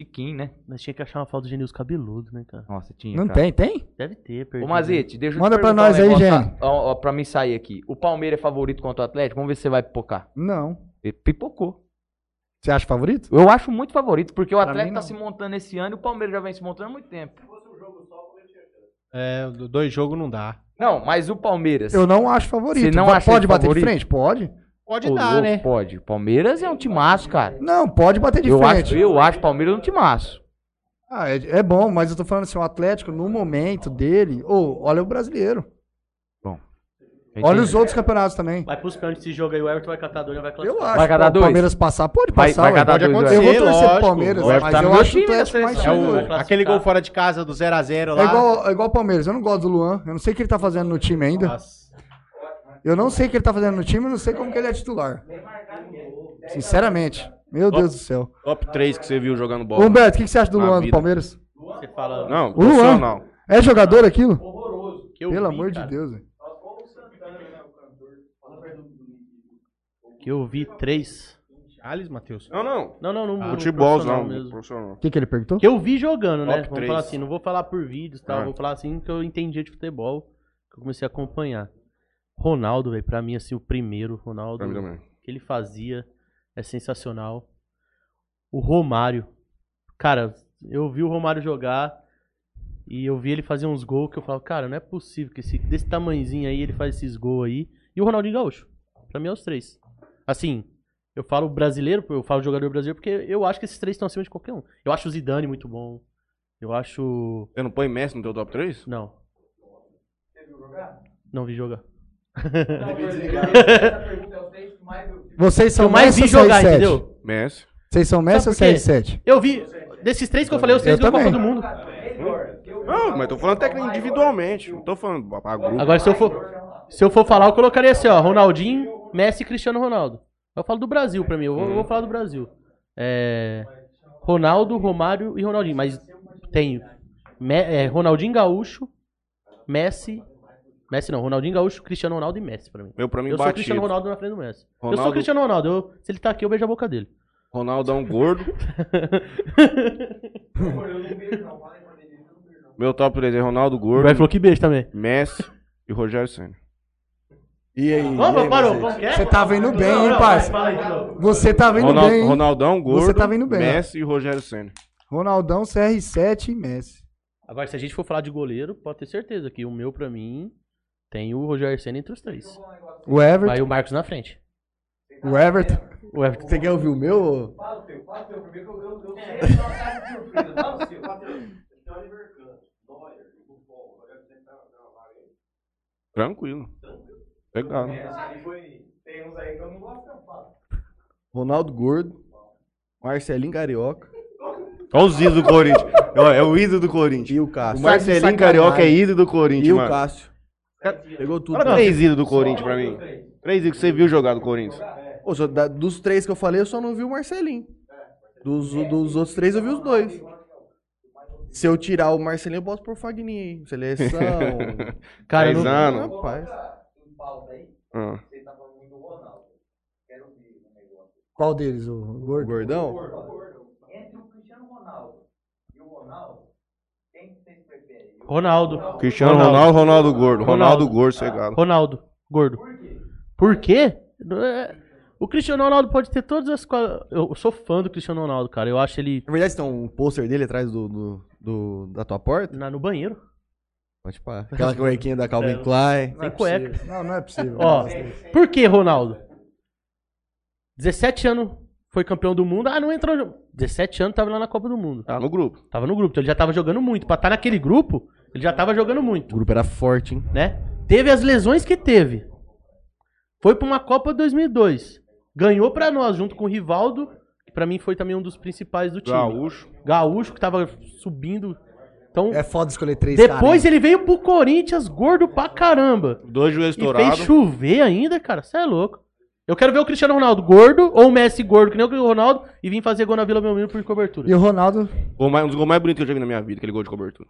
[SPEAKER 5] Chiquinho, né?
[SPEAKER 3] Nós tinha que achar uma falta do Genilson cabeludo, né, cara?
[SPEAKER 5] Nossa, tinha.
[SPEAKER 4] Não
[SPEAKER 5] cara.
[SPEAKER 4] tem, tem?
[SPEAKER 3] Deve ter, né?
[SPEAKER 5] Ô,
[SPEAKER 3] perdido.
[SPEAKER 5] Mazete, deixa tá. eu te
[SPEAKER 4] Manda pra
[SPEAKER 5] perguntar um
[SPEAKER 4] nós aí,
[SPEAKER 5] negócio,
[SPEAKER 4] Gene.
[SPEAKER 5] tá? Ó, ó, pra mim sair aqui. O Palmeiras é favorito contra o Atlético? Vamos ver se você vai pipocar.
[SPEAKER 4] Não.
[SPEAKER 5] Ele pipocou.
[SPEAKER 4] Você acha favorito?
[SPEAKER 5] Eu acho muito favorito, porque o Atlético
[SPEAKER 4] mim,
[SPEAKER 5] tá
[SPEAKER 4] não.
[SPEAKER 5] se montando esse ano e o Palmeiras já vem se montando há muito tempo.
[SPEAKER 7] É, do- dois jogos não dá.
[SPEAKER 5] Não, mas o Palmeiras.
[SPEAKER 4] Eu não acho favorito.
[SPEAKER 5] Você não
[SPEAKER 4] Ba-
[SPEAKER 5] acha
[SPEAKER 4] pode
[SPEAKER 5] ele
[SPEAKER 4] bater
[SPEAKER 5] favorito?
[SPEAKER 4] de frente? Pode.
[SPEAKER 7] Pode
[SPEAKER 5] Ô,
[SPEAKER 7] dar,
[SPEAKER 5] louco,
[SPEAKER 7] né?
[SPEAKER 5] Pode. Palmeiras é um timaço, cara.
[SPEAKER 4] Não, pode bater de
[SPEAKER 5] Eu
[SPEAKER 4] frente.
[SPEAKER 5] acho, eu acho Palmeiras um timaço.
[SPEAKER 4] Ah, é, é bom, mas eu tô falando assim, o Atlético, no momento dele, ô, olha o brasileiro. Olha os outros campeonatos também.
[SPEAKER 3] Vai pros pênaltis esse jogo aí, o Everton vai catar dois, vai
[SPEAKER 4] Eu
[SPEAKER 3] classificar.
[SPEAKER 4] acho.
[SPEAKER 5] Vai cadar
[SPEAKER 4] pô,
[SPEAKER 5] dois?
[SPEAKER 4] O Palmeiras passar, pode
[SPEAKER 5] Vai,
[SPEAKER 4] passar.
[SPEAKER 5] vai
[SPEAKER 4] ué.
[SPEAKER 5] cadar
[SPEAKER 7] Pode
[SPEAKER 5] dois. né?
[SPEAKER 4] eu
[SPEAKER 5] dois.
[SPEAKER 4] vou
[SPEAKER 7] acontecer.
[SPEAKER 4] torcer pro
[SPEAKER 7] lógico.
[SPEAKER 4] Palmeiras,
[SPEAKER 5] Vai
[SPEAKER 4] mas
[SPEAKER 5] tá no
[SPEAKER 4] eu
[SPEAKER 5] meu
[SPEAKER 4] acho o
[SPEAKER 5] time da
[SPEAKER 4] Atlético mais
[SPEAKER 5] seleção.
[SPEAKER 7] É o-
[SPEAKER 4] seguro.
[SPEAKER 3] classificar.
[SPEAKER 7] aquele gol fora de casa do 0x0 lá.
[SPEAKER 4] É igual, é igual o Palmeiras, eu não gosto do Luan, eu não sei o que ele tá fazendo no time ainda.
[SPEAKER 7] Nossa.
[SPEAKER 4] Eu não sei o que ele tá fazendo no time, eu não sei como que ele é titular. Sinceramente. Meu Deus do céu.
[SPEAKER 1] Top 3 que você viu jogando
[SPEAKER 4] Ô,
[SPEAKER 1] bola.
[SPEAKER 4] Humberto, o que, que você acha do
[SPEAKER 1] Na
[SPEAKER 4] Luan do
[SPEAKER 1] vida.
[SPEAKER 4] Palmeiras?
[SPEAKER 3] Você fala
[SPEAKER 1] Não,
[SPEAKER 4] Luan.
[SPEAKER 1] profissional.
[SPEAKER 4] É jogador aquilo?
[SPEAKER 3] que eu
[SPEAKER 4] Pelo
[SPEAKER 3] vi,
[SPEAKER 4] amor de
[SPEAKER 3] cara,
[SPEAKER 4] Deus. velho.
[SPEAKER 3] Que eu vi três
[SPEAKER 6] Alice, Matheus.
[SPEAKER 1] Não, não.
[SPEAKER 3] Não, não, no, no
[SPEAKER 1] Futebol,
[SPEAKER 3] profissional
[SPEAKER 1] não.
[SPEAKER 3] mesmo.
[SPEAKER 1] Ah, Profissional.
[SPEAKER 4] O que, que ele perguntou?
[SPEAKER 3] Que eu vi jogando, né?
[SPEAKER 1] Top
[SPEAKER 3] Vamos
[SPEAKER 1] três.
[SPEAKER 3] falar assim, não vou falar por vídeos, tá?
[SPEAKER 1] Ah.
[SPEAKER 3] Vou falar assim que eu entendi de futebol, que eu comecei a acompanhar. Ronaldo, velho, pra mim, assim, o primeiro Ronaldo,
[SPEAKER 1] Pra mim também.
[SPEAKER 3] o que ele fazia é sensacional. O Romário. Cara, eu vi o Romário jogar e eu vi ele fazer uns gols que eu falava, cara, não é possível que esse, desse tamanhozinho aí ele faz esses gols aí. E o Ronaldinho Gaúcho. Pra mim é os três. Assim, eu falo brasileiro, eu falo jogador brasileiro, porque eu acho que esses três estão acima de qualquer um. Eu acho o Zidane muito bom. Eu acho.
[SPEAKER 1] Você não põe Messi no teu top 3?
[SPEAKER 3] Não. Não vi jogar.
[SPEAKER 4] Vocês
[SPEAKER 3] Eu
[SPEAKER 4] são
[SPEAKER 3] mais
[SPEAKER 4] Messi
[SPEAKER 3] vi
[SPEAKER 4] ou
[SPEAKER 3] jogar,
[SPEAKER 4] 6 7
[SPEAKER 3] entendeu?
[SPEAKER 1] Messi.
[SPEAKER 4] Vocês são Messi ou
[SPEAKER 3] Sabe por quê?
[SPEAKER 4] 6 7
[SPEAKER 3] Eu vi. Desses três que eu falei, os três
[SPEAKER 4] Eu
[SPEAKER 3] da Copa
[SPEAKER 4] também.
[SPEAKER 3] do Mundo.
[SPEAKER 1] Não, mas tô falando técnica individualmente. Não tô falando pra pra grupo.
[SPEAKER 3] Agora, se eu for, se eu for falar, eu colocaria assim, ó, Ronaldinho, Messi e Cristiano Ronaldo. Eu falo do Brasil pra mim, eu vou, eu vou falar do Brasil. É, Ronaldo, Romário e Ronaldinho, mas tem Me- é, Ronaldinho Gaúcho, Messi, Messi não, Ronaldinho Gaúcho, Cristiano Ronaldo e Messi pra mim.
[SPEAKER 1] Meu, pra mim,
[SPEAKER 3] Eu sou
[SPEAKER 1] batido.
[SPEAKER 3] Cristiano Ronaldo na frente do Messi. Eu sou
[SPEAKER 1] Ronaldo-
[SPEAKER 3] Cristiano Ronaldo, eu- se ele tá aqui eu beijo a boca dele.
[SPEAKER 1] Ronaldo é um gordo. Meu top 3 é Ronaldo
[SPEAKER 3] O
[SPEAKER 1] Gordo,
[SPEAKER 3] Vai falou que beijo também.
[SPEAKER 1] Messi e Rogério Senna.
[SPEAKER 2] E aí?
[SPEAKER 3] [laughs]
[SPEAKER 2] e aí,
[SPEAKER 3] Vamos, parou,
[SPEAKER 2] você?
[SPEAKER 3] vamos, quer?
[SPEAKER 4] Você tava indo bem,
[SPEAKER 3] Não,
[SPEAKER 4] hein,
[SPEAKER 3] não,
[SPEAKER 4] parça?
[SPEAKER 3] vai, fala aí de novo.
[SPEAKER 4] Você tava Tá indo
[SPEAKER 1] Ronaldo,
[SPEAKER 4] bem, hein?
[SPEAKER 1] Ronaldão Gordo,
[SPEAKER 4] Você tava indo bem,
[SPEAKER 1] Messi e Rogério Senna.
[SPEAKER 4] Ronaldão, CR7 e Messi.
[SPEAKER 3] Agora, se a gente for falar de goleiro, pode ter certeza que o meu, pra mim, tem o Rogério Senna entre os três.
[SPEAKER 4] O Everton,
[SPEAKER 3] Aí o Marcos na frente.
[SPEAKER 4] o Everton.
[SPEAKER 3] O Everton.
[SPEAKER 2] Você quer ouvir o meu? ou-
[SPEAKER 1] Tranquilo. Legal. né?
[SPEAKER 2] Ronaldo Gordo, Marcelinho Carioca
[SPEAKER 1] Olha os ídolos do Corinthians. Ó, é o ídolo do Corinthians.
[SPEAKER 2] e o Cássio.
[SPEAKER 1] O Marcelinho Carioca é ídolo do Corinthians,
[SPEAKER 2] E o
[SPEAKER 1] mano.
[SPEAKER 2] Cássio. Pegou tudo.
[SPEAKER 1] Olha três ídolos do Corinthians pra mim. Três ídolos que você viu jogar do Corinthians.
[SPEAKER 2] Ô, só da- dos três que eu falei, eu só não vi o Marcelinho. Dos, dos outros três, eu vi os dois. Se eu tirar o Marcelinho, eu posso pôr o Fagninho aí.
[SPEAKER 1] [laughs]
[SPEAKER 2] Seleção.
[SPEAKER 3] Cara, eu
[SPEAKER 1] Dez
[SPEAKER 3] não-
[SPEAKER 1] anos.
[SPEAKER 2] Rapaz.
[SPEAKER 1] Ah.
[SPEAKER 4] Qual deles? O Gordo?
[SPEAKER 2] O gordão?
[SPEAKER 3] Ronaldo.
[SPEAKER 1] Cristiano Ronaldo, Ronaldo Gordo.
[SPEAKER 3] Ronaldo.
[SPEAKER 1] Ronaldo Gordo, cegado.
[SPEAKER 3] Ronaldo, gordo. Por quê? É, O Cristiano Ronaldo pode ter todas as. qua- Eu sou fã do Cristiano Ronaldo, cara. Eu acho ele
[SPEAKER 2] Na verdade, tem um pôster dele atrás do, do- do- da tua porta.
[SPEAKER 3] na- no banheiro,
[SPEAKER 2] Pode pá. Aquela cuequinha da Calvin
[SPEAKER 3] É.
[SPEAKER 2] Klein.
[SPEAKER 3] sem cueca.
[SPEAKER 4] Não, não é possível.
[SPEAKER 3] Ó, por que, Ronaldo? 17 anos foi campeão do mundo. Ah, não entrou. no- 17 anos tava lá na Copa do Mundo.
[SPEAKER 1] Tá no grupo.
[SPEAKER 3] Tava no grupo, então ele já tava jogando muito. Pra estar naquele grupo, ele já tava jogando muito.
[SPEAKER 2] O grupo era forte, hein?
[SPEAKER 3] né? Teve as lesões que teve. Foi pra uma Copa 2002. Ganhou pra nós junto com o Rivaldo, que pra mim foi também um dos principais do time.
[SPEAKER 1] Gaúcho.
[SPEAKER 3] Gaúcho que tava subindo. Então,
[SPEAKER 4] É foda escolher três
[SPEAKER 3] depois
[SPEAKER 4] caras.
[SPEAKER 3] ele veio pro Corinthians gordo pra caramba.
[SPEAKER 1] Dois joelhos
[SPEAKER 3] E fez
[SPEAKER 1] estourados.
[SPEAKER 3] chover ainda, cara. Você é louco. Eu quero ver o Cristiano Ronaldo gordo ou o Messi gordo, que nem o Ronaldo, e vim fazer gol na Vila Belmiro por cobertura.
[SPEAKER 4] E o Ronaldo,
[SPEAKER 1] Gol mais- Um dos gols mais bonitos que eu já vi na minha vida, aquele gol de cobertura.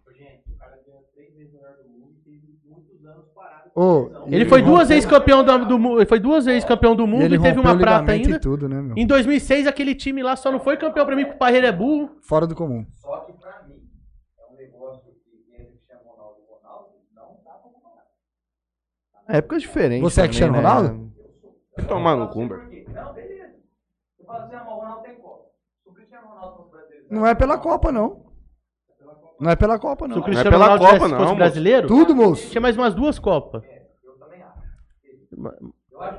[SPEAKER 4] ô,
[SPEAKER 3] Ele foi duas vezes campeão da- do mundo, ele foi duas vezes campeão do mundo e,
[SPEAKER 4] ele
[SPEAKER 3] teve
[SPEAKER 4] rompeu
[SPEAKER 3] uma
[SPEAKER 4] o
[SPEAKER 3] prata
[SPEAKER 4] ligamento
[SPEAKER 3] ainda.
[SPEAKER 4] E tudo, né, meu?
[SPEAKER 3] Em 2006, aquele time lá só não foi campeão pra mim, porque o Parreira é burro.
[SPEAKER 4] Fora do comum.
[SPEAKER 2] É época diferente.
[SPEAKER 4] Você é
[SPEAKER 2] também,
[SPEAKER 4] Cristiano
[SPEAKER 2] né?
[SPEAKER 4] Ronaldo?
[SPEAKER 1] Vai Tomar no Cumber.
[SPEAKER 4] Não é pela Copa, não. Não é pela Copa,
[SPEAKER 3] Se o
[SPEAKER 4] não.
[SPEAKER 3] Cristiano
[SPEAKER 1] pela
[SPEAKER 3] Ronaldo
[SPEAKER 1] Copa,
[SPEAKER 3] tivesse
[SPEAKER 1] não,
[SPEAKER 3] fosse
[SPEAKER 1] moço.
[SPEAKER 3] brasileiro,
[SPEAKER 4] Tudo, moço.
[SPEAKER 3] tinha mais umas duas Copas.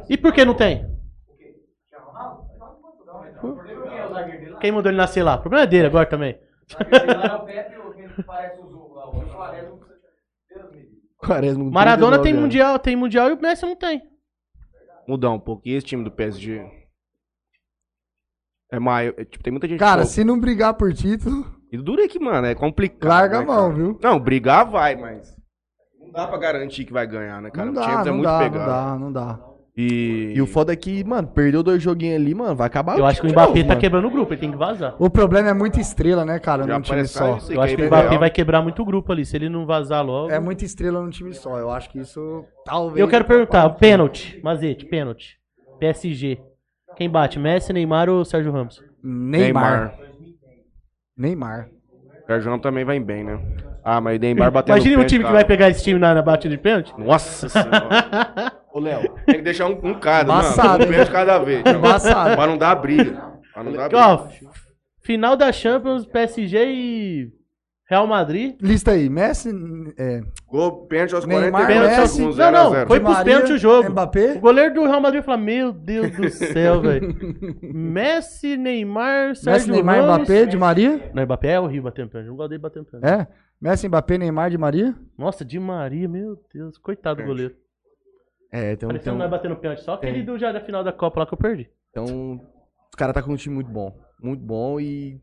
[SPEAKER 3] E por que não tem? Quem mandou ele nascer lá? O problema é dele agora também.
[SPEAKER 2] Quaresma com
[SPEAKER 3] Maradona
[SPEAKER 2] 39
[SPEAKER 3] tem um
[SPEAKER 2] anos.
[SPEAKER 3] mundial, tem mundial e o Messi não tem.
[SPEAKER 1] Mudar um pouco. E esse time do PSG? É maior. é, tipo, tem muita gente.
[SPEAKER 4] Cara,
[SPEAKER 1] que-
[SPEAKER 4] se não brigar por título,
[SPEAKER 1] E dura aqui, mano. É complicado.
[SPEAKER 4] Larga
[SPEAKER 1] né,
[SPEAKER 4] a mão,
[SPEAKER 1] cara?
[SPEAKER 4] viu?
[SPEAKER 1] Não, brigar vai, mas. Não dá pra garantir que vai ganhar, né, cara?
[SPEAKER 4] não
[SPEAKER 1] o Champions
[SPEAKER 4] dá,
[SPEAKER 1] é
[SPEAKER 4] não
[SPEAKER 1] muito
[SPEAKER 4] dá, não
[SPEAKER 1] pegado.
[SPEAKER 4] dá, não dá.
[SPEAKER 1] E.
[SPEAKER 2] E o foda é que, mano, perdeu dois joguinhos ali, mano, vai acabar
[SPEAKER 3] Eu acho que o
[SPEAKER 2] time de
[SPEAKER 3] Mbappé
[SPEAKER 2] novo,
[SPEAKER 3] tá
[SPEAKER 2] é mano.
[SPEAKER 3] quebrando o grupo, ele tem que vazar.
[SPEAKER 4] O problema é muita estrela, né, cara,
[SPEAKER 1] Já
[SPEAKER 4] num time
[SPEAKER 1] aparece
[SPEAKER 4] só.
[SPEAKER 1] isso aí,
[SPEAKER 3] Eu acho que o
[SPEAKER 1] é
[SPEAKER 3] Mbappé
[SPEAKER 1] legal.
[SPEAKER 3] vai quebrar muito o grupo ali, se ele não vazar logo.
[SPEAKER 4] É muita estrela num time só. Eu acho que isso talvez.
[SPEAKER 3] Eu quero perguntar, pênalti, Mazete, pênalti. PSG. Quem bate, Messi, Neymar ou Sérgio Ramos?
[SPEAKER 4] Neymar. Neymar.
[SPEAKER 1] Sérgio Ramos também vai bem, né? Ah, mas Neymar bateu
[SPEAKER 3] Imagina o time que vai pegar esse time na, na batida de pênalti.
[SPEAKER 1] um. Nossa senhora.
[SPEAKER 4] [laughs]
[SPEAKER 1] Ô, Léo, tem que deixar um, um cada,
[SPEAKER 4] Embaçado,
[SPEAKER 1] mano. Um
[SPEAKER 4] hein?
[SPEAKER 1] pênalti cada vez.
[SPEAKER 4] [laughs] Embaçado.
[SPEAKER 1] Pra não dar briga. Pra não dar
[SPEAKER 3] Porque,
[SPEAKER 1] briga.
[SPEAKER 3] ó, f- final da Champions, PSG e Real Madrid.
[SPEAKER 4] Lista aí. Messi. É,
[SPEAKER 1] Gol, pênalti aos
[SPEAKER 4] Neymar, é assim.
[SPEAKER 1] 42
[SPEAKER 4] Messi.
[SPEAKER 1] segundos,
[SPEAKER 3] Não,
[SPEAKER 1] 0
[SPEAKER 3] não,
[SPEAKER 1] Ah, um a 0.
[SPEAKER 3] foi
[SPEAKER 4] Di
[SPEAKER 3] pros
[SPEAKER 4] Maria,
[SPEAKER 3] pênaltis o jogo. O
[SPEAKER 4] Mbappé.
[SPEAKER 3] goleiro do Real Madrid falou: Meu Deus do
[SPEAKER 4] [laughs]
[SPEAKER 3] céu, velho. Messi, Neymar, Sérgio
[SPEAKER 4] Messi, Neymar,
[SPEAKER 3] Ramos.
[SPEAKER 4] Mbappé, Di Maria.
[SPEAKER 3] Não, Mbappé é horrível batendo pênalti. Eu gosto dele batendo
[SPEAKER 4] É.
[SPEAKER 3] pênalti.
[SPEAKER 4] Messi, Mbappé, Neymar, Di Maria.
[SPEAKER 3] Nossa, Di Maria, meu Deus. Coitado do goleiro.
[SPEAKER 2] É, tem um. Tem
[SPEAKER 3] Parecendo
[SPEAKER 2] um,
[SPEAKER 3] nós batendo pênalti. Só aquele do já da final da Copa lá que eu perdi.
[SPEAKER 2] tem um- os caras tá com um time muito bom. Muito bom e.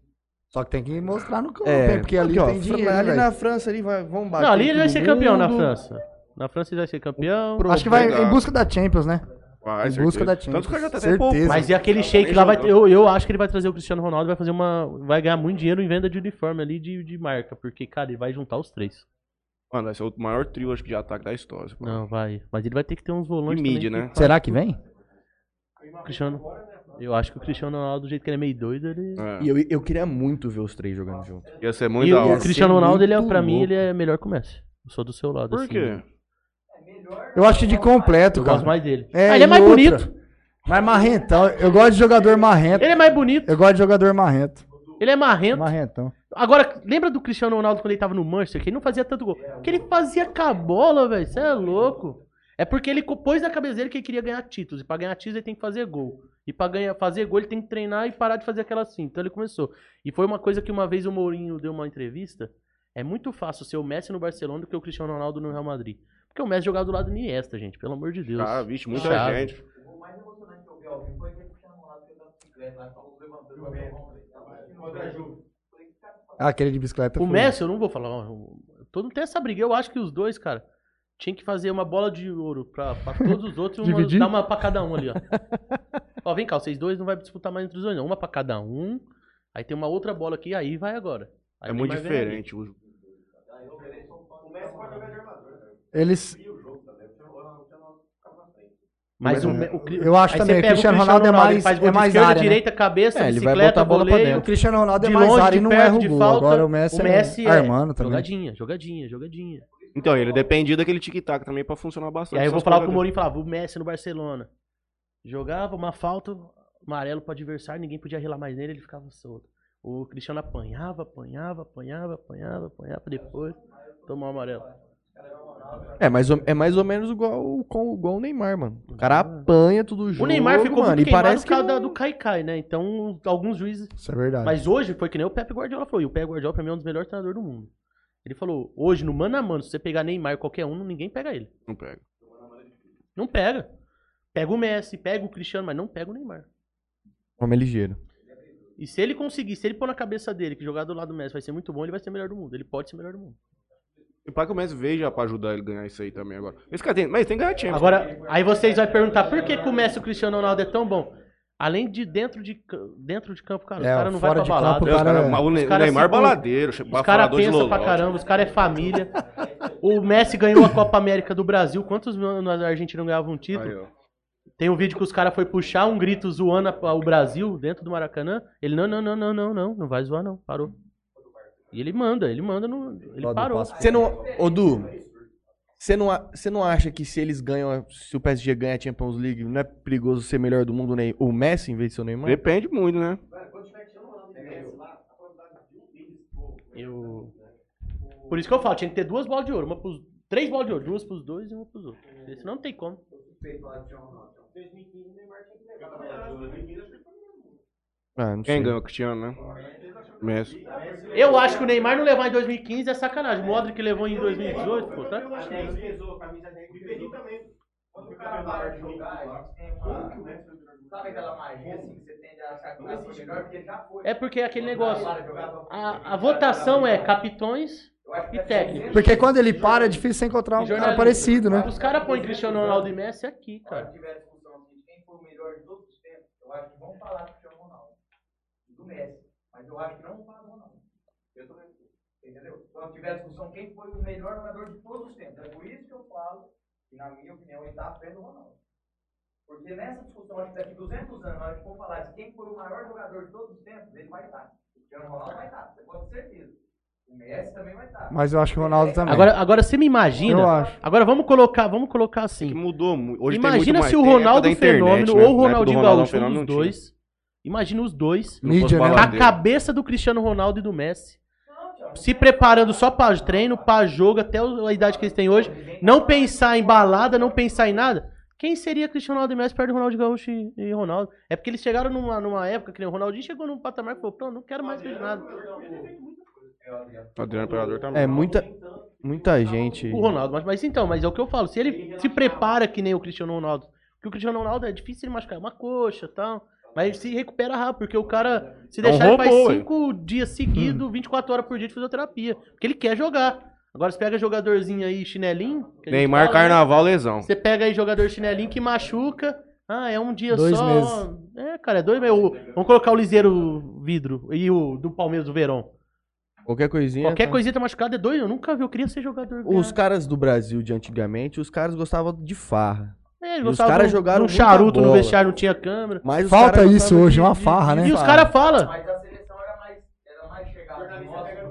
[SPEAKER 4] Só que tem que mostrar no campo,
[SPEAKER 2] É,
[SPEAKER 4] hein, porque
[SPEAKER 2] aqui,
[SPEAKER 4] ali
[SPEAKER 2] ó,
[SPEAKER 4] tem dinheiro,
[SPEAKER 2] ali
[SPEAKER 4] velho.
[SPEAKER 2] na França ali vai, vamos bater.
[SPEAKER 3] não, ali ele vai
[SPEAKER 2] todo
[SPEAKER 3] ser campeão na
[SPEAKER 2] mundo.
[SPEAKER 3] França. Na França ele vai ser campeão.
[SPEAKER 4] Acho que vai
[SPEAKER 1] Obrigado.
[SPEAKER 4] em busca da Champions, né?
[SPEAKER 1] Vai,
[SPEAKER 4] Em
[SPEAKER 1] certeza.
[SPEAKER 4] busca da
[SPEAKER 1] Tanto que o cara já tá até
[SPEAKER 4] Certeza.
[SPEAKER 1] poupado.
[SPEAKER 3] Mas né? e aquele shake lá, vai, eu, eu acho que ele vai trazer o Cristiano Ronaldo, vai fazer uma. Vai ganhar muito dinheiro em venda de uniforme ali de, de marca. Porque, cara, ele vai juntar os três.
[SPEAKER 1] Mano, vai ser o maior trio acho que, de ataque da história. pô.
[SPEAKER 3] Não, vai. Mas ele vai ter que ter uns
[SPEAKER 1] E
[SPEAKER 3] volantes. também
[SPEAKER 1] mídia,
[SPEAKER 3] que-
[SPEAKER 1] né?
[SPEAKER 4] Será que vem?
[SPEAKER 3] o Cristiano. Eu acho que o Cristiano Ronaldo, do jeito que ele é meio doido, ele.
[SPEAKER 2] E eu, eu queria muito ver os três jogando junto.
[SPEAKER 1] É. Ia ser Ah, muito
[SPEAKER 3] E
[SPEAKER 1] da
[SPEAKER 3] o,
[SPEAKER 1] hora.
[SPEAKER 2] ser
[SPEAKER 3] Cristiano Ronaldo, ele é, pra
[SPEAKER 2] muito
[SPEAKER 3] mim, ele é melhor que o Messi. Eu sou do seu lado.
[SPEAKER 1] Por
[SPEAKER 3] assim.
[SPEAKER 1] quê?
[SPEAKER 4] Eu acho que de completo,
[SPEAKER 3] Eu
[SPEAKER 4] cara.
[SPEAKER 3] gosto mais dele.
[SPEAKER 4] É,
[SPEAKER 3] Ah, ele é
[SPEAKER 4] e
[SPEAKER 3] mais
[SPEAKER 4] outra.
[SPEAKER 3] bonito.
[SPEAKER 4] Mas marrentão. Eu gosto de jogador marrento.
[SPEAKER 3] Ele é mais bonito.
[SPEAKER 4] Eu gosto de jogador marrento.
[SPEAKER 3] Ele é marrento.
[SPEAKER 4] Marrentão.
[SPEAKER 3] Agora, lembra do Cristiano Ronaldo quando ele tava no Manchester? Que ele não fazia tanto gol. Que ele fazia com a bola, velho. Você é louco. É porque ele co- pôs na cabeça dele que ele queria ganhar títulos. E pra ganhar títulos ele tem que fazer gol. E pra ganhar, fazer gol ele tem que treinar e parar de fazer aquela assim. Então ele começou. E foi uma coisa que uma vez o Mourinho deu uma entrevista. É muito fácil ser o Messi no Barcelona do que o Cristiano Ronaldo no Real Madrid. Porque o Messi jogava do lado do Iniesta, gente. Pelo amor de Deus.
[SPEAKER 1] Ah, vixe, muita
[SPEAKER 3] Chave.
[SPEAKER 1] gente.
[SPEAKER 4] Ah, aquele de bicicleta.
[SPEAKER 3] O
[SPEAKER 4] foi-
[SPEAKER 3] Messi, eu não vou falar. eu- Todo mundo tem essa briga. Eu acho que os dois, cara, tinha que fazer uma bola de ouro pra, pra todos os outros e uma,
[SPEAKER 4] Dividir?
[SPEAKER 3] dar uma pra cada um ali, ó. ó, vem cá, vocês dois não vai disputar mais entre os dois, não. Uma pra cada um. Aí tem uma outra bola aqui, aí vai agora. Aí
[SPEAKER 1] É
[SPEAKER 3] o
[SPEAKER 1] muito
[SPEAKER 3] Neymar vem ali.
[SPEAKER 1] diferente. o-
[SPEAKER 4] Eles.
[SPEAKER 3] Mas o,
[SPEAKER 4] É,
[SPEAKER 3] o, Cri-
[SPEAKER 4] eu acho
[SPEAKER 3] aí
[SPEAKER 4] também,
[SPEAKER 3] você
[SPEAKER 4] o
[SPEAKER 3] pega
[SPEAKER 4] Cristiano Ronaldo é
[SPEAKER 3] ele
[SPEAKER 4] mais-
[SPEAKER 3] faz gol
[SPEAKER 4] é
[SPEAKER 3] de
[SPEAKER 4] mais
[SPEAKER 3] esquerda,
[SPEAKER 4] área, né?
[SPEAKER 3] direita, cabeça,
[SPEAKER 2] É, ele vai
[SPEAKER 3] bicicleta,
[SPEAKER 2] botar a bola pra
[SPEAKER 3] voleio.
[SPEAKER 2] dentro.
[SPEAKER 4] O Cristiano Ronaldo é
[SPEAKER 3] De
[SPEAKER 4] mais
[SPEAKER 3] longe,
[SPEAKER 4] área
[SPEAKER 3] de
[SPEAKER 4] e não
[SPEAKER 3] perto,
[SPEAKER 4] erra o
[SPEAKER 3] de
[SPEAKER 4] gol.
[SPEAKER 3] falta,
[SPEAKER 4] Agora o Messi,
[SPEAKER 3] o Messi
[SPEAKER 4] é
[SPEAKER 3] é
[SPEAKER 4] armando também.
[SPEAKER 3] Jogadinha, jogadinha, jogadinha.
[SPEAKER 1] Então, ele dependia daquele tic-tac também pra funcionar
[SPEAKER 3] E
[SPEAKER 1] bastante.
[SPEAKER 3] aí eu vou
[SPEAKER 1] Essas
[SPEAKER 3] falar pro
[SPEAKER 1] paradas.
[SPEAKER 3] Mourinho falava, o Messi no Barcelona. Jogava uma falta, amarelo pro adversário, ninguém podia relar mais nele, ele ficava solto. O Cristiano apanhava, apanhava, apanhava, apanhava, apanhava, depois tomou o amarelo.
[SPEAKER 2] É, mas o- é mais ou menos igual, o- com, igual o Neymar, mano. O cara apanha tudo jogo.
[SPEAKER 3] o Neymar ficou
[SPEAKER 2] mano,
[SPEAKER 3] muito
[SPEAKER 2] e
[SPEAKER 3] queimado
[SPEAKER 2] parece
[SPEAKER 3] por
[SPEAKER 2] que
[SPEAKER 3] causa da-
[SPEAKER 2] não-
[SPEAKER 3] do Kaikai, né? Então, alguns juízes...
[SPEAKER 4] Isso é verdade.
[SPEAKER 3] Mas hoje foi que nem o Pepe Guardiola falou, e o Pepe Guardiola pra mim é um dos melhores treinadores do mundo. Ele falou, hoje no mano a mano, se você pegar Neymar ou qualquer um, ninguém pega ele.
[SPEAKER 1] Não pega.
[SPEAKER 3] Não pega. Pega o Messi, pega o Cristiano, mas não pega o Neymar.
[SPEAKER 2] Homem ligeiro.
[SPEAKER 3] E se ele conseguir, se ele pôr na cabeça dele que jogar do lado do Messi vai ser muito bom, ele vai ser o melhor do mundo. Ele pode ser o melhor do mundo.
[SPEAKER 1] E para que o Messi veja pra ajudar ele a ganhar isso aí também agora. Esse cara tem. Mas tem que ganhar Champions.
[SPEAKER 3] Agora, aí vocês vão perguntar por que, que o Messi e o Cristiano Ronaldo é tão bom? Além de dentro de, ca- dentro de campo, cara,
[SPEAKER 4] É,
[SPEAKER 3] os caras não vai
[SPEAKER 4] fora
[SPEAKER 3] pra
[SPEAKER 4] de
[SPEAKER 3] balada.
[SPEAKER 4] campo,
[SPEAKER 1] Os cara,
[SPEAKER 4] Cara,
[SPEAKER 1] o Ne-
[SPEAKER 3] os cara
[SPEAKER 1] Neymar é
[SPEAKER 3] se-
[SPEAKER 1] baladeiro,
[SPEAKER 3] Os caras
[SPEAKER 1] falador de
[SPEAKER 3] pensam pra
[SPEAKER 1] loló.
[SPEAKER 3] caramba, os caras é família. O Messi ganhou a Copa América do Brasil. Quantos anos a Argentina não ganhava um título?
[SPEAKER 1] Aí, ó.
[SPEAKER 3] Tem um vídeo que os caras foi puxar um grito zoando a- o Brasil dentro do Maracanã. Ele, não, não, não, não, não, não, não vai zoar não, parou. E ele manda, ele manda, no, ele parou.
[SPEAKER 2] Você não. Ô, Du, você não, a- você não acha que se eles ganham. a- Se o PSG ganha a Champions League, não é perigoso ser melhor do mundo nem o Messi em vez de ser o Neymar?
[SPEAKER 1] Depende muito, né?
[SPEAKER 3] Eu... Por isso que eu falo, tinha que ter duas bolas de ouro, uma pros... três bolas de ouro, duas pros dois e uma pros outros. Porque senão não tem como.
[SPEAKER 2] Ah, não
[SPEAKER 1] Quem
[SPEAKER 2] sei.
[SPEAKER 1] ganhou? Cristiano, né? Messi.
[SPEAKER 3] Eu acho que o Neymar não levar em 2015 é sacanagem. O Modric levou em 2018, pô, tá? É porque é aquele negócio. A, a votação é capitões e técnicos.
[SPEAKER 4] Porque quando ele para, é difícil você encontrar um cara
[SPEAKER 3] Jornalista.
[SPEAKER 4] parecido, né?
[SPEAKER 3] Os caras põem Cristiano Ronaldo e Messi aqui, cara.
[SPEAKER 8] Então, É tá Porque nessa discussão, acho que daqui 200 anos, na hora que for falar de quem foi o maior jogador de todos os tempos, ele vai estar. O Cristiano Ronaldo vai estar, você pode ter certeza. O Messi também vai estar.
[SPEAKER 4] Mas eu acho que o Ronaldo também.
[SPEAKER 3] Agora, agora você me imagina.
[SPEAKER 4] Eu acho.
[SPEAKER 3] Agora vamos colocar, vamos colocar assim.
[SPEAKER 1] Que mudou mu- hoje tem muito
[SPEAKER 3] Imagina
[SPEAKER 1] mais-
[SPEAKER 3] se o
[SPEAKER 1] tem a época
[SPEAKER 3] Ronaldo é um
[SPEAKER 1] da internet, né?
[SPEAKER 3] Fenômeno
[SPEAKER 1] Na
[SPEAKER 3] ou o
[SPEAKER 1] época do
[SPEAKER 3] Ronaldinho
[SPEAKER 1] Ronaldo
[SPEAKER 3] Gaúcho, um
[SPEAKER 1] Fenômeno
[SPEAKER 3] dos
[SPEAKER 1] não tinha.
[SPEAKER 3] dois. Imagina os dois
[SPEAKER 1] Não posso
[SPEAKER 4] Mídia, né?
[SPEAKER 1] falar
[SPEAKER 3] na
[SPEAKER 1] dele.
[SPEAKER 3] cabeça do Cristiano Ronaldo e do Messi. Se preparando só pra treino, pra jogo, até o- a idade que eles têm hoje. Não pensar em balada, não pensar em nada. Quem seria Cristiano Ronaldo e Messi perto do Ronaldo Gaúcho e, e Ronaldo? É porque eles chegaram numa, numa época que nem o Ronaldinho chegou num patamar que falou, pronto, não quero mais fazer nada.
[SPEAKER 1] O Adriano Imperador tá
[SPEAKER 2] É
[SPEAKER 1] mal.
[SPEAKER 2] muita, muita gente.
[SPEAKER 3] O Ronaldo, mas, mas então, mas é o que eu falo. Se ele se prepara que nem o Cristiano Ronaldo, porque o Cristiano Ronaldo é difícil ele machucar uma coxa e tal. Mas ele se recupera rápido, porque o cara, se
[SPEAKER 1] um
[SPEAKER 3] deixar, ele faz
[SPEAKER 1] robô, ué.
[SPEAKER 3] cinco dias seguidos, 24 horas por dia de fisioterapia. Porque ele quer jogar. Agora você pega jogadorzinho aí, chinelinho. que a gente
[SPEAKER 1] Neymar,
[SPEAKER 3] fala, né?
[SPEAKER 1] Carnaval, lesão.
[SPEAKER 3] Você pega aí jogador chinelinho que machuca. Ah, é um dia
[SPEAKER 4] Dois
[SPEAKER 3] só.
[SPEAKER 4] meses.
[SPEAKER 3] É, cara, é dois meses. O- Vamos colocar o Liseiro Vidro e o do Palmeiras do Verão.
[SPEAKER 2] Qualquer coisinha.
[SPEAKER 3] Qualquer
[SPEAKER 2] tá.
[SPEAKER 3] coisinha tá machucada é dois. Eu nunca vi, eu queria ser jogador.
[SPEAKER 2] Os
[SPEAKER 3] cara.
[SPEAKER 2] caras do Brasil de antigamente, os caras gostavam de farra.
[SPEAKER 3] É, eles
[SPEAKER 2] E os
[SPEAKER 3] gostavam
[SPEAKER 2] caras
[SPEAKER 3] de um-
[SPEAKER 2] jogaram
[SPEAKER 3] de um
[SPEAKER 2] muita
[SPEAKER 3] charuto no
[SPEAKER 2] bola.
[SPEAKER 3] vestiário, não tinha câmera.
[SPEAKER 2] Mas os
[SPEAKER 4] Falta
[SPEAKER 2] caras
[SPEAKER 4] isso
[SPEAKER 2] gostavam
[SPEAKER 4] hoje,
[SPEAKER 2] de-
[SPEAKER 4] uma
[SPEAKER 2] de-
[SPEAKER 4] farra, né?
[SPEAKER 2] de
[SPEAKER 3] E os
[SPEAKER 2] farra.
[SPEAKER 3] caras falam.
[SPEAKER 8] Mas a seleção era mais, era mais chegada. Nossa, era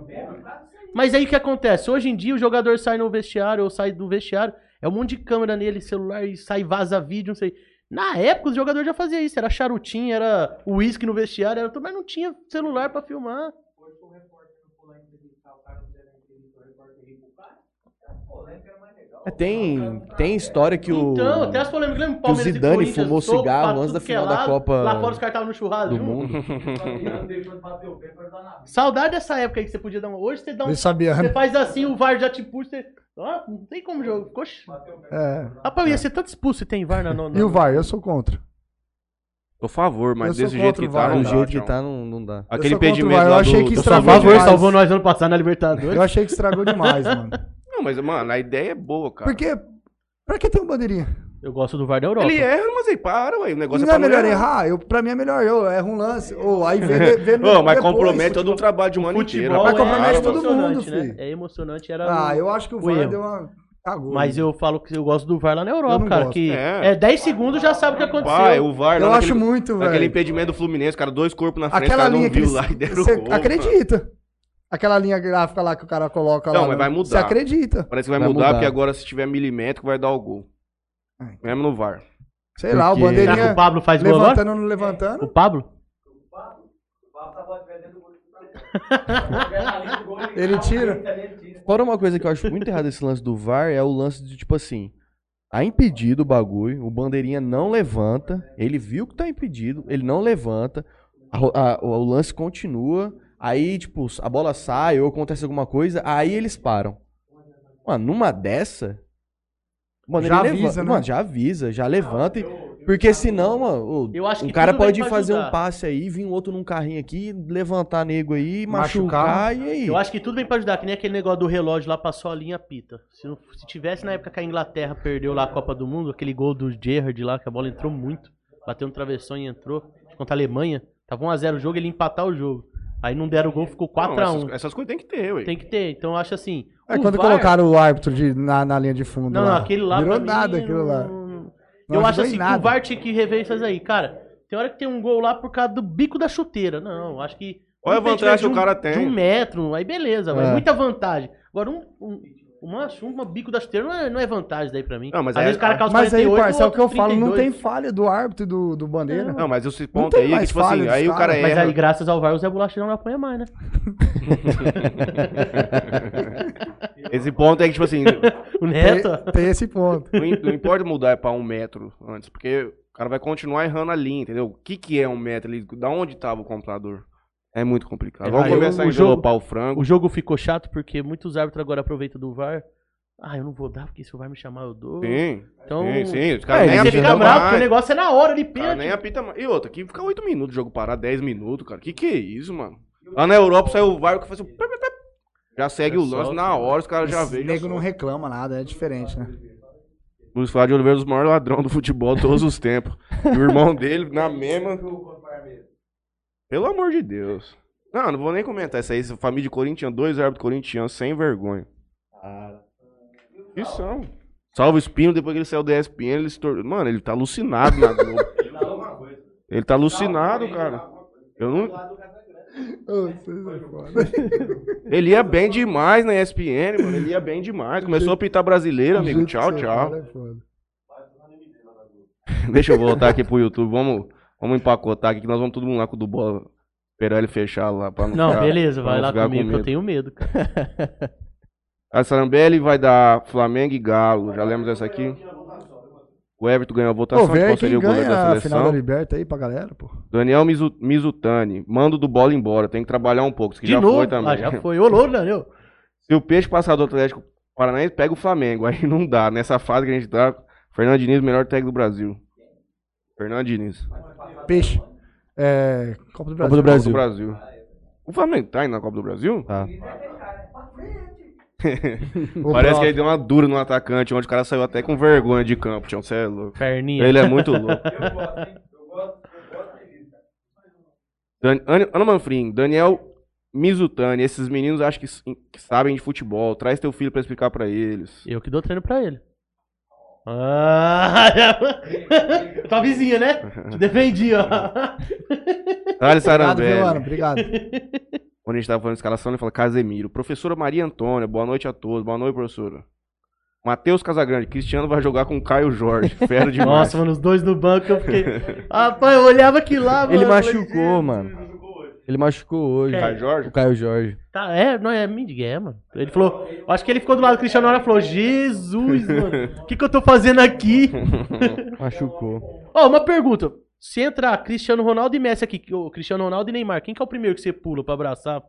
[SPEAKER 3] Mas aí o que acontece? Hoje em dia o jogador sai no vestiário ou sai do vestiário, é um monte de câmera nele, celular, e sai vaza vídeo, não sei. Na época os jogadores já faziam isso, era charutinho, era uísque no vestiário, era tudo, mas não tinha celular pra filmar.
[SPEAKER 2] É, Tem, tem história que o.
[SPEAKER 3] Então, até as polêmicas, lembra? Palmeiras e
[SPEAKER 2] Zidane
[SPEAKER 3] Corinthians,
[SPEAKER 2] fumou
[SPEAKER 3] soco pra
[SPEAKER 2] cigarro
[SPEAKER 3] tudo
[SPEAKER 2] antes da
[SPEAKER 3] que é
[SPEAKER 2] final da
[SPEAKER 3] lado,
[SPEAKER 2] Copa
[SPEAKER 3] Lá fora os caras estavam no churrasco
[SPEAKER 2] do
[SPEAKER 3] junto.
[SPEAKER 2] mundo.
[SPEAKER 3] Saudade dessa época aí que você podia dar uma. Hoje você dá um.
[SPEAKER 4] Eu sabia.
[SPEAKER 1] né?
[SPEAKER 3] Você faz assim, o VAR já te puxa, você. Ó, não tem como jogo. Ficou
[SPEAKER 4] É.
[SPEAKER 3] Rapaz, ia ser tanto expulso se tem VAR na nona.
[SPEAKER 4] E o VAR, eu sou contra.
[SPEAKER 1] Por favor, mas
[SPEAKER 4] Eu sou
[SPEAKER 1] desse jeito
[SPEAKER 4] contra
[SPEAKER 1] que
[SPEAKER 4] o
[SPEAKER 1] tá,
[SPEAKER 4] VAR.
[SPEAKER 1] não
[SPEAKER 2] Do
[SPEAKER 1] dá,
[SPEAKER 2] jeito que
[SPEAKER 1] tchau.
[SPEAKER 2] tá, não, não dá.
[SPEAKER 1] Aquele
[SPEAKER 4] sou contra o
[SPEAKER 1] impedimento
[SPEAKER 4] VAR, eu
[SPEAKER 1] lá
[SPEAKER 4] achei
[SPEAKER 1] do, do
[SPEAKER 4] que
[SPEAKER 3] Por
[SPEAKER 4] estragou
[SPEAKER 1] Samuel.
[SPEAKER 3] favor,
[SPEAKER 4] demais.
[SPEAKER 3] salvou nós ano passado na Libertadores.
[SPEAKER 4] Eu achei que estragou demais, mano.
[SPEAKER 1] Não, mas, mano, a ideia é boa, cara.
[SPEAKER 4] Porque. Pra que ter um bandeirinha?
[SPEAKER 3] Eu gosto do VAR da Europa.
[SPEAKER 1] Ele erra, mas aí para, ué. O
[SPEAKER 4] Não
[SPEAKER 1] negócio
[SPEAKER 4] é
[SPEAKER 1] pra
[SPEAKER 4] melhor errar? Eu, pra mim é melhor, eu erro um lance. Ou aí vê, vê, vê no
[SPEAKER 1] Ô, mas
[SPEAKER 4] depois.
[SPEAKER 1] compromete todo um trabalho de um ano inteiro.
[SPEAKER 3] Futebol
[SPEAKER 1] rapaz.
[SPEAKER 4] Mas é compromete
[SPEAKER 1] Para,
[SPEAKER 4] todo
[SPEAKER 1] mano.
[SPEAKER 3] emocionante,
[SPEAKER 4] mundo, filho.
[SPEAKER 3] É emocionante, era.
[SPEAKER 4] Ah,
[SPEAKER 3] o-
[SPEAKER 4] eu acho que o
[SPEAKER 3] o
[SPEAKER 4] VAR
[SPEAKER 3] erro.
[SPEAKER 4] deu uma. Cagou.
[SPEAKER 3] Mas eu falo que eu gosto do VAR lá na
[SPEAKER 4] Eu
[SPEAKER 3] Europa,
[SPEAKER 4] não
[SPEAKER 3] cara.
[SPEAKER 4] gosto.
[SPEAKER 3] Que
[SPEAKER 1] É.
[SPEAKER 3] é. 10 segundos já sabe o que aconteceu.
[SPEAKER 1] Pai, o VAR,
[SPEAKER 4] Eu
[SPEAKER 1] lá
[SPEAKER 4] acho
[SPEAKER 1] naquele-
[SPEAKER 4] muito,
[SPEAKER 1] Aquele
[SPEAKER 4] velho.
[SPEAKER 1] impedimento do Fluminense, cara, dois corpos na frente, o
[SPEAKER 4] Aquela
[SPEAKER 1] cara
[SPEAKER 4] linha
[SPEAKER 1] não
[SPEAKER 4] que
[SPEAKER 1] viu
[SPEAKER 4] eles-
[SPEAKER 1] lá e deram o
[SPEAKER 4] Você
[SPEAKER 1] gol, mano.
[SPEAKER 4] acredita. Aquela linha gráfica lá que o cara coloca lá.
[SPEAKER 1] Não, mas vai mudar.
[SPEAKER 4] Você acredita.
[SPEAKER 1] Parece que vai,
[SPEAKER 2] Vai
[SPEAKER 1] mudar,
[SPEAKER 2] mudar.
[SPEAKER 1] porque agora se tiver milimétrico vai dar o gol.
[SPEAKER 4] Ai.
[SPEAKER 1] Mesmo no VAR.
[SPEAKER 4] Sei lá, o
[SPEAKER 2] Porque-
[SPEAKER 3] Será que
[SPEAKER 4] bandeirinha
[SPEAKER 3] Tá o Pablo faz gol agora?
[SPEAKER 4] levantando ou não levantando.
[SPEAKER 3] O Pablo?
[SPEAKER 4] Ele tira.
[SPEAKER 2] Fora uma coisa que eu acho muito errada esse lance do VAR é o lance de tipo assim. Tá impedido o bagulho, o bandeirinha não levanta, ele viu que tá impedido, ele não levanta, a ro- a- o o lance continua, aí, tipo, a bola sai ou acontece alguma coisa, aí eles param. Mano, numa dessa. o bandeirinha
[SPEAKER 4] Já avisa, né?
[SPEAKER 2] Mano, já avisa, já levanta. e- porque senão, mano, o-
[SPEAKER 3] Eu acho que
[SPEAKER 2] um cara
[SPEAKER 3] tudo vem
[SPEAKER 2] pode
[SPEAKER 3] pra
[SPEAKER 2] fazer
[SPEAKER 3] ajudar.
[SPEAKER 2] um passe aí, vir um outro num carrinho aqui, levantar nego aí,
[SPEAKER 4] Machucar. um
[SPEAKER 2] machucar, e é aí.
[SPEAKER 3] Eu acho que tudo bem pra ajudar, que nem aquele negócio do relógio lá passou a linha pita. Se, não- se tivesse na época que a Inglaterra perdeu lá a Copa do Mundo, aquele gol do Gerrard lá, que a bola entrou muito, bateu no travessão e entrou contra a Alemanha, tava 1x0 o jogo, ele ia empatar o jogo. Aí não deram o gol, ficou
[SPEAKER 1] Não, essas-
[SPEAKER 3] 4x1.
[SPEAKER 1] Essas, coisas tem que ter, ué.
[SPEAKER 3] Tem que ter, então eu acho assim.
[SPEAKER 4] É
[SPEAKER 3] o
[SPEAKER 4] quando
[SPEAKER 3] VAR
[SPEAKER 4] colocaram o árbitro de- na, na linha de fundo.
[SPEAKER 3] Não,
[SPEAKER 4] lá.
[SPEAKER 3] não, aquele lá
[SPEAKER 4] Virou
[SPEAKER 3] pra mim,
[SPEAKER 4] nada aquilo
[SPEAKER 3] não-
[SPEAKER 4] lá. Não ajudou
[SPEAKER 3] eu acho
[SPEAKER 4] em
[SPEAKER 3] assim que
[SPEAKER 4] nada.
[SPEAKER 3] o VAR tinha que rever isso aí, cara. Tem hora que tem um gol lá por causa do bico da chuteira. Não, acho que.
[SPEAKER 1] Olha a
[SPEAKER 3] um impedimento
[SPEAKER 1] vantagem que
[SPEAKER 3] de
[SPEAKER 1] o
[SPEAKER 3] um-
[SPEAKER 1] cara
[SPEAKER 3] De um
[SPEAKER 1] tem.
[SPEAKER 3] metro, aí beleza, mas
[SPEAKER 2] É.
[SPEAKER 3] muita vantagem. Agora, um, um, uma, uma bico da chuteira não é, não é vantagem daí pra mim.
[SPEAKER 1] Não, mas é
[SPEAKER 3] Às
[SPEAKER 1] aí-
[SPEAKER 3] vezes o cara causa
[SPEAKER 4] Mas aí,
[SPEAKER 3] 48,
[SPEAKER 4] parça, é o que eu
[SPEAKER 3] outro
[SPEAKER 4] falo, não tem
[SPEAKER 3] 32.
[SPEAKER 4] falha do árbitro e do, do bandeira.
[SPEAKER 1] Não, mas esse
[SPEAKER 4] Não
[SPEAKER 1] ponto
[SPEAKER 4] tem
[SPEAKER 1] aí, é que,
[SPEAKER 4] mais
[SPEAKER 1] tipo assim,
[SPEAKER 4] falha
[SPEAKER 1] aí
[SPEAKER 4] dos
[SPEAKER 1] o cara
[SPEAKER 4] caras.
[SPEAKER 3] Mas
[SPEAKER 1] erra.
[SPEAKER 3] aí, graças ao VAR, o Zé Bolacha não apanha mais,
[SPEAKER 4] [laughs]
[SPEAKER 3] né?
[SPEAKER 1] [laughs] Esse ponto é que, tipo assim,
[SPEAKER 4] Tem,
[SPEAKER 3] O Neto.
[SPEAKER 4] tem esse ponto.
[SPEAKER 1] não, im- não importa mudar pra um metro antes, porque o cara vai continuar errando a linha, entendeu? O que que é um metro ali? Da onde tava o computador? É muito complicado. Vamos
[SPEAKER 3] Aí,
[SPEAKER 1] começar
[SPEAKER 3] o
[SPEAKER 1] a
[SPEAKER 3] jogo-
[SPEAKER 1] envelopar o
[SPEAKER 3] O
[SPEAKER 1] frango.
[SPEAKER 3] jogo ficou chato porque muitos árbitros agora aproveitam do VAR. Ah, eu não vou dar, porque se o VAR me chamar, eu dou.
[SPEAKER 1] Sim,
[SPEAKER 3] Então.
[SPEAKER 1] sim, sim. Os
[SPEAKER 2] É,
[SPEAKER 1] caras nem
[SPEAKER 3] Aí você fica
[SPEAKER 1] apitam
[SPEAKER 3] bravo, porque o
[SPEAKER 1] mais.
[SPEAKER 3] negócio é na hora, ele
[SPEAKER 1] Os caras nem
[SPEAKER 3] pênalti.
[SPEAKER 1] apita mais. E outra, aqui fica 8 minutos o jogo parar, 10 minutos, cara. Que que é isso, mano? Lá na Europa saiu o VAR que faz um... pep, pep, pep. Já segue
[SPEAKER 3] É
[SPEAKER 1] o lance
[SPEAKER 3] só-
[SPEAKER 1] na hora, os caras já
[SPEAKER 4] O
[SPEAKER 1] veem. já
[SPEAKER 4] nego não
[SPEAKER 1] soltam.
[SPEAKER 4] reclama nada, é diferente, né?
[SPEAKER 1] Luiz Flávio de Oliveira, é o maior ladrão do futebol de todos os tempos. E o irmão dele, na mesma. Pelo amor de Deus. Não, não vou nem comentar isso aí. Essa família de corintiano, dois árbitros corintianos, sem vergonha. Que são? Salva o Espino, depois que ele saiu da ESPN, ele se tornou. Mano, ele tá alucinado na Globo. ele tá alucinado, cara. Eu não...
[SPEAKER 4] Ô, vocês é foda.
[SPEAKER 1] Ele ia bem demais na ESPN, mano. Ele ia bem demais. Começou a pintar brasileiro, amigo.
[SPEAKER 4] Gente,
[SPEAKER 1] Tchau,
[SPEAKER 4] vocês é
[SPEAKER 1] tchau.
[SPEAKER 4] foda, é foda.
[SPEAKER 1] Deixa eu voltar aqui pro YouTube. Vamos, vamos empacotar aqui que nós vamos todo mundo lá com o do bola. Esperar ele fechar lá pra não
[SPEAKER 4] é.
[SPEAKER 3] Não,
[SPEAKER 1] ficar-
[SPEAKER 3] beleza,
[SPEAKER 1] pra
[SPEAKER 3] vai
[SPEAKER 1] não
[SPEAKER 3] lá
[SPEAKER 1] ficar com
[SPEAKER 3] comigo, que eu
[SPEAKER 1] medo.
[SPEAKER 3] tenho medo, cara.
[SPEAKER 1] A Sarambelli vai dar Flamengo e Galo. Já lemos essa aqui? O Everton ganhou a votação.
[SPEAKER 4] Pô,
[SPEAKER 1] Tá de
[SPEAKER 4] vê
[SPEAKER 1] qual
[SPEAKER 4] aí
[SPEAKER 1] seria
[SPEAKER 4] quem
[SPEAKER 1] o goleiro
[SPEAKER 4] ganha
[SPEAKER 1] da
[SPEAKER 4] a final da
[SPEAKER 1] seleção?
[SPEAKER 4] Liberta aí pra galera, pô.
[SPEAKER 1] Daniel Mizu- Mizutani. Mando do bola embora. Tem que trabalhar um pouco. Isso que
[SPEAKER 3] De
[SPEAKER 1] já
[SPEAKER 3] novo?
[SPEAKER 1] foi também.
[SPEAKER 3] Ah, já foi. Ô, louco, Daniel.
[SPEAKER 1] [laughs] Se o peixe passar do Atlético Paranaense, pega o Flamengo. Aí não dá. Nessa fase que a gente tá, Fernando Diniz, melhor técnico do Brasil. Fernando Diniz.
[SPEAKER 4] Peixe. É. Copa
[SPEAKER 2] Copa
[SPEAKER 4] do Brasil.
[SPEAKER 2] do
[SPEAKER 1] Copa do
[SPEAKER 2] Brasil.
[SPEAKER 1] Brasil. O Flamengo tá indo na Copa do Brasil?
[SPEAKER 2] Tá.
[SPEAKER 4] Ô,
[SPEAKER 1] Parece
[SPEAKER 4] Brock,
[SPEAKER 1] que ele deu uma dura no atacante, onde o cara saiu até com vergonha de campo, Tião. Você é louco.
[SPEAKER 3] Perninha.
[SPEAKER 1] Ele é muito louco. Dan- Ana- Ana Manfrim, Daniel Mizutani, esses meninos acho que, s- que sabem de futebol. Traz teu filho pra explicar pra eles.
[SPEAKER 3] Eu que dou treino pra ele. Ah, [laughs] tua vizinha, né? Te defendi,
[SPEAKER 1] [laughs]
[SPEAKER 3] ó.
[SPEAKER 1] Thales
[SPEAKER 4] [laughs] Obrigado, viu, Ana?
[SPEAKER 1] Sarambelli,
[SPEAKER 4] Obrigado.
[SPEAKER 1] quando a gente tava falando de escalação, ele fala Casemiro. Professora Maria Antônia, boa noite a todos. Boa noite, professora. Matheus Casagrande, Cristiano vai jogar com Caio Jorge.
[SPEAKER 4] [laughs]
[SPEAKER 1] Fera demais.
[SPEAKER 3] Nossa, mano, os dois no banco, eu fiquei... Rapaz, eu olhava aqui lá, mano.
[SPEAKER 2] Ele
[SPEAKER 3] eu falei,
[SPEAKER 2] machucou, mano. Ele machucou hoje.
[SPEAKER 1] Caio Jorge?
[SPEAKER 2] O Caio Jorge.
[SPEAKER 3] Tá, é, não é Mindigué, mano. Ele falou, eu acho que ele ficou do lado do Cristiano Ronaldo e falou, Jesus, mano, o que, que eu tô fazendo aqui?
[SPEAKER 2] Machucou.
[SPEAKER 3] Ó, uma pergunta, se entrar Cristiano Ronaldo e Messi aqui, o Cristiano Ronaldo e Neymar, quem que é o primeiro que você pula pra abraçar?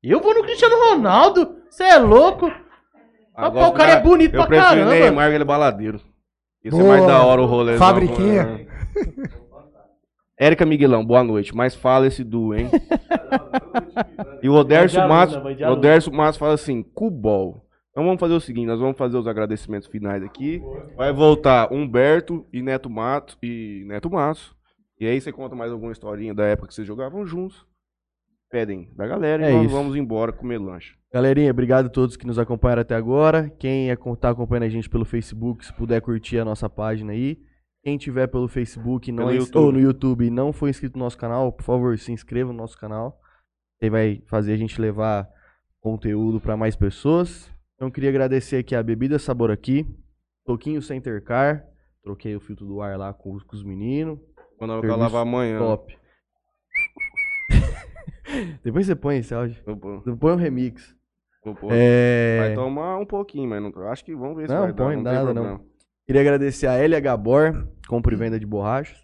[SPEAKER 3] Eu vou no Cristiano Ronaldo, você é louco? Rapaz,
[SPEAKER 1] Agora,
[SPEAKER 3] o cara é bonito
[SPEAKER 1] eu
[SPEAKER 3] pra
[SPEAKER 1] prefiro
[SPEAKER 3] caramba.
[SPEAKER 1] Neymar, ele é baladeiro. Isso é
[SPEAKER 4] Boa.
[SPEAKER 1] mais da hora o rolê.
[SPEAKER 4] Fabriquinha.
[SPEAKER 1] Érica Miguelão, boa noite. Mas fala esse duo, hein? e o Oderso
[SPEAKER 3] Vai de
[SPEAKER 1] Matos,
[SPEAKER 3] aluna, vai de
[SPEAKER 1] o
[SPEAKER 3] aluna.
[SPEAKER 1] Oderso Matos fala assim, cubol. Então vamos fazer o seguinte, nós vamos fazer os agradecimentos finais aqui. Vai voltar Humberto e Neto Matos e Neto Matos. E aí você conta mais alguma historinha da época que vocês jogavam juntos. Pedem da galera
[SPEAKER 2] É
[SPEAKER 1] e nós
[SPEAKER 2] isso.
[SPEAKER 1] vamos embora comer lanche.
[SPEAKER 2] Galerinha, obrigado a todos que nos acompanharam até agora. Quem é- tá acompanhando a gente pelo Facebook, se puder curtir a nossa página aí. Quem tiver pelo Facebook não
[SPEAKER 1] Pelo
[SPEAKER 2] é ins-
[SPEAKER 1] YouTube.
[SPEAKER 2] ou no YouTube e não foi inscrito no nosso canal, por favor, se inscreva no nosso canal. Ele vai fazer a gente levar conteúdo para mais pessoas. Então queria agradecer aqui a Bebida Sabor aqui, Toquinho Center Car, troquei o filtro do ar lá com, os- com os meninos.
[SPEAKER 1] Quando eu
[SPEAKER 2] Serviço
[SPEAKER 1] lavar amanhã.
[SPEAKER 2] Top. [laughs] Depois você põe esse áudio.
[SPEAKER 1] Eu vou-
[SPEAKER 2] Põe um remix.
[SPEAKER 1] eu vou-
[SPEAKER 2] É...
[SPEAKER 1] Vai tomar um pouquinho, mas não, acho que vamos ver se
[SPEAKER 2] Não,
[SPEAKER 1] vai dar.
[SPEAKER 2] põe,
[SPEAKER 1] não
[SPEAKER 2] dá
[SPEAKER 1] tem
[SPEAKER 2] nada, não.
[SPEAKER 1] problema.
[SPEAKER 2] Queria agradecer a Elia Gabor, compra e venda de borrachas,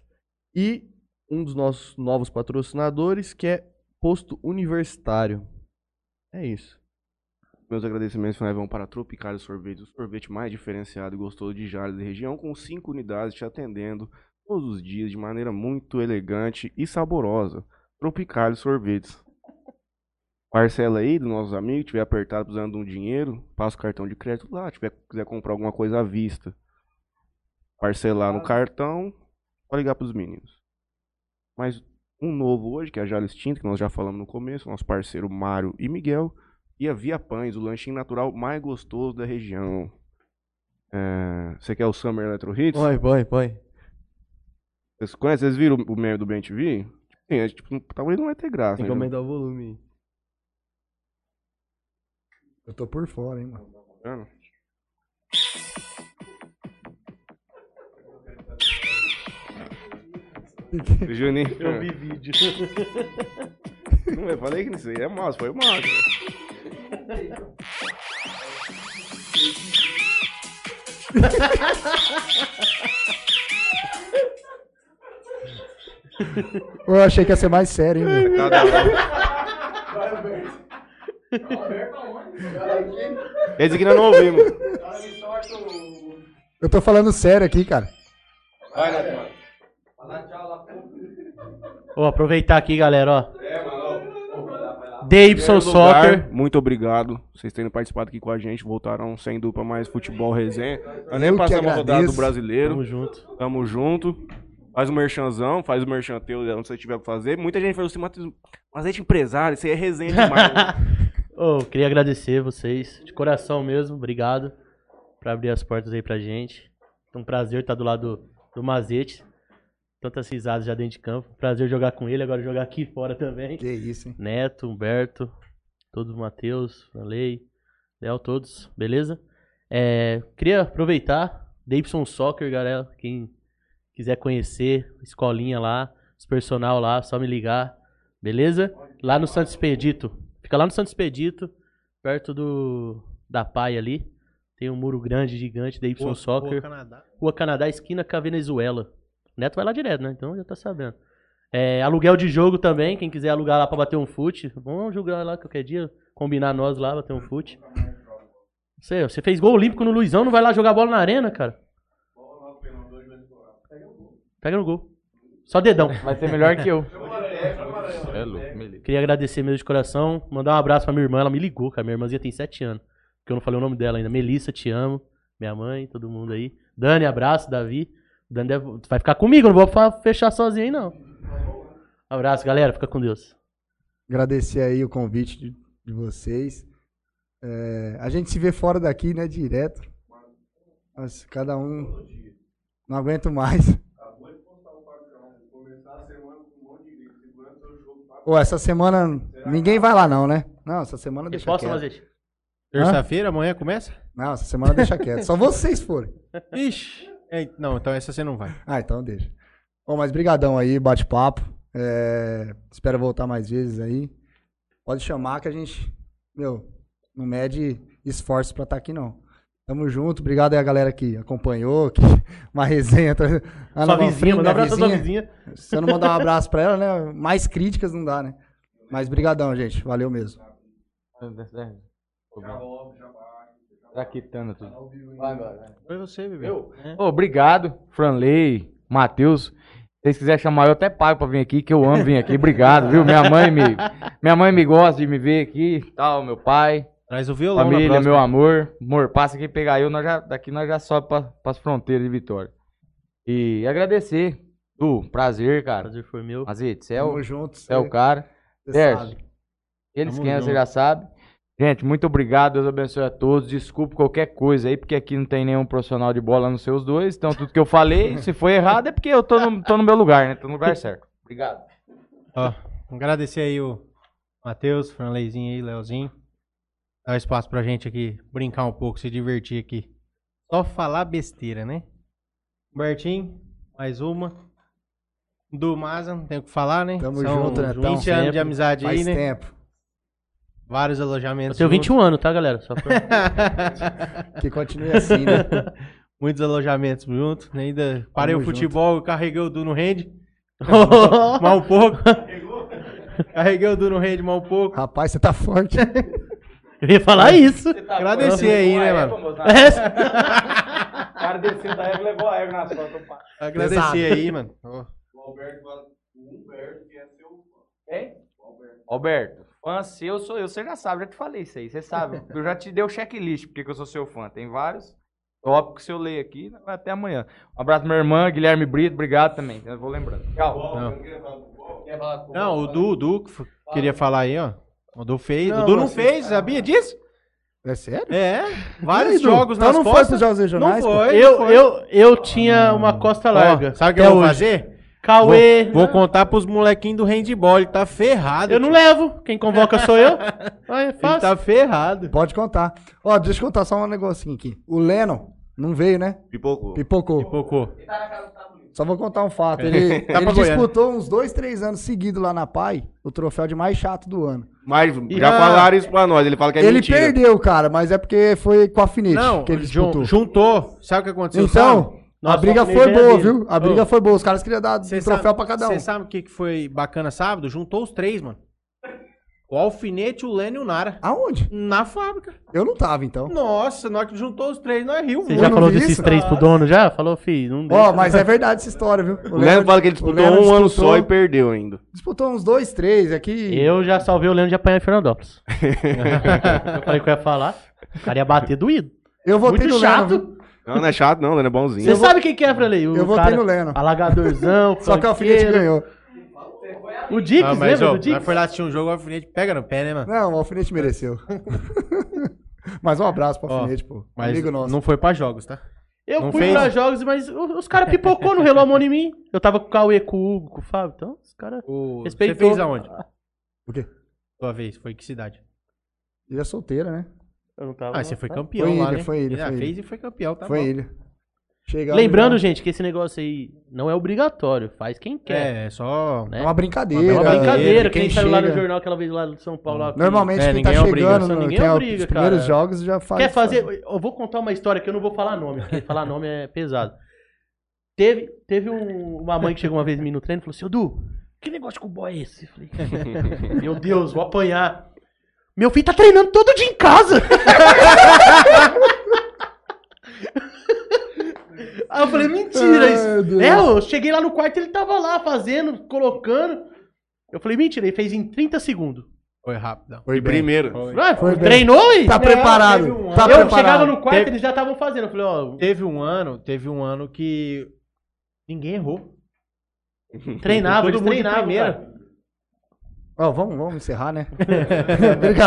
[SPEAKER 2] e um dos nossos novos patrocinadores, que é Posto Universitário. É isso.
[SPEAKER 1] Meus agradecimentos finais vão para Tropical Sorvete, o sorvete mais diferenciado e gostoso de Jales e região, com cinco unidades te atendendo todos os dias de maneira muito elegante e saborosa. Tropical Sorvetes. Parcela aí dos nossos amigos, tiver apertado precisando de um dinheiro, passa o cartão de crédito lá, tiver quiser comprar alguma coisa à vista. Parcelar no cartão, só ligar para os meninos. Mas um novo hoje, que é a Jales Tinta, que nós já falamos no começo, nosso parceiro Mário e Miguel e a Via Pães, o lanchinho natural mais gostoso da região. É, Você quer o Summer Electro Hits?
[SPEAKER 2] Põe, põe, põe.
[SPEAKER 1] Vocês conhecem? Vocês viram o meme do Ben TV? Sim, é, tipo, talvez não vai ter graça.
[SPEAKER 2] Tem
[SPEAKER 1] né?
[SPEAKER 2] que aumentar o volume.
[SPEAKER 4] Eu tô por fora, hein, mano.
[SPEAKER 1] Tá Juninho.
[SPEAKER 3] Eu vi vídeo.
[SPEAKER 1] [laughs] Não, eu falei que não sei. É massa, foi massa.
[SPEAKER 4] Eu achei que ia ser mais sério, hein,
[SPEAKER 3] Tá
[SPEAKER 4] meu.
[SPEAKER 1] Cada um. Esse aqui nós não ouvimos.
[SPEAKER 4] Eu tô falando sério aqui, cara.
[SPEAKER 3] Ó, aproveitar aqui, galera, ó. DY Soccer.
[SPEAKER 1] Muito obrigado. Vocês terem participado aqui com a gente. Voltaram sem dupla mais futebol resenha. Nós nem
[SPEAKER 4] Eu que
[SPEAKER 1] passamos a rodada do
[SPEAKER 4] agradeço.
[SPEAKER 1] brasileiro.
[SPEAKER 3] Tamo junto. [laughs]
[SPEAKER 1] Tamo junto. Faz o merchanzão, faz o merchan teu, onde você tiver pra fazer. Muita gente falou assim, Matheus, mas é de empresário, você é resenha demais.
[SPEAKER 3] Ô, queria agradecer vocês, de coração mesmo, obrigado. pra abrir as portas aí pra gente. É um prazer estar do lado do, do Mazete. Tantas risadas já dentro de campo. Prazer jogar com ele, agora jogar aqui fora também.
[SPEAKER 4] Que isso, hein?
[SPEAKER 3] Neto, Humberto, todos, Matheus, Franley, Léo, todos, beleza? É, queria aproveitar, Davidson Soccer, galera, quem quiser conhecer, escolinha lá, os personal lá, só me ligar, beleza? Lá no Santo Expedito, fica lá no Santo Expedito, perto do da Pai ali, tem um muro grande, gigante, Davidson Soccer,
[SPEAKER 7] Canadá.
[SPEAKER 3] Rua Canadá, esquina com a Venezuela. O Neto vai lá direto, né? Então já tá sabendo. É, aluguel de jogo também, quem quiser alugar lá pra bater um fute, vamos jogar lá qualquer dia, combinar nós lá, bater um fute. Você, você fez gol olímpico no Luizão, não vai lá jogar bola na arena, cara? Pega no gol. Só dedão.
[SPEAKER 5] Vai ser melhor que eu.
[SPEAKER 9] É louco, me liga.
[SPEAKER 3] Queria agradecer mesmo de coração, mandar um abraço pra minha irmã, ela me ligou, cara. Minha irmãzinha tem 7 anos, porque eu não falei o nome dela ainda. Melissa, te amo. Minha mãe, todo mundo aí. Dani, abraço, Davi. O Dani deve- vai ficar comigo, eu não vou fa- fechar sozinho aí, não. Abraço, galera, fica com Deus.
[SPEAKER 4] Agradecer aí o convite de, de vocês. É, a gente se vê fora daqui, né? Direto. Mas cada um. Não aguento mais. Ô, essa semana ninguém vai lá não, né? Não, essa semana deixa
[SPEAKER 3] Resposta,
[SPEAKER 4] quieto.
[SPEAKER 3] Mazete.
[SPEAKER 7] Terça-feira, amanhã começa?
[SPEAKER 4] Não, essa semana deixa quieto. Só vocês forem.
[SPEAKER 7] Ixi. É, não, então essa você não vai.
[SPEAKER 4] Ah, então deixa. Bom, mas brigadão aí, bate-papo. É, espero voltar mais vezes aí. Pode chamar que a gente, meu, não mede esforço pra estar aqui não. Tamo junto, obrigado aí a galera que acompanhou, que [laughs] uma resenha. Tá... Ana
[SPEAKER 3] Sua
[SPEAKER 4] Manfrim,
[SPEAKER 3] vizinha, mandar
[SPEAKER 4] minha
[SPEAKER 3] um abraço pra sua
[SPEAKER 4] vizinha.
[SPEAKER 3] vizinha.
[SPEAKER 4] Se eu não mandar um abraço pra ela, né? Mais críticas não dá, né? Mas brigadão, gente. Valeu mesmo.
[SPEAKER 5] É Tá quitando tudo. Vai agora, vai.
[SPEAKER 7] Foi você, bebê.
[SPEAKER 5] Eu?
[SPEAKER 3] É.
[SPEAKER 5] Ô, obrigado, Franley, Matheus. Se vocês quiserem chamar, eu até pago pra vir aqui, que eu amo vir aqui. Obrigado, viu? Minha mãe me, minha mãe me gosta de me ver aqui, e tal, meu pai,
[SPEAKER 7] Traz o
[SPEAKER 3] Tá
[SPEAKER 7] violão na
[SPEAKER 5] família,
[SPEAKER 7] próxima.
[SPEAKER 5] meu amor. Amor, passa aqui pegar eu, nós já, daqui nós já sobe pra, pras fronteiras de Vitória. E agradecer, Du, prazer, cara.
[SPEAKER 3] Prazer foi meu.
[SPEAKER 5] Mazete, você é o,
[SPEAKER 4] Tamo junto.
[SPEAKER 5] você é o cara.
[SPEAKER 4] cê
[SPEAKER 5] Dersi.
[SPEAKER 4] sabe.
[SPEAKER 5] Eles
[SPEAKER 7] Tamo
[SPEAKER 5] quem
[SPEAKER 7] junto.
[SPEAKER 5] você já sabe. Gente, muito obrigado, Deus abençoe a todos. Desculpe qualquer coisa aí, porque aqui não tem nenhum profissional de bola a não ser os dois. Então, tudo que eu
[SPEAKER 7] [laughs]
[SPEAKER 5] falei, se foi errado, é porque eu tô no, tô no meu lugar, né? Tô no lugar certo. Obrigado.
[SPEAKER 7] Ó, agradecer aí o Matheus, Franleizinho aí, Leozinho. Dá espaço pra gente aqui brincar um pouco, se divertir aqui. Só falar besteira, né? Humbertinho, mais uma. Do Maza, não tem o que falar, né?
[SPEAKER 4] Tamo junto, né,
[SPEAKER 7] 20
[SPEAKER 4] tão
[SPEAKER 7] anos
[SPEAKER 4] sempre.
[SPEAKER 7] de amizade
[SPEAKER 4] Faz
[SPEAKER 7] aí, né?
[SPEAKER 4] tempo.
[SPEAKER 7] Vários alojamentos.
[SPEAKER 3] Eu tenho
[SPEAKER 7] juntos.
[SPEAKER 3] 21 anos, tá, galera? Só pra...
[SPEAKER 4] Que continue assim, né?
[SPEAKER 3] [laughs]
[SPEAKER 7] Muitos alojamentos juntos. Ainda parei o
[SPEAKER 4] junto.
[SPEAKER 7] futebol, eu carreguei o Du no rende. mal um pouco. Carreguei o Du no rende mal um pouco.
[SPEAKER 4] Rapaz, você tá
[SPEAKER 3] [laughs]
[SPEAKER 4] forte.
[SPEAKER 3] Eu ia falar isso.
[SPEAKER 7] tá Agradecer aí, né, mano?
[SPEAKER 3] É.
[SPEAKER 5] O cara desceu da égua levou a égua nas costas.
[SPEAKER 7] Agradecer
[SPEAKER 4] Pesado.
[SPEAKER 7] aí, mano. Ó,
[SPEAKER 5] Hein? [laughs] Alberto, fã seu sou eu. Você já sabe, já te falei isso aí. Você
[SPEAKER 7] [laughs]
[SPEAKER 5] sabe. Eu já te dei o checklist, porque que eu sou seu fã. Tem vários tópicos que eu leio aqui. né? Vai Até amanhã. Um abraço pra minha irmã, Guilherme Brito. Obrigado também. Eu vou lembrando. Tchau.
[SPEAKER 7] Não.
[SPEAKER 5] Quer falar com
[SPEAKER 7] Não, o Du, o Du que f- queria falar aí, ó. O Du fez.
[SPEAKER 4] Não,
[SPEAKER 7] o Du não
[SPEAKER 4] você-
[SPEAKER 7] fez, sabia disso?
[SPEAKER 4] É sério?
[SPEAKER 7] É. Vários
[SPEAKER 4] Edu,
[SPEAKER 7] jogos
[SPEAKER 2] tá
[SPEAKER 4] então
[SPEAKER 7] nas
[SPEAKER 4] não foi
[SPEAKER 7] costas.
[SPEAKER 4] pros Jogos Regionais?
[SPEAKER 7] Não
[SPEAKER 4] pô?
[SPEAKER 7] foi.
[SPEAKER 3] Eu,
[SPEAKER 7] foi.
[SPEAKER 3] eu, eu tinha uma costa
[SPEAKER 7] Ó,
[SPEAKER 3] larga.
[SPEAKER 7] sabe o que
[SPEAKER 3] até
[SPEAKER 7] eu vou
[SPEAKER 3] hoje.
[SPEAKER 7] fazer?
[SPEAKER 3] Cauê.
[SPEAKER 7] Vou, vou contar pros molequinhos do handball. Ele tá ferrado.
[SPEAKER 3] Eu não
[SPEAKER 7] tio.
[SPEAKER 3] levo. Quem convoca sou eu. Aí é
[SPEAKER 7] Ele
[SPEAKER 3] fácil.
[SPEAKER 7] tá ferrado.
[SPEAKER 4] Pode contar. Ó, deixa eu contar só um negocinho aqui. O Lennon não veio, né?
[SPEAKER 1] Pipocou.
[SPEAKER 4] [laughs] Pipocou.
[SPEAKER 7] Pipocou.
[SPEAKER 4] Só vou contar um
[SPEAKER 7] [laughs]
[SPEAKER 4] fato. Ele,
[SPEAKER 7] Tá pra
[SPEAKER 4] ele
[SPEAKER 7] Goiânia.
[SPEAKER 4] disputou uns dois, três anos seguidos lá na PAI o troféu de mais chato do ano.
[SPEAKER 1] Mas já
[SPEAKER 7] Ah.
[SPEAKER 1] falaram isso pra nós. Ele fala que é
[SPEAKER 4] ele
[SPEAKER 1] mentira.
[SPEAKER 4] perdeu, cara, mas é porque foi com a Finete
[SPEAKER 7] Não,
[SPEAKER 4] que ele
[SPEAKER 7] jun-
[SPEAKER 4] disputou.
[SPEAKER 7] juntou. Sabe o que aconteceu?
[SPEAKER 4] então,
[SPEAKER 3] Nossa,
[SPEAKER 4] a briga
[SPEAKER 3] só que
[SPEAKER 4] foi
[SPEAKER 3] nem
[SPEAKER 4] boa,
[SPEAKER 3] ganha
[SPEAKER 4] viu? A briga
[SPEAKER 7] é Ô.
[SPEAKER 4] foi boa. Os caras queriam dar um
[SPEAKER 7] Cê
[SPEAKER 4] troféu
[SPEAKER 7] sabe-
[SPEAKER 4] pra cada um.
[SPEAKER 7] Você sabe o que que foi bacana sábado? Juntou os três, mano. O Alfinete, o Leno e o Nara.
[SPEAKER 4] Aonde?
[SPEAKER 7] Na fábrica.
[SPEAKER 4] Eu não tava, então.
[SPEAKER 7] Nossa, na hora que juntou os três, nós riu
[SPEAKER 3] Você
[SPEAKER 4] Eu
[SPEAKER 7] muito.
[SPEAKER 3] já
[SPEAKER 4] não
[SPEAKER 3] falou
[SPEAKER 4] vi
[SPEAKER 3] desses
[SPEAKER 4] isso.
[SPEAKER 3] três pro dono? Já? Falou, filho, não
[SPEAKER 4] Ó,
[SPEAKER 3] deixa.
[SPEAKER 4] mas é verdade essa história, viu?
[SPEAKER 1] O Leno fala que ele
[SPEAKER 4] o
[SPEAKER 1] disputou
[SPEAKER 4] Lennon
[SPEAKER 1] um ano
[SPEAKER 4] disputou-
[SPEAKER 1] só e perdeu ainda.
[SPEAKER 4] Disputou uns dois, três é aqui.
[SPEAKER 3] Eu já salvei o Leandro de apanhar em Fernandópolis. eu falei que eu ia falar. O cara ia bater doído.
[SPEAKER 4] Eu votei
[SPEAKER 3] Muito
[SPEAKER 4] no Lennon.
[SPEAKER 3] chato.
[SPEAKER 4] viu?
[SPEAKER 1] Não, não é chato não, o Leno é bonzinho.
[SPEAKER 3] Você sabe quem que é, Frelei? O
[SPEAKER 4] Eu votei
[SPEAKER 3] cara-
[SPEAKER 4] no Lennon.
[SPEAKER 3] Alagadorzão,
[SPEAKER 4] Só que a Alfinete
[SPEAKER 3] funkeiro.
[SPEAKER 4] ganhou.
[SPEAKER 3] O Dix,
[SPEAKER 7] Ah, mas
[SPEAKER 3] lembra
[SPEAKER 7] ó,
[SPEAKER 3] do
[SPEAKER 7] nós
[SPEAKER 3] Dix?
[SPEAKER 7] foi lá assistir um jogo, o Alfinete pega no pé, né, mano?
[SPEAKER 4] Não, o Alfinete mereceu. [laughs] Mas um abraço pro
[SPEAKER 6] Ó,
[SPEAKER 4] Alfinete, pô.
[SPEAKER 6] Mas
[SPEAKER 4] Amigo nosso.
[SPEAKER 6] não foi pra jogos, tá?
[SPEAKER 3] Eu
[SPEAKER 6] Não
[SPEAKER 3] fui
[SPEAKER 6] fez?
[SPEAKER 3] pra jogos, mas o- os caras pipocou no relógio a mão em mim. Eu tava com o Cauê, com o Hugo, com o Fábio. Então, os caras.
[SPEAKER 6] O... Você
[SPEAKER 3] Respeitou.
[SPEAKER 6] fez aonde?
[SPEAKER 4] O quê?
[SPEAKER 6] Sua vez, foi que cidade?
[SPEAKER 4] Ele é solteira, né?
[SPEAKER 3] Eu não tava.
[SPEAKER 6] Ah, você foi
[SPEAKER 3] campeão.
[SPEAKER 6] campeão
[SPEAKER 4] Foi
[SPEAKER 6] lá,
[SPEAKER 4] ele,
[SPEAKER 6] né?
[SPEAKER 4] foi ele,
[SPEAKER 6] Já
[SPEAKER 4] foi ele.
[SPEAKER 6] fez e foi campeão, tá
[SPEAKER 4] foi
[SPEAKER 6] bom.
[SPEAKER 4] ele. Chega né?
[SPEAKER 3] Lembrando, gente, que esse negócio aí não é obrigatório. Faz quem quer.
[SPEAKER 6] É, é só...
[SPEAKER 4] É uma brincadeira.
[SPEAKER 3] É uma brincadeira.
[SPEAKER 4] Quem
[SPEAKER 3] Quem, saiu lá no
[SPEAKER 4] chega-
[SPEAKER 3] jornal aquela vez lá do São Paulo. Lá, que-
[SPEAKER 4] Normalmente
[SPEAKER 6] É,
[SPEAKER 4] quem tá
[SPEAKER 6] ninguém obriga.
[SPEAKER 4] chegando, no,
[SPEAKER 3] Ninguém
[SPEAKER 4] quem é
[SPEAKER 3] obriga,
[SPEAKER 4] os primeiros
[SPEAKER 3] cara.
[SPEAKER 4] jogos já faz.
[SPEAKER 3] Quer fazer. Eu vou contar uma história que eu não vou falar nome, porque falar nome é pesado. Teve, teve um- uma mãe que chegou uma vez em mim no treino e falou assim: "Ô, Du, que negócio com o boy é esse? Eu falei: [laughs] Meu Deus, vou apanhar. Meu filho tá treinando todo dia em casa. [laughs] Aí eu falei: Mentira
[SPEAKER 4] Ai,
[SPEAKER 3] isso.
[SPEAKER 4] Deus.
[SPEAKER 3] É, eu cheguei lá no quarto ele tava lá fazendo, colocando. Eu falei: Mentira, ele fez em 30 segundos.
[SPEAKER 6] Foi rápido.
[SPEAKER 4] Foi bem.
[SPEAKER 1] Primeiro.
[SPEAKER 3] Ah,
[SPEAKER 4] Foi bem.
[SPEAKER 3] treinou e.
[SPEAKER 4] Tá preparado.
[SPEAKER 6] teve um
[SPEAKER 4] tá
[SPEAKER 3] eu
[SPEAKER 4] preparado.
[SPEAKER 3] chegava no quarto,
[SPEAKER 6] Teve-
[SPEAKER 3] eles já estavam fazendo. Eu falei, ó,
[SPEAKER 6] Teve um ano, teve um ano que ninguém
[SPEAKER 3] [laughs]
[SPEAKER 6] errou.
[SPEAKER 3] Treinava,
[SPEAKER 6] Todo
[SPEAKER 3] eles
[SPEAKER 6] mundo em
[SPEAKER 3] treinavam,
[SPEAKER 6] primeira.
[SPEAKER 3] cara.
[SPEAKER 4] Ó, vamos, vamos encerrar, né?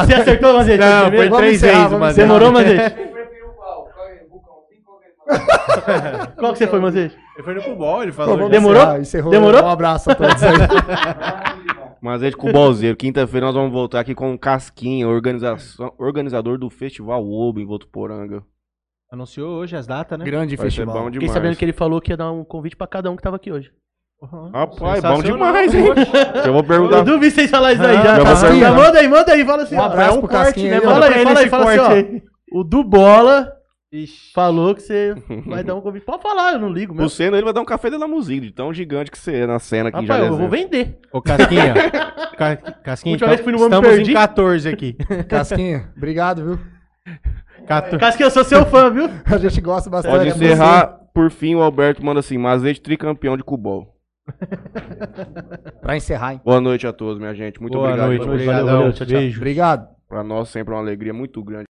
[SPEAKER 3] Você acertou,
[SPEAKER 4] [laughs]
[SPEAKER 3] Manzete?
[SPEAKER 6] Não,
[SPEAKER 3] primeiro?
[SPEAKER 6] foi três
[SPEAKER 4] encerrar,
[SPEAKER 6] vezes,
[SPEAKER 4] vamos
[SPEAKER 6] mano.
[SPEAKER 3] Você demorou, Manzete?
[SPEAKER 8] Você preferiu qual? Qual é? Bucão, cinco ou dez?
[SPEAKER 3] Qual que você foi, Manzete?
[SPEAKER 6] Ele foi no futebol, ele
[SPEAKER 4] Pô,
[SPEAKER 6] falou.
[SPEAKER 4] vamos
[SPEAKER 6] já.
[SPEAKER 3] Demorou?
[SPEAKER 4] encerrar, Encerrou.
[SPEAKER 3] Demorou?
[SPEAKER 4] Um abraço a todos
[SPEAKER 3] [laughs]
[SPEAKER 4] aí.
[SPEAKER 1] Mas é de Cubalzeiro. Quinta-feira nós vamos voltar aqui com o Casquinha, organização, organizador do Festival Obo em Votuporanga.
[SPEAKER 6] Anunciou hoje as datas, né?
[SPEAKER 5] Grande
[SPEAKER 1] Vai ser bom
[SPEAKER 5] festival.
[SPEAKER 1] demais.
[SPEAKER 3] Fiquei sabendo que ele falou que ia dar um convite pra cada um que tava aqui hoje.
[SPEAKER 1] Rapaz, é bom
[SPEAKER 6] Sensacional.
[SPEAKER 1] demais, hein? Eu vou perguntar.
[SPEAKER 3] Eu duvido vocês falarem isso aí já.
[SPEAKER 1] eu vou
[SPEAKER 3] Tá,
[SPEAKER 1] perguntar.
[SPEAKER 3] manda aí, manda aí, fala assim.
[SPEAKER 4] Um
[SPEAKER 3] ó.
[SPEAKER 4] abraço pro Casquinha aí,
[SPEAKER 3] Fala
[SPEAKER 4] manda
[SPEAKER 3] aí, fala aí, fala assim, ó. O do Bola falou que você vai [laughs] dar um convite. Pode falar, eu não ligo
[SPEAKER 1] O
[SPEAKER 3] mesmo.
[SPEAKER 1] Senna, ele vai dar um café de la musique, de tão gigante que você é na cena aqui em
[SPEAKER 3] Rapaz, eu vou
[SPEAKER 1] Jalezé.
[SPEAKER 3] vender.
[SPEAKER 6] Ô, Casquinha. Ca- Casquinha,
[SPEAKER 3] Última
[SPEAKER 6] então,
[SPEAKER 3] vez que fui no Homem
[SPEAKER 6] estamos
[SPEAKER 3] Perdido.
[SPEAKER 6] em 14 aqui.
[SPEAKER 4] Casquinha, obrigado, viu?
[SPEAKER 6] 14.
[SPEAKER 3] Caso que eu sou seu fã, viu?
[SPEAKER 4] A gente gosta bastante.
[SPEAKER 1] Pode
[SPEAKER 4] é você.
[SPEAKER 1] encerrar. Por fim, o Alberto manda assim, Mazete tricampeão de Cubol.
[SPEAKER 4] Pra encerrar, então. hein?
[SPEAKER 1] Boa noite a todos, minha gente. Muito
[SPEAKER 6] Boa
[SPEAKER 1] obrigado.
[SPEAKER 6] noite,
[SPEAKER 1] pela
[SPEAKER 6] obrigadão.
[SPEAKER 3] Valeu, tchau, tchau.
[SPEAKER 6] Beijo.
[SPEAKER 4] Obrigado.
[SPEAKER 1] Pra nós sempre é uma alegria muito grande.